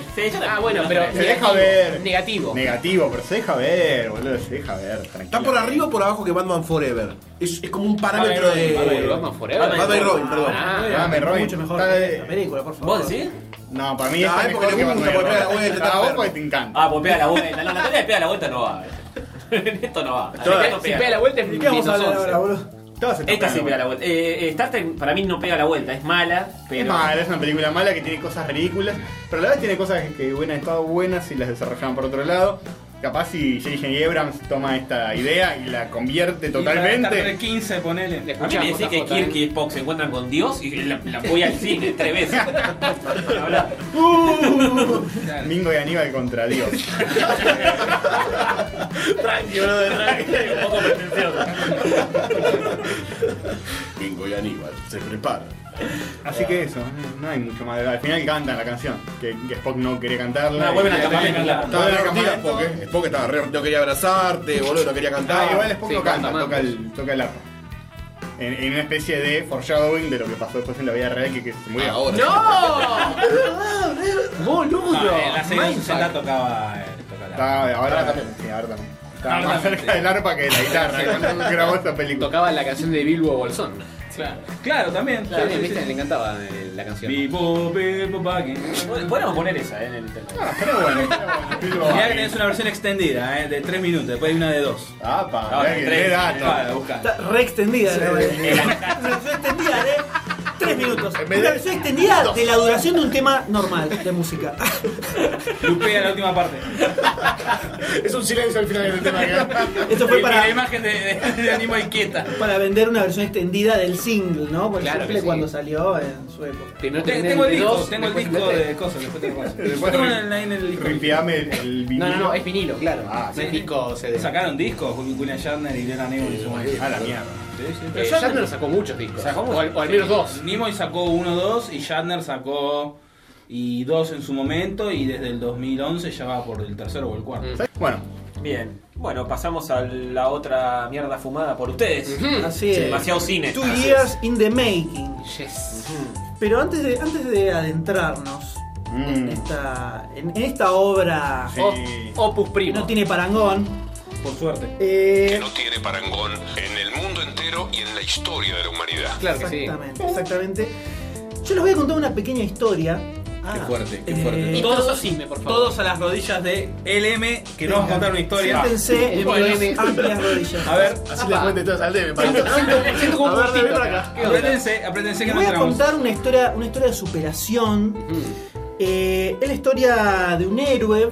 [SPEAKER 9] Ah, bueno, pero
[SPEAKER 2] Se deja ver.
[SPEAKER 9] Negativo.
[SPEAKER 2] Negativo, pero se deja ver, boludo, se deja ver.
[SPEAKER 8] ¿Está
[SPEAKER 2] Tranquilo.
[SPEAKER 8] por arriba o por abajo que Batman Forever? Es, es como un parámetro
[SPEAKER 9] Batman
[SPEAKER 8] de.
[SPEAKER 9] Robin, Batman Batman Forever.
[SPEAKER 8] Batman y Robin, perdón.
[SPEAKER 9] Ah,
[SPEAKER 2] Dame, Robin.
[SPEAKER 7] Mucho mejor
[SPEAKER 2] Está-
[SPEAKER 7] que la película, por favor.
[SPEAKER 3] ¿Vos decís?
[SPEAKER 2] No, para mí
[SPEAKER 8] No,
[SPEAKER 2] está
[SPEAKER 8] es porque
[SPEAKER 2] mejor que
[SPEAKER 8] le
[SPEAKER 2] Batman
[SPEAKER 8] gusta,
[SPEAKER 2] y
[SPEAKER 8] porque pega la
[SPEAKER 2] Robin.
[SPEAKER 8] vuelta, está
[SPEAKER 2] A vos
[SPEAKER 8] perro.
[SPEAKER 2] porque te encanta.
[SPEAKER 3] Ah, pues pega la vuelta. No, la tarea de pega la vuelta no va. En esto no va.
[SPEAKER 2] Todas.
[SPEAKER 3] no
[SPEAKER 9] Si pega la vuelta es
[SPEAKER 7] ¿De qué vamos a
[SPEAKER 9] menos
[SPEAKER 7] hablar
[SPEAKER 9] 11.
[SPEAKER 7] ahora, boludo?
[SPEAKER 2] Todas se
[SPEAKER 3] Esta
[SPEAKER 2] tocan
[SPEAKER 3] sí
[SPEAKER 2] la
[SPEAKER 3] pega la vuelta. Eh, eh, Star Trek para mí no pega la vuelta, es mala, pero.
[SPEAKER 2] Es mala, es una película mala que tiene cosas ridículas, pero a la vez tiene cosas que- que buenas, estado buenas y las desarrollaban por otro lado. Capaz si J.J. Abrams toma esta idea y la convierte totalmente.
[SPEAKER 4] 15, ponele.
[SPEAKER 3] A mí me decís que Kirk
[SPEAKER 9] eh.
[SPEAKER 3] y Spock se encuentran con Dios y la, la voy al cine tres veces. Para hablar.
[SPEAKER 2] ¡Uh! Mingo y Aníbal contra Dios.
[SPEAKER 14] Tranqui, boludo, tranqui.
[SPEAKER 3] Un poco pretencioso.
[SPEAKER 8] Bingo y Aníbal, se prepara.
[SPEAKER 2] Así que eso, no- no hay mucho más. Al final cantan la canción, que, que Spock no quiere cantarla.
[SPEAKER 3] No, vuelven
[SPEAKER 2] Y-
[SPEAKER 3] al campamento,
[SPEAKER 2] y-
[SPEAKER 3] claro.
[SPEAKER 2] vuelven al
[SPEAKER 8] Estaba re
[SPEAKER 2] campamento.
[SPEAKER 8] Spock, eh. Spock estaba re. No quería abrazarte, boludo, no quería
[SPEAKER 2] Ah,
[SPEAKER 8] cantar.
[SPEAKER 2] igual Spock
[SPEAKER 9] Sí,
[SPEAKER 2] no canta,
[SPEAKER 9] canta,
[SPEAKER 2] toca el, toca el arpa. En, en una especie de foreshadowing de lo que pasó después en la vida real, que, que se murió.
[SPEAKER 8] Ahora.
[SPEAKER 9] ¡No!
[SPEAKER 4] Ah,
[SPEAKER 9] ¡Boludo!
[SPEAKER 4] en la serie
[SPEAKER 9] Mindfuck.
[SPEAKER 4] 60 tocaba. eh, tocaba la-
[SPEAKER 2] Está- ahora, sí, ahora también. Estaba más cerca del arpa que de la guitarra cuando grabó esta película.
[SPEAKER 9] Tocaba la canción de Bilbo Bolsón.
[SPEAKER 4] Claro, claro también.
[SPEAKER 9] Claro,
[SPEAKER 4] sí, sí,
[SPEAKER 9] viste,
[SPEAKER 4] sí.
[SPEAKER 9] le encantaba eh, la canción.
[SPEAKER 4] Bilbo, Bilbo Baggins.
[SPEAKER 3] Podríamos poner esa eh, en el tema.
[SPEAKER 2] Pero bueno,
[SPEAKER 4] Mirá que tenés una versión extendida, eh, de 3 minutos, después hay una de 2.
[SPEAKER 2] Ah, pa, mirá que qué dato.
[SPEAKER 7] Está re extendida la Una versión extendida de 3 minutos. Una versión extendida de la duración de un tema normal de música.
[SPEAKER 4] Lupea la última parte.
[SPEAKER 14] Es un silencio al final del tema.
[SPEAKER 7] Esto fue
[SPEAKER 4] Y- y
[SPEAKER 7] para-
[SPEAKER 4] la imagen de, de, de Animo Inquieta.
[SPEAKER 7] Para vender una versión extendida del single, ¿no? Por
[SPEAKER 4] Claro
[SPEAKER 7] ejemplo,
[SPEAKER 4] que sí.
[SPEAKER 7] cuando salió en su época.
[SPEAKER 9] Primero
[SPEAKER 4] Te- Tengo el disco, tengo el disco de cosas, después te lo paso.
[SPEAKER 2] Después
[SPEAKER 4] Tengo en- en el disco.
[SPEAKER 2] Ripiame el, el vinilo.
[SPEAKER 9] No, no, no, es vinilo, claro. Ah,
[SPEAKER 4] sí.
[SPEAKER 9] es disco CD.
[SPEAKER 4] Sacaron discos, Jul- Julian Shatner y Lena Nemo.
[SPEAKER 2] A la mierda.
[SPEAKER 4] Sí, sí.
[SPEAKER 3] Eh,
[SPEAKER 9] Pero Shatner sacó muchos discos.
[SPEAKER 4] Sacó
[SPEAKER 9] o, al, o al menos
[SPEAKER 4] Sí,
[SPEAKER 9] dos.
[SPEAKER 4] Nimoy sacó uno, dos y Shatner sacó y dos en su momento y desde el 2011 ya va por el tercero o el cuarto.
[SPEAKER 2] Bueno,
[SPEAKER 3] Bien. Bueno, pasamos a la otra mierda fumada por ustedes.
[SPEAKER 7] Así es.
[SPEAKER 3] Demasiado cine. Ah, Mm.
[SPEAKER 7] Two
[SPEAKER 3] Así
[SPEAKER 7] years
[SPEAKER 3] es.
[SPEAKER 7] in the making. Pero antes de, antes de adentrarnos
[SPEAKER 9] Mm.
[SPEAKER 4] Mm.
[SPEAKER 7] en, esta, en, en esta obra
[SPEAKER 2] Mm.
[SPEAKER 9] Oh,
[SPEAKER 2] Sí.
[SPEAKER 9] Opus
[SPEAKER 7] que
[SPEAKER 9] Primo.
[SPEAKER 7] no tiene parangón,
[SPEAKER 4] Por suerte.
[SPEAKER 7] eh,
[SPEAKER 19] tiene parangón en el mundo entero y en la historia de la humanidad.
[SPEAKER 7] exactamente, exactamente, yo les voy a contar una pequeña historia. Ah, eh,
[SPEAKER 4] Qué fuerte,
[SPEAKER 7] qué fuerte.
[SPEAKER 4] Y todos, todos a las rodillas de LM que nos va a contar una historia.
[SPEAKER 7] Siéntense en
[SPEAKER 4] Bueno,
[SPEAKER 7] mis amplias rodillas.
[SPEAKER 4] A ver,
[SPEAKER 14] Así la cuente todas al DM.
[SPEAKER 9] Siento como
[SPEAKER 14] A
[SPEAKER 9] un
[SPEAKER 14] ver,
[SPEAKER 9] gustito
[SPEAKER 14] ven para
[SPEAKER 9] acá.
[SPEAKER 14] acá.
[SPEAKER 9] ¿Qué onda?
[SPEAKER 4] apréndense, apréndense que
[SPEAKER 7] Les voy
[SPEAKER 4] nos
[SPEAKER 7] a
[SPEAKER 4] tramos.
[SPEAKER 7] contar una historia, una historia de superación. Eh, es la historia de un héroe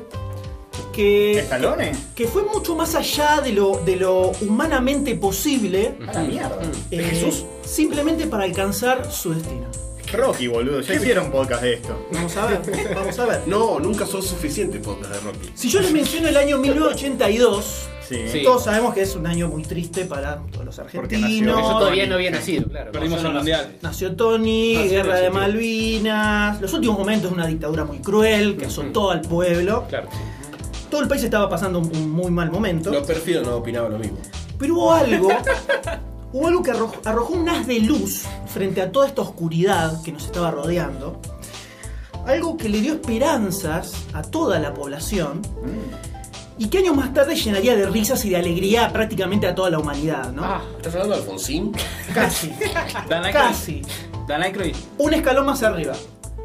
[SPEAKER 7] que,
[SPEAKER 2] ¿Escalones?
[SPEAKER 7] que fue mucho más allá de lo, de lo humanamente posible.
[SPEAKER 2] A la mierda.
[SPEAKER 9] Mm.
[SPEAKER 7] eh,
[SPEAKER 2] Jesús?
[SPEAKER 7] Simplemente para alcanzar su destino.
[SPEAKER 2] Rocky, boludo. Ya hicieron podcast de esto.
[SPEAKER 7] Vamos a ver, vamos a ver.
[SPEAKER 1] No, nunca sos suficiente podcast de Rocky.
[SPEAKER 7] Si yo les menciono el año 1982,
[SPEAKER 2] Sí.
[SPEAKER 7] todos sabemos que es un año muy triste para todos los
[SPEAKER 2] Porque nació-
[SPEAKER 7] argentinos.
[SPEAKER 9] Porque yo todavía no había nacido, claro. Ah.
[SPEAKER 4] Perdimos el mundial.
[SPEAKER 7] Nació Tony,
[SPEAKER 9] Nació
[SPEAKER 7] guerra
[SPEAKER 9] Tony,
[SPEAKER 7] de
[SPEAKER 9] Ah, sí.
[SPEAKER 7] Malvinas, los últimos momentos de una dictadura muy cruel que azotó al pueblo. Todo el país estaba pasando un- un muy mal momento.
[SPEAKER 8] Los perfiles no opinaban lo mismo.
[SPEAKER 7] Pero hubo algo, hubo algo que arrojó, arrojó un haz de luz frente a toda esta oscuridad que nos estaba rodeando. Algo que le dio esperanzas a toda la población
[SPEAKER 9] Mm.
[SPEAKER 7] y que años más tarde llenaría de risas y de alegría prácticamente a toda la humanidad,
[SPEAKER 9] Ah,
[SPEAKER 7] ¿no?
[SPEAKER 1] ¿Estás hablando de Alfonsín?
[SPEAKER 7] Casi,
[SPEAKER 4] Dan Aykroyd.
[SPEAKER 7] casi.
[SPEAKER 4] Dan Aykroyd.
[SPEAKER 7] Un escalón más arriba.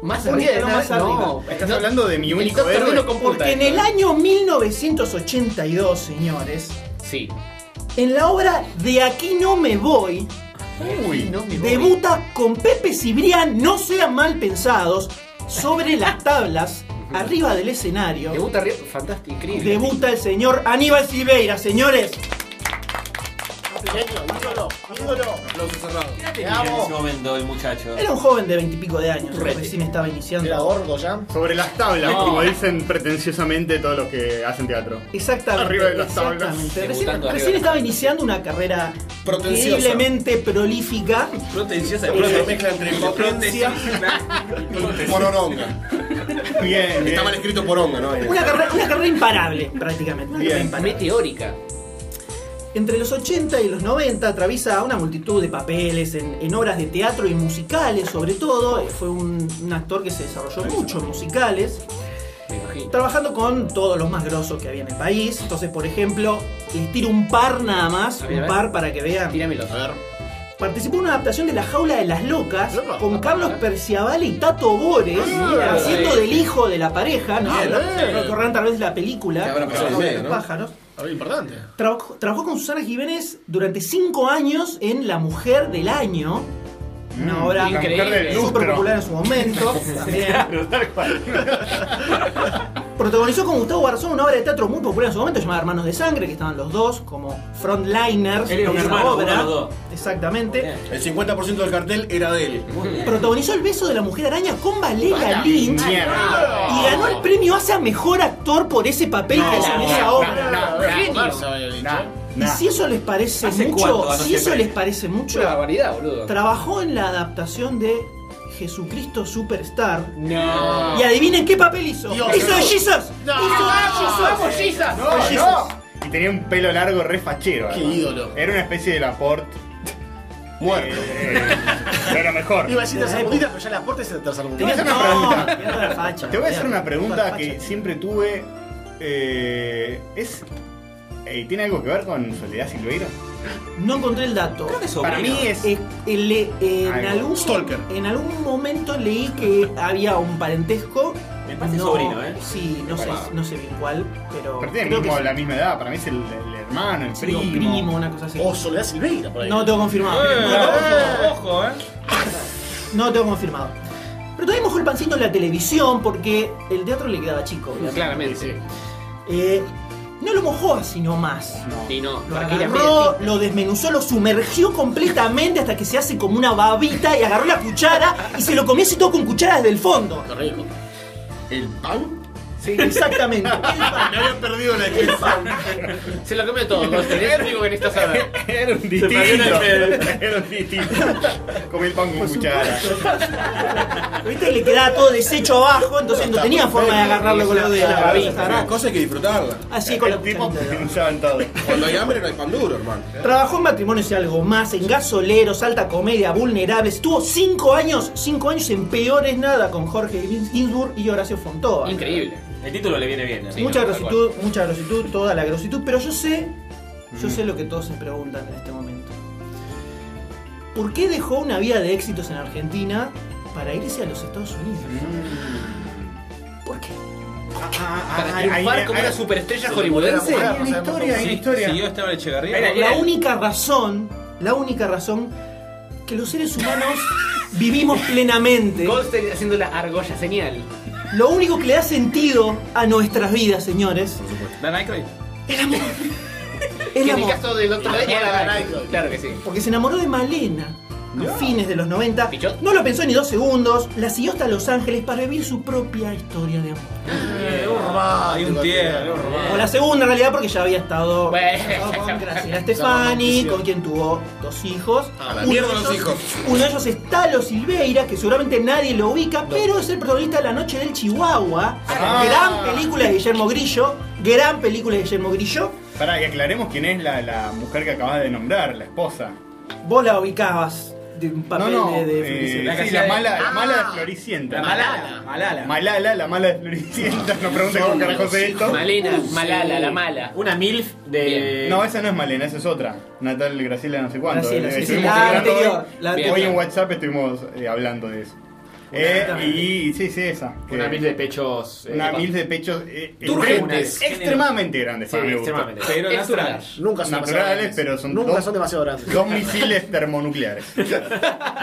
[SPEAKER 9] Más
[SPEAKER 7] Un
[SPEAKER 9] arriba de
[SPEAKER 7] escalón
[SPEAKER 9] nada,
[SPEAKER 7] más arriba.
[SPEAKER 9] no.
[SPEAKER 2] Estás
[SPEAKER 9] No,
[SPEAKER 2] hablando de mi
[SPEAKER 9] el
[SPEAKER 2] único
[SPEAKER 9] doctor
[SPEAKER 2] héroe.
[SPEAKER 9] no computa
[SPEAKER 7] Porque en
[SPEAKER 9] esto.
[SPEAKER 7] el año 1982, señores,
[SPEAKER 9] Sí.
[SPEAKER 7] en la obra De aquí no me voy,
[SPEAKER 2] Uy.
[SPEAKER 9] No me voy.
[SPEAKER 7] debuta con Pepe Cibrián, no sean mal pensados, sobre las tablas, arriba del escenario.
[SPEAKER 9] Debuta arriba. Fantástico, increíble.
[SPEAKER 7] Debuta el señor Aníbal Silveira, señores.
[SPEAKER 3] En ese momento, el muchacho.
[SPEAKER 7] Era un joven de veintipico de años, recién estaba iniciando.
[SPEAKER 14] Era gordo ya.
[SPEAKER 2] Sobre las tablas,
[SPEAKER 7] No.
[SPEAKER 2] como dicen pretenciosamente todos los que hacen teatro.
[SPEAKER 7] Exactamente.
[SPEAKER 2] Arriba de las
[SPEAKER 7] exactamente.
[SPEAKER 2] tablas.
[SPEAKER 7] Recién,
[SPEAKER 9] Debutando arriba
[SPEAKER 7] recién
[SPEAKER 9] de las
[SPEAKER 7] estaba
[SPEAKER 9] tablas.
[SPEAKER 7] iniciando una carrera
[SPEAKER 1] Protenciosa.
[SPEAKER 7] increíblemente prolífica.
[SPEAKER 4] Protenciosa
[SPEAKER 1] Una mezcla entre
[SPEAKER 4] Protencia.
[SPEAKER 1] Morononga.
[SPEAKER 2] Bien, bien.
[SPEAKER 1] Está mal escrito poronga, ¿no?
[SPEAKER 7] Una carrera, una carrera imparable, prácticamente. Una
[SPEAKER 2] Bien.
[SPEAKER 7] carrera imparable.
[SPEAKER 9] Meteórica.
[SPEAKER 7] Entre los 80 y los 90 atraviesa una multitud de papeles en, en obras de teatro y musicales, sobre todo. Eh, Fue un, un actor que se desarrolló mucho en musicales,
[SPEAKER 9] Me imagino.
[SPEAKER 7] trabajando con todos los más grosos que había en el país. Entonces, por ejemplo, les tiro un par nada más,
[SPEAKER 9] A ver, a
[SPEAKER 7] un
[SPEAKER 9] ver.
[SPEAKER 7] par para que vean.
[SPEAKER 9] Tíramelo.
[SPEAKER 7] Participó en una adaptación de La Jaula de las Locas
[SPEAKER 14] Loca.
[SPEAKER 7] con Carlos Perciabale y Tato Bores,
[SPEAKER 9] Mira,
[SPEAKER 7] haciendo
[SPEAKER 9] sí.
[SPEAKER 7] del hijo de la pareja, ¿no?
[SPEAKER 14] Bien, eh.
[SPEAKER 7] Recorrerán tal vez la película,
[SPEAKER 8] Que habrá pasado
[SPEAKER 7] Los
[SPEAKER 8] en medio, ¿no?
[SPEAKER 7] pájaros.
[SPEAKER 14] Algo Ah, importante.
[SPEAKER 7] Trabajó, trabajó con Susana Jiménez durante cinco años en La Mujer del Año. Una obra
[SPEAKER 2] Mm, La mujer
[SPEAKER 9] increíble.
[SPEAKER 2] del
[SPEAKER 7] súper
[SPEAKER 2] lustro.
[SPEAKER 7] popular en su momento. también.
[SPEAKER 2] Claro, tal cual.
[SPEAKER 7] Protagonizó con Gustavo Garzón una obra de teatro muy popular en su momento llamada Hermanos de Sangre, que estaban los dos como frontliners
[SPEAKER 3] Él era un
[SPEAKER 7] de esa
[SPEAKER 3] hermano,
[SPEAKER 7] obra.
[SPEAKER 3] uno de los dos.
[SPEAKER 7] Exactamente.
[SPEAKER 1] El 50% del cartel era de él.
[SPEAKER 7] Protagonizó El beso de la mujer araña con Valeria Lynch
[SPEAKER 2] Mierda.
[SPEAKER 7] y ganó el premio hacia mejor actor por ese papel que hizo en esa obra. Y si eso les parece
[SPEAKER 3] ¿Hace cuánto
[SPEAKER 7] mucho,
[SPEAKER 3] ganó
[SPEAKER 7] si
[SPEAKER 3] ese
[SPEAKER 7] eso
[SPEAKER 3] premio?
[SPEAKER 7] les parece mucho,
[SPEAKER 9] Una barbaridad, boludo.
[SPEAKER 7] trabajó en la adaptación de Jesucristo Superstar.
[SPEAKER 9] No.
[SPEAKER 4] Eh,
[SPEAKER 7] Y adivinen qué papel hizo.
[SPEAKER 14] Dios.
[SPEAKER 7] ¡Hizo de Jesus! ¡Hizo de Jesus!
[SPEAKER 2] No, no. Y tenía un pelo largo re fachero.
[SPEAKER 14] Qué
[SPEAKER 2] además.
[SPEAKER 14] ídolo.
[SPEAKER 2] Era una especie de Laporte.
[SPEAKER 14] Muerto.
[SPEAKER 2] Eh, Pero mejor.
[SPEAKER 14] Iba a decir tercermundista, pero ya la puerta es el tercermundista.
[SPEAKER 7] Tenía
[SPEAKER 2] hacer una
[SPEAKER 7] no,
[SPEAKER 2] pregunta.
[SPEAKER 7] tenía toda la facha,
[SPEAKER 2] Te voy a hacer
[SPEAKER 7] tenía
[SPEAKER 2] una
[SPEAKER 7] toda la
[SPEAKER 2] pregunta
[SPEAKER 7] facha.
[SPEAKER 2] que siempre tuve. eh, ¿Es Eh, ¿Tiene algo que ver con Soledad Silveira?
[SPEAKER 7] No encontré el dato. Creo que
[SPEAKER 2] es Para obrero. mí es-
[SPEAKER 7] eh, en,
[SPEAKER 2] Algo.
[SPEAKER 7] algún,
[SPEAKER 2] Stalker.
[SPEAKER 7] en algún momento leí que había un parentesco.
[SPEAKER 2] Me parece sobrino, ¿eh?
[SPEAKER 7] Sí, no
[SPEAKER 2] Me
[SPEAKER 7] sé,
[SPEAKER 2] parece.
[SPEAKER 7] no sé bien cuál, pero.
[SPEAKER 2] Pero tiene
[SPEAKER 7] creo que
[SPEAKER 2] mismo
[SPEAKER 7] sí.
[SPEAKER 2] la misma edad, para mí es el, el hermano, el
[SPEAKER 7] Sí,
[SPEAKER 2] primo.
[SPEAKER 7] o primo, una cosa así.
[SPEAKER 14] O Oh, Soledad Silveira, por ahí.
[SPEAKER 7] No lo tengo confirmado.
[SPEAKER 14] Eh,
[SPEAKER 7] No lo tengo confirmado.
[SPEAKER 4] Ojo, eh.
[SPEAKER 7] No lo tengo confirmado. Pero todavía mojó el pancito en la televisión porque el teatro le quedaba chico. obviamente.
[SPEAKER 9] Claramente.
[SPEAKER 7] Eh, no lo mojó así nomás.
[SPEAKER 9] Y no,
[SPEAKER 7] Lo
[SPEAKER 9] tranquilamente.
[SPEAKER 7] agarró, lo desmenuzó, lo sumergió completamente hasta que se hace como una babita y agarró la cuchara y se lo comió así todo con cucharas del fondo.
[SPEAKER 14] ¿El pan?
[SPEAKER 7] Sí, exactamente.
[SPEAKER 8] Me había perdido la descripción.
[SPEAKER 9] Se lo comió todo, Goster, es lo único que necesitas saber.
[SPEAKER 2] Era un
[SPEAKER 9] Se perdió en el
[SPEAKER 2] distinto.
[SPEAKER 9] medio.
[SPEAKER 2] Era un distinto. Comí el pan con cuchara.
[SPEAKER 7] ¿Viste? Y le quedaba todo deshecho abajo, entonces no tenía forma de agarrarlo con los dedos.
[SPEAKER 8] Las cosas hay que disfrutarla.
[SPEAKER 7] Así con la
[SPEAKER 2] tipo
[SPEAKER 7] cucharita.
[SPEAKER 2] pensaban todo.
[SPEAKER 8] Cuando hay hambre no hay pan duro, hermano.
[SPEAKER 7] Trabajó en matrimonios y algo más, en gasoleros, alta comedia, vulnerables. Estuvo cinco años, cinco años en peores nada con Jorge Ginsburg y Horacio Fontova.
[SPEAKER 9] Increíble.
[SPEAKER 3] El título le viene bien. así,
[SPEAKER 7] mucha
[SPEAKER 3] ¿no?
[SPEAKER 7] grositud, mucha grositud, toda la grositud, pero yo sé, yo sé lo que todos se preguntan en este momento. ¿Por qué dejó una vida de éxitos en Argentina para irse a los Estados Unidos? ¿Por qué?
[SPEAKER 9] Para triunfar como una superestrella hollywoodense.
[SPEAKER 2] Hay una historia, hay una
[SPEAKER 4] Sí,
[SPEAKER 2] historia.
[SPEAKER 4] Siguió Esteban Echeverría.
[SPEAKER 7] la única razón, la única razón que los seres humanos vivimos plenamente.
[SPEAKER 9] Goldstein haciendo la argolla señal.
[SPEAKER 7] Lo único que le da sentido a nuestras vidas, señores,
[SPEAKER 4] Dan Aykroyd.
[SPEAKER 7] El amor.
[SPEAKER 9] Que
[SPEAKER 7] El
[SPEAKER 9] en el
[SPEAKER 7] amor.
[SPEAKER 9] caso del doctor Dre era Dan Aykroyd. Claro que sí.
[SPEAKER 7] Porque se enamoró de Malena a fines de los 90. No lo pensó ni dos segundos. La siguió hasta Los Ángeles para vivir su propia historia de amor.
[SPEAKER 4] Hay un tierno.
[SPEAKER 7] O la segunda en realidad porque ya había estado con Graciela Stefani,
[SPEAKER 8] No,
[SPEAKER 7] con quien tuvo dos hijos.
[SPEAKER 8] A la
[SPEAKER 7] Uno
[SPEAKER 8] mierda
[SPEAKER 7] de
[SPEAKER 8] los
[SPEAKER 7] ellos-
[SPEAKER 8] hijos.
[SPEAKER 7] Uno de ellos es Talo Silveira, que seguramente nadie lo ubica, pero es el protagonista de La Noche del Chihuahua. Gran película de Guillermo Grillo. Gran película de Guillermo Grillo.
[SPEAKER 2] Pará, que aclaremos quién es la, la mujer que acabas de nombrar, la esposa.
[SPEAKER 7] Vos la ubicabas de un papel
[SPEAKER 2] no, no.
[SPEAKER 7] de, de
[SPEAKER 2] eh,
[SPEAKER 7] Floricienta.
[SPEAKER 2] sí, la, mala,
[SPEAKER 3] Ah.
[SPEAKER 2] la mala de Floricienta.
[SPEAKER 7] La Malala.
[SPEAKER 2] Malala. Malala, la mala de Floricienta. No pregunten cómo carajo se esto.
[SPEAKER 9] Malena,
[SPEAKER 2] Uh,
[SPEAKER 9] Malala,
[SPEAKER 2] sí.
[SPEAKER 9] la mala.
[SPEAKER 3] Una MILF de.
[SPEAKER 2] No, esa no es Malena, esa es otra. Natal Graciela no sé cuánto. Eh,
[SPEAKER 3] Graciela, sí, sí,
[SPEAKER 2] Estuvimos
[SPEAKER 3] la
[SPEAKER 2] hablando
[SPEAKER 3] anterior,
[SPEAKER 2] hoy.
[SPEAKER 3] la
[SPEAKER 2] Hoy
[SPEAKER 3] anterior.
[SPEAKER 2] en WhatsApp estuvimos eh, hablando de eso. Eh, y sí, sí, esa.
[SPEAKER 3] Una
[SPEAKER 2] Que-
[SPEAKER 3] MILF de pechos. eh,
[SPEAKER 2] Una mil de pechos eh,
[SPEAKER 3] Turgentes.
[SPEAKER 2] grandes, extremadamente grandes para
[SPEAKER 3] Sí,
[SPEAKER 2] mi gusto.
[SPEAKER 3] extremadamente.
[SPEAKER 4] Pero
[SPEAKER 14] naturales. Nunca son demasiado
[SPEAKER 2] naturales,
[SPEAKER 14] grandes.
[SPEAKER 2] pero son
[SPEAKER 14] Nunca
[SPEAKER 2] dos,
[SPEAKER 14] son demasiado grandes.
[SPEAKER 2] Dos misiles termonucleares.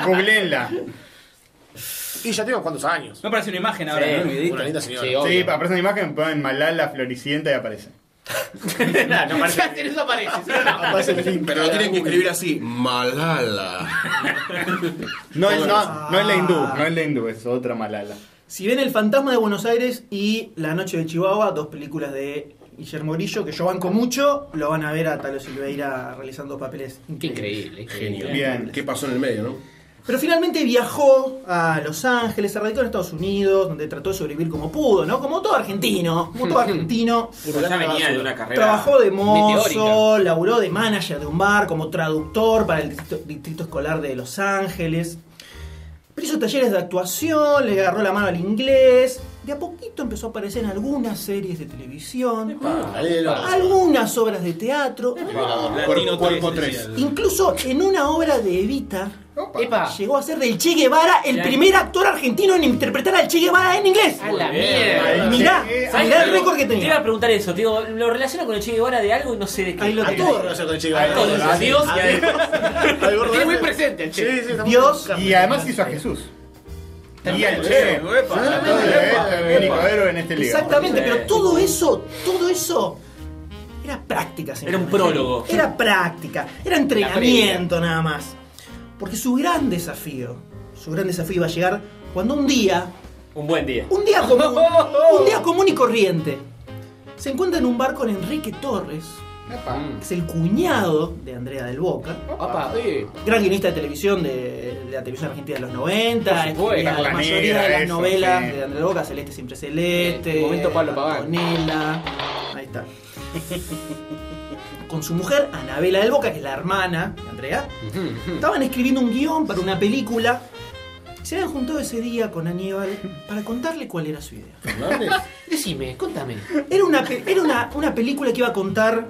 [SPEAKER 2] Googleenla.
[SPEAKER 14] Y ya tengo cuántos años.
[SPEAKER 4] No parece una imagen ahora,
[SPEAKER 14] Sí,
[SPEAKER 4] ¿no? El videito.
[SPEAKER 14] una linda señora.
[SPEAKER 2] Sí, aparece una imagen, ponen Malala Floricienta y aparece.
[SPEAKER 3] Ah,
[SPEAKER 9] no parece. eso aparece. eso no.
[SPEAKER 8] Pero lo tienen que escribir así. Malala.
[SPEAKER 2] No es, no, no es la hindú, no es la hindú, es otra Malala.
[SPEAKER 7] Si ven El Fantasma de Buenos Aires y La Noche de Chihuahua, dos películas de Guillermo Grillo que yo banco mucho, lo van a ver a Talo Silveira realizando papeles increíbles.
[SPEAKER 9] Increíble.
[SPEAKER 8] Genio.
[SPEAKER 2] Bien.
[SPEAKER 8] ¿Qué pasó en el medio, no?
[SPEAKER 7] Pero finalmente viajó a Los Ángeles, se radicó en Estados Unidos, donde trató de sobrevivir como pudo, ¿no? Como todo argentino, como todo argentino.
[SPEAKER 3] Ya venía de una carrera.
[SPEAKER 7] Trabajó de mozo,
[SPEAKER 3] meteórica.
[SPEAKER 7] laburó de manager de un bar, como traductor para el distrito, distrito escolar de Los Ángeles. Pero hizo talleres de actuación, le agarró la mano al inglés. De a poquito empezó a aparecer en algunas series de televisión, algunas obras de teatro.
[SPEAKER 4] Latino
[SPEAKER 8] Cuerpo
[SPEAKER 4] 3.
[SPEAKER 7] Incluso en una obra de Evita
[SPEAKER 9] Epa.
[SPEAKER 7] llegó a ser del Che Guevara el primer actor argentino en interpretar al Che Guevara en inglés.
[SPEAKER 9] A la
[SPEAKER 2] Ahí
[SPEAKER 9] mierda.
[SPEAKER 7] Mirá,
[SPEAKER 2] llegué.
[SPEAKER 3] ¿Sabés
[SPEAKER 7] mirá el
[SPEAKER 3] algo?
[SPEAKER 7] récord que
[SPEAKER 3] Te iba
[SPEAKER 7] tenía.
[SPEAKER 3] a preguntar eso, tío. Lo relaciono con el Che Guevara de algo y no sé de qué.
[SPEAKER 7] Ahí lo
[SPEAKER 14] Hay
[SPEAKER 7] tenés.
[SPEAKER 14] todo relación con el Che
[SPEAKER 3] A todos,
[SPEAKER 14] Guevara.
[SPEAKER 3] a Dios y a él.
[SPEAKER 14] Hay gordo
[SPEAKER 9] Tiene muy
[SPEAKER 14] de-
[SPEAKER 9] presente el
[SPEAKER 14] Sí, sí,
[SPEAKER 9] che.
[SPEAKER 14] estamos-
[SPEAKER 7] Dios
[SPEAKER 2] Y además hizo a Jesús. Eh, Y al Che.
[SPEAKER 4] Epa,
[SPEAKER 8] Ah,
[SPEAKER 4] epa.
[SPEAKER 2] Todo el único héroe en este libro.
[SPEAKER 7] Exactamente,
[SPEAKER 3] Eh,
[SPEAKER 7] pero todo eso, todo eso era práctica. señor.
[SPEAKER 3] Era un prólogo.
[SPEAKER 7] Era práctica, era entrenamiento nada más. Porque su gran desafío, su gran desafío iba a llegar cuando un día,
[SPEAKER 3] Un buen día.
[SPEAKER 7] un día común, un día común y corriente, se encuentra en un bar con Enrique Torres, que es el cuñado de Andrea del Boca,
[SPEAKER 9] Opa, eh. sí.
[SPEAKER 7] gran guionista de televisión de, de la televisión argentina de los 90,
[SPEAKER 9] Por supuesto,
[SPEAKER 7] escribía la
[SPEAKER 2] Boca
[SPEAKER 7] mayoría
[SPEAKER 2] Negra,
[SPEAKER 7] de las
[SPEAKER 2] eso,
[SPEAKER 7] novelas
[SPEAKER 2] sí.
[SPEAKER 7] de Andrés Boca, Celeste siempre Celeste,
[SPEAKER 9] El momento Pablo Pagán.
[SPEAKER 7] Antonella, ahí está. Con su mujer, Anabela del Boca, que es la hermana de Andrea, estaban escribiendo un guión para una película. Se habían juntado ese día con Aníbal para contarle cuál era su idea.
[SPEAKER 9] Decime, contame.
[SPEAKER 7] Era una, pe- era una, una película que iba a contar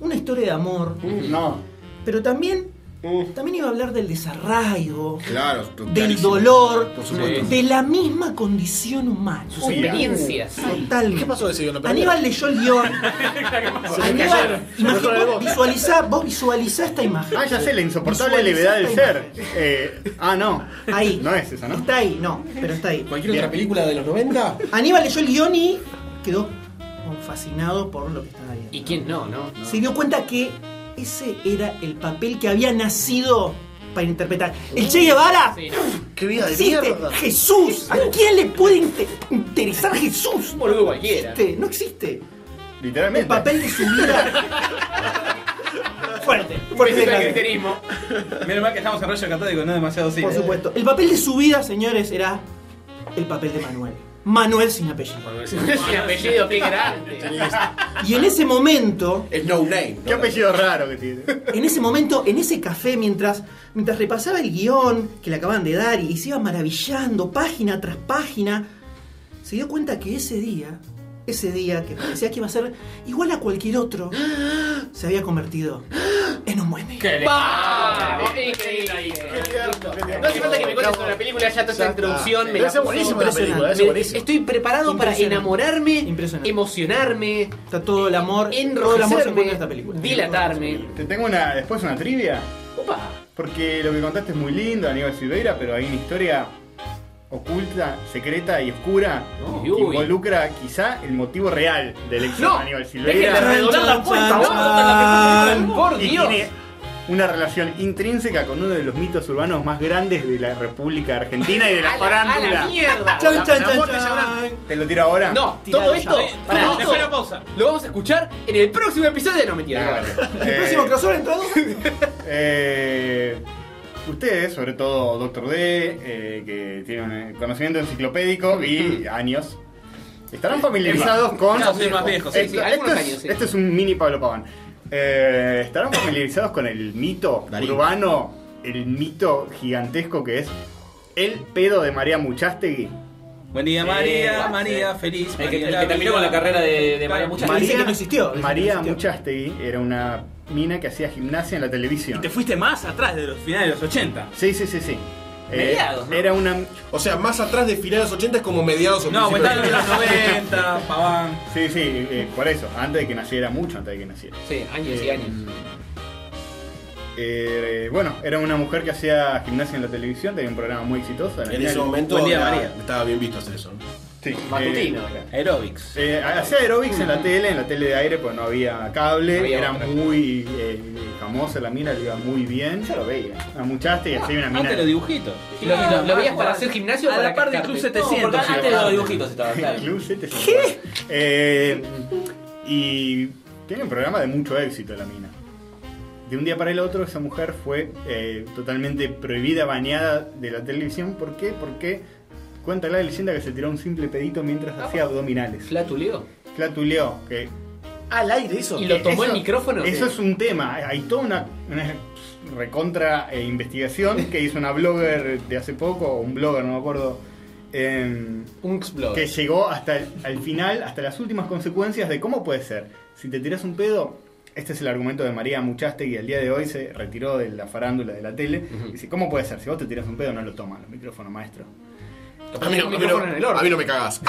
[SPEAKER 7] una historia de amor.
[SPEAKER 9] Uh.
[SPEAKER 2] No.
[SPEAKER 7] Pero también,
[SPEAKER 2] Mm.
[SPEAKER 7] también iba a hablar del desarraigo,
[SPEAKER 1] Claro, tú-
[SPEAKER 7] del
[SPEAKER 1] clarísimo.
[SPEAKER 7] dolor,
[SPEAKER 1] Por supuesto.
[SPEAKER 7] de la misma condición humana.
[SPEAKER 1] Sus experiencias.
[SPEAKER 7] Totalmente.
[SPEAKER 1] ¿Qué pasó de ese guión? ¿Lo perdieron?
[SPEAKER 7] Aníbal leyó el guión.
[SPEAKER 1] Se me
[SPEAKER 7] Aníbal,
[SPEAKER 1] cayeron.
[SPEAKER 7] imagina-
[SPEAKER 1] Se me cayeron.
[SPEAKER 7] vos visualizá, vos visualizá esta imagen.
[SPEAKER 2] Ah, ya sé, la insoportable levedad
[SPEAKER 7] Visualizá
[SPEAKER 2] del
[SPEAKER 7] esta
[SPEAKER 2] ser. Eh, ah, no.
[SPEAKER 7] Ahí.
[SPEAKER 2] No es esa, ¿no?
[SPEAKER 7] Está ahí, no, pero está ahí.
[SPEAKER 14] ¿Cualquier otra película de los 90?
[SPEAKER 7] Aníbal leyó el guión y quedó fascinado por lo que estaba viendo.
[SPEAKER 9] ¿Y quién no, no?
[SPEAKER 7] Se dio cuenta que ese era el papel que había nacido para interpretar. El Che Guevara.
[SPEAKER 1] ¡Qué vida de
[SPEAKER 7] existe.
[SPEAKER 1] mierda!
[SPEAKER 7] Jesús. ¿A quién le puede inte- interesar Jesús?
[SPEAKER 9] Boludo
[SPEAKER 7] no
[SPEAKER 9] cualquiera.
[SPEAKER 7] existe, no existe.
[SPEAKER 2] Literalmente.
[SPEAKER 7] El papel de su vida. Fuerte.
[SPEAKER 4] Por
[SPEAKER 7] fuerte,
[SPEAKER 4] eso el
[SPEAKER 7] grande.
[SPEAKER 4] cristianismo. Menos mal que estamos en rollo católico, no demasiado sí.
[SPEAKER 7] Por supuesto. El papel de su vida, señores, era el papel de Manuel. Manuel sin apellido.
[SPEAKER 9] Sin apellido, qué grande.
[SPEAKER 7] Y en ese momento.
[SPEAKER 1] El no name.
[SPEAKER 2] Qué apellido raro que tiene.
[SPEAKER 7] En ese momento, en ese café, mientras, mientras repasaba el guión que le acaban de dar y se iba maravillando página tras página, se dio cuenta que ese día, ese día que parecía que iba a ser igual a cualquier otro, se había convertido en un buen día.
[SPEAKER 9] ¡Vamos! Increíble. No hace falta que me cuentes sobre la película, ya toda esta introducción me
[SPEAKER 14] Debe
[SPEAKER 9] la
[SPEAKER 14] ser
[SPEAKER 9] puso
[SPEAKER 14] buenísima la
[SPEAKER 9] impresionante.
[SPEAKER 14] película, debe ser
[SPEAKER 9] Me-
[SPEAKER 14] buenísima.
[SPEAKER 9] Estoy preparado para
[SPEAKER 7] Impresionante.
[SPEAKER 9] enamorarme,
[SPEAKER 7] Impresionante.
[SPEAKER 9] emocionarme,
[SPEAKER 7] Está todo el amor, todo el amor se encuentra en esta película.
[SPEAKER 9] enrojecerme, dilatarme.
[SPEAKER 2] Te tengo una, después una trivia. Porque lo que contaste es muy lindo, Aníbal Silveira, pero hay una historia oculta, secreta y oscura que
[SPEAKER 9] Uy.
[SPEAKER 2] involucra quizá el motivo real de la elección
[SPEAKER 9] No,
[SPEAKER 2] de Aníbal Silveira.
[SPEAKER 9] dejen de redoblar la apuesta, vos, por
[SPEAKER 2] Y
[SPEAKER 9] Dios.
[SPEAKER 2] tiene una relación intrínseca con uno de los mitos urbanos más grandes de la República Argentina y de la
[SPEAKER 9] A la- a la
[SPEAKER 2] farándula.
[SPEAKER 9] mierda.
[SPEAKER 7] Chan,
[SPEAKER 9] La-
[SPEAKER 7] chan,
[SPEAKER 9] la
[SPEAKER 7] chan,
[SPEAKER 9] muerte
[SPEAKER 7] chan.
[SPEAKER 9] sabrá.
[SPEAKER 2] ¿Te lo tiro ahora?
[SPEAKER 9] No,
[SPEAKER 7] Tiralo
[SPEAKER 9] todo
[SPEAKER 7] ya.
[SPEAKER 9] esto,
[SPEAKER 7] Sí,
[SPEAKER 9] pará,
[SPEAKER 7] no,
[SPEAKER 9] todo
[SPEAKER 7] espera,
[SPEAKER 4] pausa.
[SPEAKER 9] lo vamos a escuchar en el próximo episodio de No
[SPEAKER 2] Ah,
[SPEAKER 9] Mentira.
[SPEAKER 2] vale.
[SPEAKER 7] El próximo crossover entrado.
[SPEAKER 2] Eh, ustedes, sobre todo Doctor D, eh, que tiene un eh, conocimiento enciclopédico y años, estarán familiarizados con.
[SPEAKER 4] Yo soy más viejo, sí,
[SPEAKER 2] Esto-
[SPEAKER 4] sí,
[SPEAKER 2] esto,
[SPEAKER 4] algunos
[SPEAKER 2] es,
[SPEAKER 4] años, sí.
[SPEAKER 2] esto es un mini Pablo Paván. Eh, estarán familiarizados con el mito urbano, el mito gigantesco que es el pedo de María Muchastegui.
[SPEAKER 4] Buen día,
[SPEAKER 2] Sí,
[SPEAKER 4] María,
[SPEAKER 2] guau,
[SPEAKER 4] María, feliz.
[SPEAKER 3] El que-
[SPEAKER 4] María,
[SPEAKER 3] el que
[SPEAKER 4] la
[SPEAKER 3] terminó
[SPEAKER 4] vida.
[SPEAKER 3] con la carrera de- de María
[SPEAKER 4] Claro.
[SPEAKER 3] Muchas-
[SPEAKER 7] Dice que no existió, dice que no
[SPEAKER 2] María
[SPEAKER 7] existió.
[SPEAKER 2] Muchastegui era una mina que hacía gimnasia en la televisión.
[SPEAKER 4] Te fuiste más atrás de los finales de los 80.
[SPEAKER 2] Sí, sí, sí, sí. Eh,
[SPEAKER 4] Mediados, ¿no?
[SPEAKER 2] Era una.
[SPEAKER 1] O sea, más atrás de finales 80 es como mediados o
[SPEAKER 4] No, pues
[SPEAKER 1] principios
[SPEAKER 4] estaba en los 90, paván.
[SPEAKER 2] Sí, sí, eh, por eso, antes de que naciera, mucho antes de que naciera.
[SPEAKER 9] Sí, años y
[SPEAKER 2] Eh,
[SPEAKER 9] años.
[SPEAKER 2] Eh, bueno, era una mujer que hacía gimnasia en la televisión, tenía un programa muy exitoso.
[SPEAKER 1] En ese momento
[SPEAKER 4] Buen día,
[SPEAKER 1] era-
[SPEAKER 4] María.
[SPEAKER 1] estaba bien visto hacer eso. ¿no?
[SPEAKER 2] Sí,
[SPEAKER 9] Matutino.
[SPEAKER 2] eh,
[SPEAKER 4] Aerobics.
[SPEAKER 2] eh, hacía aerobics en la tele, en la tele de aire, pues no había cable,
[SPEAKER 9] No había
[SPEAKER 2] era
[SPEAKER 9] otra.
[SPEAKER 2] muy eh, famosa la mina, le iba muy bien. Yo lo veía. La muchaste y hacía una mina.
[SPEAKER 4] Antes los dibujitos.
[SPEAKER 9] Ah, Lo, lo- lo veías para hacer gimnasio o
[SPEAKER 4] A
[SPEAKER 9] para
[SPEAKER 4] la par de Club
[SPEAKER 9] cascarte?
[SPEAKER 4] 700.
[SPEAKER 3] porque antes de los
[SPEAKER 4] iba.
[SPEAKER 3] dibujitos estaba, claro.
[SPEAKER 2] Club 700. Eh, y tiene un programa de mucho éxito la mina. De un día para el otro esa mujer fue eh, totalmente prohibida, baneada de la televisión. ¿Por qué? Porque cuenta la leyenda que se tiró un simple pedito mientras hacía abdominales.
[SPEAKER 9] Flatuleo.
[SPEAKER 2] Flatuleó, que
[SPEAKER 14] Al aire eso.
[SPEAKER 9] Y lo tomó
[SPEAKER 2] eso-
[SPEAKER 9] el micrófono. eh,
[SPEAKER 2] Eso es un tema. Hay toda una, una recontra eh, investigación que hizo una blogger de hace poco, o un blogger, no me acuerdo. em,
[SPEAKER 9] un explode.
[SPEAKER 2] que llegó hasta el al final, hasta las últimas consecuencias de cómo puede ser. Si te tiras un pedo, este es el argumento de María Muchastegui, al día de hoy se retiró de la farándula de la tele. Dice, ¿cómo puede ser? Si vos te tiras un pedo, no lo toman los micrófonos, maestro.
[SPEAKER 1] A mí no, a mí no- a mí no me cagás.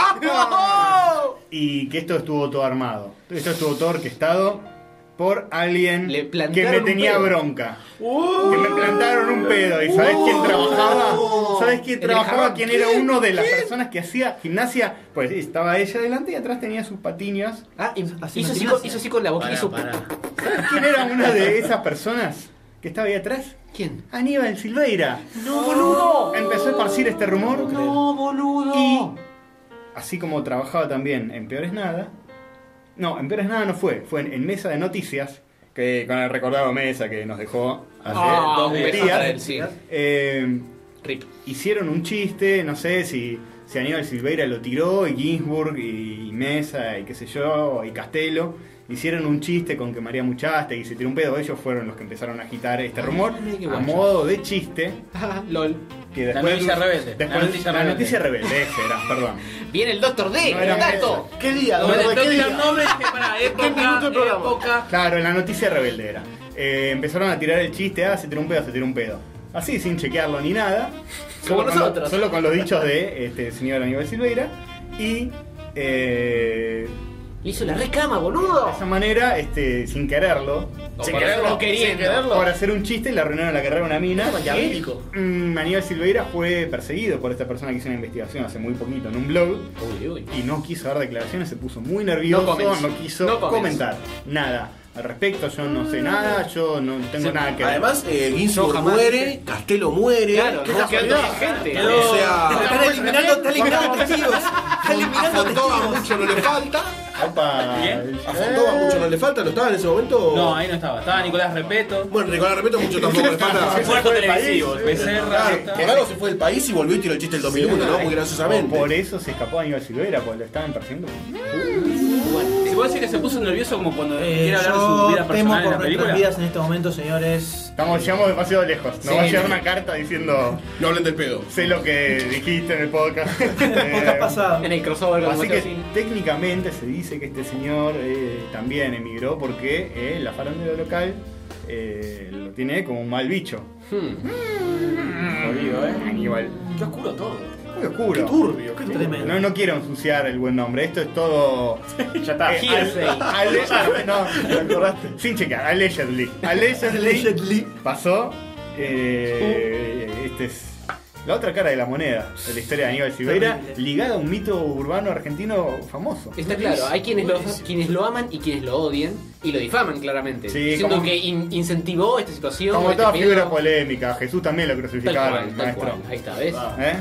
[SPEAKER 2] Y que esto estuvo todo armado. Esto estuvo todo orquestado por alguien
[SPEAKER 9] Le plantaron
[SPEAKER 2] que me
[SPEAKER 9] un
[SPEAKER 2] tenía
[SPEAKER 9] pedo. ¡Oh!
[SPEAKER 2] bronca. Que me plantaron un pedo. ¿Y sabés quién trabajaba? ¿Sabés quién
[SPEAKER 9] En el
[SPEAKER 2] trabajaba?
[SPEAKER 9] jabón.
[SPEAKER 2] ¿Quién era uno de las personas que hacía gimnasia? Pues estaba ella delante y atrás tenía sus patiñas.
[SPEAKER 9] Ah, y-
[SPEAKER 7] Así
[SPEAKER 9] hizo,
[SPEAKER 7] no
[SPEAKER 9] así
[SPEAKER 7] tiene-
[SPEAKER 9] con- hizo así con la boca.
[SPEAKER 14] Pará,
[SPEAKER 9] hizo-
[SPEAKER 14] pará.
[SPEAKER 2] ¿Quién era una de esas personas que estaba ahí atrás?
[SPEAKER 9] ¿Quién?
[SPEAKER 2] Aníbal Silveira.
[SPEAKER 7] No, boludo.
[SPEAKER 2] Empezó a esparcir este rumor
[SPEAKER 7] No, boludo.
[SPEAKER 2] y así como trabajaba también en Peores Nada. No, en Peores Nada no fue, fue en, en Mesa de Noticias, que con el recordado Mesa que nos dejó hace
[SPEAKER 9] Ah,
[SPEAKER 2] dos
[SPEAKER 9] un beso
[SPEAKER 2] días.
[SPEAKER 9] para él, sí.
[SPEAKER 2] Eh,
[SPEAKER 9] Rip.
[SPEAKER 2] hicieron un chiste, no sé si, si Aníbal Silveira lo tiró, y Ginsburg, y Mesa, y qué sé yo, y Castelo, hicieron un chiste con que María Muchaste y se tiró un pedo. Ellos fueron los que empezaron a agitar este rumor
[SPEAKER 9] mira qué
[SPEAKER 2] a
[SPEAKER 9] guacho. Ah,
[SPEAKER 2] modo de chiste.
[SPEAKER 9] LOL.
[SPEAKER 2] Que
[SPEAKER 9] La
[SPEAKER 2] después-
[SPEAKER 9] noticia rebelde.
[SPEAKER 2] después-
[SPEAKER 9] La noticia
[SPEAKER 2] la
[SPEAKER 9] rebelde.
[SPEAKER 2] noticia rebelde, ese era, perdón.
[SPEAKER 9] Viene el Doctor D,
[SPEAKER 2] No
[SPEAKER 9] el
[SPEAKER 2] era
[SPEAKER 9] gato.
[SPEAKER 2] eso.
[SPEAKER 9] ¿Qué
[SPEAKER 2] día,
[SPEAKER 9] No,
[SPEAKER 2] doctor?
[SPEAKER 9] el
[SPEAKER 2] ¿Qué
[SPEAKER 9] doctor
[SPEAKER 2] día?
[SPEAKER 9] D, nombre dije para época, época.
[SPEAKER 2] Claro, la noticia rebelde era. Eh, empezaron a tirar el chiste, ah, se tiró un pedo, se tiró un pedo. Así, sin chequearlo ni nada.
[SPEAKER 9] Como
[SPEAKER 2] con lo-
[SPEAKER 9] nosotros.
[SPEAKER 2] solo con los dichos de este señor Aníbal Silveira. Y. Eh,
[SPEAKER 9] hizo la recama, boludo.
[SPEAKER 2] De esa manera, este, sin quererlo.
[SPEAKER 9] O Sin por quererlo, hacerlo queriendo. sin quererlo.
[SPEAKER 2] Por hacer un chiste, le arruinaron la carrera a una mina.
[SPEAKER 9] Qué maquiavélico.
[SPEAKER 2] Y, mm, Aníbal Silveira fue perseguido por esta persona que hizo una investigación hace muy poquito en un blog. Y no quiso dar declaraciones, se puso muy nervioso,
[SPEAKER 9] No comments.
[SPEAKER 2] no quiso
[SPEAKER 9] No comments.
[SPEAKER 2] comentar nada. Al respecto, yo no sé nada, yo no tengo nada que ver.
[SPEAKER 1] Además, eh, Ginsburg
[SPEAKER 2] Yo jamás
[SPEAKER 1] muere,
[SPEAKER 2] dije-
[SPEAKER 1] Castelo muere.
[SPEAKER 2] Claro,
[SPEAKER 1] qué
[SPEAKER 2] no,
[SPEAKER 1] casualidad.
[SPEAKER 2] quedó sin gente.
[SPEAKER 1] O sea,
[SPEAKER 2] Están eliminando- están eliminando
[SPEAKER 1] testigos. A Fontova mucho no le falta. A Fontova
[SPEAKER 2] Eh.
[SPEAKER 1] mucho no le falta, ¿no estaba en ese momento?
[SPEAKER 4] No, ahí no estaba. Estaba Nicolás Repeto.
[SPEAKER 1] Bueno, Nicolás Repeto mucho tampoco le falta.
[SPEAKER 4] Se fue al televisivo,
[SPEAKER 1] Claro,
[SPEAKER 4] Becerra, está.
[SPEAKER 1] Por algo se fue del país y volvió y tiró el chiste del 2001, ¿no? Muy graciosamente.
[SPEAKER 2] Por eso se escapó Aníbal Silveira, porque lo estaban persiguiendo.
[SPEAKER 4] Se puede decir que se puso nervioso como cuando
[SPEAKER 7] Eh,
[SPEAKER 4] quiere hablar de su
[SPEAKER 7] yo
[SPEAKER 4] vida
[SPEAKER 7] temo
[SPEAKER 4] personal en
[SPEAKER 7] por
[SPEAKER 4] la
[SPEAKER 7] nuestras
[SPEAKER 4] película.
[SPEAKER 7] vidas en este momento, señores.
[SPEAKER 2] Estamos, llegamos demasiado lejos. Nos
[SPEAKER 7] Sí.
[SPEAKER 2] va a llegar una carta diciendo.
[SPEAKER 1] No hablen del pedo.
[SPEAKER 2] Sé lo que dijiste en el podcast. Eh,
[SPEAKER 9] En el crossover con
[SPEAKER 2] Así que
[SPEAKER 9] Mateo Sin.
[SPEAKER 2] técnicamente se dice que este señor eh, también emigró porque eh, la farándula local eh, lo tiene como un mal bicho. Jodido, ¿eh? Aníbal.
[SPEAKER 12] Hmm. Qué oscuro todo.
[SPEAKER 2] Muy oscuro.
[SPEAKER 12] Qué turbio, qué
[SPEAKER 2] tremendo. No, no quiero ensuciar el buen nombre. Esto es todo. Ya
[SPEAKER 12] está. Hearsay.
[SPEAKER 2] no, ¿te acordaste? Sin checar. Allegedly. Allegedly. Pasó. eh, este es. La otra cara de la moneda de la historia de Aníbal Silveira, ligada a un mito urbano argentino famoso.
[SPEAKER 9] Está claro, hay quienes lo, quienes lo aman y quienes lo odian y lo difaman claramente.
[SPEAKER 2] Sí,
[SPEAKER 9] siendo
[SPEAKER 2] como-
[SPEAKER 9] que in- incentivó esta situación.
[SPEAKER 2] Como
[SPEAKER 9] este
[SPEAKER 2] toda
[SPEAKER 9] pedo.
[SPEAKER 2] figura polémica, Jesús también lo
[SPEAKER 9] Tal cual,
[SPEAKER 2] crucificaron,
[SPEAKER 9] tal
[SPEAKER 2] maestro.
[SPEAKER 9] cual. Ahí está, ¿ves?
[SPEAKER 14] Ah,
[SPEAKER 2] ¿Eh?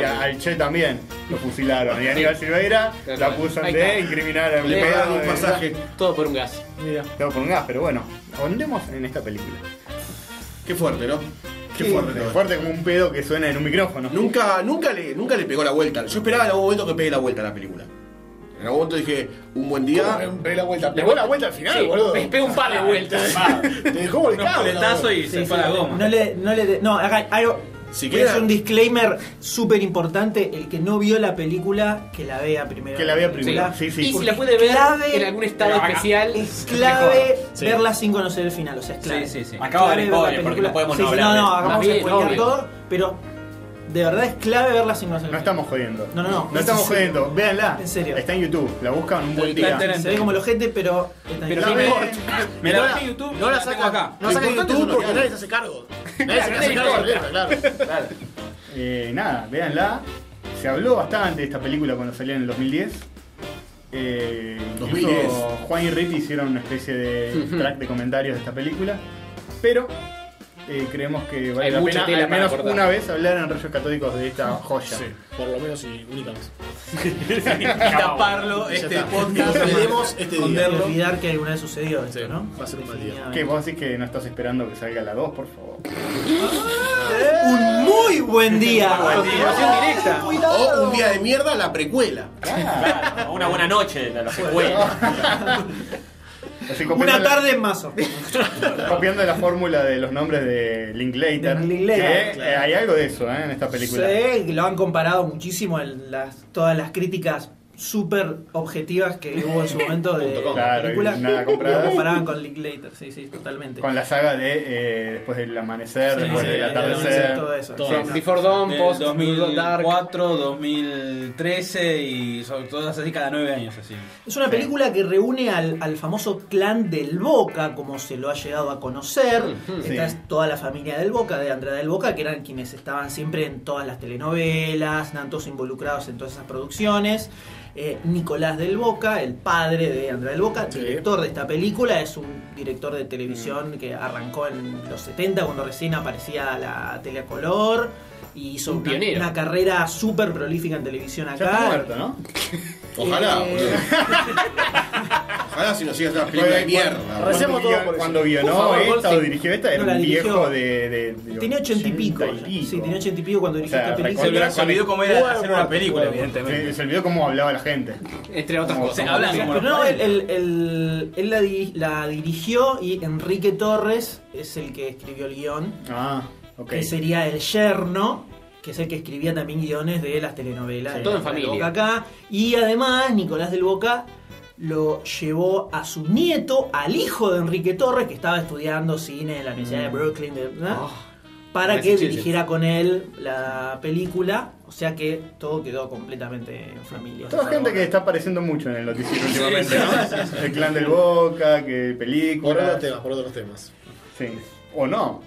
[SPEAKER 2] Y a- al Che también lo fusilaron. Y a Aníbal Silveira
[SPEAKER 9] Tal
[SPEAKER 2] la
[SPEAKER 9] cual.
[SPEAKER 2] puso
[SPEAKER 9] Ahí
[SPEAKER 2] de
[SPEAKER 9] está.
[SPEAKER 2] incriminar al
[SPEAKER 9] Le
[SPEAKER 2] pegado
[SPEAKER 9] pagaron un
[SPEAKER 2] de-
[SPEAKER 9] pasaje. Todo por un gas.
[SPEAKER 2] Todo por un gas, pero bueno, ahondemos en esta película.
[SPEAKER 1] Qué fuerte, ¿no? Qué
[SPEAKER 2] Sí,
[SPEAKER 1] fuerte, ¿no?
[SPEAKER 2] Fuerte como un pedo que suena en un micrófono.
[SPEAKER 1] Nunca, nunca, le, nunca le pegó la vuelta. Yo esperaba en algún momento que pegue la vuelta a la película. En algún momento dije, un buen día.
[SPEAKER 14] ¿Cómo que pegué la vuelta? Pegó la vuelta al final,
[SPEAKER 1] Sí,
[SPEAKER 14] boludo.
[SPEAKER 1] pe-
[SPEAKER 9] pegó un par de vueltas.
[SPEAKER 14] Te dejó volcado.
[SPEAKER 7] Sí, sí, No le, no le, de- no, acá hay algo-
[SPEAKER 1] Si
[SPEAKER 7] voy a hacer
[SPEAKER 1] queda-
[SPEAKER 7] un disclaimer súper importante, el que no vio la película, que la vea primero.
[SPEAKER 2] Que la vea primero, sí, sí. Y si
[SPEAKER 7] Porque
[SPEAKER 2] la
[SPEAKER 7] es
[SPEAKER 9] puede ver
[SPEAKER 7] clave-
[SPEAKER 9] en algún estado especial,
[SPEAKER 7] Es clave
[SPEAKER 9] mejor. Sí.
[SPEAKER 7] verla sin conocer el final, o sea, es clave.
[SPEAKER 9] Sí, sí, sí.
[SPEAKER 7] Es
[SPEAKER 9] Acaba
[SPEAKER 7] clave ver
[SPEAKER 9] de ver
[SPEAKER 7] la
[SPEAKER 9] spoiler, porque
[SPEAKER 7] película.
[SPEAKER 9] no podemos
[SPEAKER 7] Sí,
[SPEAKER 9] no
[SPEAKER 7] sí,
[SPEAKER 9] hablar de-
[SPEAKER 7] No, no,
[SPEAKER 9] Más
[SPEAKER 7] vamos
[SPEAKER 9] bien,
[SPEAKER 7] a spoilear
[SPEAKER 9] obvio.
[SPEAKER 7] todo, pero de verdad es clave verla sin conocer el
[SPEAKER 2] No
[SPEAKER 7] final.
[SPEAKER 2] estamos jodiendo.
[SPEAKER 7] No, no, no.
[SPEAKER 2] No estamos
[SPEAKER 7] Sí, sí.
[SPEAKER 2] jodiendo. Véanla.
[SPEAKER 7] En serio.
[SPEAKER 2] Está en YouTube. La buscan un buen día.
[SPEAKER 7] Se ve como el ojete, pero...
[SPEAKER 2] Pero no me-
[SPEAKER 4] Me la bajé en YouTube.
[SPEAKER 14] No la saco acá. No la saco en YouTube porque nadie se hace cargo. Nadie se hace cargo de la mierda, claro.
[SPEAKER 2] Eh, nada, véanla. Se habló bastante de esta película cuando salió en el 2010. Eh, incluso
[SPEAKER 1] 2010.
[SPEAKER 2] Juan y Ricky hicieron una especie de
[SPEAKER 1] Ujú.
[SPEAKER 2] track de comentarios de esta película. Pero eh, creemos que vale
[SPEAKER 9] Hay
[SPEAKER 2] la
[SPEAKER 9] mucha
[SPEAKER 2] pena
[SPEAKER 9] tela
[SPEAKER 2] al
[SPEAKER 9] para
[SPEAKER 2] menos
[SPEAKER 9] cortar.
[SPEAKER 2] una vez hablar en Rayos Católicos de esta joya.
[SPEAKER 14] Por lo menos y única vez.
[SPEAKER 4] taparlo,
[SPEAKER 14] Ya
[SPEAKER 4] este
[SPEAKER 14] está.
[SPEAKER 4] podcast.
[SPEAKER 14] Olvidemos este día.
[SPEAKER 4] esconderlo.
[SPEAKER 7] olvidar que alguna vez sucedió esto, ¿no? Va a ser un mal día.
[SPEAKER 2] ¿Qué? ¿Vos decís que no estás esperando que salga la 2, por favor?
[SPEAKER 7] Un muy buen día.
[SPEAKER 1] Continuación directa. O un día de mierda, la precuela.
[SPEAKER 3] Claro, una buena noche de la secuela.
[SPEAKER 2] Así,
[SPEAKER 7] Una
[SPEAKER 2] copiando la-
[SPEAKER 7] tarde en mazo.
[SPEAKER 2] Copiando la fórmula de los nombres de Linklater.
[SPEAKER 7] De Linklater,
[SPEAKER 2] que,
[SPEAKER 7] claro.
[SPEAKER 2] eh, hay algo de eso eh, en esta película.
[SPEAKER 7] Sí, que lo han comparado muchísimo en las, todas las críticas súper objetivas que hubo en su momento de
[SPEAKER 2] Claro,
[SPEAKER 7] la película.
[SPEAKER 2] y nada compradas.
[SPEAKER 7] Lo comparaban con Linklater, sí, sí, totalmente.
[SPEAKER 2] Con la saga de eh, después del amanecer,
[SPEAKER 7] Sí,
[SPEAKER 2] después
[SPEAKER 7] sí,
[SPEAKER 2] del
[SPEAKER 7] el
[SPEAKER 2] atardecer.
[SPEAKER 7] amanecer, todo eso.
[SPEAKER 2] Sí,
[SPEAKER 7] Todo.
[SPEAKER 2] sí.
[SPEAKER 9] Before Dawn,
[SPEAKER 4] Del
[SPEAKER 9] Post,
[SPEAKER 4] 2004, 2013 y sobre todo así cada nueve años así.
[SPEAKER 7] Es una película que reúne al, al famoso clan del Boca, como se lo ha llegado a conocer.
[SPEAKER 2] Sí.
[SPEAKER 7] Esta es toda la familia del Boca, de Andrade del Boca, que eran quienes estaban siempre en todas las telenovelas, estaban todos involucrados en todas esas producciones. Eh, Nicolás del Boca, el padre de Andrade del Boca, director de esta película, es un director de televisión
[SPEAKER 9] Mm.
[SPEAKER 7] que arrancó en los 70 cuando recién aparecía la tele a color y hizo
[SPEAKER 9] Un
[SPEAKER 7] una,
[SPEAKER 9] pionero.
[SPEAKER 7] una carrera súper prolífica en televisión acá.
[SPEAKER 2] Ya está muerto, ¿no?
[SPEAKER 7] Ojalá, Eh, boludo.
[SPEAKER 8] Ojalá si nos sigas una película de mierda.
[SPEAKER 2] Recemos todo por eso. Cuando guionó esta o dirigió esta, era
[SPEAKER 7] No, la
[SPEAKER 2] un
[SPEAKER 7] dirigió.
[SPEAKER 2] viejo de. de- de
[SPEAKER 7] Tenía ochenta y pico. Sí, tenía ochenta y pico cuando dirigió
[SPEAKER 2] O sea,
[SPEAKER 7] esta película.
[SPEAKER 2] recuerdo la- Bueno, bueno, bueno.
[SPEAKER 7] evidentemente.
[SPEAKER 2] Se, se olvidó cómo hablaba la gente.
[SPEAKER 9] Entre otras
[SPEAKER 2] Cómo- cómo- cómo-
[SPEAKER 7] Pero no, él, él- él- él la, di- la dirigió y Enrique Torres es el que escribió el guión.
[SPEAKER 2] Ah, ok.
[SPEAKER 7] Que sería el yerno, que es el que escribía también guiones de las telenovelas.
[SPEAKER 9] Sí,
[SPEAKER 7] de
[SPEAKER 9] todo en
[SPEAKER 7] Nicolás del
[SPEAKER 9] familia.
[SPEAKER 7] Boca acá. Y además, Nicolás del Boca lo llevó a su nieto, al hijo de Enrique Torres, que estaba estudiando cine en la Universidad
[SPEAKER 9] Mm.
[SPEAKER 7] de Brooklyn. de- ¿no?
[SPEAKER 9] Oh,
[SPEAKER 7] para que
[SPEAKER 9] Massachusetts.
[SPEAKER 7] dirigiera con él la película, o sea que todo quedó completamente en familia.
[SPEAKER 2] Toda gente que está apareciendo mucho en el noticiero
[SPEAKER 7] Sí,
[SPEAKER 2] últimamente,
[SPEAKER 7] sí,
[SPEAKER 2] ¿no?
[SPEAKER 7] sí, sí.
[SPEAKER 2] El clan del Boca, que películas.
[SPEAKER 14] Por otros temas, por otros temas.
[SPEAKER 2] Sí. O no.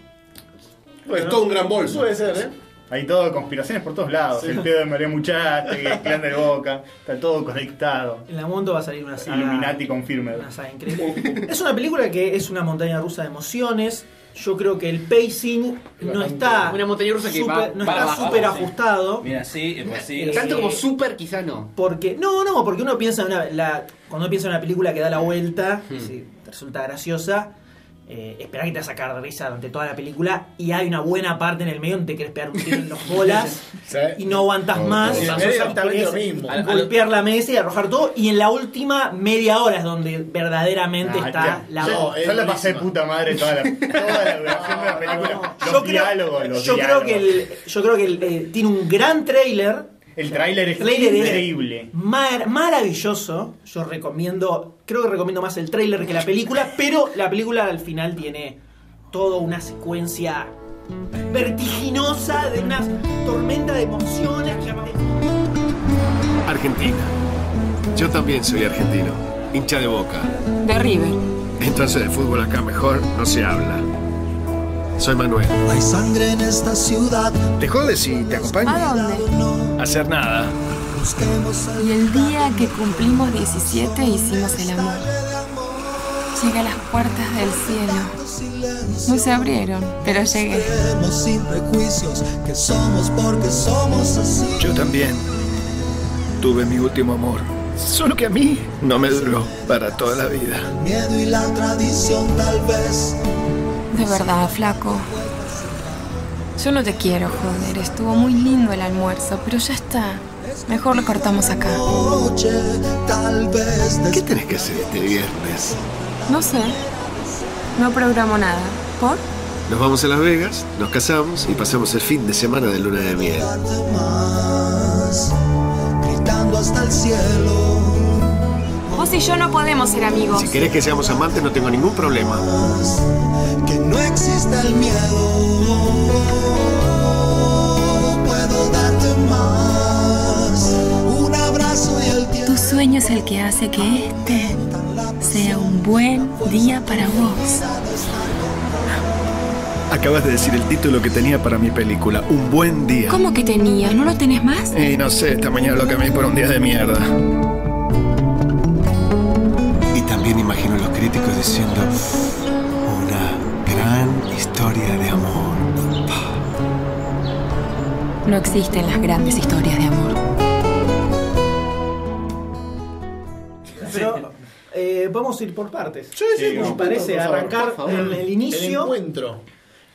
[SPEAKER 14] Es todo un gran bolso.
[SPEAKER 2] Puede ser, ¿eh? Hay todo, conspiraciones por todos lados.
[SPEAKER 7] Sí.
[SPEAKER 2] El pedo de María Muchate, el clan del Boca. Está todo conectado.
[SPEAKER 7] En la mundo va a salir una saga.
[SPEAKER 2] Illuminati confirmed.
[SPEAKER 7] Una saga increíble. es una película que es una montaña rusa de emociones. Yo creo que el pacing no está.
[SPEAKER 9] Una montaña rusa que
[SPEAKER 7] super,
[SPEAKER 9] va-
[SPEAKER 7] no
[SPEAKER 9] va
[SPEAKER 7] está
[SPEAKER 9] abajo,
[SPEAKER 7] súper
[SPEAKER 9] sí.
[SPEAKER 7] ajustado.
[SPEAKER 4] Mira, sí, es
[SPEAKER 7] Eh,
[SPEAKER 4] posible.
[SPEAKER 9] Tanto como super, quizás no.
[SPEAKER 7] Porque, no, no, porque uno piensa en una, la- cuando uno piensa en una película que da la vuelta,
[SPEAKER 9] Hmm.
[SPEAKER 7] si te resulta graciosa, eh, esperá que te va a sacar de risa durante toda la película y hay una buena parte en el medio donde te querés pegar un tiro en los bolas y no aguantas
[SPEAKER 14] No,
[SPEAKER 7] más.
[SPEAKER 14] todo.
[SPEAKER 7] O sea,
[SPEAKER 14] Sí, es
[SPEAKER 7] sos-
[SPEAKER 14] exactamente lo
[SPEAKER 7] querés
[SPEAKER 14] mismo.
[SPEAKER 7] Golpear la mesa y arrojar todo y en la última media hora es donde verdaderamente
[SPEAKER 2] Ah,
[SPEAKER 7] está
[SPEAKER 2] tía,
[SPEAKER 7] la
[SPEAKER 2] yo,
[SPEAKER 7] voz.
[SPEAKER 2] yo la pasé puta madre toda la, toda la duración de la película. Los
[SPEAKER 7] Ah, Yo creo-
[SPEAKER 2] diálogos, los
[SPEAKER 7] Yo creo
[SPEAKER 2] diálogos.
[SPEAKER 7] que, el- yo creo que el, eh, tiene un gran tráiler.
[SPEAKER 2] El tráiler es
[SPEAKER 7] Tráiler es-
[SPEAKER 2] increíble.
[SPEAKER 7] Mar- maravilloso. Yo recomiendo, creo que recomiendo más el tráiler que la película, pero la película al final tiene toda una secuencia vertiginosa de una tormenta de emociones.
[SPEAKER 20] Argentina. Yo también soy argentino, hincha de boca.
[SPEAKER 21] De River.
[SPEAKER 20] Entonces de fútbol acá mejor no se habla. Soy Manuel.
[SPEAKER 22] Hay sangre en esta ciudad.
[SPEAKER 20] ¿Te jodes y te acompaño?
[SPEAKER 21] ¿A dónde?
[SPEAKER 20] Hacer nada.
[SPEAKER 21] Y el día que cumplimos 17 hicimos el amor. Llegué a las puertas del cielo. No se abrieron, pero llegué.
[SPEAKER 22] Creemos sin prejuicios que somos porque somos así.
[SPEAKER 20] Yo también tuve mi último amor. Solo que a mí no me duró para toda la vida.
[SPEAKER 22] El miedo y la tradición tal vez.
[SPEAKER 21] De verdad, flaco. Yo no te quiero, joder. Estuvo muy lindo el almuerzo, pero ya está. Mejor lo cortamos acá.
[SPEAKER 22] Noche tal vez.
[SPEAKER 20] ¿Qué tenés que hacer este viernes?
[SPEAKER 21] No sé. No programo nada. ¿Por?
[SPEAKER 20] Nos vamos a Las Vegas, nos casamos y pasamos el fin de semana de luna de miel.
[SPEAKER 22] más, gritando hasta el cielo.
[SPEAKER 21] Vos y yo no podemos ser amigos.
[SPEAKER 20] Si querés que seamos amantes no tengo ningún problema.
[SPEAKER 22] Que no existe el miedo. Puedo darte más. Un abrazo y el tiempo.
[SPEAKER 21] Tu sueño es el que hace que este sea un buen día para vos.
[SPEAKER 20] Acabas de decir el título que tenía para mi película, Un buen día.
[SPEAKER 21] ¿Cómo que tenía? ¿No lo tenés más?
[SPEAKER 20] Y no sé, esta mañana lo cambié por un día de mierda. Y también imagino a los críticos diciendo una gran historia de amor.
[SPEAKER 21] No existen las grandes historias de amor.
[SPEAKER 7] Pero eh, vamos a ir por partes.
[SPEAKER 14] sí, por
[SPEAKER 7] me
[SPEAKER 14] supuesto,
[SPEAKER 7] parece
[SPEAKER 14] por favor,
[SPEAKER 7] arrancar
[SPEAKER 14] por favor.
[SPEAKER 7] en el inicio.
[SPEAKER 14] El encuentro.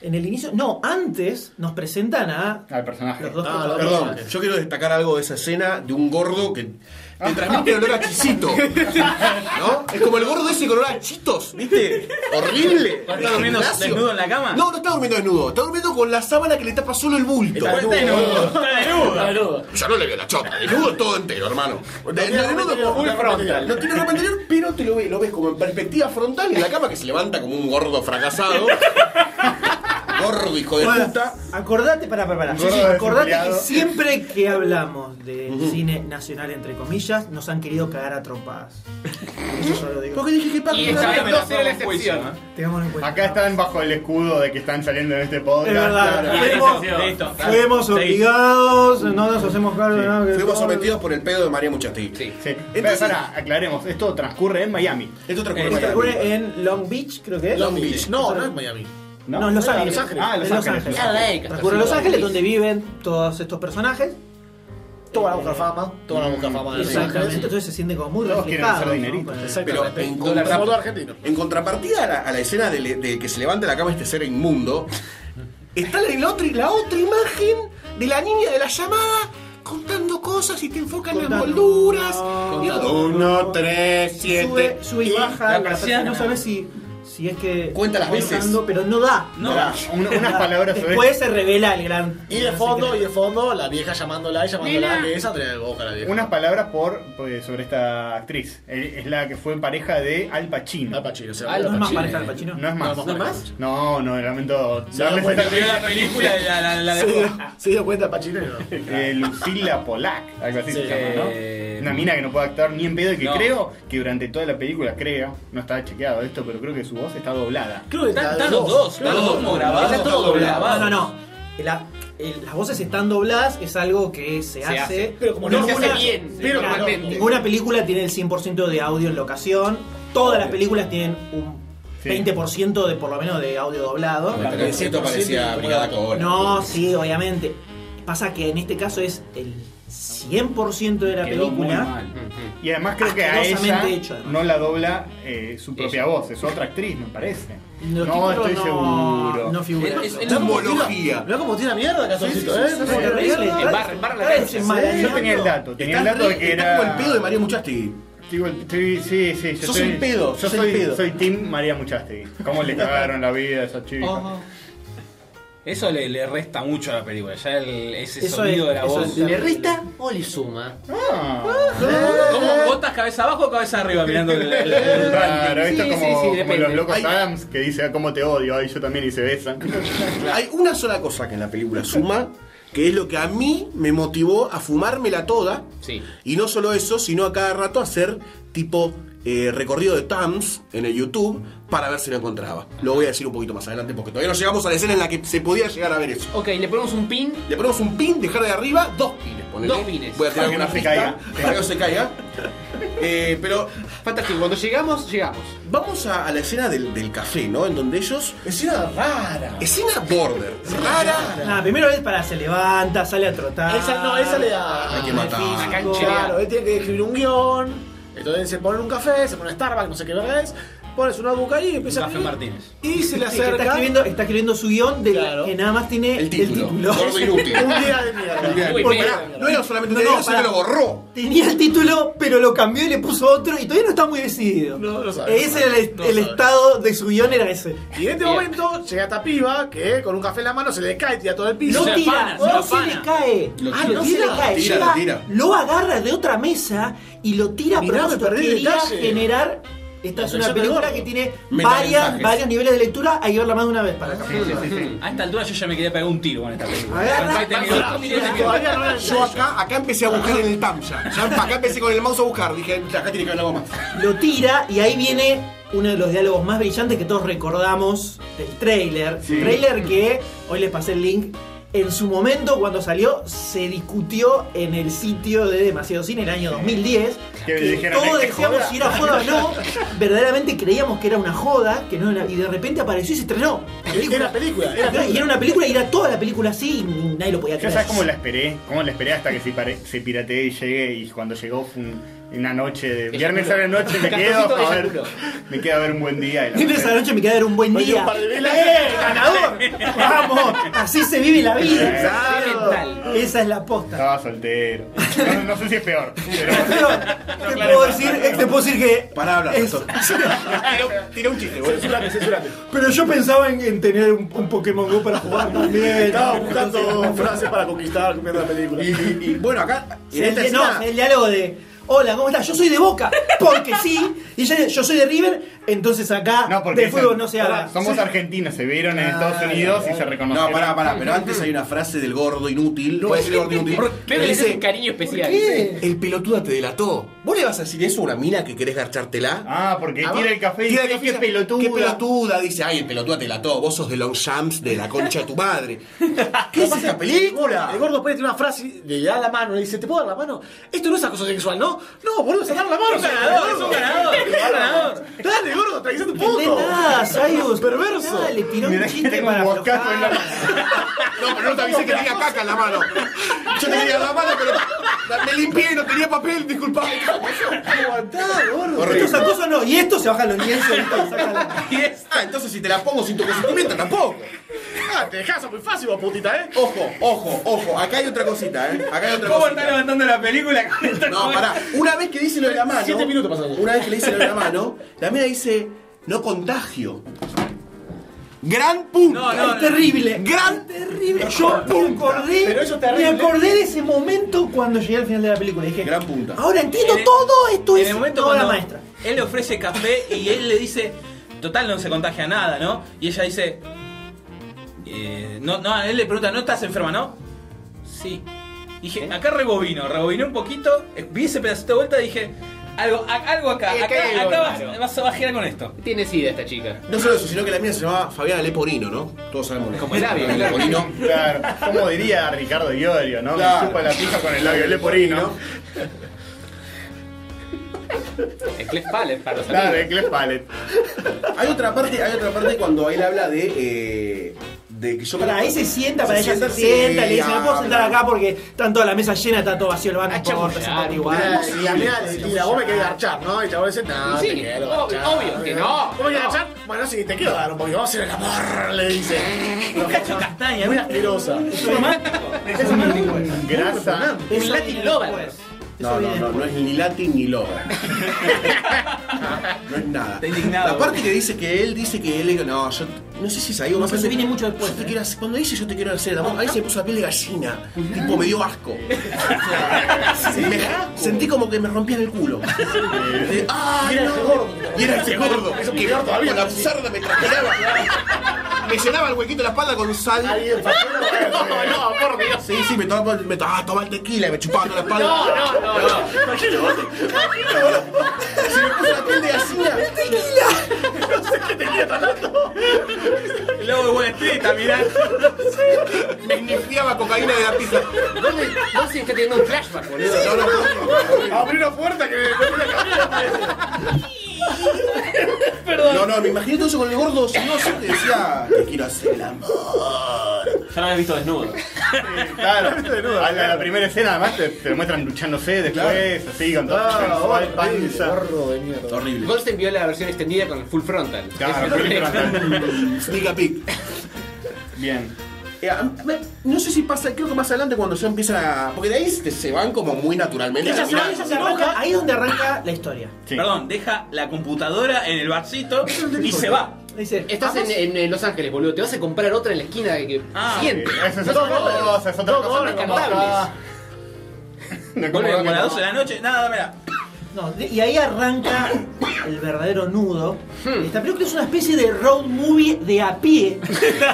[SPEAKER 7] En el inicio. No, antes nos presentan a.
[SPEAKER 2] Al personaje.
[SPEAKER 7] Los dos
[SPEAKER 8] Ah,
[SPEAKER 7] protagonistas.
[SPEAKER 8] perdón, yo quiero destacar algo de esa escena de un gordo que te transmite olor a chisito. ¿No? Es como el gordo ese con olor a chitos, ¿viste? Horrible.
[SPEAKER 4] ¿No está durmiendo
[SPEAKER 8] Gimnasio.
[SPEAKER 4] desnudo en la cama?
[SPEAKER 8] No, no está durmiendo desnudo. Está durmiendo con la sábana que le tapa solo el bulto.
[SPEAKER 4] Está desnudo, está desnudo. Está desnudo.
[SPEAKER 8] Yo no le veo la chota. Desnudo todo entero, hermano. desnudo
[SPEAKER 14] muy frontal.
[SPEAKER 8] No tiene ropa interior, pero te lo, ve- lo ves como en perspectiva frontal en la cama que se levanta como un gordo fracasado. gordo, hijo de
[SPEAKER 7] Bueno,
[SPEAKER 8] puta.
[SPEAKER 7] Acordate, para, para,
[SPEAKER 8] Gordo
[SPEAKER 7] acordate que
[SPEAKER 8] desempleado.
[SPEAKER 7] siempre que hablamos de cine nacional, entre comillas, nos han querido cagar a trompadas. Eso yo lo digo.
[SPEAKER 8] Porque dije que
[SPEAKER 7] Paco
[SPEAKER 2] Y
[SPEAKER 7] no
[SPEAKER 2] esta vez
[SPEAKER 7] era- no
[SPEAKER 2] no
[SPEAKER 7] era la
[SPEAKER 2] hacemos juicio,
[SPEAKER 7] excepción.
[SPEAKER 2] ¿eh?
[SPEAKER 7] Tengamos en cuenta.
[SPEAKER 2] Acá están bajo el escudo de que están saliendo en este podcast.
[SPEAKER 7] Es verdad,
[SPEAKER 2] Claro.
[SPEAKER 7] fuimos-
[SPEAKER 2] Listo.
[SPEAKER 7] Fuimos obligados, no nos hacemos cargo de nada. que-
[SPEAKER 8] Fuimos sometidos por el pedo de María Muchati. Sí.
[SPEAKER 2] Sí. Entonces, para, aclaremos, esto transcurre en Miami.
[SPEAKER 8] Esto
[SPEAKER 7] Eh, Esto ocurre en Long Beach, creo
[SPEAKER 8] eh,
[SPEAKER 7] que es.
[SPEAKER 2] Long Beach.
[SPEAKER 14] No, no es Miami.
[SPEAKER 7] No, en
[SPEAKER 2] Ah,
[SPEAKER 7] Los
[SPEAKER 14] no,
[SPEAKER 7] Ángeles. Ah,
[SPEAKER 14] Los Ángeles.
[SPEAKER 7] En
[SPEAKER 14] Ah, Los Ángeles. Ah, la Ica, está
[SPEAKER 7] Transcurre en Los
[SPEAKER 14] haciendo
[SPEAKER 7] Ángeles,
[SPEAKER 14] Long
[SPEAKER 7] donde viven todos estos personajes. eh,
[SPEAKER 14] Todos van a buscar fama, todos van a buscar fama. en Los Ángeles.
[SPEAKER 7] Entonces se siente como muy reflejado.
[SPEAKER 8] Pero
[SPEAKER 7] Exactamente.
[SPEAKER 8] en,
[SPEAKER 14] Dólar
[SPEAKER 8] contrapart-
[SPEAKER 14] dólar argentino.
[SPEAKER 8] en contrapartida a la, a la escena del del que se levanta la cama este ser inmundo, está la, la otra, la otra imagen de la niña de la llamada contando cosas y te enfocan en molduras. Uno, tres, siete.
[SPEAKER 7] Sube, sube y baja. La persona no sabes si, si es que. Cuenta
[SPEAKER 14] las veces.
[SPEAKER 7] Pero no da.
[SPEAKER 14] No da. Un- unas palabras sobre-
[SPEAKER 7] Después se revela el gran.
[SPEAKER 14] Y de fondo, y de fondo, la vieja llamándola y llamándola, que esa te boca la vieja.
[SPEAKER 2] Unas palabras por, pues, sobre esta actriz. Eh, Es la que fue pareja de Al Pacino. Al Pacino,
[SPEAKER 14] Al ¿No es Ah, más Pacino. pareja de Al Pacino?
[SPEAKER 2] No es más.
[SPEAKER 14] ¿No es más?
[SPEAKER 2] No, no, lamento.
[SPEAKER 14] Se dio cuenta.
[SPEAKER 2] darles esta-
[SPEAKER 14] Se dio- Se dio cuenta Pachino.
[SPEAKER 2] Eh, Lucila Polak, algo así
[SPEAKER 14] Sí.
[SPEAKER 2] se llama, ¿no?
[SPEAKER 14] Eh,
[SPEAKER 2] Una mina que no puede actuar ni en pedo y que
[SPEAKER 14] no.
[SPEAKER 2] creo que durante toda la película, creo, no está chequeado esto, pero creo que su voz está doblada.
[SPEAKER 7] Creo que
[SPEAKER 2] Están-
[SPEAKER 7] está-
[SPEAKER 2] están los dos,
[SPEAKER 7] creo
[SPEAKER 2] están
[SPEAKER 7] que
[SPEAKER 2] los dos como grabados,
[SPEAKER 7] Está todo
[SPEAKER 2] están
[SPEAKER 7] doblado.
[SPEAKER 2] doblados.
[SPEAKER 7] No, no, no. La- el- las voces están dobladas, es algo que se,
[SPEAKER 9] Se
[SPEAKER 7] hace.
[SPEAKER 9] hace. Pero como no se hace
[SPEAKER 7] ninguna-
[SPEAKER 9] bien,
[SPEAKER 7] pero
[SPEAKER 9] sí,
[SPEAKER 7] como no-
[SPEAKER 9] realmente.
[SPEAKER 7] ninguna película tiene el 100% de audio en locación. Todas las películas tienen un 20% de por lo menos de audio doblado.
[SPEAKER 8] Como el 300 parecía Brigada Cobra.
[SPEAKER 7] No, sí, obviamente. Pasa que en este caso es el 100% de la
[SPEAKER 2] Quedó muy
[SPEAKER 7] película.
[SPEAKER 2] mal. Y además creo que a ella
[SPEAKER 7] Asquerosamente hecho, además.
[SPEAKER 2] no la dobla eh, su propia voz, es otra actriz, me parece.
[SPEAKER 7] Los
[SPEAKER 2] No
[SPEAKER 7] títulos
[SPEAKER 2] estoy
[SPEAKER 7] no-
[SPEAKER 2] seguro.
[SPEAKER 7] no figuran. Es- es-
[SPEAKER 14] Mira cómo tira mierda, Castorcito,
[SPEAKER 2] Sí, sí, sí,
[SPEAKER 14] ¿eh?
[SPEAKER 2] sí,
[SPEAKER 14] No
[SPEAKER 2] sí,
[SPEAKER 14] sé,
[SPEAKER 2] sí,
[SPEAKER 14] no sé,
[SPEAKER 2] sí,
[SPEAKER 14] no sé.
[SPEAKER 2] sí, barra- barra la cancha.
[SPEAKER 14] Sí,
[SPEAKER 2] Sí,
[SPEAKER 14] yo
[SPEAKER 2] Yo tenía el dato, tenía el dato de que era.
[SPEAKER 14] Estás como el pedo de María Muchasti.
[SPEAKER 2] Digo, el- Sí, sí, sí. Yo
[SPEAKER 14] Sos
[SPEAKER 2] soy,
[SPEAKER 14] un pedo,
[SPEAKER 2] Yo
[SPEAKER 14] sos
[SPEAKER 2] soy,
[SPEAKER 14] el pedo.
[SPEAKER 2] soy Team María Muchasti. ¿Cómo le cagaron la vida a esa chica?
[SPEAKER 4] Eso le, le resta mucho a la película, ya el, ese
[SPEAKER 9] Eso
[SPEAKER 4] sonido
[SPEAKER 9] es-
[SPEAKER 4] de la
[SPEAKER 9] eso
[SPEAKER 4] voz.
[SPEAKER 9] es- ¿Le
[SPEAKER 4] resta
[SPEAKER 9] o le suma?
[SPEAKER 2] Ah,
[SPEAKER 4] ¿Cómo botas cabeza abajo o cabeza arriba mirando el, el- el
[SPEAKER 2] Claro,
[SPEAKER 4] ranking?
[SPEAKER 2] esto es como, como los locos
[SPEAKER 4] Ay,
[SPEAKER 2] Adams que dice "Ah, cómo te odio, ay yo también y se besan.
[SPEAKER 8] Hay una sola cosa que en la película suma, que es lo que a mí me motivó a fumármela toda.
[SPEAKER 9] Sí.
[SPEAKER 8] Y no solo eso, sino a cada rato hacer tipo eh, recorrido de Tams en el YouTube para ver si lo encontraba. Lo voy a decir un poquito más adelante porque todavía no llegamos a la escena en la que se podía llegar a ver eso.
[SPEAKER 9] Ok, le ponemos un pin.
[SPEAKER 8] Le ponemos un pin, dejar de arriba, dos pines. ponele.
[SPEAKER 9] Dos pines.
[SPEAKER 8] Voy a tirar
[SPEAKER 9] Para que
[SPEAKER 8] una
[SPEAKER 9] no se
[SPEAKER 8] pista,
[SPEAKER 9] caiga.
[SPEAKER 8] Para que no se caiga. Eh, pero. Fantástico, cuando llegamos, llegamos. Vamos a, a la escena del, del café, ¿no? En donde ellos. Escena rara. Escena border. Rara.
[SPEAKER 7] Nada, primero es Ah, para se levanta, sale a trotar.
[SPEAKER 14] Esa no, esa le da.
[SPEAKER 8] Hay que matar.
[SPEAKER 14] Físico,
[SPEAKER 8] Hay que
[SPEAKER 14] Claro, él tiene que escribir un guión. Entonces se pone un café, se pone Starbucks, no sé qué verga es. Pones una boca ahí y empieza a. escribir.
[SPEAKER 4] Martínez.
[SPEAKER 14] Y se le
[SPEAKER 7] Es que
[SPEAKER 14] acerca.
[SPEAKER 7] Está escribiendo, está escribiendo su guión de la- que nada más tiene el título.
[SPEAKER 8] Gordo inútil.
[SPEAKER 14] un día de mierda.
[SPEAKER 8] Porque pará, no era solamente un
[SPEAKER 7] No, no,
[SPEAKER 8] día, sino que
[SPEAKER 7] pará.
[SPEAKER 8] lo borró.
[SPEAKER 7] Tenía el título, pero lo cambió y le puso otro y todavía no está muy decidido.
[SPEAKER 14] sabe,
[SPEAKER 7] ese
[SPEAKER 14] no
[SPEAKER 7] era el,
[SPEAKER 14] sabe. No
[SPEAKER 7] el
[SPEAKER 14] sabe.
[SPEAKER 7] estado de su guión, era ese.
[SPEAKER 14] Y en este momento llega esta piba que con un café en la mano se le cae, tira todo el piso.
[SPEAKER 7] Lo tira, no se le cae.
[SPEAKER 14] Lo
[SPEAKER 7] Ah,
[SPEAKER 14] tira.
[SPEAKER 7] no se le
[SPEAKER 14] Tira,
[SPEAKER 7] cae.
[SPEAKER 14] tira,
[SPEAKER 7] Llega,
[SPEAKER 14] lo tira.
[SPEAKER 7] Lo agarra de otra mesa y lo tira
[SPEAKER 14] Mirá,
[SPEAKER 7] pero
[SPEAKER 14] me perdí el
[SPEAKER 7] quería
[SPEAKER 14] detalle.
[SPEAKER 7] generar. Esta es
[SPEAKER 14] La versión
[SPEAKER 7] una
[SPEAKER 14] del
[SPEAKER 7] película
[SPEAKER 14] gordo.
[SPEAKER 7] que tiene
[SPEAKER 4] Metamensajes.
[SPEAKER 7] varias, varios niveles de lectura. Hay que verla más de una vez para
[SPEAKER 4] Sí, sí, sí, sí. A esta altura yo ya me quería pegar un tiro con esta película.
[SPEAKER 8] Agarra,
[SPEAKER 4] Con 20
[SPEAKER 8] agarra,
[SPEAKER 4] minutos,
[SPEAKER 8] mira,
[SPEAKER 4] 20 minutos.
[SPEAKER 8] todavía no era el Yo acá, acá empecé a buscar en el TAM ya. Ya acá empecé con el mouse a buscar. Dije, acá tiene que haber algo más.
[SPEAKER 7] lo tira y ahí viene uno de los diálogos más brillantes que todos recordamos del trailer.
[SPEAKER 8] Sí.
[SPEAKER 7] Trailer que, hoy les pasé el link, en su momento cuando salió se discutió en el sitio de Demasiado Cine el año 2010.
[SPEAKER 2] Que
[SPEAKER 7] que
[SPEAKER 2] dijeron,
[SPEAKER 7] todos
[SPEAKER 2] "Este
[SPEAKER 7] decíamos
[SPEAKER 2] joda".
[SPEAKER 7] si era joda o no. Verdaderamente creíamos que era una joda, que no era- y de repente apareció y se estrenó.
[SPEAKER 14] Era película, era
[SPEAKER 7] y
[SPEAKER 14] película.
[SPEAKER 7] era una película y era toda la película así y nadie lo podía
[SPEAKER 2] Ya
[SPEAKER 7] creer.
[SPEAKER 2] sabes cómo la esperé, cómo la esperé hasta que se, pare- se pirateé y llegué y cuando llegó fue un- una noche de viernes a la noche me quedo
[SPEAKER 7] Castorcito
[SPEAKER 2] a ver,
[SPEAKER 7] eyaculó.
[SPEAKER 2] me quedo a ver un buen día. y la
[SPEAKER 7] Viernes a la noche me queda ver un buen
[SPEAKER 2] Oye,
[SPEAKER 7] día.
[SPEAKER 2] un par de velas.
[SPEAKER 7] ¡Eh, ganador! ¡Vamos! Así se vive la vida.
[SPEAKER 2] Claro.
[SPEAKER 7] Esa es la posta.
[SPEAKER 2] Estaba soltero. No, no sé si es peor.
[SPEAKER 7] Te puedo decir, te puedo decir que.
[SPEAKER 8] Para hablar.
[SPEAKER 7] Eso.
[SPEAKER 8] Tira un chiste, boludo.
[SPEAKER 14] Censurame, censurame.
[SPEAKER 7] Pero yo pensaba en, en tener un, un Pokémon Go para jugar también.
[SPEAKER 14] Estaba buscando frases para conquistar, copiando la película. este
[SPEAKER 8] Y, y- y, bueno, acá.
[SPEAKER 7] Sí, el, di- Este, no, el diálogo de. Hola, ¿cómo estás? Yo soy de Boca, porque sí. Y ella dice, yo soy de River, entonces acá de
[SPEAKER 2] dicen,
[SPEAKER 7] fútbol no se habla.
[SPEAKER 2] Somos argentinos, se vieron en Estados Unidos y se reconocieron.
[SPEAKER 8] No, pará, pará, pero antes hay una frase del gordo inútil. No, el gordo inútil.
[SPEAKER 9] Pero
[SPEAKER 8] Que
[SPEAKER 9] le
[SPEAKER 8] dice,
[SPEAKER 9] un cariño especial.
[SPEAKER 8] "¿Qué? El pelotuda te delató. ¿Vos le vas a decir eso a una mina que querés garchártela?
[SPEAKER 2] Ah, porque
[SPEAKER 8] Ah,
[SPEAKER 2] tira el café y
[SPEAKER 8] tira el
[SPEAKER 2] dice,
[SPEAKER 8] café
[SPEAKER 2] qué
[SPEAKER 8] dice,
[SPEAKER 2] pelotuda.
[SPEAKER 8] Qué pelotuda, dice, ay, el pelotuda te delató. Vos sos de Long Shams de la concha de tu madre. ¿Qué es esta película?
[SPEAKER 14] El gordo puede tiene una frase, le da la mano, le dice, ¿te puedo dar la mano? Esto no es acoso sexual, ¿no? No, boludo, es dar la mano.
[SPEAKER 4] Es un ganador,
[SPEAKER 14] gordo.
[SPEAKER 4] es un ganador, es un ganador.
[SPEAKER 14] Dale, gordo, tranquiliza tu
[SPEAKER 7] No
[SPEAKER 14] puto.
[SPEAKER 7] nada, Sayus.
[SPEAKER 14] Perverso.
[SPEAKER 7] Nada, le tiró un
[SPEAKER 14] Mirá que
[SPEAKER 7] chiste
[SPEAKER 14] tengo un
[SPEAKER 7] para
[SPEAKER 14] boscazo
[SPEAKER 7] aflojar.
[SPEAKER 8] No, pero no te avisé que tenía caca en la mano. Yo te quería dar la mano, pero Me limpié, no tenía papel, disculpame.
[SPEAKER 23] Horrible.
[SPEAKER 8] Estos acosos no, y esto se baja los lienzos. Ah, entonces si te la pongo sin tu consentimiento tampoco.
[SPEAKER 23] Ah, te dejás muy fácil, vos putita, eh.
[SPEAKER 8] Ojo, ojo, ojo, acá hay otra cosita, eh. Acá hay otra
[SPEAKER 23] ¿Cómo
[SPEAKER 8] cosita.
[SPEAKER 23] está levantando la película?
[SPEAKER 8] No, pará. Una vez que dice lo de la mano.
[SPEAKER 23] Siete minutos pasaron.
[SPEAKER 8] Una vez que le dice lo de la mano, la mina dice no contagio. Gran punto.
[SPEAKER 23] No, no,
[SPEAKER 8] es terrible. Gran
[SPEAKER 7] terrible.
[SPEAKER 8] Yo
[SPEAKER 7] me acordé,
[SPEAKER 8] Pero eso te
[SPEAKER 7] me
[SPEAKER 8] arregla.
[SPEAKER 7] acordé de ese momento cuando llegué al final de la película. Dije,
[SPEAKER 8] Gran punta.
[SPEAKER 7] ahora entiendo
[SPEAKER 4] En el-
[SPEAKER 7] todo, esto
[SPEAKER 4] en
[SPEAKER 7] es
[SPEAKER 4] el momento
[SPEAKER 7] toda la
[SPEAKER 4] cuando
[SPEAKER 7] maestra.
[SPEAKER 4] Él le ofrece café y él le dice, total no se contagia nada, ¿no? Y ella dice, eh, no, no, él le pregunta, ¿no estás enferma, no? Sí. Dije, acá rebobino, rebobiné un poquito, eh, vi ese pedacito de vuelta y dije, algo, a- algo acá,
[SPEAKER 9] Eh,
[SPEAKER 4] acá,
[SPEAKER 9] acá hay algo
[SPEAKER 4] acá vas-
[SPEAKER 9] raro.
[SPEAKER 4] vas, a girar con esto.
[SPEAKER 9] Tiene sida esta chica.
[SPEAKER 8] No solo eso, sino que la mía se llamaba Fabiana Leporino, ¿no? Todos sabemos.
[SPEAKER 9] Como el labio.
[SPEAKER 8] Fabiana Leporino.
[SPEAKER 2] Claro, como diría Ricardo Iorio, ¿no?
[SPEAKER 8] Claro.
[SPEAKER 2] Me chupa la pija con el labio leporino.
[SPEAKER 9] Es Clef Pallet para los
[SPEAKER 2] Claro,
[SPEAKER 9] amigos.
[SPEAKER 2] el Clef Pallet.
[SPEAKER 8] Hay otra parte, hay otra parte cuando él habla de eh, de que yo
[SPEAKER 7] Para ahí se sienta, para ella se
[SPEAKER 8] sí,
[SPEAKER 7] sienta, le dice,
[SPEAKER 8] ah,
[SPEAKER 7] me puedo sentar acá porque están toda la mesa llena, está todo vacío el banco,
[SPEAKER 8] Ah,
[SPEAKER 7] por favor, te
[SPEAKER 8] chamullar,
[SPEAKER 7] sentate
[SPEAKER 8] boludo.
[SPEAKER 7] igual.
[SPEAKER 23] Y la mina le tira, vos me querés garchar, ¿no? Y el chabón dice, no,
[SPEAKER 8] Sí,
[SPEAKER 23] te quiero
[SPEAKER 8] ob-
[SPEAKER 23] garchar.
[SPEAKER 8] obvio que no.
[SPEAKER 23] ¿Vos me querés garchar? Bueno, sí, te quiero dar un poquito, vamos a hacer el amor, le dice. Un cacho castaña, muy asquerosa.
[SPEAKER 2] Grasa.
[SPEAKER 9] Un Latin Lover.
[SPEAKER 8] No, no, no, no es ni Latin ni loba. no es nada.
[SPEAKER 4] indignado.
[SPEAKER 8] La parte que dice que él dice que él no, yo no sé si es ahí o más
[SPEAKER 7] pero se viene mucho después,
[SPEAKER 8] Yo te quiero hacer- cuando dice yo te quiero hacer el amor, ahí se me puso la piel de gallina. Tipo, me dio asco. Sí, me- sentí como que me rompían el culo. De- ¡Ay,
[SPEAKER 23] Mira
[SPEAKER 8] no!
[SPEAKER 23] ese gordo.
[SPEAKER 8] Y era ese gordo.
[SPEAKER 23] Eso
[SPEAKER 8] que
[SPEAKER 23] peor todavía.
[SPEAKER 8] Con la cerda me trasquilaba. Me llenaba el huequito de la espalda con sal.
[SPEAKER 23] No, no, por Dios.
[SPEAKER 8] Sí, sí, me tomaba, me tomaba, tomaba el tequila y me chupaba toda la espalda.
[SPEAKER 23] No, no, no, no.
[SPEAKER 8] Se me puso la piel de gallina.
[SPEAKER 4] El lobo de Wall Street, está, mirá.
[SPEAKER 8] Me esnifiaba cocaína de la pizza.
[SPEAKER 9] ¿Dónde, vos sí estás teniendo un flashback, boludo.
[SPEAKER 23] Abrí una puerta que me metí la cabeza.
[SPEAKER 8] No, no, me imaginé todo eso con el gordo sinuoso que decía, te quiero hacer el amor.
[SPEAKER 3] Ya lo habías visto desnudo.
[SPEAKER 2] Claro, a la, la primera escena además te, te lo muestran luchándose después, así con todo
[SPEAKER 23] Ah,
[SPEAKER 2] sensual,
[SPEAKER 23] horrible,
[SPEAKER 2] panza.
[SPEAKER 8] Horrible.
[SPEAKER 9] Goldstein vio la versión extendida con el full frontal.
[SPEAKER 2] Claro,
[SPEAKER 9] Eso es
[SPEAKER 2] full
[SPEAKER 9] lo que-
[SPEAKER 8] Sneak a peek.
[SPEAKER 2] Bien.
[SPEAKER 8] Eh, a- me- No sé si pasa, creo que más adelante cuando ya empiezan a. Porque de ahí se, se van como muy naturalmente.
[SPEAKER 7] Ella
[SPEAKER 8] La
[SPEAKER 7] se
[SPEAKER 8] mina-
[SPEAKER 7] va, ella se arranca, ahí es donde arranca la historia.
[SPEAKER 2] Sí.
[SPEAKER 4] Perdón, deja la computadora en el barcito y se va.
[SPEAKER 7] Dice,
[SPEAKER 9] Estás en, en, eh, Los Ángeles, boludo. Te vas a comprar otra en la esquina que, que
[SPEAKER 4] Ah,
[SPEAKER 9] siguiente.
[SPEAKER 2] Esa Eh, es otra cosa, es otra
[SPEAKER 23] Dos
[SPEAKER 2] cosa.
[SPEAKER 23] horas
[SPEAKER 2] no
[SPEAKER 9] como
[SPEAKER 2] como acá. No como
[SPEAKER 4] Vuelve
[SPEAKER 2] acá
[SPEAKER 4] como a las
[SPEAKER 2] que
[SPEAKER 4] 12 de la noche, nada, dámela.
[SPEAKER 7] No, de- y ahí arranca el verdadero nudo.
[SPEAKER 2] Hmm.
[SPEAKER 7] Esta película es una especie de road movie de a pie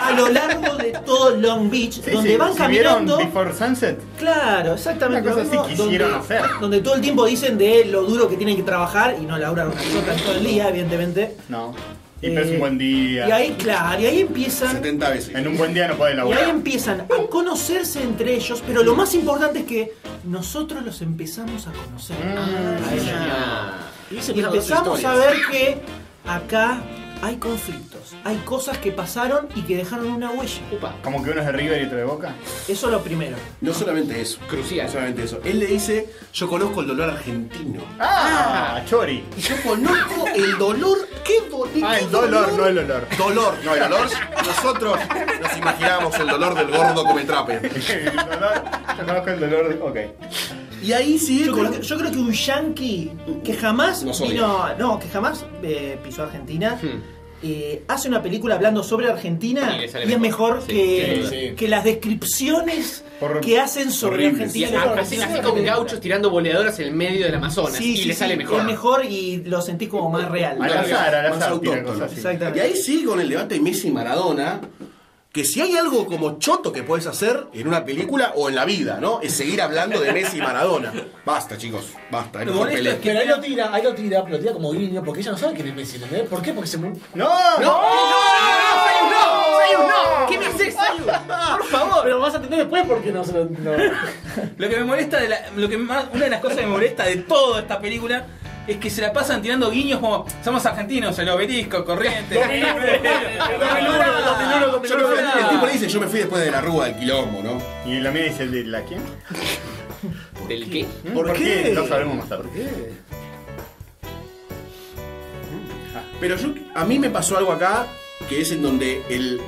[SPEAKER 7] a lo largo de todo Long Beach,
[SPEAKER 2] Sí,
[SPEAKER 7] donde
[SPEAKER 2] sí,
[SPEAKER 7] van
[SPEAKER 2] si
[SPEAKER 7] caminando.
[SPEAKER 2] ¿Vieron Before Sunset?
[SPEAKER 7] Claro, exactamente.
[SPEAKER 2] Una cosa
[SPEAKER 7] lo
[SPEAKER 2] así
[SPEAKER 7] mismo,
[SPEAKER 2] quisieron
[SPEAKER 7] donde,
[SPEAKER 2] hacer.
[SPEAKER 7] donde todo el tiempo dicen de lo duro que tienen que trabajar y no laburan una pelota todo el día, evidentemente.
[SPEAKER 2] No. Y
[SPEAKER 7] Eh,
[SPEAKER 2] pero es un buen
[SPEAKER 7] Y
[SPEAKER 2] día.
[SPEAKER 7] ahí, claro, y ahí empiezan.
[SPEAKER 8] 70 veces.
[SPEAKER 2] En un buen día no podés
[SPEAKER 7] Y ahí
[SPEAKER 2] laburar.
[SPEAKER 7] empiezan a conocerse entre ellos, pero lo más importante es que nosotros los empezamos a conocer. A ellos.
[SPEAKER 23] Y
[SPEAKER 7] Y empezamos a ver que acá hay conflictos, hay cosas que pasaron y que dejaron una huella.
[SPEAKER 9] Upa,
[SPEAKER 2] Como que uno es de River y otro de Boca.
[SPEAKER 7] Eso es lo primero.
[SPEAKER 8] No solamente eso. No
[SPEAKER 9] crucial.
[SPEAKER 8] solamente eso. Él le dice, yo conozco el dolor argentino.
[SPEAKER 2] ¡Ah! Chori.
[SPEAKER 8] Y yo conozco el dolor. ¿Qué, do- de
[SPEAKER 2] Ah,
[SPEAKER 8] qué
[SPEAKER 2] el dolor, no el olor.
[SPEAKER 8] Dolor, no el dolor. Nosotros nos imaginamos el dolor del gordo come trape.
[SPEAKER 2] El dolor. Yo conozco el dolor. de- Ok.
[SPEAKER 8] Y ahí sigue
[SPEAKER 7] Yo creo,
[SPEAKER 8] con.
[SPEAKER 7] que, yo creo que un yankee que jamás
[SPEAKER 8] Nos odia.
[SPEAKER 7] vino, no, que jamás eh, pisó Argentina, eh, hace una película hablando sobre Argentina
[SPEAKER 9] Hmm. Y le sale
[SPEAKER 7] y es mejor
[SPEAKER 9] mejor. Sí,
[SPEAKER 7] que,
[SPEAKER 8] sí, sí.
[SPEAKER 7] que las descripciones
[SPEAKER 2] Por-
[SPEAKER 7] que hacen sobre
[SPEAKER 8] horrible,
[SPEAKER 9] Y
[SPEAKER 7] Argentina.
[SPEAKER 9] así,
[SPEAKER 7] que son-
[SPEAKER 9] así, así con gauchos tirando boleadoras en el medio del Amazonas.
[SPEAKER 7] Sí,
[SPEAKER 9] y
[SPEAKER 7] sí,
[SPEAKER 9] le
[SPEAKER 7] sí,
[SPEAKER 9] sale
[SPEAKER 7] Es
[SPEAKER 9] mejor.
[SPEAKER 7] mejor y lo sentís como más real.
[SPEAKER 2] A la Zara, a la
[SPEAKER 8] más
[SPEAKER 2] Zara, tira
[SPEAKER 8] autóctono.
[SPEAKER 2] cosas así.
[SPEAKER 8] Y
[SPEAKER 7] Exactamente.
[SPEAKER 8] ahí sigue con el debate de Messi y Maradona. Que si hay algo como choto que puedes hacer en una película o en la vida, ¿no? Es seguir hablando de Messi y Maradona. Basta, chicos, basta. hay
[SPEAKER 4] Lo
[SPEAKER 8] mejor
[SPEAKER 4] molesto
[SPEAKER 8] pelea.
[SPEAKER 4] es que-
[SPEAKER 23] Pero ahí lo tira, ahí lo tira, pero lo tira como guiño, porque ella no sabe quién es Messi, ¿entendés? ¿Por qué? Porque se murió.
[SPEAKER 2] ¡No!
[SPEAKER 9] ¡No! ¡No! ¡Ah, ¡No! no, Sayus, no! ¿Qué me haces, Sayus? Por favor.
[SPEAKER 23] Pero vas a tener después porque no se lo. No.
[SPEAKER 4] Lo que me molesta de la, lo que más, una de las cosas que me molesta de toda esta película es que se la pasan tirando guiños como somos argentinos, el obelisco, corriente.
[SPEAKER 8] Yo me fui- el tipo le dice, yo me fui después de la rúa del quilombo, ¿no?
[SPEAKER 2] Y la mía dice, ¿la quién?
[SPEAKER 8] Por
[SPEAKER 9] ¿Del qué?
[SPEAKER 2] ¿Por, qué? Lo sabremos más tarde.
[SPEAKER 8] Pero yo, a mí me pasó algo acá que es en donde el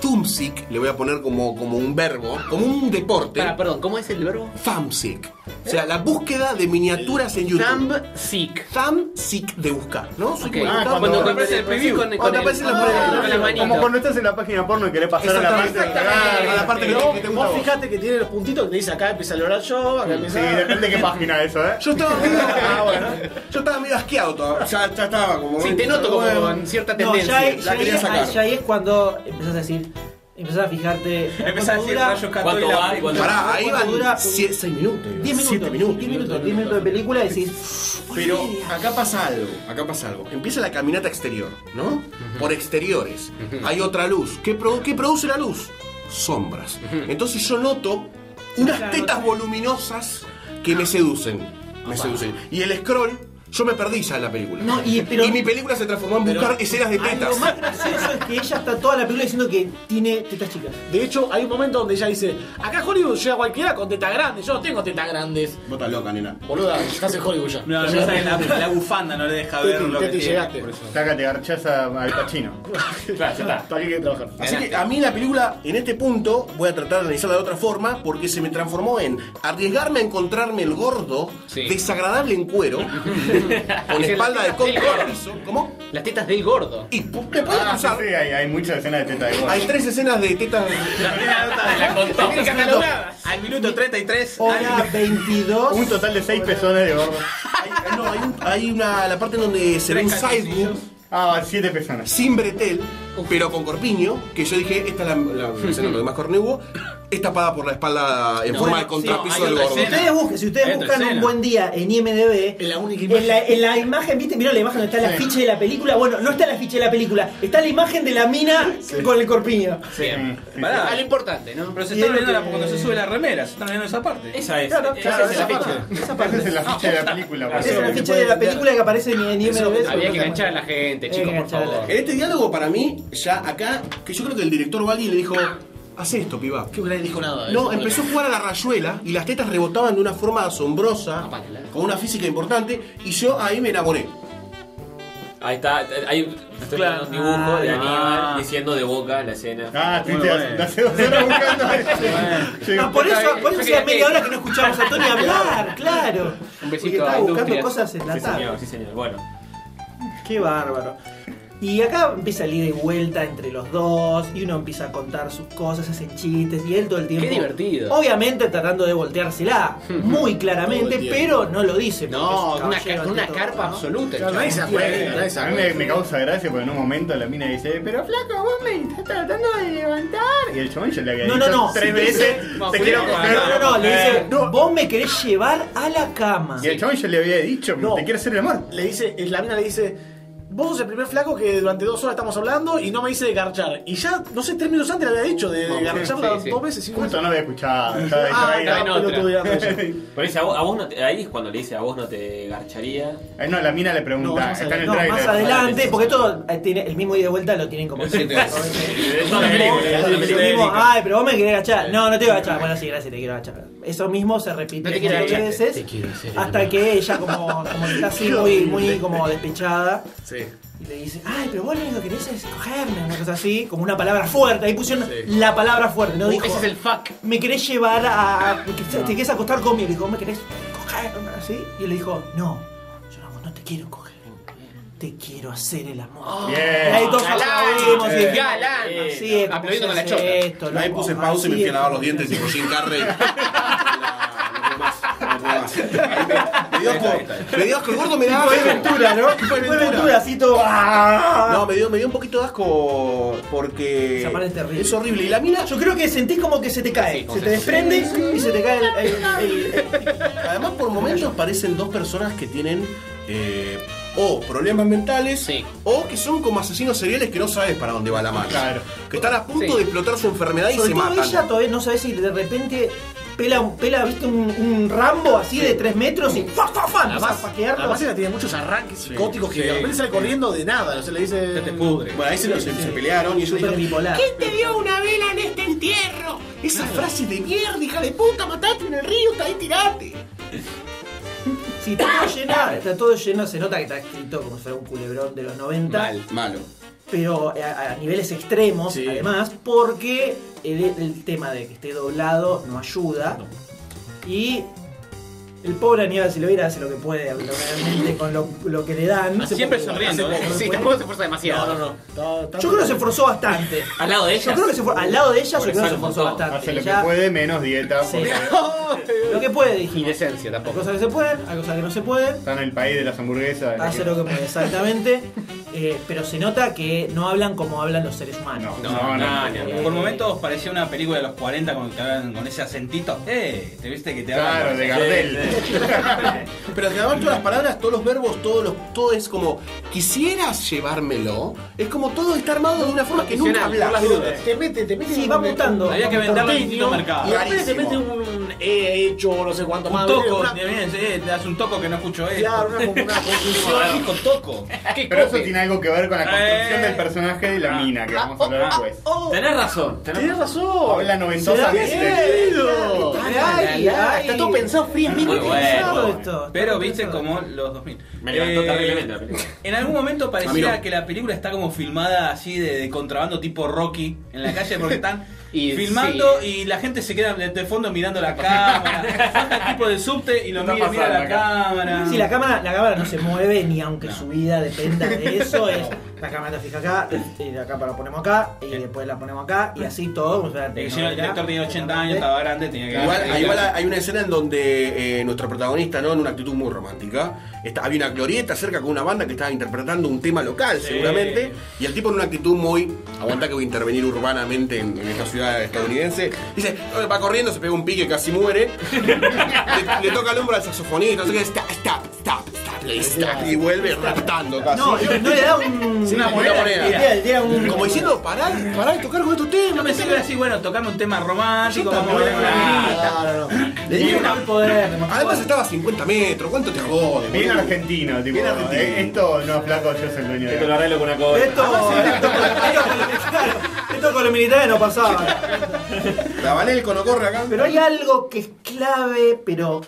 [SPEAKER 8] Tumsic, le voy a poner como, como un verbo, como un deporte.
[SPEAKER 9] Ah, perdón, ¿cómo es el verbo?
[SPEAKER 8] Thumbsic. O sea, la búsqueda de miniaturas en YouTube. Thumbsic. Thumbsic de buscar, ¿no? Soy como-
[SPEAKER 2] Ah,
[SPEAKER 8] Thumb-
[SPEAKER 2] cuando
[SPEAKER 8] aparece
[SPEAKER 2] aparece
[SPEAKER 8] el
[SPEAKER 2] el preview.
[SPEAKER 8] con- con
[SPEAKER 2] Cuando
[SPEAKER 8] el-
[SPEAKER 2] aparece la
[SPEAKER 8] Ah,
[SPEAKER 2] preview.
[SPEAKER 8] con la manito.
[SPEAKER 2] Como cuando estás en la página porno y querés pasar a la parte de cagar,
[SPEAKER 24] a la parte que
[SPEAKER 2] Pero
[SPEAKER 24] te- que te
[SPEAKER 2] vos
[SPEAKER 24] Vos
[SPEAKER 2] fijate-
[SPEAKER 24] fijate que tiene los puntitos que te dice acá empieza a llorar yo, acá empieza
[SPEAKER 2] Sí, depende de qué página eso, ¿eh?
[SPEAKER 8] Yo estaba medio, ah, bueno. Yo estaba medio asqueado todavía. Ya, ya estaba como.
[SPEAKER 9] Sí, te noto como en cierta tendencia.
[SPEAKER 7] No, ya, ahí-
[SPEAKER 9] La
[SPEAKER 7] ya
[SPEAKER 9] quería
[SPEAKER 7] ahí-
[SPEAKER 9] sacar.
[SPEAKER 7] ya ahí es cuando empezás a decir, empezás a fijarte.
[SPEAKER 4] Empezás a decir, rayos, Cato, ¿Cuánto y la va? película. ¿Cuánto
[SPEAKER 7] Pará,
[SPEAKER 4] va?
[SPEAKER 7] ahí
[SPEAKER 4] ¿Cuánto dura?
[SPEAKER 7] van
[SPEAKER 8] 6 minutos.
[SPEAKER 7] 10 minutos. 10 minutos, 10 minutos, de película y decís.
[SPEAKER 8] Pero acá pasa algo, acá pasa algo. Empieza la caminata exterior, ¿no? Por exteriores. Hay otra luz. ¿Qué, produ- qué produce la luz? Sombras. Entonces yo noto unas tetas voluminosas que
[SPEAKER 7] Ah.
[SPEAKER 8] me seducen. Me seducen. Y el scroll, yo me perdí ya en la película.
[SPEAKER 7] No, y- pero-
[SPEAKER 8] mi película se transformó en buscar escenas de
[SPEAKER 7] Lo
[SPEAKER 8] tetas.
[SPEAKER 7] más gracioso es que ella está toda la película diciendo que tiene tetas chicas.
[SPEAKER 24] De hecho, hay un momento donde ella dice, acá Hollywood llega cualquiera con tetas grandes, yo no tengo tetas grandes.
[SPEAKER 8] Vos estás loca, nena.
[SPEAKER 24] Boluda, estás en Hollywood ya.
[SPEAKER 4] No, no sabes, la, la bufanda no le deja ver lo que tiene. por eso.
[SPEAKER 2] Caca, te garchás a- al pachino.
[SPEAKER 3] Claro, ya está.
[SPEAKER 2] Para que que trabajar.
[SPEAKER 8] Así que a mí la película, en este punto, voy a tratar de analizarla de otra forma porque se me transformó en arriesgarme a encontrarme el gordo, desagradable en cuero, con espalda de compromiso. ¿Cómo?
[SPEAKER 9] Las tetas del gordo.
[SPEAKER 8] Y pu- te puedes
[SPEAKER 2] Ah, sí,
[SPEAKER 8] cruzar.
[SPEAKER 2] sí, hay, hay muchas escenas de teta de gordo.
[SPEAKER 8] Hay tres escenas de tetas.
[SPEAKER 4] Al minuto 33.
[SPEAKER 7] Hora 22.
[SPEAKER 2] Un total de seis pezones de gordo.
[SPEAKER 8] Hay- No, hay, un- hay una. La parte donde se ve un sidebook
[SPEAKER 2] Ah, siete pezones.
[SPEAKER 8] sin bretel, pero con corpiño, que yo dije, esta es la, la, escena donde más corneo hubo, es tapada por la espalda en
[SPEAKER 7] No,
[SPEAKER 8] forma de
[SPEAKER 7] bueno,
[SPEAKER 8] contrapiso
[SPEAKER 7] sí,
[SPEAKER 8] del gordo.
[SPEAKER 7] Si ustedes buscan, si ustedes
[SPEAKER 8] Otra
[SPEAKER 7] buscan un
[SPEAKER 8] escena.
[SPEAKER 7] buen día en IMDB, en la, en la, imagen, viste, mirá la imagen donde está la
[SPEAKER 2] Sí.
[SPEAKER 7] ficha de la película. Bueno, no está la ficha de la película, está la imagen de la mina con el corpiño.
[SPEAKER 4] Bien.
[SPEAKER 9] A lo importante, ¿no?
[SPEAKER 4] Pero se
[SPEAKER 7] Y es
[SPEAKER 4] están
[SPEAKER 7] lo
[SPEAKER 4] olvidando la,
[SPEAKER 7] que-
[SPEAKER 4] cuando se sube la remera, se están olvidando esa parte.
[SPEAKER 3] Esa es.
[SPEAKER 2] Eh,
[SPEAKER 7] Claro,
[SPEAKER 4] esa
[SPEAKER 7] claro,
[SPEAKER 4] es
[SPEAKER 7] esa
[SPEAKER 4] la
[SPEAKER 7] parte.
[SPEAKER 4] ficha.
[SPEAKER 7] Esa
[SPEAKER 2] parte es la ficha de la película.
[SPEAKER 7] Esa es la ficha de la película que aparece en, en IMDb.
[SPEAKER 9] Había que enganchar a la gente, chicos, por favor.
[SPEAKER 8] En este diálogo, para mí, ya acá, que yo creo que el director Baggy le dijo. Haz esto, piba.
[SPEAKER 24] Creo que nadie dijo nada. de eso,
[SPEAKER 8] No, empezó a jugar a la rayuela y las tetas rebotaban de una forma
[SPEAKER 24] Ah,
[SPEAKER 8] asombrosa, con una física importante, y yo ahí me enamoré.
[SPEAKER 3] Ahí está, hay estoy viendo un dibujo
[SPEAKER 4] Ah,
[SPEAKER 3] de Aníbal diciendo de boca la escena.
[SPEAKER 2] Ah, sí, te hace- te hace dos horas buscando.
[SPEAKER 7] Ah, por eso, por eso hacía media hora que no escuchábamos a Tony hablar, claro.
[SPEAKER 9] Un
[SPEAKER 7] Porque
[SPEAKER 9] besito
[SPEAKER 7] estaba
[SPEAKER 9] a
[SPEAKER 7] buscando
[SPEAKER 9] Industrias.
[SPEAKER 7] cosas en la
[SPEAKER 3] Sí,
[SPEAKER 7] tarde.
[SPEAKER 3] señor, sí, señor. Bueno.
[SPEAKER 7] Qué bárbaro. Y acá empieza el ida y vuelta entre los dos, y uno empieza a contar sus cosas, hacen chistes, y él todo el tiempo.
[SPEAKER 9] Qué divertido.
[SPEAKER 7] Obviamente tratando de volteársela, muy
[SPEAKER 9] Todo
[SPEAKER 7] claramente,
[SPEAKER 9] el tiempo.
[SPEAKER 7] pero no lo dice.
[SPEAKER 9] No,
[SPEAKER 7] porque es
[SPEAKER 9] una
[SPEAKER 7] caballero
[SPEAKER 9] ca- con una
[SPEAKER 7] ante todo,
[SPEAKER 9] carpa
[SPEAKER 7] ¿no?
[SPEAKER 9] absoluta,
[SPEAKER 7] Claro,
[SPEAKER 9] el chabón.
[SPEAKER 7] acuerda, nadie se
[SPEAKER 2] A mí
[SPEAKER 7] acuerda.
[SPEAKER 2] me, me causa gracia porque en un momento la mina dice, pero flaco, vos me estás tratando de levantar. Y el chabón ya le había
[SPEAKER 7] No,
[SPEAKER 2] dicho
[SPEAKER 7] no, no.
[SPEAKER 2] tres
[SPEAKER 7] Sí,
[SPEAKER 2] veces,
[SPEAKER 7] dice,
[SPEAKER 2] te quiero
[SPEAKER 7] no,
[SPEAKER 2] coger.
[SPEAKER 7] No, no, no, le dice, vos me querés llevar a la cama.
[SPEAKER 2] Y el chabón ya le había dicho, te quiero hacer el amor.
[SPEAKER 24] Le dice, es- la mina le dice, vos sos el primer flaco que durante dos horas estamos hablando y no me dice de garchar. Y ya, no sé, tres minutos antes le había dicho de, de garcharla
[SPEAKER 3] sí, sí.
[SPEAKER 24] dos veces. y bueno.
[SPEAKER 2] Justo no había escuchado. Estaba
[SPEAKER 24] Ah,
[SPEAKER 2] distraído.
[SPEAKER 24] está en otra. pelotudeando eso.
[SPEAKER 3] Pero dice, a vos, a vos no te- ahí es cuando le dice, a vos no te garcharía.
[SPEAKER 2] Ahí eh, no, la mina le pregunta,
[SPEAKER 7] No, más,
[SPEAKER 2] está en
[SPEAKER 7] adelante,
[SPEAKER 2] el
[SPEAKER 7] no,
[SPEAKER 2] trailer.
[SPEAKER 7] más adelante, porque todo eh, tiene el mismo ida y vuelta lo tienen como Lo mismo, Ay, pero vos me querés agachar. No, no te voy a agachar. Bueno, sí, gracias, te quiero agachar. Eso mismo se repite
[SPEAKER 9] No te
[SPEAKER 7] muchas
[SPEAKER 9] quiero agachar.
[SPEAKER 7] veces hasta que ella como, como que está así muy, muy como despechada. Y le dice, ay, pero vos lo único que querés es cogerme, una cosa así, como una palabra fuerte. Ahí pusieron la palabra fuerte, no
[SPEAKER 9] Uh,
[SPEAKER 7] dijo.
[SPEAKER 9] ese es el fuck. Ah.
[SPEAKER 7] Me querés llevar a. que te- Te querés acostar conmigo. Dijo, me querés coger, así. Y él le dijo, no, yo no, no te quiero coger. Te quiero hacer el amor.
[SPEAKER 8] Bien.
[SPEAKER 7] Y ahí todos
[SPEAKER 8] Galán.
[SPEAKER 7] aplaudimos y
[SPEAKER 8] Eh.
[SPEAKER 9] Galán.
[SPEAKER 7] Así es, ¿cómo
[SPEAKER 9] Aplaudiendo
[SPEAKER 7] se
[SPEAKER 9] con la
[SPEAKER 7] hace
[SPEAKER 9] chota.
[SPEAKER 7] esto,
[SPEAKER 8] Ahí
[SPEAKER 7] loco?
[SPEAKER 8] puse pausa y
[SPEAKER 7] Así
[SPEAKER 8] me fui a
[SPEAKER 7] es.
[SPEAKER 8] lavar los dientes tipo Jim Carrey. Me dio asco, me dio asco, el gordo me da asco.
[SPEAKER 7] Fue Ventura, ¿no? Fue Ventura, así todo. ¡ah!
[SPEAKER 8] No, me dio, me dio un poquito de asco porque
[SPEAKER 7] Esa parte es terrible.
[SPEAKER 8] es horrible. Y la mina,
[SPEAKER 7] Yo creo que sentís como que se te cae, se te desprende y se te cae el- el- el- el
[SPEAKER 8] además por momentos parecen dos personas que tienen eh, o problemas mentales o que son como asesinos seriales que no sabes para dónde va la mano. Que están a punto
[SPEAKER 7] Sí.
[SPEAKER 8] de explotar su enfermedad y
[SPEAKER 7] Sobre
[SPEAKER 8] se
[SPEAKER 7] todo
[SPEAKER 8] matan.
[SPEAKER 7] ella todavía no sabe si de repente pela, un- pela ¿viste? Un, un rambo así de 3 metros y fa, fa, fa, empieza a
[SPEAKER 14] Además,
[SPEAKER 7] paquearlo.
[SPEAKER 14] además ella tiene muchos arranques psicóticos que
[SPEAKER 1] sí,
[SPEAKER 14] de repente sale
[SPEAKER 1] sí.
[SPEAKER 14] corriendo de nada, no se le dice. te
[SPEAKER 1] pudre. Bueno, ahí se, los- se pelearon y eso
[SPEAKER 14] Súper bipolar.
[SPEAKER 1] ¿Qué?
[SPEAKER 8] te dio una vela en este entierro? Esa frase de mierda, hija de puta, matate en el río, ahí tirate.
[SPEAKER 7] Sí, está todo lleno, está todo lleno, se nota que está escrito como si fuera un culebrón de los 90.
[SPEAKER 1] malo.
[SPEAKER 7] Pero a, a niveles extremos, además, porque el, el tema de que esté doblado no ayuda. Y el pobre Aníbal Silveira hace lo que puede realmente con lo, lo que le dan.
[SPEAKER 4] Siempre sonriendo, ¿eh?
[SPEAKER 9] Sí, tampoco se esfuerza demasiado.
[SPEAKER 7] No, no, no. Yo creo que se esforzó bastante.
[SPEAKER 9] ¿Al lado de
[SPEAKER 7] Yo
[SPEAKER 9] ellas?
[SPEAKER 7] creo que se esfor- al lado de ella, yo
[SPEAKER 9] Por
[SPEAKER 7] creo que se
[SPEAKER 9] eso
[SPEAKER 7] esforzó
[SPEAKER 9] almorzó.
[SPEAKER 7] bastante.
[SPEAKER 2] Hace lo que
[SPEAKER 7] Ya-
[SPEAKER 2] puede, menos dieta.
[SPEAKER 7] Sí.
[SPEAKER 2] porque
[SPEAKER 7] Lo que puede, dije.
[SPEAKER 9] Indecencia
[SPEAKER 7] Hay
[SPEAKER 9] tampoco.
[SPEAKER 7] cosas que se pueden, hay cosas que no se pueden.
[SPEAKER 2] Está en el país de las hamburguesas.
[SPEAKER 7] Hace lo que puede, exactamente. Eh, pero se nota que no hablan como hablan los seres humanos.
[SPEAKER 4] No, no, no, Por momentos parecía una película de los 40 cuando te hablan con ese acentito. ¡Eh! ¿Te viste que te hablan?
[SPEAKER 2] Claro,
[SPEAKER 4] con
[SPEAKER 2] de
[SPEAKER 4] ese-
[SPEAKER 2] Gardel.
[SPEAKER 4] Sí, sí.
[SPEAKER 1] Pero que además todas las palabras, todos los verbos, todos los, todo es como, quisieras llevármelo. Es como todo está armado de una forma que nunca
[SPEAKER 14] Profesional,
[SPEAKER 1] hablas.
[SPEAKER 14] por las dudas. Te mete, te mete.
[SPEAKER 7] Sí, va mutando.
[SPEAKER 4] Había que venderlo en distintos mercados.
[SPEAKER 14] Y después te mete un he hecho, no sé cuánto
[SPEAKER 4] Un
[SPEAKER 14] más.
[SPEAKER 4] toco,
[SPEAKER 14] una-
[SPEAKER 4] te, viene, eh, te das un toco que no escucho esto.
[SPEAKER 14] Claro, una, una
[SPEAKER 4] Joder,
[SPEAKER 14] conclusión.
[SPEAKER 4] hijo, toco.
[SPEAKER 2] Pero eso tiene algo que ver con la
[SPEAKER 1] Eh.
[SPEAKER 2] construcción del personaje de la
[SPEAKER 1] Ah.
[SPEAKER 2] mina, que vamos a hablar después.
[SPEAKER 3] Tenés razón.
[SPEAKER 14] Tienes razón.
[SPEAKER 2] Habla noventosa que es
[SPEAKER 14] Ay, ay, Está todo pensado fríamente.
[SPEAKER 4] Muy bueno.
[SPEAKER 7] esto.
[SPEAKER 4] Pero viste como los 2000.
[SPEAKER 3] Me levantó
[SPEAKER 4] Eh,
[SPEAKER 3] terriblemente la película.
[SPEAKER 4] En algún momento
[SPEAKER 3] A
[SPEAKER 4] parecía
[SPEAKER 3] mí no.
[SPEAKER 4] que la película está como filmada así de, de contrabando tipo Rocky en la calle porque están
[SPEAKER 9] Y
[SPEAKER 4] filmando y la gente se queda de, de fondo mirando la cámara. Baja el tipo del subte y lo
[SPEAKER 3] Está
[SPEAKER 4] mira, mira la
[SPEAKER 3] pasando acá.
[SPEAKER 4] cámara.
[SPEAKER 7] Sí, la cámara, la cámara no se mueve ni aunque su vida dependa de eso. Es, la cámara la fija acá, y la cámara la ponemos acá, y después la ponemos acá, y así todo. como si fuera
[SPEAKER 4] De que Eh, si no, el
[SPEAKER 7] telenovela.
[SPEAKER 4] director tenía 80 años, estaba grande, tenía que
[SPEAKER 1] Igual, ah, igual hay una escena en donde eh, nuestro protagonista, ¿no? En una actitud muy romántica, está, había una glorieta cerca con una banda que estaba interpretando un tema local,
[SPEAKER 4] Sí.
[SPEAKER 1] seguramente, y el tipo en una actitud muy, aguanta que voy a intervenir urbanamente en, en esta ciudad estadounidense, dice, "Eh, va corriendo, se pega un pique, casi muere, le, le toca el hombro al saxofonista, no sé qué, stop, stop, stop, stop, le dice, "Stop", y vuelve raptando casi.
[SPEAKER 7] No, y no le da un.
[SPEAKER 1] Sí, una moneda.
[SPEAKER 7] Le da- le da un-
[SPEAKER 1] Como diciendo, pará, pará de tocar con estos temas.
[SPEAKER 4] Yo pensé que era así, bueno, tocame un tema romántico, vamos a
[SPEAKER 1] también,
[SPEAKER 4] bailar
[SPEAKER 7] Ah,
[SPEAKER 4] una
[SPEAKER 7] no, no.
[SPEAKER 1] Le
[SPEAKER 7] Le
[SPEAKER 1] dio
[SPEAKER 7] dio
[SPEAKER 1] una-
[SPEAKER 7] un poder.
[SPEAKER 1] Además estaba a 50 metros, ¿cuánto te jode?
[SPEAKER 2] Bien
[SPEAKER 1] boludo?
[SPEAKER 2] argentino, tipo.
[SPEAKER 1] Bien argentino.
[SPEAKER 2] eh, Esto no, flaco, yo soy el dueño de.
[SPEAKER 3] Esto lo arreglo con una cosa.
[SPEAKER 7] Esto, esto, con- esto con los militares- esto con los militares no pasaba.
[SPEAKER 1] La Vanel cuando corre acá.
[SPEAKER 7] Pero hay algo que es clave, pero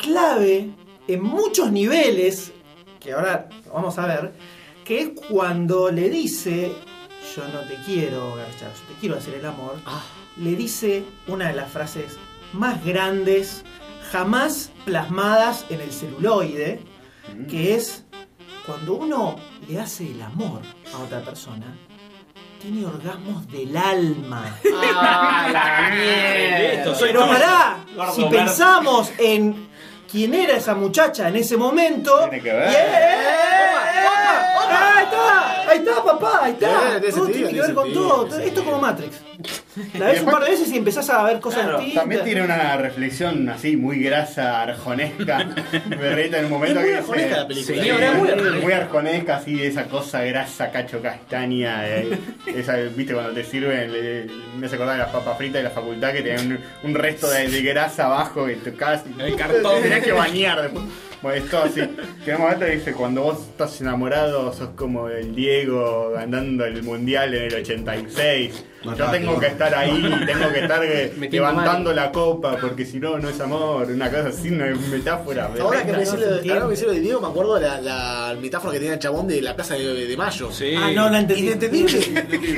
[SPEAKER 7] clave en muchos niveles, que ahora vamos a ver, que es cuando le dice, yo no te quiero garchar, yo te quiero hacer el amor, le dice una de las frases más grandes jamás plasmadas en el celuloide, que es cuando uno le hace el amor a otra persona, tiene orgasmos del alma.
[SPEAKER 9] Ah, la mierda.
[SPEAKER 4] Listo, soy
[SPEAKER 7] Pero
[SPEAKER 4] tú.
[SPEAKER 7] pará,
[SPEAKER 4] Gordo
[SPEAKER 7] si
[SPEAKER 4] Humberto.
[SPEAKER 7] pensamos en quién era esa muchacha en ese momento.
[SPEAKER 2] Tiene que ver.
[SPEAKER 7] ¡Eh, eh, eh, eh! ¡Ahí está! ¡Ahí está, papá! ¡Ahí está!
[SPEAKER 14] Eh, tiene
[SPEAKER 7] Todo
[SPEAKER 14] sentido,
[SPEAKER 7] tiene que
[SPEAKER 14] tiene
[SPEAKER 7] ver con
[SPEAKER 14] sentido,
[SPEAKER 7] todo.
[SPEAKER 14] tiene
[SPEAKER 7] Esto es como Matrix. La ves un par de veces y empezás a ver cosas distintas.
[SPEAKER 2] También tiene una reflexión así, muy grasa, arjonesca. Berreta en un momento
[SPEAKER 14] Es muy
[SPEAKER 2] que.
[SPEAKER 14] arjonesca la película.
[SPEAKER 2] Sí,
[SPEAKER 14] Señora, muy
[SPEAKER 2] muy, arjonesca, así, esa cosa grasa, cacho castaña. eh, esa, viste, cuando te sirven, le- me hace acordar de las papas fritas de la facultad que tenían un, un resto de, de grasa abajo que tocabas y
[SPEAKER 4] El cartón.
[SPEAKER 2] tenías que bañar después. Bueno, esto así. Que en un momento dice: Cuando vos estás enamorado, sos como el Diego andando el mundial en el 86. Yo
[SPEAKER 1] Matate,
[SPEAKER 2] tengo que
[SPEAKER 1] bueno.
[SPEAKER 2] estar ahí, tengo que estar eh,
[SPEAKER 9] Metiendo
[SPEAKER 2] levantando la copa, porque si no, no es amor. Una cosa así, una metáfora.
[SPEAKER 14] Ahora que me
[SPEAKER 7] no
[SPEAKER 14] decís
[SPEAKER 7] se
[SPEAKER 14] lo de-
[SPEAKER 7] entiende.
[SPEAKER 14] ahora que me decís lo de Diego, me acuerdo de la, la metáfora que tenía el chabón de la plaza de, de Mayo.
[SPEAKER 4] Sí.
[SPEAKER 7] Ah, no, la entendí.
[SPEAKER 14] Inentendible.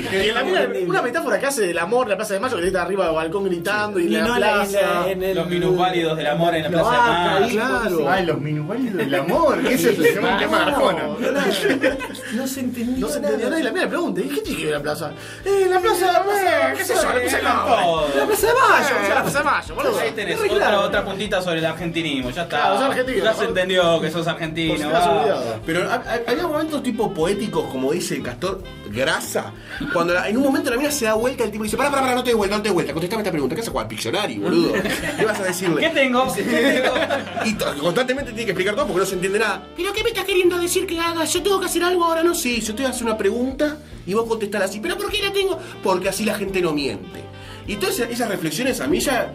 [SPEAKER 14] Que la mina- una metáfora que hace del amor, la plaza de Mayo, que está arriba del balcón gritando y,
[SPEAKER 7] Y
[SPEAKER 14] la
[SPEAKER 7] no la-
[SPEAKER 14] plaza.
[SPEAKER 7] en el-
[SPEAKER 4] Los minusválidos del amor en la
[SPEAKER 7] Lo
[SPEAKER 4] plaza de
[SPEAKER 7] baja,
[SPEAKER 4] Mayo.
[SPEAKER 7] ahí,
[SPEAKER 14] Claro.
[SPEAKER 2] Ay, los minusválidos del amor. ¿Qué es eso? Se llama un tema de Arjona.
[SPEAKER 7] No se entendió.
[SPEAKER 14] No se
[SPEAKER 7] nada.
[SPEAKER 14] entendió nada y la mía le pregunta, ¿y qué tiene que ver la plaza? Eh, la plaza de Mayo, qué sé yo, la plaza de Mayo.
[SPEAKER 4] Todo.
[SPEAKER 7] La plaza de Mayo.
[SPEAKER 14] Eh,
[SPEAKER 7] ya.
[SPEAKER 14] La plaza de Mayo, boludo.
[SPEAKER 4] Ahí tenés
[SPEAKER 7] Re
[SPEAKER 4] otra,
[SPEAKER 7] claro.
[SPEAKER 4] otra puntita sobre el argentinismo, ya está.
[SPEAKER 14] Claro, sos argentino.
[SPEAKER 4] ya se entendió que sos
[SPEAKER 14] Por si
[SPEAKER 4] argentino. Ah.
[SPEAKER 14] acaso,
[SPEAKER 4] va.
[SPEAKER 14] olvidado.
[SPEAKER 1] Pero ha- ha- había momentos tipo poéticos, como dice el castor, grasa. Cuando la- en un momento la mina se da vuelta, el tipo dice: Pará, pará, pará, no te dé vuelta, no te dé vuelta. Contestame esta pregunta. ¿Qué haces al Pictionary, boludo? ¿Qué vas a
[SPEAKER 4] ¿Qué
[SPEAKER 1] decirle?
[SPEAKER 4] tengo? ¿Qué tengo?
[SPEAKER 1] Y to- constantemente tiene que explicar todo porque no se entiende nada. ¿Pero qué me estás queriendo decir que haga? ¿Yo tengo que hacer algo ahora? No sé. Yo te voy a hacer una pregunta y vos contestar así. ¿Pero por qué la tengo? Porque así la gente no miente. Y todas esas- esas reflexiones a mí ya.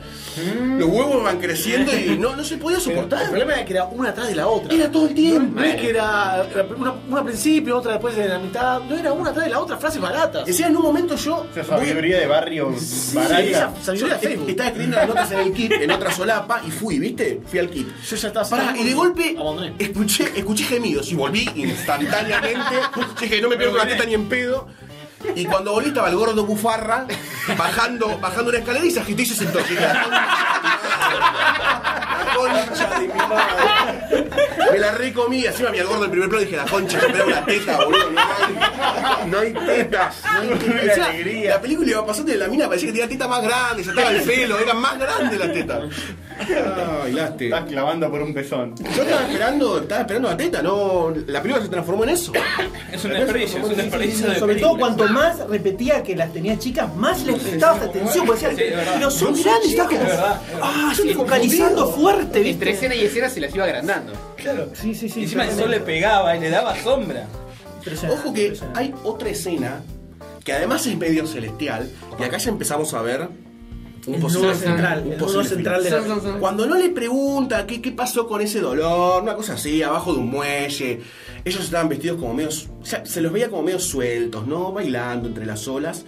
[SPEAKER 1] Los huevos van creciendo y no, no se podía soportar.
[SPEAKER 14] El problema era que era una atrás de la otra.
[SPEAKER 1] Era todo el tiempo.
[SPEAKER 14] No es que era una, una al principio, otra después de la mitad. No era una atrás de la otra, frases baratas.
[SPEAKER 1] Decía, en un momento yo.
[SPEAKER 2] Esa sabiduría de barrio barata.
[SPEAKER 1] Barata. Yo
[SPEAKER 2] Sabiduría de
[SPEAKER 1] est-
[SPEAKER 2] Facebook.
[SPEAKER 1] Estaba escribiendo las notas en el kit, en otra solapa, y fui, ¿viste? Fui al kit.
[SPEAKER 14] Yo ya estaba
[SPEAKER 1] Pará, y de golpe escuché, escuché gemidos y volví instantáneamente. Dije, no me pierdo la teta ni en pedo. Y cuando volví estaba el gordo bufarra bajando, bajando una escalera y se agitó y se sentó. Dije, "La concha de mi madre". Me la recomí, así me había el gordo el primer plano dije, la concha, me da una teta, boludo. No hay, no hay tetas. No hay tetas.
[SPEAKER 2] Una
[SPEAKER 1] O sea, La película iba pasando y la mina parecía que tenía teta más grande, se estaba el pelo, era más grande la teta.
[SPEAKER 2] Estás clavando por un pezón.
[SPEAKER 14] Ah,
[SPEAKER 1] Yo estaba esperando, estaba esperando la teta, no. La película se transformó en eso.
[SPEAKER 4] Es
[SPEAKER 1] un
[SPEAKER 4] desperdicio, es un desperdicio de
[SPEAKER 7] Sobre todo
[SPEAKER 4] película.
[SPEAKER 7] cuanto más repetía que las tenía chicas, más les prestabas atención. Porque
[SPEAKER 4] Sí, es
[SPEAKER 7] decías,
[SPEAKER 4] verdad.
[SPEAKER 7] pero son
[SPEAKER 4] No son
[SPEAKER 7] grandes,
[SPEAKER 4] chicas,
[SPEAKER 7] está como.
[SPEAKER 4] es verdad.
[SPEAKER 7] Ah, estoy focalizando fuerte, ¿viste?
[SPEAKER 9] Entre escena y escena se las iba agrandando.
[SPEAKER 7] Claro, sí, sí, sí.
[SPEAKER 4] Encima el sol le pegaba y le daba sombra.
[SPEAKER 1] Ojo que hay otra escena que además es medio celestial y acá ya empezamos a ver un
[SPEAKER 7] El
[SPEAKER 1] posible
[SPEAKER 7] nudo central,
[SPEAKER 1] un
[SPEAKER 7] el
[SPEAKER 1] posible
[SPEAKER 7] nudo central
[SPEAKER 1] final.
[SPEAKER 7] de la- Sí, sí, sí.
[SPEAKER 1] Cuando no le pregunta qué, qué pasó con ese dolor, una cosa así, abajo de un muelle, ellos estaban vestidos como medio, o sea, se los veía como medio sueltos, ¿no? Bailando entre las olas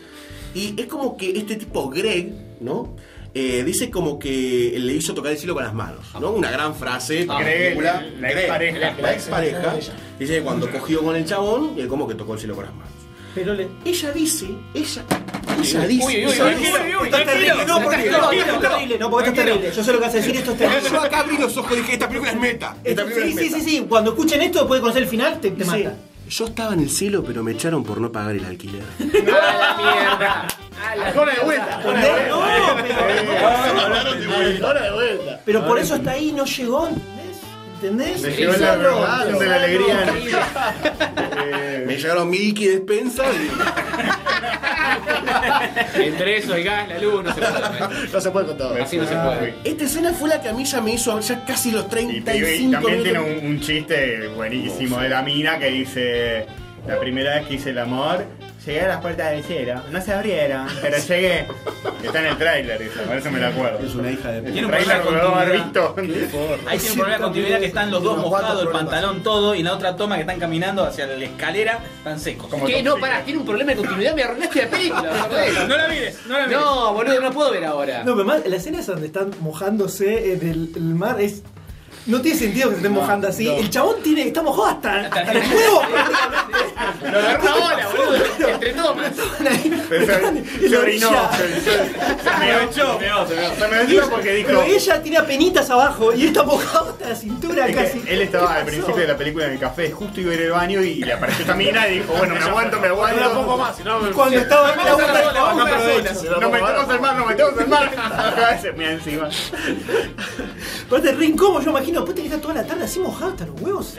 [SPEAKER 1] y es como que este tipo Greg, ¿no? Eh, dice como que le hizo tocar el cielo con las manos, ¿no? Una gran frase.
[SPEAKER 2] Ah.
[SPEAKER 1] Greg,
[SPEAKER 2] Película, la
[SPEAKER 1] Greg,
[SPEAKER 2] expareja.
[SPEAKER 1] La expareja. Dice que cuando cogió con el chabón, él como que tocó el cielo con las manos.
[SPEAKER 7] Pero le-
[SPEAKER 1] ella dice, ella, ella dice.
[SPEAKER 7] Uy, uy, uy,
[SPEAKER 1] ella
[SPEAKER 7] tranquilo,
[SPEAKER 1] dice-
[SPEAKER 7] uy, tranquilo,
[SPEAKER 1] No, porque
[SPEAKER 7] tranquilo,
[SPEAKER 1] no,
[SPEAKER 7] tranquilo,
[SPEAKER 1] no,
[SPEAKER 7] tranquilo,
[SPEAKER 1] no,
[SPEAKER 7] no, porque esto es terrible. Yo sé lo que vas a decir, esto es terrible.
[SPEAKER 1] Yo acá abrí los ojos y dije, esta película es meta. Esta película
[SPEAKER 7] Sí,
[SPEAKER 1] es
[SPEAKER 7] sí,
[SPEAKER 1] meta.
[SPEAKER 7] sí, sí. Cuando escuchen esto, después de conocer el final, te, te mata.
[SPEAKER 1] Yo estaba en el cielo, pero me echaron por no pagar el alquiler.
[SPEAKER 9] ¡Ah,
[SPEAKER 2] Ahora de vuelta.
[SPEAKER 7] No, no, pero-
[SPEAKER 14] Ahora de vuelta.
[SPEAKER 7] Pero por eso hasta ahí no llegó, ¿entendés? ¿entendés?
[SPEAKER 2] Me llegó la
[SPEAKER 7] Pensalo,
[SPEAKER 2] revolución de la
[SPEAKER 7] pensalo.
[SPEAKER 2] alegría. Eh.
[SPEAKER 1] Me llegaron Milky despensa y.
[SPEAKER 9] Entre eso, el gas, la luz, no se puede.
[SPEAKER 14] No se puede con todo. Ah,
[SPEAKER 9] Así no se puede.
[SPEAKER 1] Esta escena fue la que a mí ya me hizo ya casi los
[SPEAKER 2] Y,
[SPEAKER 1] 35
[SPEAKER 2] y- y también tiene
[SPEAKER 1] minutos.
[SPEAKER 2] un, un chiste buenísimo de la mina que dice: La primera vez que hice el amor, llegué a las puertas del cielo. No se abrieron, pero llegué. Está en el tráiler, esa, por eso me la acuerdo. Es una hija de
[SPEAKER 4] Tiene
[SPEAKER 2] El
[SPEAKER 4] un problema
[SPEAKER 2] tráiler
[SPEAKER 4] de
[SPEAKER 2] lo debo haber
[SPEAKER 4] continuidad.
[SPEAKER 2] visto.
[SPEAKER 4] Ahí tiene un problema de continuidad que están los dos
[SPEAKER 2] Unos cuantos
[SPEAKER 4] mojados, el
[SPEAKER 2] problemas.
[SPEAKER 4] pantalón todo, y la otra toma que están caminando hacia la escalera, están secos.
[SPEAKER 9] ¿Qué? Eh, No, pará, tiene un problema de continuidad, me arruinaste la película. boludo.
[SPEAKER 4] No la mires, no la mires.
[SPEAKER 9] No, boludo, no puedo ver ahora.
[SPEAKER 7] No, pero más, las escenas donde están mojándose en el, el mar es. No tiene sentido que se estén mojando así. El chabón tiene, está mojado hasta, hasta el huevo.
[SPEAKER 9] Lo agarró ahora, boludo. Entre todos me
[SPEAKER 2] Pero se, se orinó. Se, se- se me echó. Se me echó porque dijo.
[SPEAKER 7] Pero ella tira penitas abajo y él está mojado hasta la cintura
[SPEAKER 2] Es que
[SPEAKER 7] casi.
[SPEAKER 2] él estaba al
[SPEAKER 7] ¿Qué pasó?
[SPEAKER 2] principio de la película en el café, justo iba a ir al baño y le apareció esta mina y dijo, bueno, me aguanto, me aguanto.
[SPEAKER 14] No la pongo más, si no me-
[SPEAKER 7] Cuando estaba en la
[SPEAKER 2] No me
[SPEAKER 7] boca,
[SPEAKER 2] toques,
[SPEAKER 7] la boca
[SPEAKER 2] no me
[SPEAKER 7] sola.
[SPEAKER 2] toques, No me toques el mar, no me toques el mar. Acá se mira encima.
[SPEAKER 7] Aparte, re incómodo, yo imagino. Puta que está toda la tarde así mojado hasta los huevos.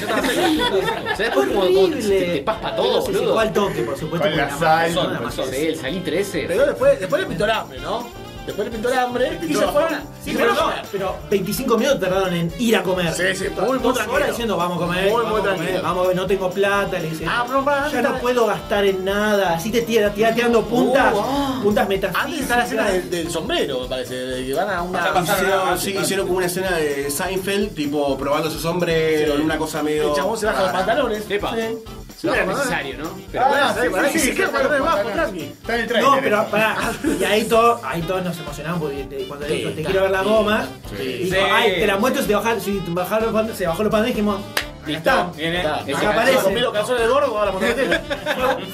[SPEAKER 9] ¿Sabes después como como te, te paspa todo,
[SPEAKER 7] Sí, sí,
[SPEAKER 9] boludo?
[SPEAKER 7] igual toque, por supuesto.
[SPEAKER 9] Con
[SPEAKER 7] porque
[SPEAKER 9] la
[SPEAKER 7] masa
[SPEAKER 9] sal,
[SPEAKER 7] es una
[SPEAKER 9] con el
[SPEAKER 7] masa.
[SPEAKER 9] sol. Sí, el salitre ese.
[SPEAKER 14] Pero después, después le pintó el hambre, ¿no? Después le pintó el hambre y se fueron.
[SPEAKER 7] Sí, pero no, pero 25 minutos tardaron en ir a comer.
[SPEAKER 14] Sí, sí, muy, muy
[SPEAKER 7] Dos
[SPEAKER 14] tranquilo.
[SPEAKER 7] horas diciendo vamos a comer.
[SPEAKER 14] Muy, muy
[SPEAKER 7] vamos a comer,
[SPEAKER 14] tranquilo.
[SPEAKER 7] Vamos, a comer, no tengo plata, le dice.
[SPEAKER 14] Ah, pero para-
[SPEAKER 7] ya no puedo gastar en nada. Así te tira, tira tirando puntas,
[SPEAKER 14] Oh, ah.
[SPEAKER 7] puntas
[SPEAKER 14] Antes está la escena del,
[SPEAKER 7] metafísicas.
[SPEAKER 14] del sombrero, me parece. de que van a una.
[SPEAKER 1] Hicieron, Ah, sí, hicieron como una escena de Seinfeld, tipo probando su sombrero, en una cosa medio.
[SPEAKER 14] El chabón se baja los
[SPEAKER 1] rara.
[SPEAKER 14] pantalones.
[SPEAKER 9] Epa.
[SPEAKER 14] Sí.
[SPEAKER 9] No
[SPEAKER 14] Se baja
[SPEAKER 9] era
[SPEAKER 14] los
[SPEAKER 9] necesario, ¿no?
[SPEAKER 14] pantalones.
[SPEAKER 9] Pero
[SPEAKER 14] Ah,
[SPEAKER 9] bueno,
[SPEAKER 14] sí,
[SPEAKER 9] sí,
[SPEAKER 14] pará,
[SPEAKER 9] sí,
[SPEAKER 14] sí,
[SPEAKER 9] sí,
[SPEAKER 14] sí,
[SPEAKER 9] sí,
[SPEAKER 14] que
[SPEAKER 9] sí,
[SPEAKER 14] poner bajo,
[SPEAKER 9] sí,
[SPEAKER 14] tranqui.
[SPEAKER 7] No, pero pará. Y ahí todos, ahí todos nos emocionamos porque te- cuando le dijo te quiero ver la goma. Y dijo,
[SPEAKER 4] Sí.
[SPEAKER 7] ay, te la muestro, se te bajaron, si te bajaron los pant- se bajó los pantalones y dijimos, ahí está.
[SPEAKER 4] Viene.
[SPEAKER 7] Acá aparece.
[SPEAKER 14] los calzones de gordo, ahora poner tele.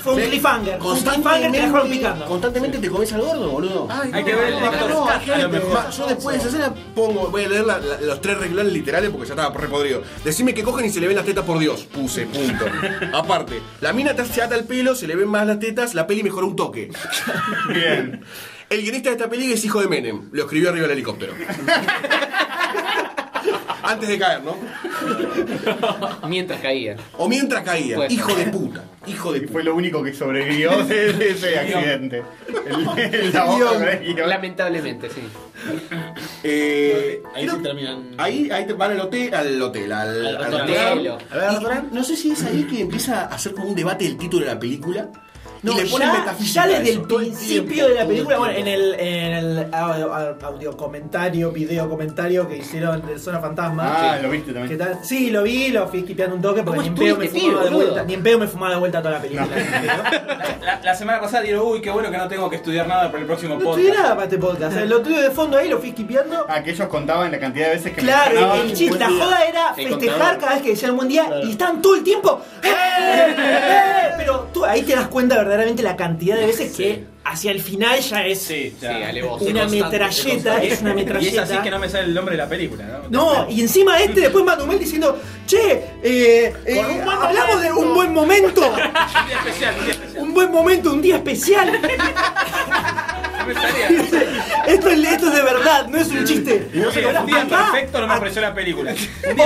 [SPEAKER 7] Fue un
[SPEAKER 1] Sí.
[SPEAKER 7] cliffhanger. Fue un cliffhanger que dejaron picando.
[SPEAKER 1] Constantemente, constantemente te comes al gordo, boludo.
[SPEAKER 4] Hay que ver el
[SPEAKER 1] acá
[SPEAKER 4] director
[SPEAKER 1] no,
[SPEAKER 4] Scott,
[SPEAKER 1] acá
[SPEAKER 4] a lo
[SPEAKER 1] gente.
[SPEAKER 4] mejor.
[SPEAKER 1] Ma, Yo después de esa escena pongo, voy a leer la- la- los tres renglones literales porque ya estaba repodrido. Decime que cogen y se le ven las tetas por Dios. Puse, punto. Aparte, la mina te- se ata el pelo, se le ven más las tetas, la peli mejoró un toque.
[SPEAKER 2] Bien.
[SPEAKER 1] El guionista de esta peli es hijo de Menem. Lo escribió arriba del helicóptero. Antes de caer, ¿no?
[SPEAKER 9] Mientras caía.
[SPEAKER 1] O mientras caía.
[SPEAKER 9] Pues.
[SPEAKER 1] hijo de puta. Hijo de
[SPEAKER 2] Y fue lo único que sobrevivió de, de ese accidente. El, el, la boca con el guión.
[SPEAKER 9] Lamentablemente, sí.
[SPEAKER 1] Eh,
[SPEAKER 14] Ahí
[SPEAKER 1] creo-
[SPEAKER 14] se terminan.
[SPEAKER 1] Ahí, ahí te van al hotel, al hotel, al,
[SPEAKER 9] Al
[SPEAKER 1] al
[SPEAKER 9] restaurante.
[SPEAKER 1] restaurante. Y No sé si es ahí que empieza a hacer como un debate el título de la película.
[SPEAKER 7] No,
[SPEAKER 8] y le ponen
[SPEAKER 7] ya,
[SPEAKER 8] metafísica.
[SPEAKER 7] ya
[SPEAKER 8] a
[SPEAKER 7] desde
[SPEAKER 8] eso,
[SPEAKER 7] el
[SPEAKER 8] todo el tiempo,
[SPEAKER 7] principio de la
[SPEAKER 8] todo el
[SPEAKER 7] película, bueno, en
[SPEAKER 8] tiempo.
[SPEAKER 7] el, en el audio, audio comentario, video comentario que hicieron de Zona Fantasma.
[SPEAKER 2] Ah,
[SPEAKER 7] que-
[SPEAKER 2] lo viste también.
[SPEAKER 7] ¿Qué tal? Sí, lo vi, lo fui skipeando un toque porque ni en pedo
[SPEAKER 4] estuviste,
[SPEAKER 7] me fumaba
[SPEAKER 4] tío,
[SPEAKER 7] de
[SPEAKER 4] boludo?
[SPEAKER 7] vuelta. Ni en pedo me fumaba de vuelta toda la película.
[SPEAKER 4] La, la semana pasada dijeron, uy, qué bueno que no tengo que estudiar nada para el próximo
[SPEAKER 7] No
[SPEAKER 4] podcast.
[SPEAKER 7] estudié nada para este podcast. eh, Lo tuve de fondo ahí, lo fui skipeando.
[SPEAKER 2] Ah, que ellos contaban la cantidad de veces que
[SPEAKER 7] Claro,
[SPEAKER 2] mencionaban-
[SPEAKER 7] el chiste, la joda era
[SPEAKER 2] El
[SPEAKER 7] festejar
[SPEAKER 2] contador.
[SPEAKER 7] cada vez que decían buen día y están todo el tiempo. ¡Eh! ¡Eh! Pero tú ahí te das cuenta verdaderamente la cantidad de veces que hacia el final ya es una metralleta, es una
[SPEAKER 4] Y es así
[SPEAKER 7] metralleta.
[SPEAKER 4] que no me sale el nombre de la película, ¿no?
[SPEAKER 7] No, y encima este después Madumel diciendo, che, eh, eh, hablamos de un buen momento,
[SPEAKER 4] Un día especial, un día especial.
[SPEAKER 7] un buen momento, un día especial. esto, es, esto es de verdad, no es un chiste.
[SPEAKER 4] Y no sé cómo un día
[SPEAKER 7] Acá,
[SPEAKER 4] perfecto no me apareció la película.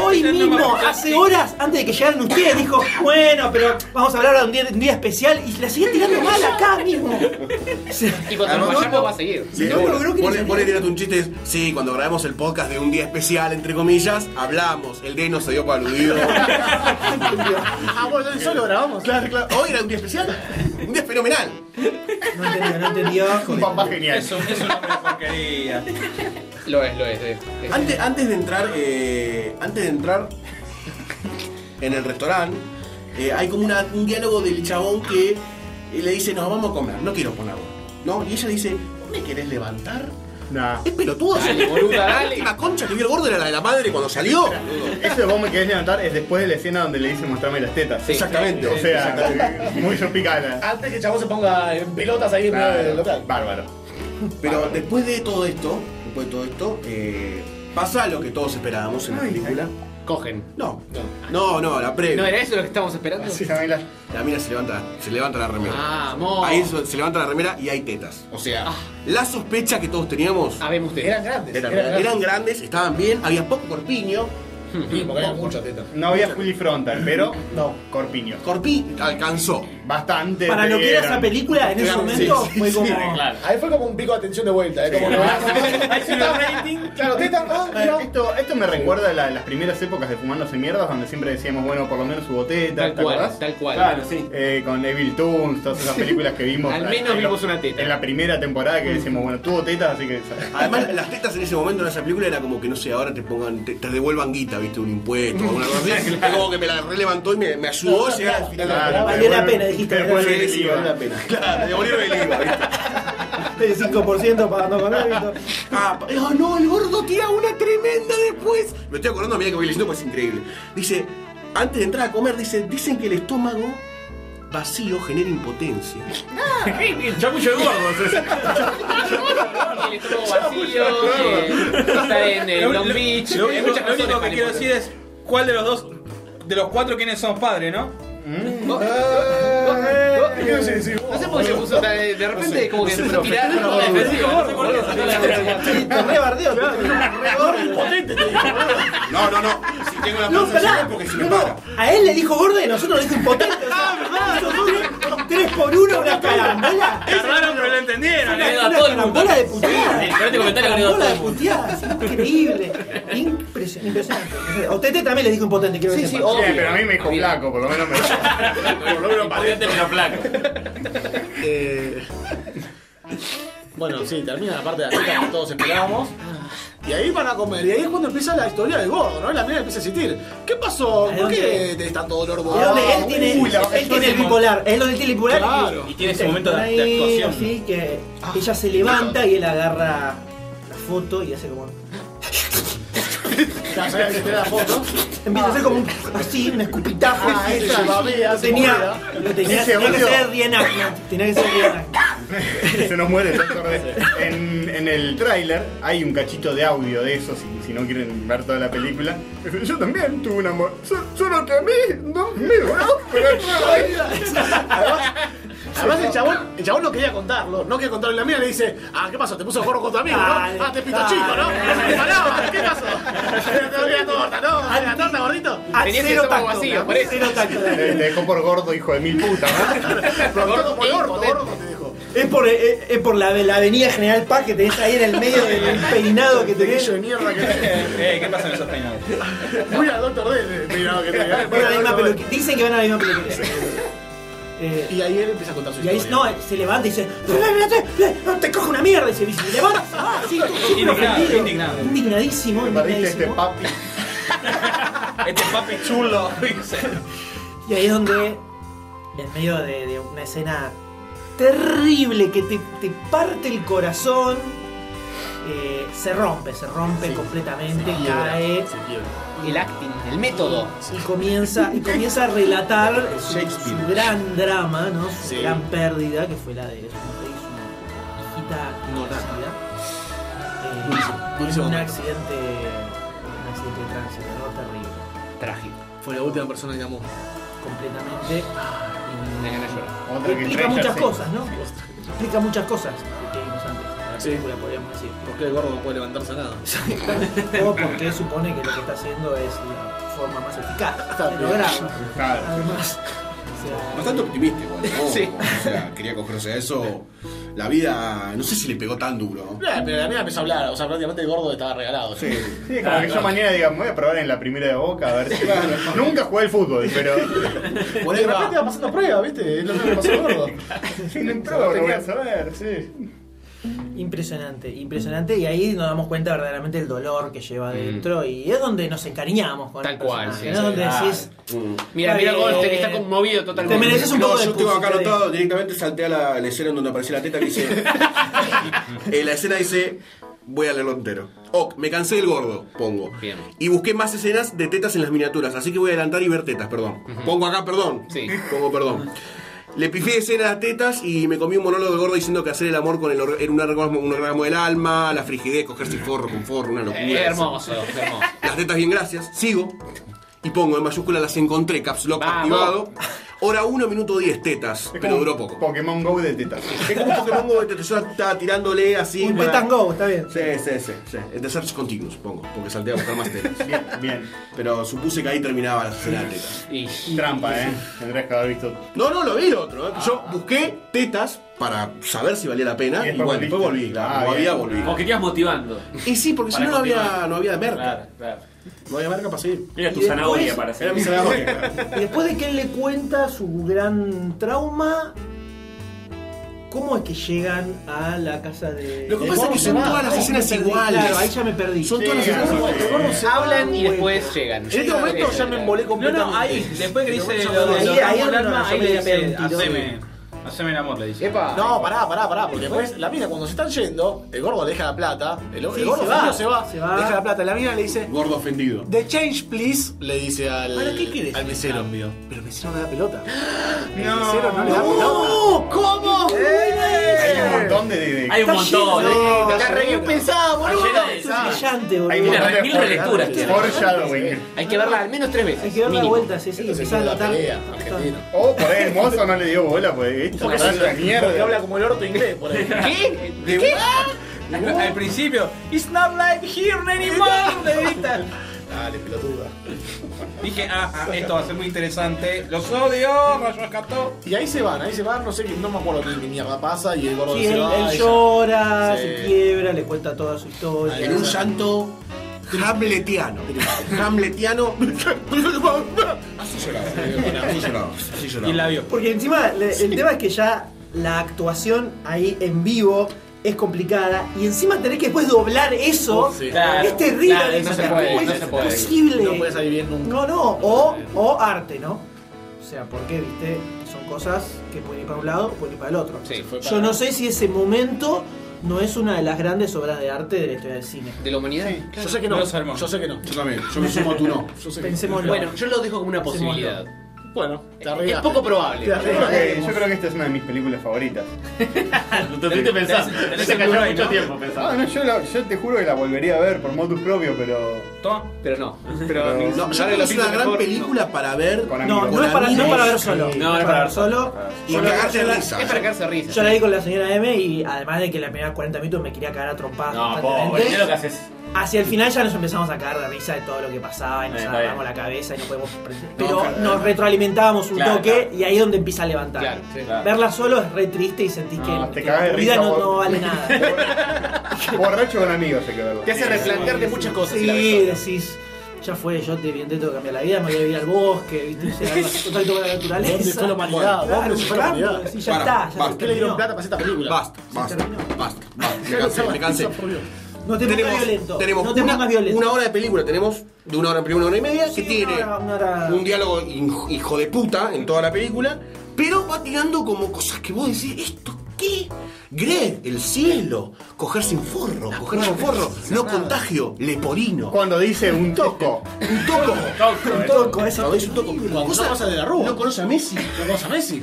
[SPEAKER 7] Hoy mismo, hace horas antes de que llegaran ustedes, dijo, bueno, pero vamos a hablar ahora de un día, de un día especial y la siguen tirando mal acá mismo.
[SPEAKER 9] Y
[SPEAKER 8] Ah, no,
[SPEAKER 9] cuando lo vayamos
[SPEAKER 8] no.
[SPEAKER 9] va a seguir.
[SPEAKER 8] Sí, no, vos, vos le tirás un chiste, es, sí, cuando grabamos el podcast de un día especial, entre comillas, hablamos, el gay no se dio por aludido.
[SPEAKER 25] Ah, bueno, entonces solo grabamos. Claro, claro.
[SPEAKER 8] Hoy era un día especial, un día fenomenal.
[SPEAKER 7] No entendió, no entendió.
[SPEAKER 2] Un papá genial.
[SPEAKER 4] Es un, es un hombre de porquería.
[SPEAKER 9] Lo es, lo es, lo es.
[SPEAKER 8] Antes, antes de entrar, eh, antes de entrar en el restaurante, eh, hay como una- un diálogo del chabón que eh, le dice, nos vamos a comer, no quiero ponerlo. ¿No? Y ella le dice, ¿no me querés levantar?
[SPEAKER 2] Nah.
[SPEAKER 8] Es pelotudo.
[SPEAKER 2] Dale,
[SPEAKER 8] sí.
[SPEAKER 2] boluda,
[SPEAKER 8] La
[SPEAKER 2] dale.
[SPEAKER 8] última concha que vio el gordo era la de la madre cuando salió.
[SPEAKER 2] Eso de vos me querés levantar es después de la escena donde le dice mostrame las tetas.
[SPEAKER 8] Exactamente.
[SPEAKER 2] O sea,
[SPEAKER 8] Exactamente.
[SPEAKER 2] muy sopicana.
[SPEAKER 25] Antes que el chabón se ponga en pelotas ahí en medio
[SPEAKER 8] Claro.
[SPEAKER 25] del local.
[SPEAKER 2] Bárbaro.
[SPEAKER 8] Pero después de todo esto, después de todo esto, eh, pasa lo que todos esperábamos en la película.
[SPEAKER 9] Cogen.
[SPEAKER 8] No, no, no, la previa.
[SPEAKER 9] ¿No era eso lo que estábamos esperando?
[SPEAKER 8] La mina se levanta, se levanta la remera.
[SPEAKER 9] Vamos. Ah.
[SPEAKER 8] Ahí se se levanta la remera y hay tetas. O sea, la sospecha que todos teníamos.
[SPEAKER 9] Habemos tetas.
[SPEAKER 8] Eran grandes. Eran,
[SPEAKER 9] eran grandes.
[SPEAKER 8] grandes, estaban bien, había poco corpiño.
[SPEAKER 2] porque había
[SPEAKER 8] muchas tetas.
[SPEAKER 2] No había Juli Frontal, pero no. Corpiño.
[SPEAKER 8] Corpi alcanzó.
[SPEAKER 2] Bastante.
[SPEAKER 7] Para lo que era esa película, en ese momento fue como.
[SPEAKER 25] Ahí fue como un pico de atención de vuelta. ¿eh? Como que Claro, teta, no, no.
[SPEAKER 2] Esto, esto me recuerda a la- las primeras épocas de Fumándose Mierdas, donde siempre decíamos, bueno, por lo menos su boteta.
[SPEAKER 9] Tal
[SPEAKER 2] ¿te
[SPEAKER 9] cual,
[SPEAKER 2] acordás?
[SPEAKER 9] tal cual.
[SPEAKER 2] Claro, sí. Eh, con Evil Toons, todas esas películas que vimos.
[SPEAKER 9] Al
[SPEAKER 2] la-
[SPEAKER 9] menos
[SPEAKER 2] en lo-
[SPEAKER 9] vimos una teta.
[SPEAKER 2] En la primera temporada que decíamos, bueno, tuvo tetas, así que.
[SPEAKER 8] Además, las tetas en ese momento en esa película era como que, no sé, ahora te pongan, te, te devuelvan guita, viste, un impuesto o alguna cosa así. Fue como que me la relevantó y me, me ayudó a llegar al final.
[SPEAKER 2] Claro,
[SPEAKER 7] Valió la pena, dijiste.
[SPEAKER 8] Después
[SPEAKER 7] ¿verdad?
[SPEAKER 8] sí, valió la pena. Claro, devolvieron el IVA, viste.
[SPEAKER 7] El 5% pagando con árbitro.
[SPEAKER 8] Ah, pa- oh, no, el gordo tira una tremenda después. Me estoy acordando, mira que voy leyendo, pues es increíble. Dice, antes de entrar a comer, dice, dicen que el estómago vacío genera impotencia.
[SPEAKER 4] Chamuyo de gordo.
[SPEAKER 9] El estómago vacío, eh, estar en el Long Beach.
[SPEAKER 4] Lo
[SPEAKER 9] eh,
[SPEAKER 4] único,
[SPEAKER 9] muchas
[SPEAKER 4] lo único
[SPEAKER 9] razones
[SPEAKER 4] que
[SPEAKER 9] para
[SPEAKER 4] quiero
[SPEAKER 9] el
[SPEAKER 4] decir es cuál de los dos, de los cuatro, quiénes son padres, ¿no?
[SPEAKER 9] No sé por qué se puso tan- de repente como que se tiraron a la defensiva. No sé por qué sacó la
[SPEAKER 7] Te re bardeo, te re gordo.
[SPEAKER 8] No, no, no. Si tengo la
[SPEAKER 7] No,
[SPEAKER 8] panza
[SPEAKER 7] pará.
[SPEAKER 8] llena porque si me
[SPEAKER 7] No, no.
[SPEAKER 8] para.
[SPEAKER 7] A él le dijo gordo y a nosotros le dijo impotente. Ah, verdad. Nosotros tres por uno, una carambola.
[SPEAKER 4] Tardaron, pero lo entendieron.
[SPEAKER 7] Una,
[SPEAKER 4] ¿eh?
[SPEAKER 7] una carambola de puteada.
[SPEAKER 3] Sí, pero este comentario
[SPEAKER 7] Una
[SPEAKER 3] le dio a
[SPEAKER 7] carambola
[SPEAKER 3] todo
[SPEAKER 7] de
[SPEAKER 3] el mundo.
[SPEAKER 7] puteada. es Increíble. Impresio- Impresionante. A usted también le dijo impotente, quiero decir.
[SPEAKER 2] Sí, pero a mí me dijo flaco, por lo menos me Por lo menos
[SPEAKER 3] Potente pero flaco.
[SPEAKER 25] Eh. Bueno, sí, termina la parte de la teta que todos esperábamos. Y ahí van a comer, y ahí es cuando empieza la historia del gordo, ¿no? La mina empieza a existir. ¿Qué pasó? ¿Por qué tenés tanto dolor
[SPEAKER 7] Es donde
[SPEAKER 8] Ah,
[SPEAKER 7] él tiene,
[SPEAKER 25] Uy, la-
[SPEAKER 7] él tiene el bipolar, es donde él tiene el bipolar.
[SPEAKER 25] Claro.
[SPEAKER 4] Y tiene ese momento de- de
[SPEAKER 7] Ahí,
[SPEAKER 4] actuación.
[SPEAKER 7] Así que ella se levanta y él agarra la foto y hace como.
[SPEAKER 25] Ya sabía que tenía la foto.
[SPEAKER 7] Empieza a hacer como un, así, un escupitajo.
[SPEAKER 25] Ah, esa babea,
[SPEAKER 7] lo
[SPEAKER 25] se
[SPEAKER 7] tenía,
[SPEAKER 25] muera.
[SPEAKER 7] lo tenía,
[SPEAKER 2] Ese
[SPEAKER 7] tenía que
[SPEAKER 2] odio.
[SPEAKER 7] ser Rihanna. Tenía que ser Rihanna.
[SPEAKER 2] Se nos muere, ya acordé. En, en el tráiler hay un cachito de audio de eso, si, si no quieren ver toda la película. Dice, Yo también tuve un amor. So- Solo que a mí, no me
[SPEAKER 25] Además, el chabón, el chabón no quería contarlo, no quería contarlo. Y la mía le dice, ah, ¿qué pasó? ¿Te puso gorro con tu amigo, no?
[SPEAKER 7] Dale,
[SPEAKER 25] Ah, te pito
[SPEAKER 7] dale.
[SPEAKER 25] chico, ¿no? Pará, ¿Qué pasó? ¿Te la torta, no? ¿La torta, gordito?
[SPEAKER 7] A
[SPEAKER 9] Tenías el
[SPEAKER 7] cero
[SPEAKER 9] estómago
[SPEAKER 7] tacto,
[SPEAKER 9] vacío,
[SPEAKER 7] a
[SPEAKER 9] por eso.
[SPEAKER 7] cero tacto.
[SPEAKER 2] Te te dejó por gordo, hijo de mil putas,
[SPEAKER 25] Pero gordo, por gordo, gordo, te dijo.
[SPEAKER 7] Es por, es, es por la, la avenida General Paz que tenés ahí en el medio del peinado que tenés.
[SPEAKER 25] de mierda que
[SPEAKER 4] Eh, ¿Qué pasa en esos peinados?
[SPEAKER 25] Muy al doctor D, el peinado que tenía.
[SPEAKER 7] Van a la misma peluquería. Dicen que van a la misma peluquería.
[SPEAKER 14] y ahí él empieza a contar su
[SPEAKER 7] Y ahí
[SPEAKER 14] historia.
[SPEAKER 7] no, se levanta y dice, "Te- te cojo una mierda y se dice, levanta, se va, así, súper
[SPEAKER 4] Indignado,
[SPEAKER 7] ofendido.
[SPEAKER 4] indignado.
[SPEAKER 7] indignadísimo,
[SPEAKER 4] Perdiste este
[SPEAKER 7] indignadísimo.
[SPEAKER 2] papi.
[SPEAKER 4] este papi chulo, dice.
[SPEAKER 7] Y ahí es donde, en medio de, de una escena terrible que te, te parte el corazón, eh, se rompe, se rompe completamente,
[SPEAKER 9] se quiebra,
[SPEAKER 7] cae.
[SPEAKER 9] El acting, el método.
[SPEAKER 7] Y comienza, y comienza a relatar su,
[SPEAKER 9] Shakespeare.
[SPEAKER 7] su gran drama, ¿no? su
[SPEAKER 9] Sí.
[SPEAKER 7] gran pérdida, que fue la de su, de su hijita conocida.
[SPEAKER 14] Durísimo.
[SPEAKER 7] Eh, un accidente, un accidente de tránsito, ¿no? terrible.
[SPEAKER 9] Trágico.
[SPEAKER 14] Fue la última persona que amó.
[SPEAKER 7] Completamente.
[SPEAKER 9] Ah, Me gana llorar.
[SPEAKER 7] Explica muchas cosas, ¿no? Explica muchas cosas que vimos antes. en La
[SPEAKER 14] Sí.
[SPEAKER 7] película, podríamos decir.
[SPEAKER 14] Porque el gordo no puede levantarse a nada.
[SPEAKER 7] O porque supone que lo que está haciendo es la forma más eficaz de
[SPEAKER 14] bien.
[SPEAKER 7] lograrlo.
[SPEAKER 14] Claro.
[SPEAKER 7] Además, o sea,
[SPEAKER 1] Bastante optimista igual. ¿no?
[SPEAKER 7] Sí.
[SPEAKER 1] O sea, quería cogerse a eso. La vida, no sé si le pegó tan duro.
[SPEAKER 14] Nah, pero la mina empezó a hablar, o sea, prácticamente el gordo estaba regalado.
[SPEAKER 1] Sí.
[SPEAKER 2] Sí, como que yo mañana diga, me voy a probar en la primera de boca, a ver si. Nunca jugué al fútbol, pero.
[SPEAKER 14] Por ahí de repente va pasando pruebas, ¿viste? Es lo que le pasó al gordo.
[SPEAKER 2] Sí, no entró, no voy a saber, sí.
[SPEAKER 7] Impresionante, impresionante. Y ahí nos damos cuenta verdaderamente el dolor que
[SPEAKER 1] Mm.
[SPEAKER 7] lleva dentro. Y es donde nos encariñamos con
[SPEAKER 9] Tal
[SPEAKER 7] el
[SPEAKER 9] cual,
[SPEAKER 7] personaje,
[SPEAKER 9] sí,
[SPEAKER 7] ¿no?
[SPEAKER 9] sí,
[SPEAKER 7] donde
[SPEAKER 1] ah,
[SPEAKER 9] claro.
[SPEAKER 7] decís,
[SPEAKER 9] Mira,
[SPEAKER 7] Está
[SPEAKER 9] mira
[SPEAKER 7] bien.
[SPEAKER 9] Goldstein,
[SPEAKER 1] eh,
[SPEAKER 9] está conmovido totalmente.
[SPEAKER 7] Te mereces un poco
[SPEAKER 1] No,
[SPEAKER 7] de
[SPEAKER 1] yo tengo acá
[SPEAKER 7] pussy,
[SPEAKER 1] anotado, directamente salté a la, la escena en donde aparecía la teta que dice. Eh, la escena dice. Voy a leerlo entero. Ok, me cansé del gordo, pongo.
[SPEAKER 9] Bien.
[SPEAKER 1] Y busqué más escenas de tetas en las miniaturas, así que voy a adelantar y ver tetas, perdón. Pongo acá, perdón.
[SPEAKER 9] Sí.
[SPEAKER 1] Pongo perdón. Le pifié escenas a tetas y me comí un monólogo de gordo diciendo que hacer el amor con el or- era un orgasmo, un orgasmo del alma, la frigidez, cogerse el forro con forro, una locura.
[SPEAKER 9] Eh, hermoso, hermoso.
[SPEAKER 1] Las tetas bien gracias, sigo. Y pongo en mayúscula las encontré, caps lock
[SPEAKER 9] Vamos.
[SPEAKER 1] activado. Hora 1, minuto 10, tetas. Pero
[SPEAKER 2] como
[SPEAKER 1] duró poco.
[SPEAKER 2] Pokémon Go de tetas.
[SPEAKER 1] Es como un Pokémon Go de tetas. Yo estaba tirándole así.
[SPEAKER 7] un
[SPEAKER 1] para-
[SPEAKER 7] Tetan Go, está bien.
[SPEAKER 1] Sí, sí, sí, sí. Es de Search Continuous, supongo. Porque salté a buscar más tetas. bien,
[SPEAKER 2] bien.
[SPEAKER 1] Pero supuse que ahí terminaba la escena de tetas.
[SPEAKER 2] Trampa, eh. Tendrías que haber visto.
[SPEAKER 1] No, no, lo vi el otro. ¿eh? Yo busqué tetas para saber si valía la pena.
[SPEAKER 2] Y
[SPEAKER 1] Y,
[SPEAKER 2] después
[SPEAKER 1] bueno,
[SPEAKER 2] volviste.
[SPEAKER 1] después volví. Claro,
[SPEAKER 2] Ah,
[SPEAKER 1] como
[SPEAKER 2] bien.
[SPEAKER 1] había, volví.
[SPEAKER 3] Como que te ibas motivando.
[SPEAKER 1] Y sí, porque si
[SPEAKER 3] Para
[SPEAKER 1] no, no había,
[SPEAKER 3] continuar.
[SPEAKER 1] no había merca.
[SPEAKER 3] Claro, claro.
[SPEAKER 1] No había merca para seguir.
[SPEAKER 3] Era tu
[SPEAKER 7] Y después-
[SPEAKER 3] zanahoria para hacer.
[SPEAKER 1] Era mi zanahoria.
[SPEAKER 7] Y después de que él le cuenta su gran trauma, ¿cómo es que llegan a la casa de.?
[SPEAKER 1] Lo que
[SPEAKER 7] de
[SPEAKER 1] pasa es que son
[SPEAKER 7] Gordon? Ah,
[SPEAKER 1] todas las
[SPEAKER 7] ahí
[SPEAKER 1] escenas
[SPEAKER 7] me perdí,
[SPEAKER 1] iguales.
[SPEAKER 7] Claro, ahí ya me perdí.
[SPEAKER 1] Son todas las escenas iguales.
[SPEAKER 9] Hablan y después llegan.
[SPEAKER 14] En este momento ya me embolé
[SPEAKER 4] No,
[SPEAKER 14] completamente.
[SPEAKER 4] no, ahí, después que dice
[SPEAKER 14] Yo-
[SPEAKER 4] lo de
[SPEAKER 14] ahí-
[SPEAKER 4] lo
[SPEAKER 14] ahí
[SPEAKER 4] de
[SPEAKER 14] es
[SPEAKER 4] Ramón
[SPEAKER 14] donde
[SPEAKER 4] Alma,
[SPEAKER 14] yo
[SPEAKER 4] ahí
[SPEAKER 14] me
[SPEAKER 4] le
[SPEAKER 14] voy a pegar
[SPEAKER 4] dice,
[SPEAKER 14] un tiro.
[SPEAKER 4] haceme, haceme el amor, le dice.
[SPEAKER 14] No, pará, pará, pará, porque después la mina cuando se están yendo, el gordo le deja la plata, el, el
[SPEAKER 7] Sí,
[SPEAKER 14] gordo
[SPEAKER 7] se va,
[SPEAKER 14] ofendido se va,
[SPEAKER 7] se va.
[SPEAKER 14] deja la plata, la mina le dice,
[SPEAKER 1] Gordo ofendido.
[SPEAKER 14] The change please, le dice al,
[SPEAKER 7] ¿Para qué querés
[SPEAKER 14] al mesero. Pero el mesero no da pelota. El
[SPEAKER 2] No.
[SPEAKER 14] mesero no le da pelota.
[SPEAKER 9] ¿Cómo?
[SPEAKER 2] Hay un montón de. de-
[SPEAKER 3] Hay un montón.
[SPEAKER 14] No,
[SPEAKER 9] La re bien pensada, boludo.
[SPEAKER 3] Llena de-
[SPEAKER 7] Esto es brillante,
[SPEAKER 3] Hay
[SPEAKER 7] boludo.
[SPEAKER 3] mil re- mil relecturas. tiene.
[SPEAKER 2] Foreshadowing.
[SPEAKER 9] Hay que verla al menos tres veces.
[SPEAKER 7] Hay que dar la
[SPEAKER 9] mínimo.
[SPEAKER 7] vuelta, sí, sí. Empezás a notar. Está-
[SPEAKER 2] O Oh, por ahí el mozo no le dio bola, pues. Esto
[SPEAKER 14] Porque
[SPEAKER 1] Ah,
[SPEAKER 2] es una
[SPEAKER 14] así- porque
[SPEAKER 2] mierda.
[SPEAKER 14] habla como el orto inglés por ahí.
[SPEAKER 9] ¿Qué?
[SPEAKER 4] ¿Qué? Al principio, it's not like here anymore, le grita.
[SPEAKER 14] Dale, pelotuda.
[SPEAKER 4] Dije, ah, ah, esto va a ser muy interesante. Los odio, Rayo escapó.
[SPEAKER 14] Y ahí se van, ahí se van, no sé qué, no me acuerdo qué, qué mierda pasa y el gordo
[SPEAKER 7] Sí,
[SPEAKER 14] se
[SPEAKER 7] él,
[SPEAKER 14] va.
[SPEAKER 7] él
[SPEAKER 14] ella-
[SPEAKER 7] llora,
[SPEAKER 14] Sí.
[SPEAKER 7] se quiebra, le cuenta toda su historia.
[SPEAKER 1] En un llanto hamletiano. Hamletiano. Así lloraba. Así lloraba. Así lloraba.
[SPEAKER 4] Y el labio.
[SPEAKER 7] Porque encima le- el tema es que ya la actuación ahí en vivo es complicada y encima tenés que después doblar eso.
[SPEAKER 14] Sí.
[SPEAKER 9] Claro,
[SPEAKER 7] es terrible.
[SPEAKER 9] claro, no
[SPEAKER 7] o sea,
[SPEAKER 9] se puede,
[SPEAKER 7] ¿cómo
[SPEAKER 9] no
[SPEAKER 7] es
[SPEAKER 9] se puede.
[SPEAKER 7] posible?
[SPEAKER 14] No puede salir bien nunca.
[SPEAKER 7] No, no, o, o arte, ¿no? O sea, porque, viste, son cosas que pueden ir para un lado o pueden ir para el otro.
[SPEAKER 9] Sí, fue
[SPEAKER 7] Yo no sé si ese momento no es una de las grandes obras de arte de la historia del cine.
[SPEAKER 9] ¿De la humanidad?
[SPEAKER 14] Yo sé que no,
[SPEAKER 4] No los armó.
[SPEAKER 14] yo sé que no.
[SPEAKER 1] Yo también. Yo me sumo a tu no.
[SPEAKER 14] Yo sé que
[SPEAKER 7] Pensémoslo.
[SPEAKER 9] Bueno, yo lo dejo como una
[SPEAKER 7] Pensémoslo.
[SPEAKER 9] posibilidad.
[SPEAKER 14] Bueno, te
[SPEAKER 9] Es
[SPEAKER 14] arreglaste.
[SPEAKER 9] poco probable.
[SPEAKER 14] Te
[SPEAKER 2] Yo creo, que,
[SPEAKER 14] arreglaste.
[SPEAKER 2] yo creo que esta es una de mis películas favoritas.
[SPEAKER 3] No te tuviste pensando.
[SPEAKER 4] Tenés-
[SPEAKER 3] No
[SPEAKER 4] tenés
[SPEAKER 3] te
[SPEAKER 4] el
[SPEAKER 3] cayó
[SPEAKER 4] Blu-ray,
[SPEAKER 3] mucho
[SPEAKER 4] ¿no?
[SPEAKER 3] tiempo
[SPEAKER 2] Ah,
[SPEAKER 3] pensando.
[SPEAKER 2] no, yo, la- yo te juro que la volvería a ver por motus propio, pero.
[SPEAKER 4] Toma.
[SPEAKER 9] Pero no.
[SPEAKER 2] pero-
[SPEAKER 1] No, ya es una gran película para ver.
[SPEAKER 2] Con
[SPEAKER 7] No,
[SPEAKER 2] amigos.
[SPEAKER 7] no es para, no es para ver solo.
[SPEAKER 3] No, es para Ah, ver
[SPEAKER 7] solo.
[SPEAKER 1] Y
[SPEAKER 7] Yo la-
[SPEAKER 1] cagarte
[SPEAKER 7] yo la-
[SPEAKER 1] de risa.
[SPEAKER 9] Es para caerse risa.
[SPEAKER 7] Yo la vi con la señora M y además de que la primera 40 minutos me quería cagar a trompadas
[SPEAKER 3] No, pobre.
[SPEAKER 7] constantemente,
[SPEAKER 3] mirá lo que haces.
[SPEAKER 7] hacia el final ya nos empezamos a cagar de risa de todo lo que pasaba y nos
[SPEAKER 3] Eh, está
[SPEAKER 7] agarramos la cabeza y no podemos prender.
[SPEAKER 1] No,
[SPEAKER 7] Pero
[SPEAKER 1] claro.
[SPEAKER 7] nos retroalimentábamos un
[SPEAKER 3] Claro,
[SPEAKER 7] toque
[SPEAKER 3] claro.
[SPEAKER 7] y ahí es donde empieza a levantar.
[SPEAKER 9] Claro, sí.
[SPEAKER 7] Verla solo es re triste y sentís
[SPEAKER 2] No,
[SPEAKER 7] que,
[SPEAKER 2] te
[SPEAKER 7] que
[SPEAKER 2] cagás de
[SPEAKER 7] la vida
[SPEAKER 2] risa,
[SPEAKER 7] no,
[SPEAKER 2] vos.
[SPEAKER 7] no vale nada.
[SPEAKER 2] Borracho con amigos hay que verlo.
[SPEAKER 9] Te hace replantearte muchas cosas. si la ves
[SPEAKER 7] Sí,
[SPEAKER 9] sola.
[SPEAKER 7] decís. ya fue, yo te bien tengo que cambiar la vida, me voy a vivir al bosque, ¿viste? O sea, algo así, contacto con la naturaleza.
[SPEAKER 14] ¿Dónde fue la humanidad?
[SPEAKER 7] Claro,
[SPEAKER 14] ¿Dónde fue la
[SPEAKER 7] claro,
[SPEAKER 14] humanidad?
[SPEAKER 7] sí, ya
[SPEAKER 1] Para,
[SPEAKER 7] está, ya
[SPEAKER 1] basta.
[SPEAKER 7] se
[SPEAKER 14] plata
[SPEAKER 7] terminó.
[SPEAKER 14] para hacer esta película?
[SPEAKER 1] Basta, basta, basta, basta. Me cansé, me cansé.
[SPEAKER 7] No te pongas violento.
[SPEAKER 1] tenemos
[SPEAKER 7] no te
[SPEAKER 1] una,
[SPEAKER 7] pongas violento.
[SPEAKER 1] una hora de película, tenemos de una hora en película, una hora y media, que tiene un diálogo hin- hijo de puta en toda la película, pero va tirando como cosas que vos decís, ¿esto qué? Greg, el cielo, coger sin forro, coger sin forro, no contagio, leporino.
[SPEAKER 2] Cuando dice un toco,
[SPEAKER 1] un toco,
[SPEAKER 2] un toco,
[SPEAKER 1] eso Cuando dice un toco, cosas-
[SPEAKER 14] pasa de la Rúa.
[SPEAKER 1] No conoce a Messi, no conoce a Messi.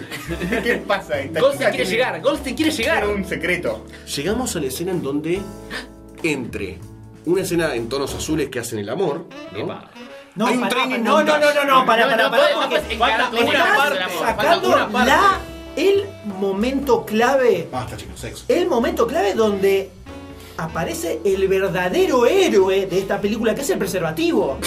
[SPEAKER 2] ¿Qué pasa? Esta
[SPEAKER 1] Goldstein quiere
[SPEAKER 2] chica tiene-
[SPEAKER 1] llegar, Goldstein quiere llegar.
[SPEAKER 2] un secreto.
[SPEAKER 1] Llegamos a la escena en donde entre una escena en tonos azules que hacen el amor, ¿no?
[SPEAKER 7] No,
[SPEAKER 1] Hay un
[SPEAKER 7] pará,
[SPEAKER 1] training
[SPEAKER 7] no, no, no, no, no, pará,
[SPEAKER 1] No,
[SPEAKER 7] pará,
[SPEAKER 1] no
[SPEAKER 7] pará,
[SPEAKER 1] puedes, no
[SPEAKER 7] porque
[SPEAKER 1] puedes
[SPEAKER 7] falta
[SPEAKER 1] encarar
[SPEAKER 7] una
[SPEAKER 1] una
[SPEAKER 7] parte,
[SPEAKER 1] parte, amor,
[SPEAKER 7] sacando
[SPEAKER 1] falta una parte.
[SPEAKER 7] la- el momento clave.
[SPEAKER 1] Basta, chicos, sexo.
[SPEAKER 7] El momento clave donde aparece el verdadero héroe de esta película, que es el preservativo.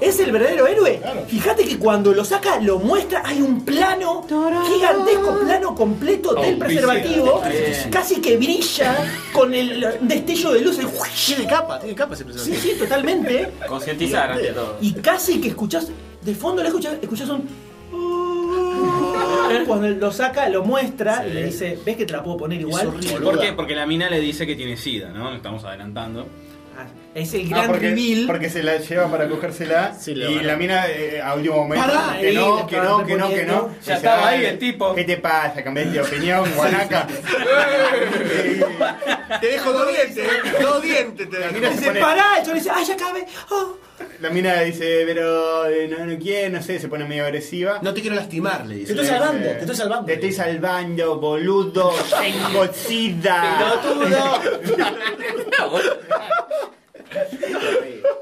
[SPEAKER 7] Es el verdadero héroe. Fíjate que cuando lo saca, lo muestra. Hay un plano gigantesco, plano completo del
[SPEAKER 14] Oh,
[SPEAKER 7] preservativo.
[SPEAKER 14] sí, sí, sí.
[SPEAKER 7] Casi que brilla con el destello de luz. Tiene
[SPEAKER 14] capa, tiene capa ese
[SPEAKER 7] Sí, sí, totalmente.
[SPEAKER 3] Concientizar ante todo.
[SPEAKER 7] Y casi que escuchás, de fondo le escuchás, escuchás un. Cuando lo saca, lo muestra y le dice: ¿Ves que te la puedo poner igual?
[SPEAKER 4] ¿Por qué? Porque la mina le dice que tiene sida, ¿no? Estamos adelantando.
[SPEAKER 7] Es el
[SPEAKER 2] Ah, porque, porque se la lleva para cogérsela y
[SPEAKER 4] bueno.
[SPEAKER 2] la mina eh, a último momento
[SPEAKER 4] Pará,
[SPEAKER 2] que
[SPEAKER 4] ahí,
[SPEAKER 2] no, que no, que no,
[SPEAKER 4] está
[SPEAKER 2] que no.
[SPEAKER 4] poniendo. Ya
[SPEAKER 2] Dice,
[SPEAKER 4] estaba
[SPEAKER 2] "Ah,
[SPEAKER 4] ahí el tipo.
[SPEAKER 2] ¿Qué te pasa? ¿Cambiaste de opinión, guanaca?
[SPEAKER 1] te dejo dos dientes, dos dientes te
[SPEAKER 2] la
[SPEAKER 1] dejo.
[SPEAKER 2] mina se pone-
[SPEAKER 7] Pará, yo le dice, ay, ya Oh. cabe.
[SPEAKER 2] La mina dice, pero eh, no, no quiere, no sé, se pone medio agresiva.
[SPEAKER 1] No te quiero lastimar, le dice.
[SPEAKER 2] Te estoy salvando, te estoy salvando. Te estoy salvando, boludo. Tengo sida.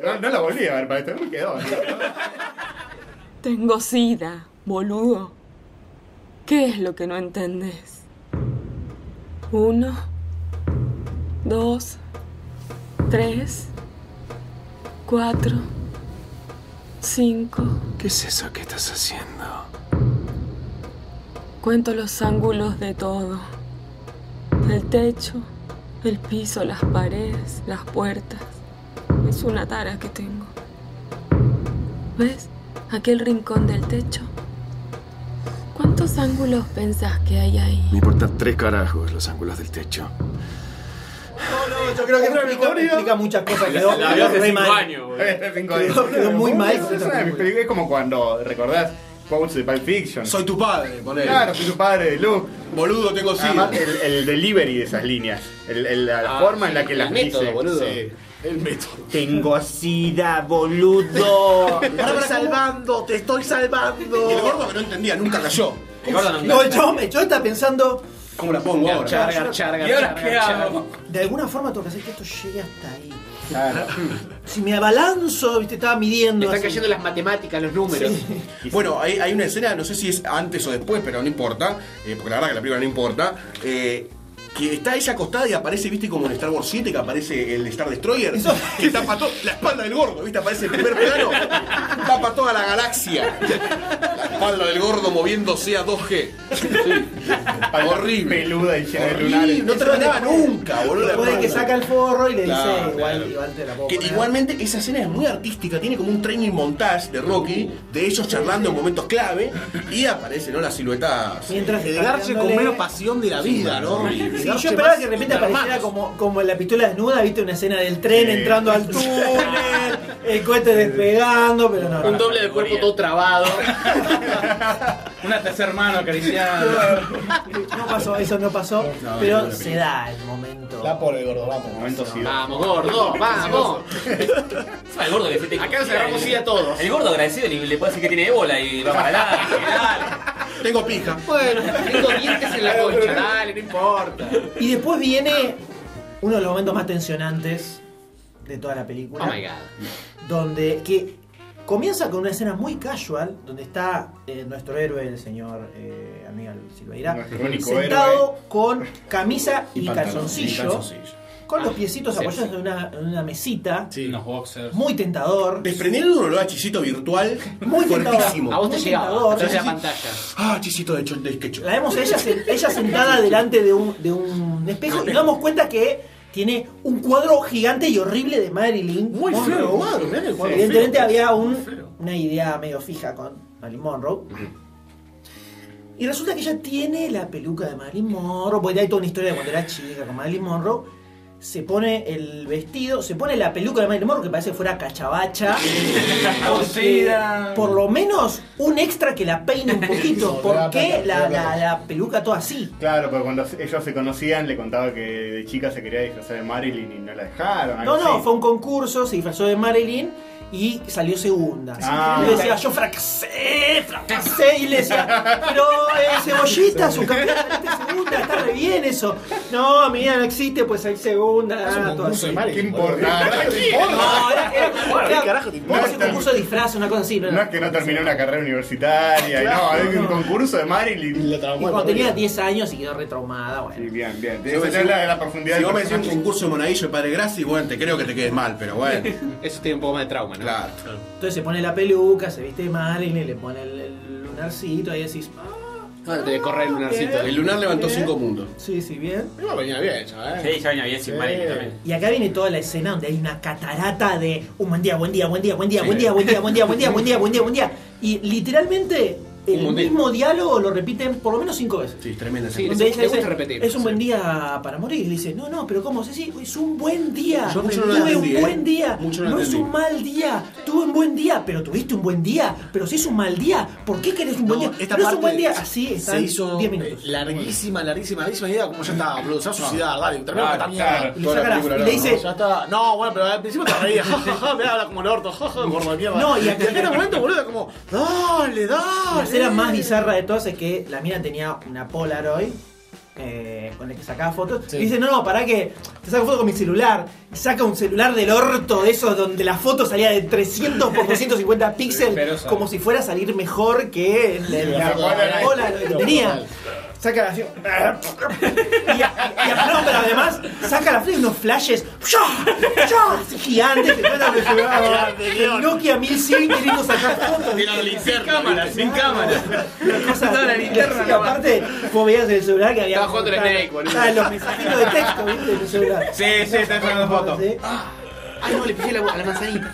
[SPEAKER 2] No, no la volví a ver, para esto me quedó.
[SPEAKER 21] Tengo sida, boludo. ¿Qué es lo que no entendés? Uno, dos, tres, cuatro, cinco.
[SPEAKER 20] ¿Qué es eso que estás haciendo?
[SPEAKER 21] Cuento los ángulos de todo. El techo, el piso, las paredes, las puertas. Es una tara que tengo. ¿Ves? Aquel rincón del techo. ¿Cuántos ángulos pensás que hay ahí?
[SPEAKER 20] Me importan tres carajos los ángulos del techo.
[SPEAKER 7] Yo creo que explica, explica muchas cosas.
[SPEAKER 2] La-
[SPEAKER 7] Quedó,
[SPEAKER 2] la
[SPEAKER 7] quedó
[SPEAKER 2] vio hace
[SPEAKER 7] re
[SPEAKER 2] cinco
[SPEAKER 7] mal.
[SPEAKER 2] años, boludo. Hace cinco años.
[SPEAKER 7] Quedó, quedó muy mal.
[SPEAKER 2] Es una de mis películas, es como cuando recordás Pulse de Pulp Fiction.
[SPEAKER 1] Soy tu padre, ponele.
[SPEAKER 2] Claro, soy tu padre de Luke.
[SPEAKER 1] Boludo, tengo sida.
[SPEAKER 2] Además, el, el delivery de esas líneas. El, el- la
[SPEAKER 1] Ah,
[SPEAKER 2] forma en
[SPEAKER 1] sí,
[SPEAKER 2] la que
[SPEAKER 1] el
[SPEAKER 2] las
[SPEAKER 1] método,
[SPEAKER 2] dice.
[SPEAKER 1] boludo.
[SPEAKER 2] El método. Tengo sida, boludo.
[SPEAKER 14] Te estoy salvando, te estoy salvando.
[SPEAKER 1] El gordo que no entendía, nunca cayó.
[SPEAKER 7] No, yo, me- yo estaba pensando.
[SPEAKER 1] ¿Cómo la pongo ahora?
[SPEAKER 7] Chargar, chargar, chargar, chargar.
[SPEAKER 1] hago?
[SPEAKER 7] De alguna forma tengo que hacer que esto llegue hasta ahí. Si me abalanzo, viste, estaba midiendo.
[SPEAKER 1] Le están
[SPEAKER 7] así.
[SPEAKER 1] cayendo las matemáticas, los números. Bueno, hay, hay una escena, no sé si es antes o después, pero no importa, eh, porque la verdad que la película no importa. eh, que está ella acostada y aparece, viste, como en Star Wars 7 que aparece el Star Destroyer. Que tapa to- la espalda del gordo, viste, aparece en primer plano. tapa toda la galaxia. La espalda del gordo moviéndose a 2G. Horrible.
[SPEAKER 2] Peluda y llena de
[SPEAKER 1] Horrible,
[SPEAKER 2] lunares.
[SPEAKER 1] No terminaba nunca, boludo. la
[SPEAKER 7] Puede que
[SPEAKER 1] espalda.
[SPEAKER 7] saca el forro y le dice,
[SPEAKER 1] Claro,
[SPEAKER 7] igual,
[SPEAKER 1] claro.
[SPEAKER 7] igual te la puedo
[SPEAKER 1] Que
[SPEAKER 7] poner".
[SPEAKER 1] igualmente esa escena es muy artística, tiene como un training montage de Rocky, de ellos charlando en momentos clave, y aparece, ¿no? La silueta.
[SPEAKER 7] Mientras
[SPEAKER 1] de
[SPEAKER 7] está dándole- Sí, yo esperaba que de repente apareciera como, como en la pistola desnuda, viste una escena del tren
[SPEAKER 1] Sí.
[SPEAKER 7] entrando al túnel, el cohete despegando, pero no.
[SPEAKER 9] Un doble de cuerpo todo trabado.
[SPEAKER 4] Una tercer mano acariciada.
[SPEAKER 7] No pasó, eso no pasó,
[SPEAKER 4] no,
[SPEAKER 7] pero
[SPEAKER 4] no, no,
[SPEAKER 7] se da el momento.
[SPEAKER 14] Va por el gordo, vamos.
[SPEAKER 2] Momento
[SPEAKER 9] Vamos, gordo, vamos.
[SPEAKER 3] El gordo que se te
[SPEAKER 9] Acá nos agarramos sida todos.
[SPEAKER 3] El gordo agradecido le, le puede decir que tiene ébola y va para adelante.
[SPEAKER 1] Tengo pija.
[SPEAKER 9] Bueno, tengo dientes en la concha, dale, no importa.
[SPEAKER 7] Y después viene uno de los momentos más tensionantes de toda la película.
[SPEAKER 9] Oh my god.
[SPEAKER 7] Donde que comienza con una escena muy casual, donde está eh, nuestro héroe, el señor eh, Aníbal Silveira,
[SPEAKER 2] Nuestro único
[SPEAKER 7] sentado
[SPEAKER 2] héroe.
[SPEAKER 7] con camisa y,
[SPEAKER 2] pantalón,
[SPEAKER 7] calzoncillo,
[SPEAKER 2] y calzoncillo.
[SPEAKER 7] con los piecitos
[SPEAKER 2] sí,
[SPEAKER 7] apoyados en, una, en una mesita,
[SPEAKER 4] unos boxers.
[SPEAKER 7] muy tentador.
[SPEAKER 1] Desprendieron un olor a chisito virtual
[SPEAKER 7] Muy
[SPEAKER 1] fuertísimo.
[SPEAKER 7] tentador. A vos te Muy llegaba, tentador. atrás de la
[SPEAKER 1] pantalla. Ah, chisito de, cho- de ketchup.
[SPEAKER 7] La vemos a ella, se- ella sentada delante de un, de un espejo y nos damos cuenta que tiene un cuadro gigante y horrible de Marilyn.
[SPEAKER 14] Muy
[SPEAKER 7] Monroe.
[SPEAKER 14] feo, cuadro, mirá que cuadro
[SPEAKER 7] Evidentemente
[SPEAKER 14] feo.
[SPEAKER 7] había un-
[SPEAKER 14] Muy feo.
[SPEAKER 7] una idea medio fija con Marilyn Monroe. Y resulta que ella tiene la peluca de Marilyn Monroe, porque hay toda una historia de cuando era chica con Marilyn Monroe. Se pone el vestido, se pone la peluca de Marilyn Monroe, que parece que fuera cachabacha. porque
[SPEAKER 4] Cosida.
[SPEAKER 7] por lo menos un extra que la peine un poquito. ¿Por qué la, la- la peluca toda así?
[SPEAKER 2] Claro, pero cuando ellos se conocían le contaba que de chica se quería disfrazar de Marilyn y no la dejaron. algo
[SPEAKER 7] No, no,
[SPEAKER 2] así.
[SPEAKER 7] fue un concurso, se disfrazó de Marilyn y salió segunda.
[SPEAKER 2] Ah.
[SPEAKER 7] y decía, yo fracasé, fracasé. Y le decía, pero eh, cebollita, su campeona de segunda, está re bien eso. No, mi vida no existe, pues hay segunda.
[SPEAKER 14] Es un
[SPEAKER 7] ah, todo
[SPEAKER 14] concurso de
[SPEAKER 7] así.
[SPEAKER 14] Marilyn, ¿Qué importa? boludo. ¿Qué carajo te importa?
[SPEAKER 7] No, era, era-
[SPEAKER 14] Bueno, ¿qué
[SPEAKER 7] era-
[SPEAKER 14] carajo te importa?
[SPEAKER 7] era un concurso de disfraz, una cosa así. No, era-
[SPEAKER 2] No es que no terminó una carrera universitaria, no,
[SPEAKER 7] Claro,
[SPEAKER 2] hay un
[SPEAKER 7] no.
[SPEAKER 2] concurso de Marilyn. Y
[SPEAKER 7] Y cuando tenía 10 años y quedó retraumada, bueno.
[SPEAKER 2] bien, bien.
[SPEAKER 1] Si vos
[SPEAKER 2] Esa
[SPEAKER 1] me
[SPEAKER 2] es la,
[SPEAKER 1] decís-
[SPEAKER 2] la profundidad
[SPEAKER 1] Si
[SPEAKER 2] del
[SPEAKER 1] vos me decís un
[SPEAKER 2] personaje.
[SPEAKER 1] concurso de Monadillo y Padre Gracia, bueno, te creo que te quedes mal, pero bueno.
[SPEAKER 9] Eso tiene un poco más de trauma, ¿no?
[SPEAKER 1] Claro.
[SPEAKER 7] Entonces se pone la peluca, se viste de Marilyn, le pone el, el lunarcito, ahí decís, "Ah,
[SPEAKER 9] Ahora te debe correr el lunarcito.
[SPEAKER 1] El lunar levantó cinco mundos.
[SPEAKER 7] Sí, sí, bien.
[SPEAKER 9] Igual ¿Eh? venía bien, ya, ¿eh?
[SPEAKER 3] Sí, ya venía bien sin Marilyn también.
[SPEAKER 7] Y acá viene toda la escena donde hay una catarata de un buen día, buen día, buen día, buen día, buen día, buen día, buen día, buen día, buen día, buen día, buen día. Y literalmente el
[SPEAKER 1] buen día.
[SPEAKER 7] mismo diálogo lo repiten por lo menos cinco veces.
[SPEAKER 1] Sí, tremenda
[SPEAKER 9] Sí,
[SPEAKER 1] secuencia.
[SPEAKER 7] Donde ella
[SPEAKER 9] le gusta
[SPEAKER 7] dice,
[SPEAKER 9] repetir,
[SPEAKER 7] es un buen día para morir. Y dice, no, no, pero ¿cómo? Sí, sí, es un buen día.
[SPEAKER 1] Yo mucho no lo
[SPEAKER 7] tuve
[SPEAKER 1] entendí,
[SPEAKER 7] un buen
[SPEAKER 1] ¿eh?
[SPEAKER 7] día.
[SPEAKER 1] Mucho no
[SPEAKER 7] no
[SPEAKER 1] lo
[SPEAKER 7] es
[SPEAKER 1] entendí.
[SPEAKER 7] un mal día. Tuve un buen día, pero tuviste un buen día. Pero si es un mal día, ¿por qué querés un buen día?
[SPEAKER 14] Esta
[SPEAKER 7] no es
[SPEAKER 14] parte
[SPEAKER 7] un buen día. Así está.
[SPEAKER 14] se hizo
[SPEAKER 7] 10 minutos.
[SPEAKER 14] eh, larguísima, larguísima, larguísima idea. Como ya está, boludo, se va a suicidar, dale, termina
[SPEAKER 7] Claro,
[SPEAKER 14] esta
[SPEAKER 7] claro.
[SPEAKER 14] mierda.
[SPEAKER 7] Y le saca la- y le dice-
[SPEAKER 14] Ya está. No, bueno, pero al principio te reías, jajaja, me habla como el orto, jaja, gordo de mierda.
[SPEAKER 7] No, y
[SPEAKER 14] y
[SPEAKER 7] acá-
[SPEAKER 14] en el momento, boludo, como, dale,
[SPEAKER 7] La
[SPEAKER 14] dale.
[SPEAKER 7] escena más bizarra de todas es que la mina tenía una Polaroid eh, con la que sacaba fotos. Y dice, no, no, pará que te saco fotos con mi celular. Y saca un celular del orto de esos donde la foto salía de 300 por 250 píxeles
[SPEAKER 4] Asquerosa.
[SPEAKER 7] como si fuera a salir mejor que la, la-
[SPEAKER 14] la
[SPEAKER 7] la
[SPEAKER 14] Polaroid.
[SPEAKER 7] Polaroid que tenía. Saca la... Y, a- y a- no, pero además saca la frente unos flashes ¡Ya! ¡Ya! Así gigantes que tratan de llevar el Nokia 1100 queriendo sacar fotos
[SPEAKER 4] Sin cámara, sin cámara.
[SPEAKER 7] una cosa
[SPEAKER 4] Estaba la
[SPEAKER 7] así.
[SPEAKER 4] linterna
[SPEAKER 7] Y aparte, vos veías el celular que había.
[SPEAKER 9] Estaba jugando al Snake, boludo.
[SPEAKER 7] Ah, los mensajitos de texto, viste, en el celular.
[SPEAKER 4] Sí, sí, está sacando fotos.
[SPEAKER 7] Sí.
[SPEAKER 9] Ay, no, le pisé la, a la manzanita.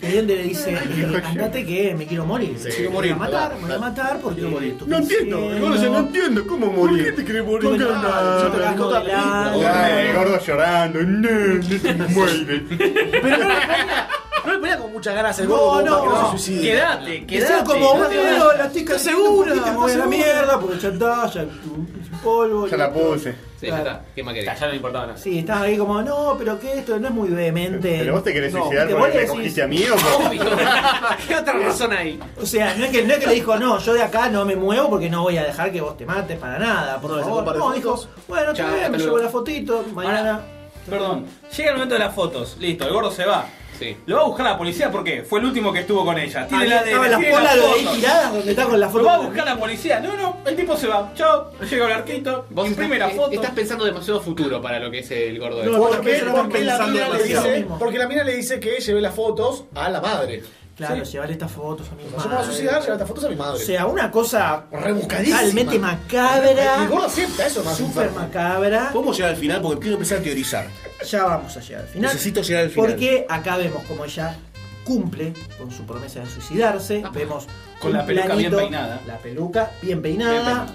[SPEAKER 7] Y ahí donde le dice, eh, andate que me quiero morir.
[SPEAKER 14] Sí,
[SPEAKER 7] Me
[SPEAKER 14] quiero
[SPEAKER 7] voy a
[SPEAKER 14] morir,
[SPEAKER 7] matar,
[SPEAKER 14] verdad,
[SPEAKER 7] me voy a
[SPEAKER 14] verdad.
[SPEAKER 7] matar porque.
[SPEAKER 14] No entiendo, el gordo dice, no entiendo cómo morir. ¿Por qué te querés morir?
[SPEAKER 7] Porque
[SPEAKER 14] Nunca
[SPEAKER 7] nada, yo te
[SPEAKER 14] nada,
[SPEAKER 7] la
[SPEAKER 14] toda
[SPEAKER 7] hago de
[SPEAKER 14] película,
[SPEAKER 7] lado.
[SPEAKER 2] Ah, el
[SPEAKER 14] boludo.
[SPEAKER 2] gordo llorando, no, no se me muere.
[SPEAKER 14] Pero no le ponía- no le ponía con muchas ganas el
[SPEAKER 7] No,
[SPEAKER 14] gordo
[SPEAKER 7] no,
[SPEAKER 14] para que no
[SPEAKER 7] no.
[SPEAKER 14] se suicide.
[SPEAKER 4] Quédate,
[SPEAKER 7] Queda
[SPEAKER 4] quédate.
[SPEAKER 7] como
[SPEAKER 4] no
[SPEAKER 7] un
[SPEAKER 4] te
[SPEAKER 7] dedo, la chica segura, me voy a la
[SPEAKER 14] segura.
[SPEAKER 7] mierda porque ya está, ya mm, polvo.
[SPEAKER 2] Ya la puse.
[SPEAKER 9] Sí, ya está. ¿Qué más querés?
[SPEAKER 3] Ya no le importaba nada.
[SPEAKER 7] Sí, estaba ahí como, no, pero que esto no es muy vehemente.
[SPEAKER 2] Pero vos te querés
[SPEAKER 7] No,
[SPEAKER 2] suicidar
[SPEAKER 7] porque
[SPEAKER 2] porque
[SPEAKER 7] vos
[SPEAKER 2] me
[SPEAKER 7] le
[SPEAKER 2] cogiste
[SPEAKER 7] decís-
[SPEAKER 2] a mí o por-
[SPEAKER 9] ¿Qué otra razón hay?
[SPEAKER 7] O sea, no es, que, no es que le dijo, no, yo de acá no me muevo porque no voy a dejar que vos te mates para nada. Por
[SPEAKER 14] No, le sacó
[SPEAKER 7] favor.
[SPEAKER 14] un par de
[SPEAKER 7] No, dijo,
[SPEAKER 14] fotos.
[SPEAKER 7] bueno, está
[SPEAKER 9] Chao,
[SPEAKER 7] bien,
[SPEAKER 9] hasta
[SPEAKER 7] me
[SPEAKER 9] luego.
[SPEAKER 7] llevo la fotito, mañana.
[SPEAKER 4] Perdón, llega el momento de las fotos. Listo, el gordo se va.
[SPEAKER 9] Sí.
[SPEAKER 4] Lo va a buscar la policía porque fue el último que estuvo con ella. Tiene
[SPEAKER 7] Ahí
[SPEAKER 4] la de.
[SPEAKER 7] estaba la
[SPEAKER 4] tiene
[SPEAKER 7] pola
[SPEAKER 4] las
[SPEAKER 7] lo de ahí
[SPEAKER 4] fotos.
[SPEAKER 7] tirada donde está con la foto.
[SPEAKER 4] Lo va a buscar la policía. No, no, el tipo se va. Chao. Llega el arquito,
[SPEAKER 9] Vos
[SPEAKER 4] imprime
[SPEAKER 9] estás,
[SPEAKER 4] la foto.
[SPEAKER 9] estás pensando demasiado futuro para lo que es el gordo este. de
[SPEAKER 7] No,
[SPEAKER 14] ¿Por qué?
[SPEAKER 7] Estaba
[SPEAKER 14] Porque la
[SPEAKER 7] pensando
[SPEAKER 14] mina le
[SPEAKER 7] demasiado.
[SPEAKER 14] dice- Porque la mina le dice que lleve las fotos a la madre.
[SPEAKER 7] Claro, llevar estas fotos a mi
[SPEAKER 14] Yo me voy a suicidar, llevar estas fotos a mi
[SPEAKER 7] O
[SPEAKER 14] madre.
[SPEAKER 7] sea, una cosa
[SPEAKER 14] Rebuscadísima.
[SPEAKER 7] totalmente
[SPEAKER 14] Y el gordo
[SPEAKER 7] macabra,
[SPEAKER 14] acepta eso, más
[SPEAKER 7] súper
[SPEAKER 14] enfermo.
[SPEAKER 7] macabra.
[SPEAKER 1] ¿Cómo llegar al final? Porque quiero empezar a teorizar.
[SPEAKER 7] Ya vamos a llegar al final.
[SPEAKER 1] Necesito llegar al final.
[SPEAKER 7] Porque acá vemos como ella cumple con su promesa de suicidarse. Vemos
[SPEAKER 4] Con
[SPEAKER 7] un
[SPEAKER 4] la peluca bien
[SPEAKER 7] planito,
[SPEAKER 4] peinada.
[SPEAKER 7] La peluca bien
[SPEAKER 4] Bien
[SPEAKER 7] peinada.
[SPEAKER 4] peinado.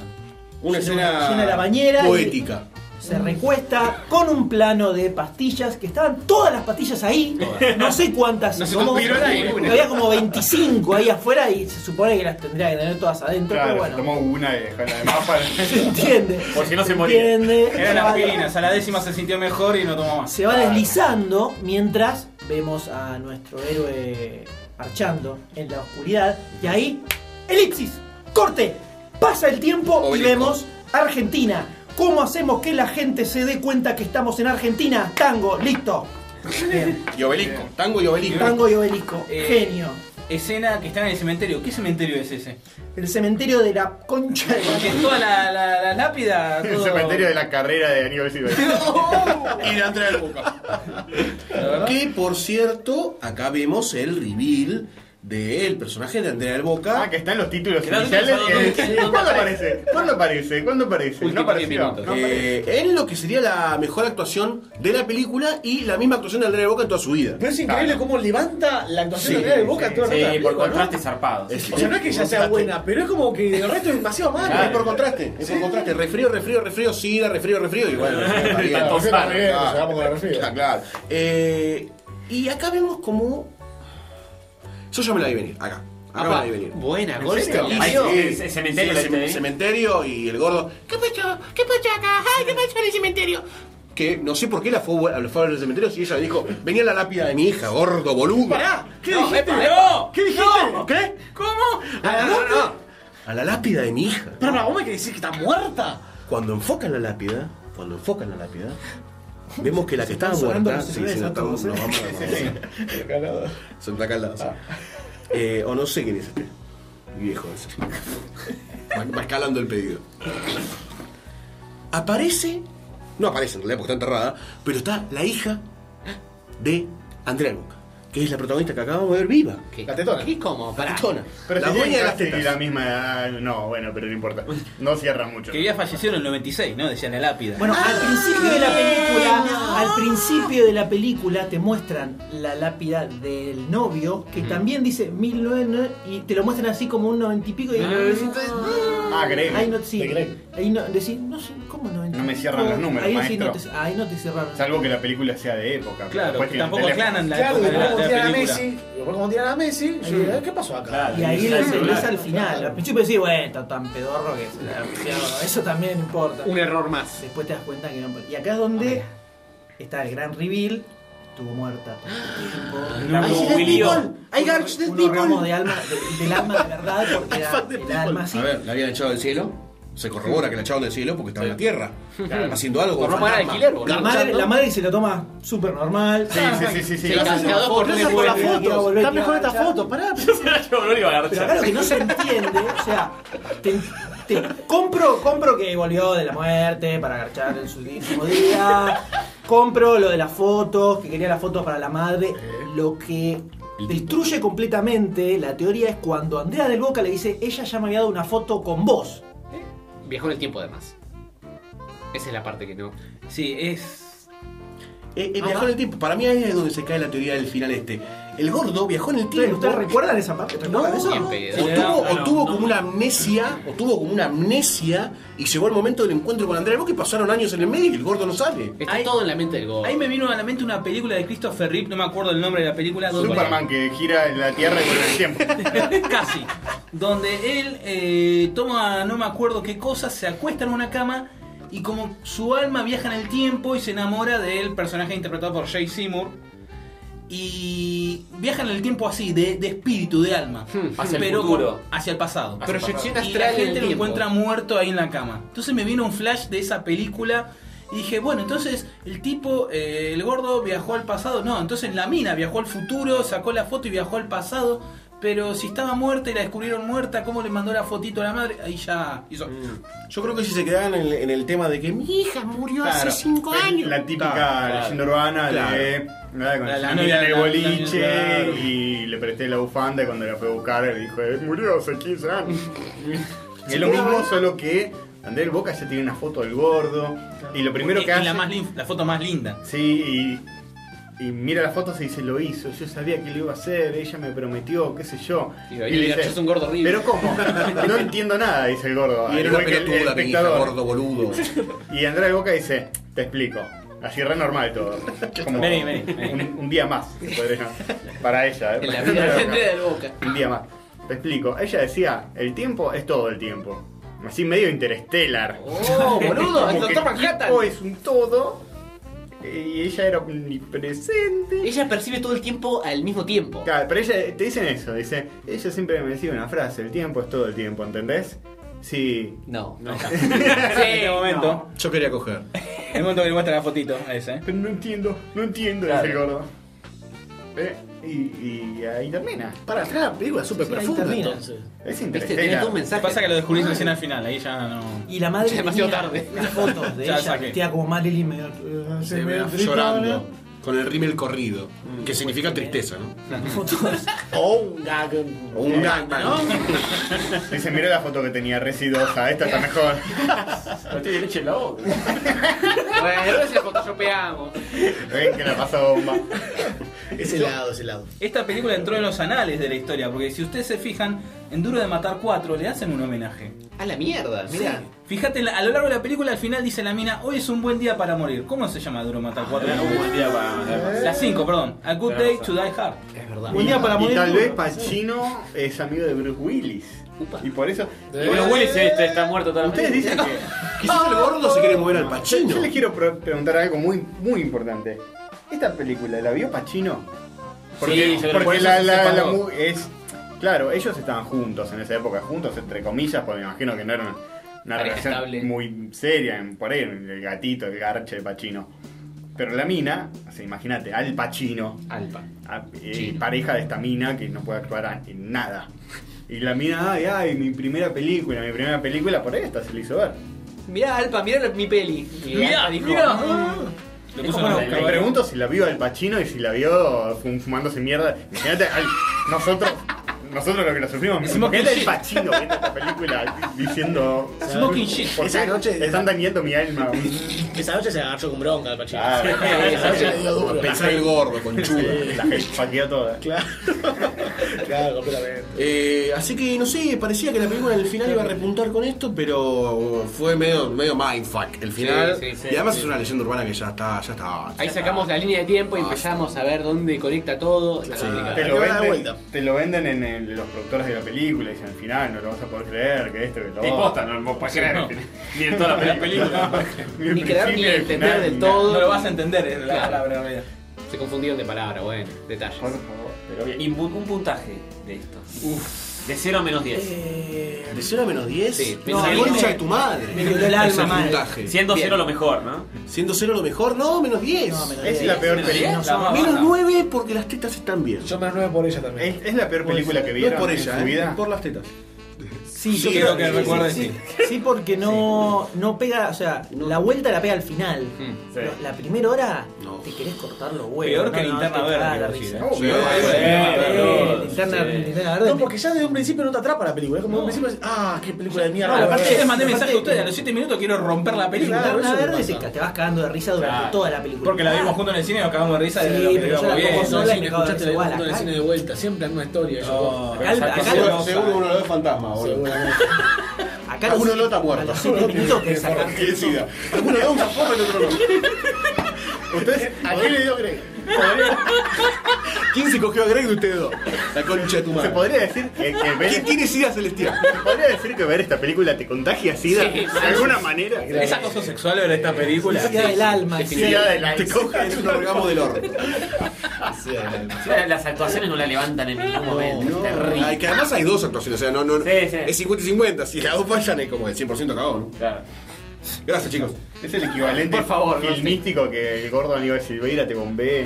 [SPEAKER 1] Una
[SPEAKER 7] Llena-
[SPEAKER 1] escena
[SPEAKER 7] llena la bañera y-
[SPEAKER 1] poética.
[SPEAKER 7] Se recuesta con un plano de pastillas que estaban todas las pastillas ahí. No sé cuántas.
[SPEAKER 9] No se
[SPEAKER 7] como-
[SPEAKER 9] conspiró nadie, ninguna.
[SPEAKER 7] había como 25 ahí afuera y se supone que las tendría que tener todas adentro.
[SPEAKER 2] Claro,
[SPEAKER 7] pero
[SPEAKER 2] se
[SPEAKER 7] bueno,
[SPEAKER 2] tomó una y dejó la demás para.
[SPEAKER 7] se entiende.
[SPEAKER 3] Por si no se moría.
[SPEAKER 7] entiende.
[SPEAKER 4] Era
[SPEAKER 7] Se
[SPEAKER 4] la
[SPEAKER 7] va-
[SPEAKER 4] aspirinas, a la décima se sintió mejor y no tomó más.
[SPEAKER 7] Se va deslizando mientras vemos a nuestro héroe marchando en la oscuridad. Y ahí, elipsis, corte, pasa el tiempo y
[SPEAKER 1] Obelisco.
[SPEAKER 7] vemos Argentina. ¿Cómo hacemos que la gente se dé cuenta que estamos en Argentina? Tango, listo. Bien.
[SPEAKER 1] Y obelisco. Tango y obelisco.
[SPEAKER 7] Tango y obelisco,
[SPEAKER 4] Eh.
[SPEAKER 7] genio.
[SPEAKER 4] Escena que está en el cementerio. ¿Qué cementerio es ese?
[SPEAKER 7] El cementerio de la concha de la-
[SPEAKER 4] Porque toda la, la, la lápida.
[SPEAKER 2] El
[SPEAKER 4] todo-
[SPEAKER 2] cementerio de la carrera de Aníbal Silva.
[SPEAKER 1] Y de Andrea del Boca.
[SPEAKER 4] La verdad.
[SPEAKER 1] Que por cierto, acá vemos el reveal
[SPEAKER 8] del personaje de Andrea del Boca.
[SPEAKER 2] Ah, que está en los títulos
[SPEAKER 8] Claro,
[SPEAKER 2] iniciales.
[SPEAKER 8] no sabemos
[SPEAKER 2] eh,
[SPEAKER 8] dónde-
[SPEAKER 2] ¿Cuándo aparece? ¿Cuándo aparece? ¿Cuándo aparece? No apareció. no apareció.
[SPEAKER 8] Eh, en lo que sería la mejor actuación de la película y la misma actuación de Andrea de Boca en toda su vida.
[SPEAKER 26] Pero es increíble cómo levanta la actuación
[SPEAKER 8] Sí,
[SPEAKER 26] de Andrea del Boca
[SPEAKER 8] sí,
[SPEAKER 26] toda la
[SPEAKER 8] sí,
[SPEAKER 26] película,
[SPEAKER 8] por contraste
[SPEAKER 3] zarpado.
[SPEAKER 26] O sea, no es que ella sea buena, pero es como que el resto es demasiado malo.
[SPEAKER 8] Es por contraste, es por contraste. Refrío, refrío, refrío, sida, refrío, refrío. Y bueno, está bien.
[SPEAKER 26] Tanto
[SPEAKER 8] Claro,
[SPEAKER 26] sano,
[SPEAKER 8] claro.
[SPEAKER 2] Ah.
[SPEAKER 26] nos llevamos con el refrío.
[SPEAKER 8] Claro, claro. Eh, y acá vemos como. Yo ya me la vi venir, acá. Acá me la vi venir.
[SPEAKER 9] Buena,
[SPEAKER 8] ¿En
[SPEAKER 9] Goldstein.
[SPEAKER 8] serio?
[SPEAKER 9] Ahí
[SPEAKER 8] Sí,
[SPEAKER 9] el
[SPEAKER 8] sí,
[SPEAKER 9] cementerio
[SPEAKER 8] sí,
[SPEAKER 9] este,
[SPEAKER 8] el
[SPEAKER 9] ¿eh?
[SPEAKER 8] cementerio y el gordo. ¿Qué pasó? ¿Qué pasó acá? ¡Ay, qué pasó en el cementerio! Que no sé por qué la fue a los del cementerio si ella dijo, venía la lápida de mi hija, gordo, boludo.
[SPEAKER 26] Pará, ¿qué dijiste?
[SPEAKER 8] ¡No!
[SPEAKER 26] ¿Qué dijiste? ¿Qué? ¿Cómo? ¿A la
[SPEAKER 8] No, no,
[SPEAKER 26] lápida?
[SPEAKER 8] A la lápida de mi hija.
[SPEAKER 26] Pero no, vos me querés decir que está muerta.
[SPEAKER 8] Cuando enfocan la lápida, cuando enfocan la lápida, vemos que la que estaba
[SPEAKER 26] están sonando
[SPEAKER 8] muerta.
[SPEAKER 26] los celulares
[SPEAKER 8] no,
[SPEAKER 26] a todos,
[SPEAKER 8] no,
[SPEAKER 26] ¿eh?
[SPEAKER 8] vamos,
[SPEAKER 26] Sí, Ah.
[SPEAKER 8] vamos. Son de acá al lado, sí. Eh, o no sé quién es este. Viejo ese. Va, va escalando el pedido. Aparece. No aparece en realidad porque está enterrada, pero está la hija de Andrea Luca, que es la protagonista que acabamos de ver viva.
[SPEAKER 26] La tetona.
[SPEAKER 9] ¿Qué cómo?
[SPEAKER 8] La tetona.
[SPEAKER 2] Pero
[SPEAKER 8] la
[SPEAKER 2] si
[SPEAKER 8] dueña
[SPEAKER 2] tiene
[SPEAKER 8] de las
[SPEAKER 26] este-
[SPEAKER 2] casi
[SPEAKER 8] tetas.
[SPEAKER 2] la misma edad, No, bueno, pero no importa. No cierra mucho.
[SPEAKER 4] Que había fallecido en el 96, ¿no? Decía la lápida.
[SPEAKER 7] Bueno, al principio de la
[SPEAKER 4] no.
[SPEAKER 7] película, al principio de la película te muestran la lápida del novio que también dice 1900 y te lo muestran así como un noventa y pico y entonces
[SPEAKER 2] Ah, Greg.
[SPEAKER 7] Ahí no sí.
[SPEAKER 2] De Greg.
[SPEAKER 7] Ahí no decís, no sé cómo 90.
[SPEAKER 2] No me cierran los números,
[SPEAKER 7] Ahí sí
[SPEAKER 2] maestro.
[SPEAKER 7] no te ahí no te cierran.
[SPEAKER 2] Salvo que la película sea de época.
[SPEAKER 7] Claro,
[SPEAKER 2] después
[SPEAKER 7] que
[SPEAKER 2] tiene el
[SPEAKER 7] tampoco
[SPEAKER 2] teléfono.
[SPEAKER 7] aclaran la
[SPEAKER 26] Claro,
[SPEAKER 7] época
[SPEAKER 26] después
[SPEAKER 7] de la-
[SPEAKER 26] como
[SPEAKER 7] de la
[SPEAKER 26] tiran a
[SPEAKER 7] película.
[SPEAKER 26] Messi, después como tiran a Messi, yo digo, ¿qué pasó acá?
[SPEAKER 7] Y ahí
[SPEAKER 26] la
[SPEAKER 7] la cerveza al final. Al principio decís, bueno, está tan pedorro que se la ha pillado". Eso también importa.
[SPEAKER 9] Un error más.
[SPEAKER 7] Después te das cuenta que no. Y acá es
[SPEAKER 8] Ah,
[SPEAKER 7] donde está el gran reveal. Estuvo muerta todo el tiempo.
[SPEAKER 9] No. Ay, dead
[SPEAKER 7] Willy
[SPEAKER 9] people.
[SPEAKER 7] O.
[SPEAKER 9] Ay, garbage, dead
[SPEAKER 7] Unos
[SPEAKER 9] people.
[SPEAKER 7] ramos de alma, de- del alma de verdad, porque era el alma así.
[SPEAKER 8] A ver, la habían echado del cielo. Se corrobora que la echaron del cielo porque estaba en la tierra.
[SPEAKER 7] Claro.
[SPEAKER 8] Haciendo algo. con fantasma.
[SPEAKER 7] la madre, la madre se lo toma súper normal.
[SPEAKER 8] Sí, sí, sí, sí, sí. Sí,
[SPEAKER 7] Gracias
[SPEAKER 8] cada
[SPEAKER 7] a
[SPEAKER 8] dos Ah, por
[SPEAKER 7] Dios,
[SPEAKER 8] tres
[SPEAKER 7] por
[SPEAKER 8] vuelve.
[SPEAKER 7] la
[SPEAKER 8] Quiero
[SPEAKER 7] foto.
[SPEAKER 8] volver,
[SPEAKER 7] Está
[SPEAKER 8] quiero
[SPEAKER 7] mejor esta foto, pará. Pero acá lo que no se entiende, o sea, te, te- compro, compro que volvió de la muerte para agarchar en su último día. Compro lo de las fotos, que quería las fotos para la madre.
[SPEAKER 4] Eh.
[SPEAKER 7] Lo que destruye completamente la teoría es cuando Andrea del Boca le dice, ella ya me había dado una foto con vos.
[SPEAKER 9] Viajó en el tiempo además. Esa es la parte que no.
[SPEAKER 4] Sí, es.
[SPEAKER 8] Eh, eh, viajó en el tiempo. Para mí ahí es donde se cae la teoría del final este. El gordo viajó en el
[SPEAKER 7] ¿Ustedes,
[SPEAKER 8] tiempo.
[SPEAKER 7] ¿ustedes recuerdan esa parte? ¿Recuerdan
[SPEAKER 8] No,
[SPEAKER 7] eso?
[SPEAKER 8] o
[SPEAKER 7] Eh,
[SPEAKER 8] tuvo, o tuvo como una amnesia, o tuvo como una amnesia, y llegó el momento del encuentro con Andrea Boca y pasaron años en el medio y el gordo no sale.
[SPEAKER 9] Está todo en la mente del gordo.
[SPEAKER 4] Ahí me vino a la mente una película de Christopher Reeve, no me acuerdo el nombre de la película.
[SPEAKER 2] Superman que gira en la tierra y vuelve en el tiempo.
[SPEAKER 4] Casi. Donde él eh, toma, no me acuerdo qué cosa, se acuesta en una cama y como su alma viaja en el tiempo y se enamora del personaje interpretado por Jay Seymour. Y viajan en el tiempo así, de, de espíritu, de alma.
[SPEAKER 3] hacia el
[SPEAKER 4] pero
[SPEAKER 3] futuro.
[SPEAKER 4] con- hacia el pasado.
[SPEAKER 3] Hacia el Proyección
[SPEAKER 4] pasado.
[SPEAKER 3] astral
[SPEAKER 4] Y la
[SPEAKER 3] en el
[SPEAKER 4] gente lo
[SPEAKER 3] tiempo.
[SPEAKER 4] encuentra muerto ahí en la cama. Entonces me vino un flash de esa película y dije, bueno, entonces el tipo, eh, el gordo viajó al pasado. No, entonces la mina viajó al futuro, sacó la foto y viajó al pasado. Pero si estaba muerta y la descubrieron muerta, ¿cómo le mandó la fotito a la madre? Ahí ya hizo.
[SPEAKER 2] Mm,
[SPEAKER 8] Yo creo que si se quedaban en el, en el tema de que mi hija murió
[SPEAKER 2] Claro. La típica
[SPEAKER 8] Claro.
[SPEAKER 2] leyenda urbana
[SPEAKER 8] Claro.
[SPEAKER 2] de. nada, Con
[SPEAKER 8] La-
[SPEAKER 2] la,
[SPEAKER 8] la novia
[SPEAKER 2] novia de
[SPEAKER 8] de la-
[SPEAKER 2] boliche
[SPEAKER 8] la- claro.
[SPEAKER 2] y le presté la bufanda y cuando la fue a buscar le dijo, "Eh, murió hace 15 años. es lo mismo, solo que Andrés Boca ya tiene una foto del gordo y lo primero
[SPEAKER 4] Y-
[SPEAKER 2] que
[SPEAKER 4] y
[SPEAKER 2] hace...
[SPEAKER 4] la, más lin- la foto más linda.
[SPEAKER 2] Sí, y, y mira las fotos y dice, lo hizo, yo sabía que lo iba a hacer, ella me prometió, qué sé yo.
[SPEAKER 9] Y ahí le dice, "Sos un gordo horrible".
[SPEAKER 2] Pero ¿cómo? No entiendo nada, dice el gordo.
[SPEAKER 8] Y
[SPEAKER 2] al
[SPEAKER 8] era
[SPEAKER 2] Ah, igual
[SPEAKER 8] una
[SPEAKER 2] que el- el
[SPEAKER 8] pelotuda, mi hija,
[SPEAKER 2] espectador.
[SPEAKER 8] gordo boludo.
[SPEAKER 2] Y Andrea Boca dice, te explico. Así re normal todo. Como
[SPEAKER 4] Vení, vení, vení.
[SPEAKER 2] Un, un día más, se podría- Para ella, ¿eh?
[SPEAKER 9] En la
[SPEAKER 2] Para
[SPEAKER 9] vida de
[SPEAKER 2] Boca.
[SPEAKER 9] Andrea del Boca.
[SPEAKER 2] Un día más. Te explico. Ella decía, el tiempo es todo el tiempo. Así medio interstellar.
[SPEAKER 9] ¡Oh, boludo! ¡El
[SPEAKER 2] Como que
[SPEAKER 9] doctor Manhattan!
[SPEAKER 2] tiempo es un todo. eh, Y ella era omnipresente.
[SPEAKER 9] Ella percibe todo el tiempo al mismo tiempo.
[SPEAKER 2] Claro, pero ella, te dicen eso, dice, ella siempre me decía una frase, el tiempo es todo el tiempo, ¿entendés? Sí.
[SPEAKER 9] No, no.
[SPEAKER 4] en este momento.
[SPEAKER 8] Yo quería coger.
[SPEAKER 4] En el momento que le muestra la fotito, ese. ¿eh?
[SPEAKER 2] Pero no entiendo, no entiendo, dice el gordo. Eh, y, y ahí termina.
[SPEAKER 26] Para atrás la película es súper
[SPEAKER 2] Sí, ahí
[SPEAKER 26] profunda
[SPEAKER 2] termina.
[SPEAKER 26] entonces.
[SPEAKER 2] Es
[SPEAKER 4] Viste,
[SPEAKER 2] interesante.
[SPEAKER 4] tenés todo un mensaje. Pasa que lo descubrís recién al final, ahí ya no.
[SPEAKER 7] Y la madre
[SPEAKER 4] Ya demasiado
[SPEAKER 7] tenía
[SPEAKER 4] tarde.
[SPEAKER 7] unas fotos de
[SPEAKER 4] Ya
[SPEAKER 7] ella
[SPEAKER 4] saqué.
[SPEAKER 7] vestida como Marilyn medio, eh,
[SPEAKER 4] Se vea
[SPEAKER 7] medio tristona.
[SPEAKER 4] llorando.
[SPEAKER 1] con el rímel corrido, que significa tristeza, ¿no?
[SPEAKER 14] O un gag.
[SPEAKER 1] O un gangbang.
[SPEAKER 2] ¿no? Dice, mira la foto que tenía residosa, esta está mejor.
[SPEAKER 9] No tiene leche en la boca. bueno, ahora se la photoshopeamos.
[SPEAKER 2] Ven que la pasó bomba.
[SPEAKER 14] Es helado, es helado.
[SPEAKER 4] Esta película entró en los anales de la historia, porque si ustedes se fijan, en Duro de Matar 4 le hacen un homenaje.
[SPEAKER 9] A la mierda, mirá.
[SPEAKER 4] Sí. Fíjate, la- a lo largo de la película al final dice la mina, hoy es un buen día para morir. ¿Cómo se llama Duro de Matar
[SPEAKER 7] Ah.
[SPEAKER 4] 4?
[SPEAKER 12] era un buen día para matar.
[SPEAKER 4] La 5, perdón. A Good
[SPEAKER 12] Tenés
[SPEAKER 4] Day
[SPEAKER 12] razón.
[SPEAKER 4] to Die Hard.
[SPEAKER 9] Es verdad.
[SPEAKER 4] Un día para
[SPEAKER 2] y,
[SPEAKER 4] morir.
[SPEAKER 2] y tal
[SPEAKER 4] duro.
[SPEAKER 2] vez Pacino es amigo de Bruce Willis. Y por eso.
[SPEAKER 3] Bruce Willis este, está muerto totalmente.
[SPEAKER 2] Ustedes dicen que.
[SPEAKER 1] Quizás el gordo se quiere mover al Pacino.
[SPEAKER 2] Yo les quiero pre- preguntar algo muy, muy importante. ¿Esta película la vio Pacino? Porque,
[SPEAKER 3] Sí, yo creo que por
[SPEAKER 2] porque
[SPEAKER 3] eso
[SPEAKER 2] la,
[SPEAKER 3] se
[SPEAKER 2] la, la
[SPEAKER 3] separó.
[SPEAKER 2] mu- es. Claro, ellos estaban juntos en esa época, juntos entre comillas, porque me imagino que no era una, una
[SPEAKER 9] Pareja
[SPEAKER 2] relación
[SPEAKER 9] estable.
[SPEAKER 2] muy seria, en- por ahí el gatito, el garche de Pacino. Pero la mina, o sea, imagínate, Al Pacino,
[SPEAKER 9] Alpa.
[SPEAKER 2] a- eh, pareja de esta mina que no puede actuar a- en nada. Y la mina, ay, ay, mi primera película, mi primera película, por ahí hasta se le hizo ver.
[SPEAKER 9] Mirá, Alpa, mirá la- mi peli. Y
[SPEAKER 2] Mirá,
[SPEAKER 9] Alpa dijo,
[SPEAKER 2] mirá.
[SPEAKER 9] "Mm".
[SPEAKER 2] Le
[SPEAKER 9] Es como los
[SPEAKER 2] me
[SPEAKER 9] caballos.
[SPEAKER 2] pregunto si la vio Al Pacino y si la vio fum- fumándose mierda. Imagínate, ay, nosotros, nosotros lo que la sufrimos.
[SPEAKER 4] Smoking
[SPEAKER 2] Imagínate Al
[SPEAKER 4] shit.
[SPEAKER 2] Pacino viendo esta película diciendo.
[SPEAKER 4] Smoking shit.
[SPEAKER 2] ¿Por
[SPEAKER 14] Esa
[SPEAKER 2] qué
[SPEAKER 14] noche-
[SPEAKER 2] Están dañando mi alma.
[SPEAKER 14] Esa noche se agarró con bronca al Pachino.
[SPEAKER 2] Claro.
[SPEAKER 14] Esa noche le dio duro.
[SPEAKER 1] Pensar el gordo, con
[SPEAKER 2] La gente paqueó toda.
[SPEAKER 14] Claro. Claro, completamente.
[SPEAKER 1] Eh, así que no sé, parecía que la película en el final iba a repuntar con esto, pero fue medio, medio mindfuck el final.
[SPEAKER 9] Sí, sí, sí,
[SPEAKER 1] y además
[SPEAKER 9] sí.
[SPEAKER 1] es una leyenda urbana que ya está, ya está.
[SPEAKER 9] Ahí sacamos la línea de tiempo y empezamos a ver dónde conecta todo. Está
[SPEAKER 3] Ah,
[SPEAKER 9] complicado.
[SPEAKER 2] Te lo, venden, te lo venden en el- los productores de la película y dicen al final no lo vas a poder creer, que esto, que lo
[SPEAKER 3] Y
[SPEAKER 2] otro.
[SPEAKER 3] posta, no lo podés creer.
[SPEAKER 2] No.
[SPEAKER 3] Ni en toda la película.
[SPEAKER 2] Ni el
[SPEAKER 9] Ni creer ni
[SPEAKER 2] principio, el
[SPEAKER 9] entender
[SPEAKER 2] final,
[SPEAKER 9] del
[SPEAKER 2] ni
[SPEAKER 9] todo.
[SPEAKER 4] No lo vas a entender, es la
[SPEAKER 9] Claro.
[SPEAKER 4] palabra. en realidad.
[SPEAKER 9] Se confundieron de palabra, bueno, detalles.
[SPEAKER 2] Por favor, pero bien.
[SPEAKER 3] Y un, un puntaje de esto. De 0 a menos 10.
[SPEAKER 1] Eh, ¿De 0 a menos 10?
[SPEAKER 9] Sí,
[SPEAKER 1] no,
[SPEAKER 3] me-
[SPEAKER 1] concha
[SPEAKER 3] me-
[SPEAKER 1] de tu madre.
[SPEAKER 3] me dio el
[SPEAKER 1] Ese
[SPEAKER 3] alma mal.
[SPEAKER 1] puntaje.
[SPEAKER 3] Siendo 0 lo mejor, ¿no?
[SPEAKER 1] Siendo 0 lo mejor, no, menos 10.
[SPEAKER 2] Es la peor
[SPEAKER 1] Menos
[SPEAKER 2] película.
[SPEAKER 1] 10,
[SPEAKER 2] La más
[SPEAKER 1] Menos
[SPEAKER 2] baja.
[SPEAKER 1] 9 porque las tetas están bien.
[SPEAKER 14] Yo me renuevo por ella también.
[SPEAKER 2] Es, es la peor
[SPEAKER 14] Puede
[SPEAKER 2] película
[SPEAKER 14] ser.
[SPEAKER 2] que
[SPEAKER 1] No es
[SPEAKER 2] vieron
[SPEAKER 1] por
[SPEAKER 2] en
[SPEAKER 1] ella,
[SPEAKER 2] su
[SPEAKER 1] eh,
[SPEAKER 2] vida.
[SPEAKER 1] por las tetas.
[SPEAKER 7] Sí, yo
[SPEAKER 4] Yo creo
[SPEAKER 7] creo
[SPEAKER 4] que recuerde,
[SPEAKER 7] sí. Sí, sí, porque no, no pega, o sea, la vuelta la pega al final. Pero La primera hora te querés cortar los huevos.
[SPEAKER 4] Mm, Peor que
[SPEAKER 7] no, no,
[SPEAKER 4] Linterna
[SPEAKER 7] te
[SPEAKER 4] Verde,
[SPEAKER 7] cagás la
[SPEAKER 4] quiero
[SPEAKER 7] risa.
[SPEAKER 4] decir,
[SPEAKER 1] ¿eh?
[SPEAKER 7] Sí,
[SPEAKER 1] Sí,
[SPEAKER 7] eh,
[SPEAKER 4] sí.
[SPEAKER 7] Linterna-
[SPEAKER 4] Sí.
[SPEAKER 7] Linterna Verde.
[SPEAKER 14] No, porque ya desde un principio no te atrapa la película. Es como un principio es, ah, qué película de mierda.
[SPEAKER 4] No, la parte
[SPEAKER 14] Aparte-
[SPEAKER 4] yo les mandé mensaje a
[SPEAKER 7] aparte-
[SPEAKER 4] ustedes, a los 7 minutos quiero romper la película.
[SPEAKER 14] Claro,
[SPEAKER 7] Linterna
[SPEAKER 14] eso me
[SPEAKER 7] Verde
[SPEAKER 14] pasa.
[SPEAKER 7] te ca- te vas cagando de risa durante
[SPEAKER 4] Claro.
[SPEAKER 7] toda la película. Ah,
[SPEAKER 4] Porque la vimos juntos en el cine y nos cagamos de risa de lo
[SPEAKER 7] Sí,
[SPEAKER 4] que
[SPEAKER 7] pero yo
[SPEAKER 4] íbamos
[SPEAKER 7] la
[SPEAKER 4] bien.
[SPEAKER 7] pongo
[SPEAKER 4] ¿no?
[SPEAKER 7] sola y
[SPEAKER 4] Sí,
[SPEAKER 7] me cago de
[SPEAKER 4] escuchaste
[SPEAKER 7] risa. Igual,
[SPEAKER 4] la-
[SPEAKER 7] acá-
[SPEAKER 9] de vuelta, siempre la misma historia.
[SPEAKER 4] No,
[SPEAKER 7] Acá-
[SPEAKER 4] pero
[SPEAKER 7] acá-
[SPEAKER 4] sacó-
[SPEAKER 7] acá-
[SPEAKER 1] Seguro uno lo ve fantasma, boludo.
[SPEAKER 7] Acá los-
[SPEAKER 1] Alguno lo está
[SPEAKER 7] a
[SPEAKER 1] muerto.
[SPEAKER 7] los siete minutos te sacás.
[SPEAKER 1] ¿Qué sida? Alguno da una forma y otro no.
[SPEAKER 2] Ustedes,
[SPEAKER 14] ¿A qué le dio Greg?
[SPEAKER 1] ¿Quién se cogió a Greg de ustedes dos? La concha de tu
[SPEAKER 2] se
[SPEAKER 1] madre.
[SPEAKER 2] podría decir que, que ver,
[SPEAKER 1] ¿Quién tiene sida celestial?
[SPEAKER 2] se podría decir que ver esta película te contagia sida
[SPEAKER 9] Sí,
[SPEAKER 2] de alguna manera.
[SPEAKER 4] ¿Es acoso sexual ver esta película?
[SPEAKER 7] Sida del alma.
[SPEAKER 2] Sida de la-
[SPEAKER 1] Te coge es un orgamo del horno.
[SPEAKER 3] Encima, Las actuaciones no la levantan en ningún momento. es terrible.
[SPEAKER 1] Ay, que además hay dos actuaciones, o sea, no, no, no.
[SPEAKER 3] Sí, sí.
[SPEAKER 1] es 50 y 50. Si las dos fallan, es como el 100% cagado, ¿no?
[SPEAKER 3] Claro.
[SPEAKER 1] Gracias, chicos.
[SPEAKER 2] Es el equivalente
[SPEAKER 9] Por favor, no sé.
[SPEAKER 2] el místico que el gordo Aníbal Silveira te bombee.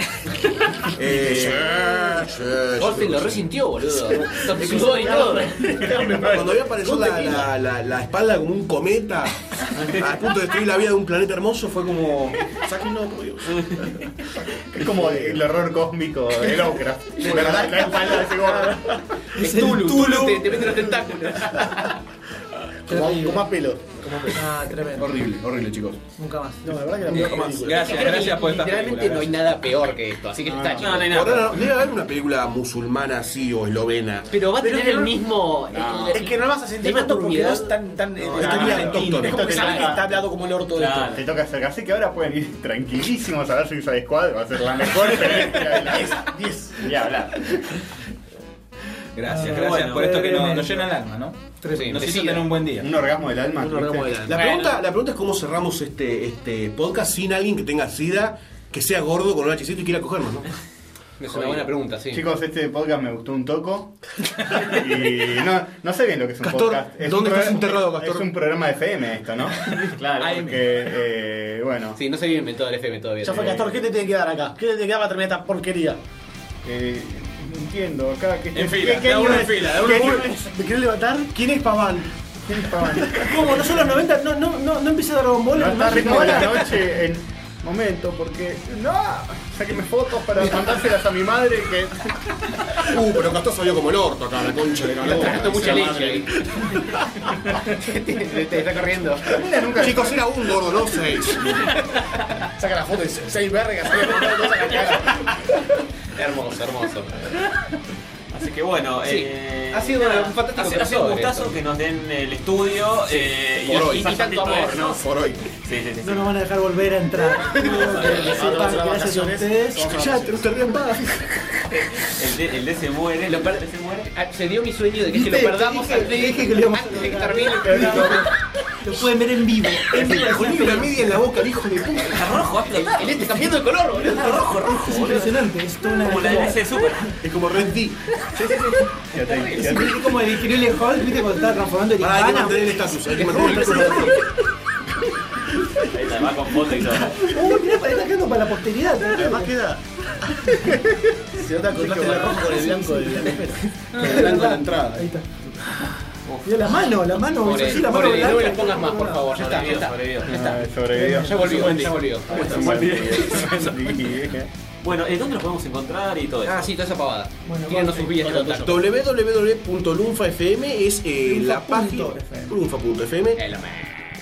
[SPEAKER 1] Eh, sí, sí, sí.
[SPEAKER 9] Austin lo resintió, boludo. Lo sudó y todo.
[SPEAKER 1] Cuando había aparecido la, la, la, la espalda como un cometa, al punto de destruir la vida de un planeta hermoso, fue como. Sáquenlo, por Dios.
[SPEAKER 2] Es como el horror cósmico de Lovecraft. De verdad, la espalda de ese gordo.
[SPEAKER 9] Es Tulu. Tulu. Te, te mete los tentáculos.
[SPEAKER 14] Como, como más pelo.
[SPEAKER 7] Ah, tremendo.
[SPEAKER 1] Horrible, horrible, chicos.
[SPEAKER 7] Nunca más.
[SPEAKER 14] No, la verdad que la peor película.
[SPEAKER 4] Gracias, gracias por esta
[SPEAKER 9] Literalmente no hay
[SPEAKER 4] película.
[SPEAKER 9] nada peor que esto, así que está
[SPEAKER 3] No, no
[SPEAKER 9] chido.
[SPEAKER 1] Por
[SPEAKER 3] hay nada.
[SPEAKER 1] ahora no- debe haber una película musulmana así o eslovena.
[SPEAKER 9] Pero va a
[SPEAKER 14] Pero
[SPEAKER 9] tener
[SPEAKER 14] que
[SPEAKER 9] el
[SPEAKER 14] no-
[SPEAKER 9] mismo. el-
[SPEAKER 14] Es que no vas a sentir
[SPEAKER 9] Tema
[SPEAKER 14] tanto porque
[SPEAKER 9] turbidez.
[SPEAKER 14] no es tan. tan eh,
[SPEAKER 1] es
[SPEAKER 14] tan
[SPEAKER 1] turbidez,
[SPEAKER 14] argentino.
[SPEAKER 1] tonto,
[SPEAKER 14] Es como
[SPEAKER 2] esto
[SPEAKER 14] que
[SPEAKER 2] te
[SPEAKER 14] sabes que
[SPEAKER 2] saca-
[SPEAKER 14] está hablado como el orto de
[SPEAKER 3] Claro.
[SPEAKER 2] Te toca acercar. Así que ahora pueden ir tranquilísimos a ver Suicide Squad. Va a ser la mejor película de la 10. Ni hablar.
[SPEAKER 7] Ah,
[SPEAKER 4] Gracias, gracias
[SPEAKER 7] bueno,
[SPEAKER 4] por esto que nos,
[SPEAKER 7] tremendo.
[SPEAKER 4] nos llena el alma, ¿no?
[SPEAKER 9] Sí,
[SPEAKER 4] Nos hizo
[SPEAKER 9] decida.
[SPEAKER 4] tener un buen día.
[SPEAKER 2] Un orgasmo del alma. ¿viste?
[SPEAKER 1] La pregunta, la pregunta es cómo cerramos este, este podcast sin alguien que tenga sida, que sea gordo con un hachecito y quiera cogernos, ¿no?
[SPEAKER 9] Es una buena pregunta, sí.
[SPEAKER 2] Chicos, este podcast me gustó un toco. Y no, no sé bien lo que es un
[SPEAKER 1] Castor,
[SPEAKER 2] podcast. Es
[SPEAKER 1] ¿dónde
[SPEAKER 2] un
[SPEAKER 1] estás
[SPEAKER 2] programa-
[SPEAKER 1] enterrado, Castor?
[SPEAKER 2] Es un programa de FM esto, ¿no?
[SPEAKER 3] Claro.
[SPEAKER 2] Porque, eh, bueno,
[SPEAKER 9] Sí, no se vive inventado el FM todavía.
[SPEAKER 14] Ya fue
[SPEAKER 9] Eh,
[SPEAKER 14] Castor, ¿qué te tiene que dar acá? ¿Qué te tiene que dar para terminar esta porquería?
[SPEAKER 2] eh, no entiendo acá que
[SPEAKER 4] En fila, de a uno en fila, de a uno en fila.
[SPEAKER 14] ¿Me querés levantar? ¿Quién es Paván?
[SPEAKER 2] ¿Quién estaba?
[SPEAKER 7] ¿Cómo? ¿No son los 90? No, no, no, no empecé Dragon Ball.
[SPEAKER 2] No
[SPEAKER 7] no
[SPEAKER 2] está
[SPEAKER 7] empecé
[SPEAKER 2] ritmo de
[SPEAKER 7] Dragon
[SPEAKER 2] la
[SPEAKER 7] Ball.
[SPEAKER 2] noche en Momento, porque. ¡No! Sáquenme fotos para mandárselas a mi madre que.
[SPEAKER 1] Uh, pero Castor salió como el orto acá, la concha de calor.
[SPEAKER 2] Gastó mucha leche
[SPEAKER 9] te, te- te está corriendo.
[SPEAKER 1] Chicos, era un gordo, no seis.
[SPEAKER 27] Saca la foto y se- seis vergas. saca la foto, saca la cara.
[SPEAKER 3] Hermoso, hermoso. Así que bueno,
[SPEAKER 9] Sí.
[SPEAKER 3] eh,
[SPEAKER 9] Ha sido
[SPEAKER 3] nada,
[SPEAKER 9] un fantástico
[SPEAKER 3] ha sido- ha sido un
[SPEAKER 9] crossover
[SPEAKER 3] gustazo
[SPEAKER 9] esto.
[SPEAKER 3] que nos den el estudio eh,
[SPEAKER 9] Por
[SPEAKER 3] y-
[SPEAKER 9] hoy.
[SPEAKER 3] y- y
[SPEAKER 9] Tanto
[SPEAKER 3] tanto
[SPEAKER 9] amor,
[SPEAKER 3] amor,
[SPEAKER 9] ¿no?
[SPEAKER 1] Por hoy.
[SPEAKER 3] Sí, sí, sí.
[SPEAKER 7] No nos van a dejar volver a entrar.
[SPEAKER 3] Vamos a las
[SPEAKER 7] Gracias a
[SPEAKER 3] vacaciones.
[SPEAKER 7] ustedes.
[SPEAKER 9] Ya, te gustaría más.
[SPEAKER 3] El de, el de se muere.
[SPEAKER 9] Lo per- Ah, Se dio mi sueño de que, que lo
[SPEAKER 7] Te- te
[SPEAKER 9] perdamos
[SPEAKER 7] dije-
[SPEAKER 9] al
[SPEAKER 7] te dije que lo íbamos a
[SPEAKER 9] antes de que
[SPEAKER 7] lograr.
[SPEAKER 9] termine el programa.
[SPEAKER 7] Lo pueden ver en vivo. En vivo.
[SPEAKER 9] Ponle una media en la boca al hijo de puta.
[SPEAKER 3] Está rojo,
[SPEAKER 9] El este está cambiando de color, boludo. Está rojo, rojo.
[SPEAKER 7] Es impresionante. Es toda una.
[SPEAKER 9] Como la
[SPEAKER 7] como-
[SPEAKER 9] NC Super.
[SPEAKER 1] Es como Red D.
[SPEAKER 7] Es como el increíble Hulk, viste, cuando estaba transformando el
[SPEAKER 1] Pará, hay que
[SPEAKER 7] Ivana.
[SPEAKER 1] mantener el estatus, hay que mantener el estatus.
[SPEAKER 3] Ahí se va con foto y todo.
[SPEAKER 7] Uy, mirá, está quedando para la posteridad.
[SPEAKER 8] Además queda. Se nota el contraste del rojo con el blanco de la El blanco de la entrada.
[SPEAKER 7] Ahí está. Mirá la mano, la mano, hizo así, la mano
[SPEAKER 9] Pobre,
[SPEAKER 7] blanca.
[SPEAKER 9] no me las pongas más, por favor. Sobrevivió, sobrevivió. Ya está.
[SPEAKER 2] Ah, Sobrevivió.
[SPEAKER 9] Ya volvió, ya volvió.
[SPEAKER 3] Bueno, eh, ¿dónde nos podemos encontrar y todo eso?
[SPEAKER 9] Ah, sí, toda esa pavada. Tírenos sus vías de contacto.
[SPEAKER 1] www.lunfa.fm es eh, la página. Lunfa.fm.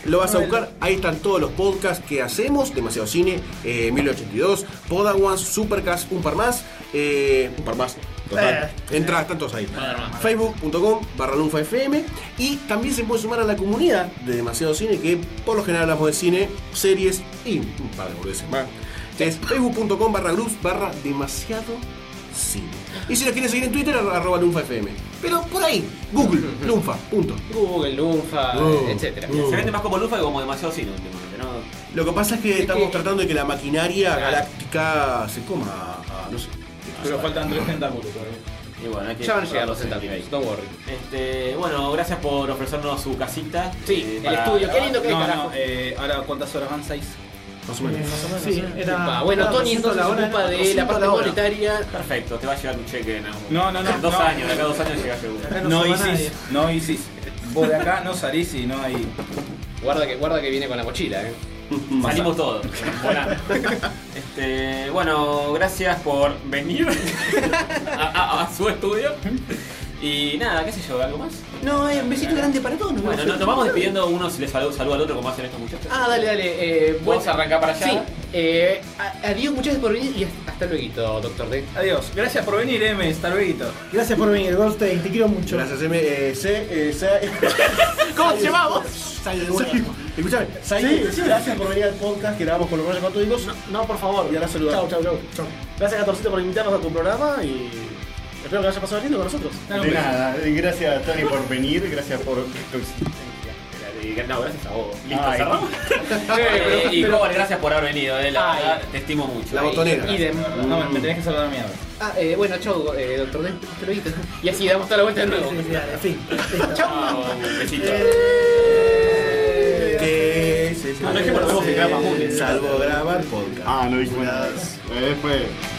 [SPEAKER 1] Lo vas a buscar, ahí están todos los podcasts que hacemos, Demasiado Cine, eh, 1082, Podawans, Supercast, un par más, eh, un par más, total. Entra, están todos ahí. Facebook.com barra Lunfa FM y también se puede sumar a la comunidad de Demasiado Cine que por lo general hablamos de cine, series y un par de boludeces más. Es facebook.com barra groups barra demasiado cine. Y si nos quieren seguir en Twitter, arro- arroba Lunfa FM. Pero por ahí, Google, Lunfa, punto.
[SPEAKER 9] Google, Lunfa,
[SPEAKER 1] Uh,
[SPEAKER 9] etcétera.
[SPEAKER 1] uh.
[SPEAKER 3] Se vende más como lufa que como demasiado cine últimamente, ¿no?
[SPEAKER 1] Lo que pasa es que estamos tratando de que la maquinaria galáctica se coma a, a- no sé.
[SPEAKER 4] Pero faltan tres tentáculos todavía.
[SPEAKER 3] Y bueno, hay que
[SPEAKER 9] Ya van a llegar los
[SPEAKER 3] centavos.
[SPEAKER 9] centavos, don't worry.
[SPEAKER 3] Este, bueno, gracias por ofrecernos su casita. Eh, Sí,
[SPEAKER 9] el estudio, qué lindo que es,
[SPEAKER 4] Eh, No,
[SPEAKER 9] carajo.
[SPEAKER 4] no, eh, ahora cuántas horas van, seis.
[SPEAKER 1] Más o menos.
[SPEAKER 7] Sí, era.
[SPEAKER 9] Ah, bueno,
[SPEAKER 7] era
[SPEAKER 9] Tony entonces
[SPEAKER 7] la
[SPEAKER 9] se
[SPEAKER 7] hora,
[SPEAKER 9] ocupa de
[SPEAKER 7] era
[SPEAKER 9] la
[SPEAKER 7] 400
[SPEAKER 9] parte
[SPEAKER 7] hora.
[SPEAKER 9] monetaria.
[SPEAKER 3] Perfecto, te va a llegar un cheque en algún
[SPEAKER 4] No, no, no,
[SPEAKER 3] En dos
[SPEAKER 4] no.
[SPEAKER 3] años, de acá a dos años llegas seguro.
[SPEAKER 7] Acá
[SPEAKER 4] No
[SPEAKER 7] se va
[SPEAKER 4] ISIS,
[SPEAKER 7] nadie.
[SPEAKER 4] no ISIS. Vos de acá no salís y no hay.
[SPEAKER 9] Guarda que, guarda que viene con la mochila, eh.
[SPEAKER 3] Salimos todos. Hola. Este, bueno, gracias por venir a, a- a su estudio. Y nada, qué sé yo, ¿algo más?
[SPEAKER 9] No, eh, un besito grande para todos. nos
[SPEAKER 3] Bueno,
[SPEAKER 9] vemos.
[SPEAKER 3] no- nos vamos despidiendo uno si le saluda al otro como hacen estos muchachos.
[SPEAKER 9] Ah, dale, dale. Eh,
[SPEAKER 3] ¿Vamos a arrancar para allá?
[SPEAKER 9] Sí. Eh, a- adiós, muchas gracias por venir y hasta luego, doctor D.
[SPEAKER 4] Adiós. Gracias por venir, M. Hasta luego.
[SPEAKER 7] Gracias por venir, Goldstein, te quiero mucho.
[SPEAKER 1] Gracias, M. Eh, C, eh,
[SPEAKER 8] E.
[SPEAKER 1] C.
[SPEAKER 8] ¿Cómo te llamamos?
[SPEAKER 1] Escuchame,
[SPEAKER 8] Sí, sí, gracias por venir al podcast que grabamos con los brazos católicos. No, por favor. Y ahora saludamos. Chau, chau, chau. Gracias, Catorcito, por invitarnos a tu programa y espero que haya pasado lindo con nosotros.
[SPEAKER 2] De nada, y gracias Tony por venir, gracias por tu
[SPEAKER 3] No, gracias a vos. Listo,
[SPEAKER 2] Ay.
[SPEAKER 3] cerramos. Eh, y Cobal, gracias por haber venido, eh, la verdad, te estimo mucho.
[SPEAKER 1] La botonera.
[SPEAKER 9] Y de-
[SPEAKER 4] No, me- me tenés que saludar a mí ahora.
[SPEAKER 9] Ah, eh, bueno, chau, eh, doctor D. Hasta luego. Y así damos toda la vuelta de nuevo.
[SPEAKER 7] En fin.
[SPEAKER 3] Ah, un besito.
[SPEAKER 1] Que se
[SPEAKER 3] no, es que por la voz se graba muy bien.
[SPEAKER 1] Salvo grabar podcast.
[SPEAKER 2] Ah, no dije nada. Eh, fue.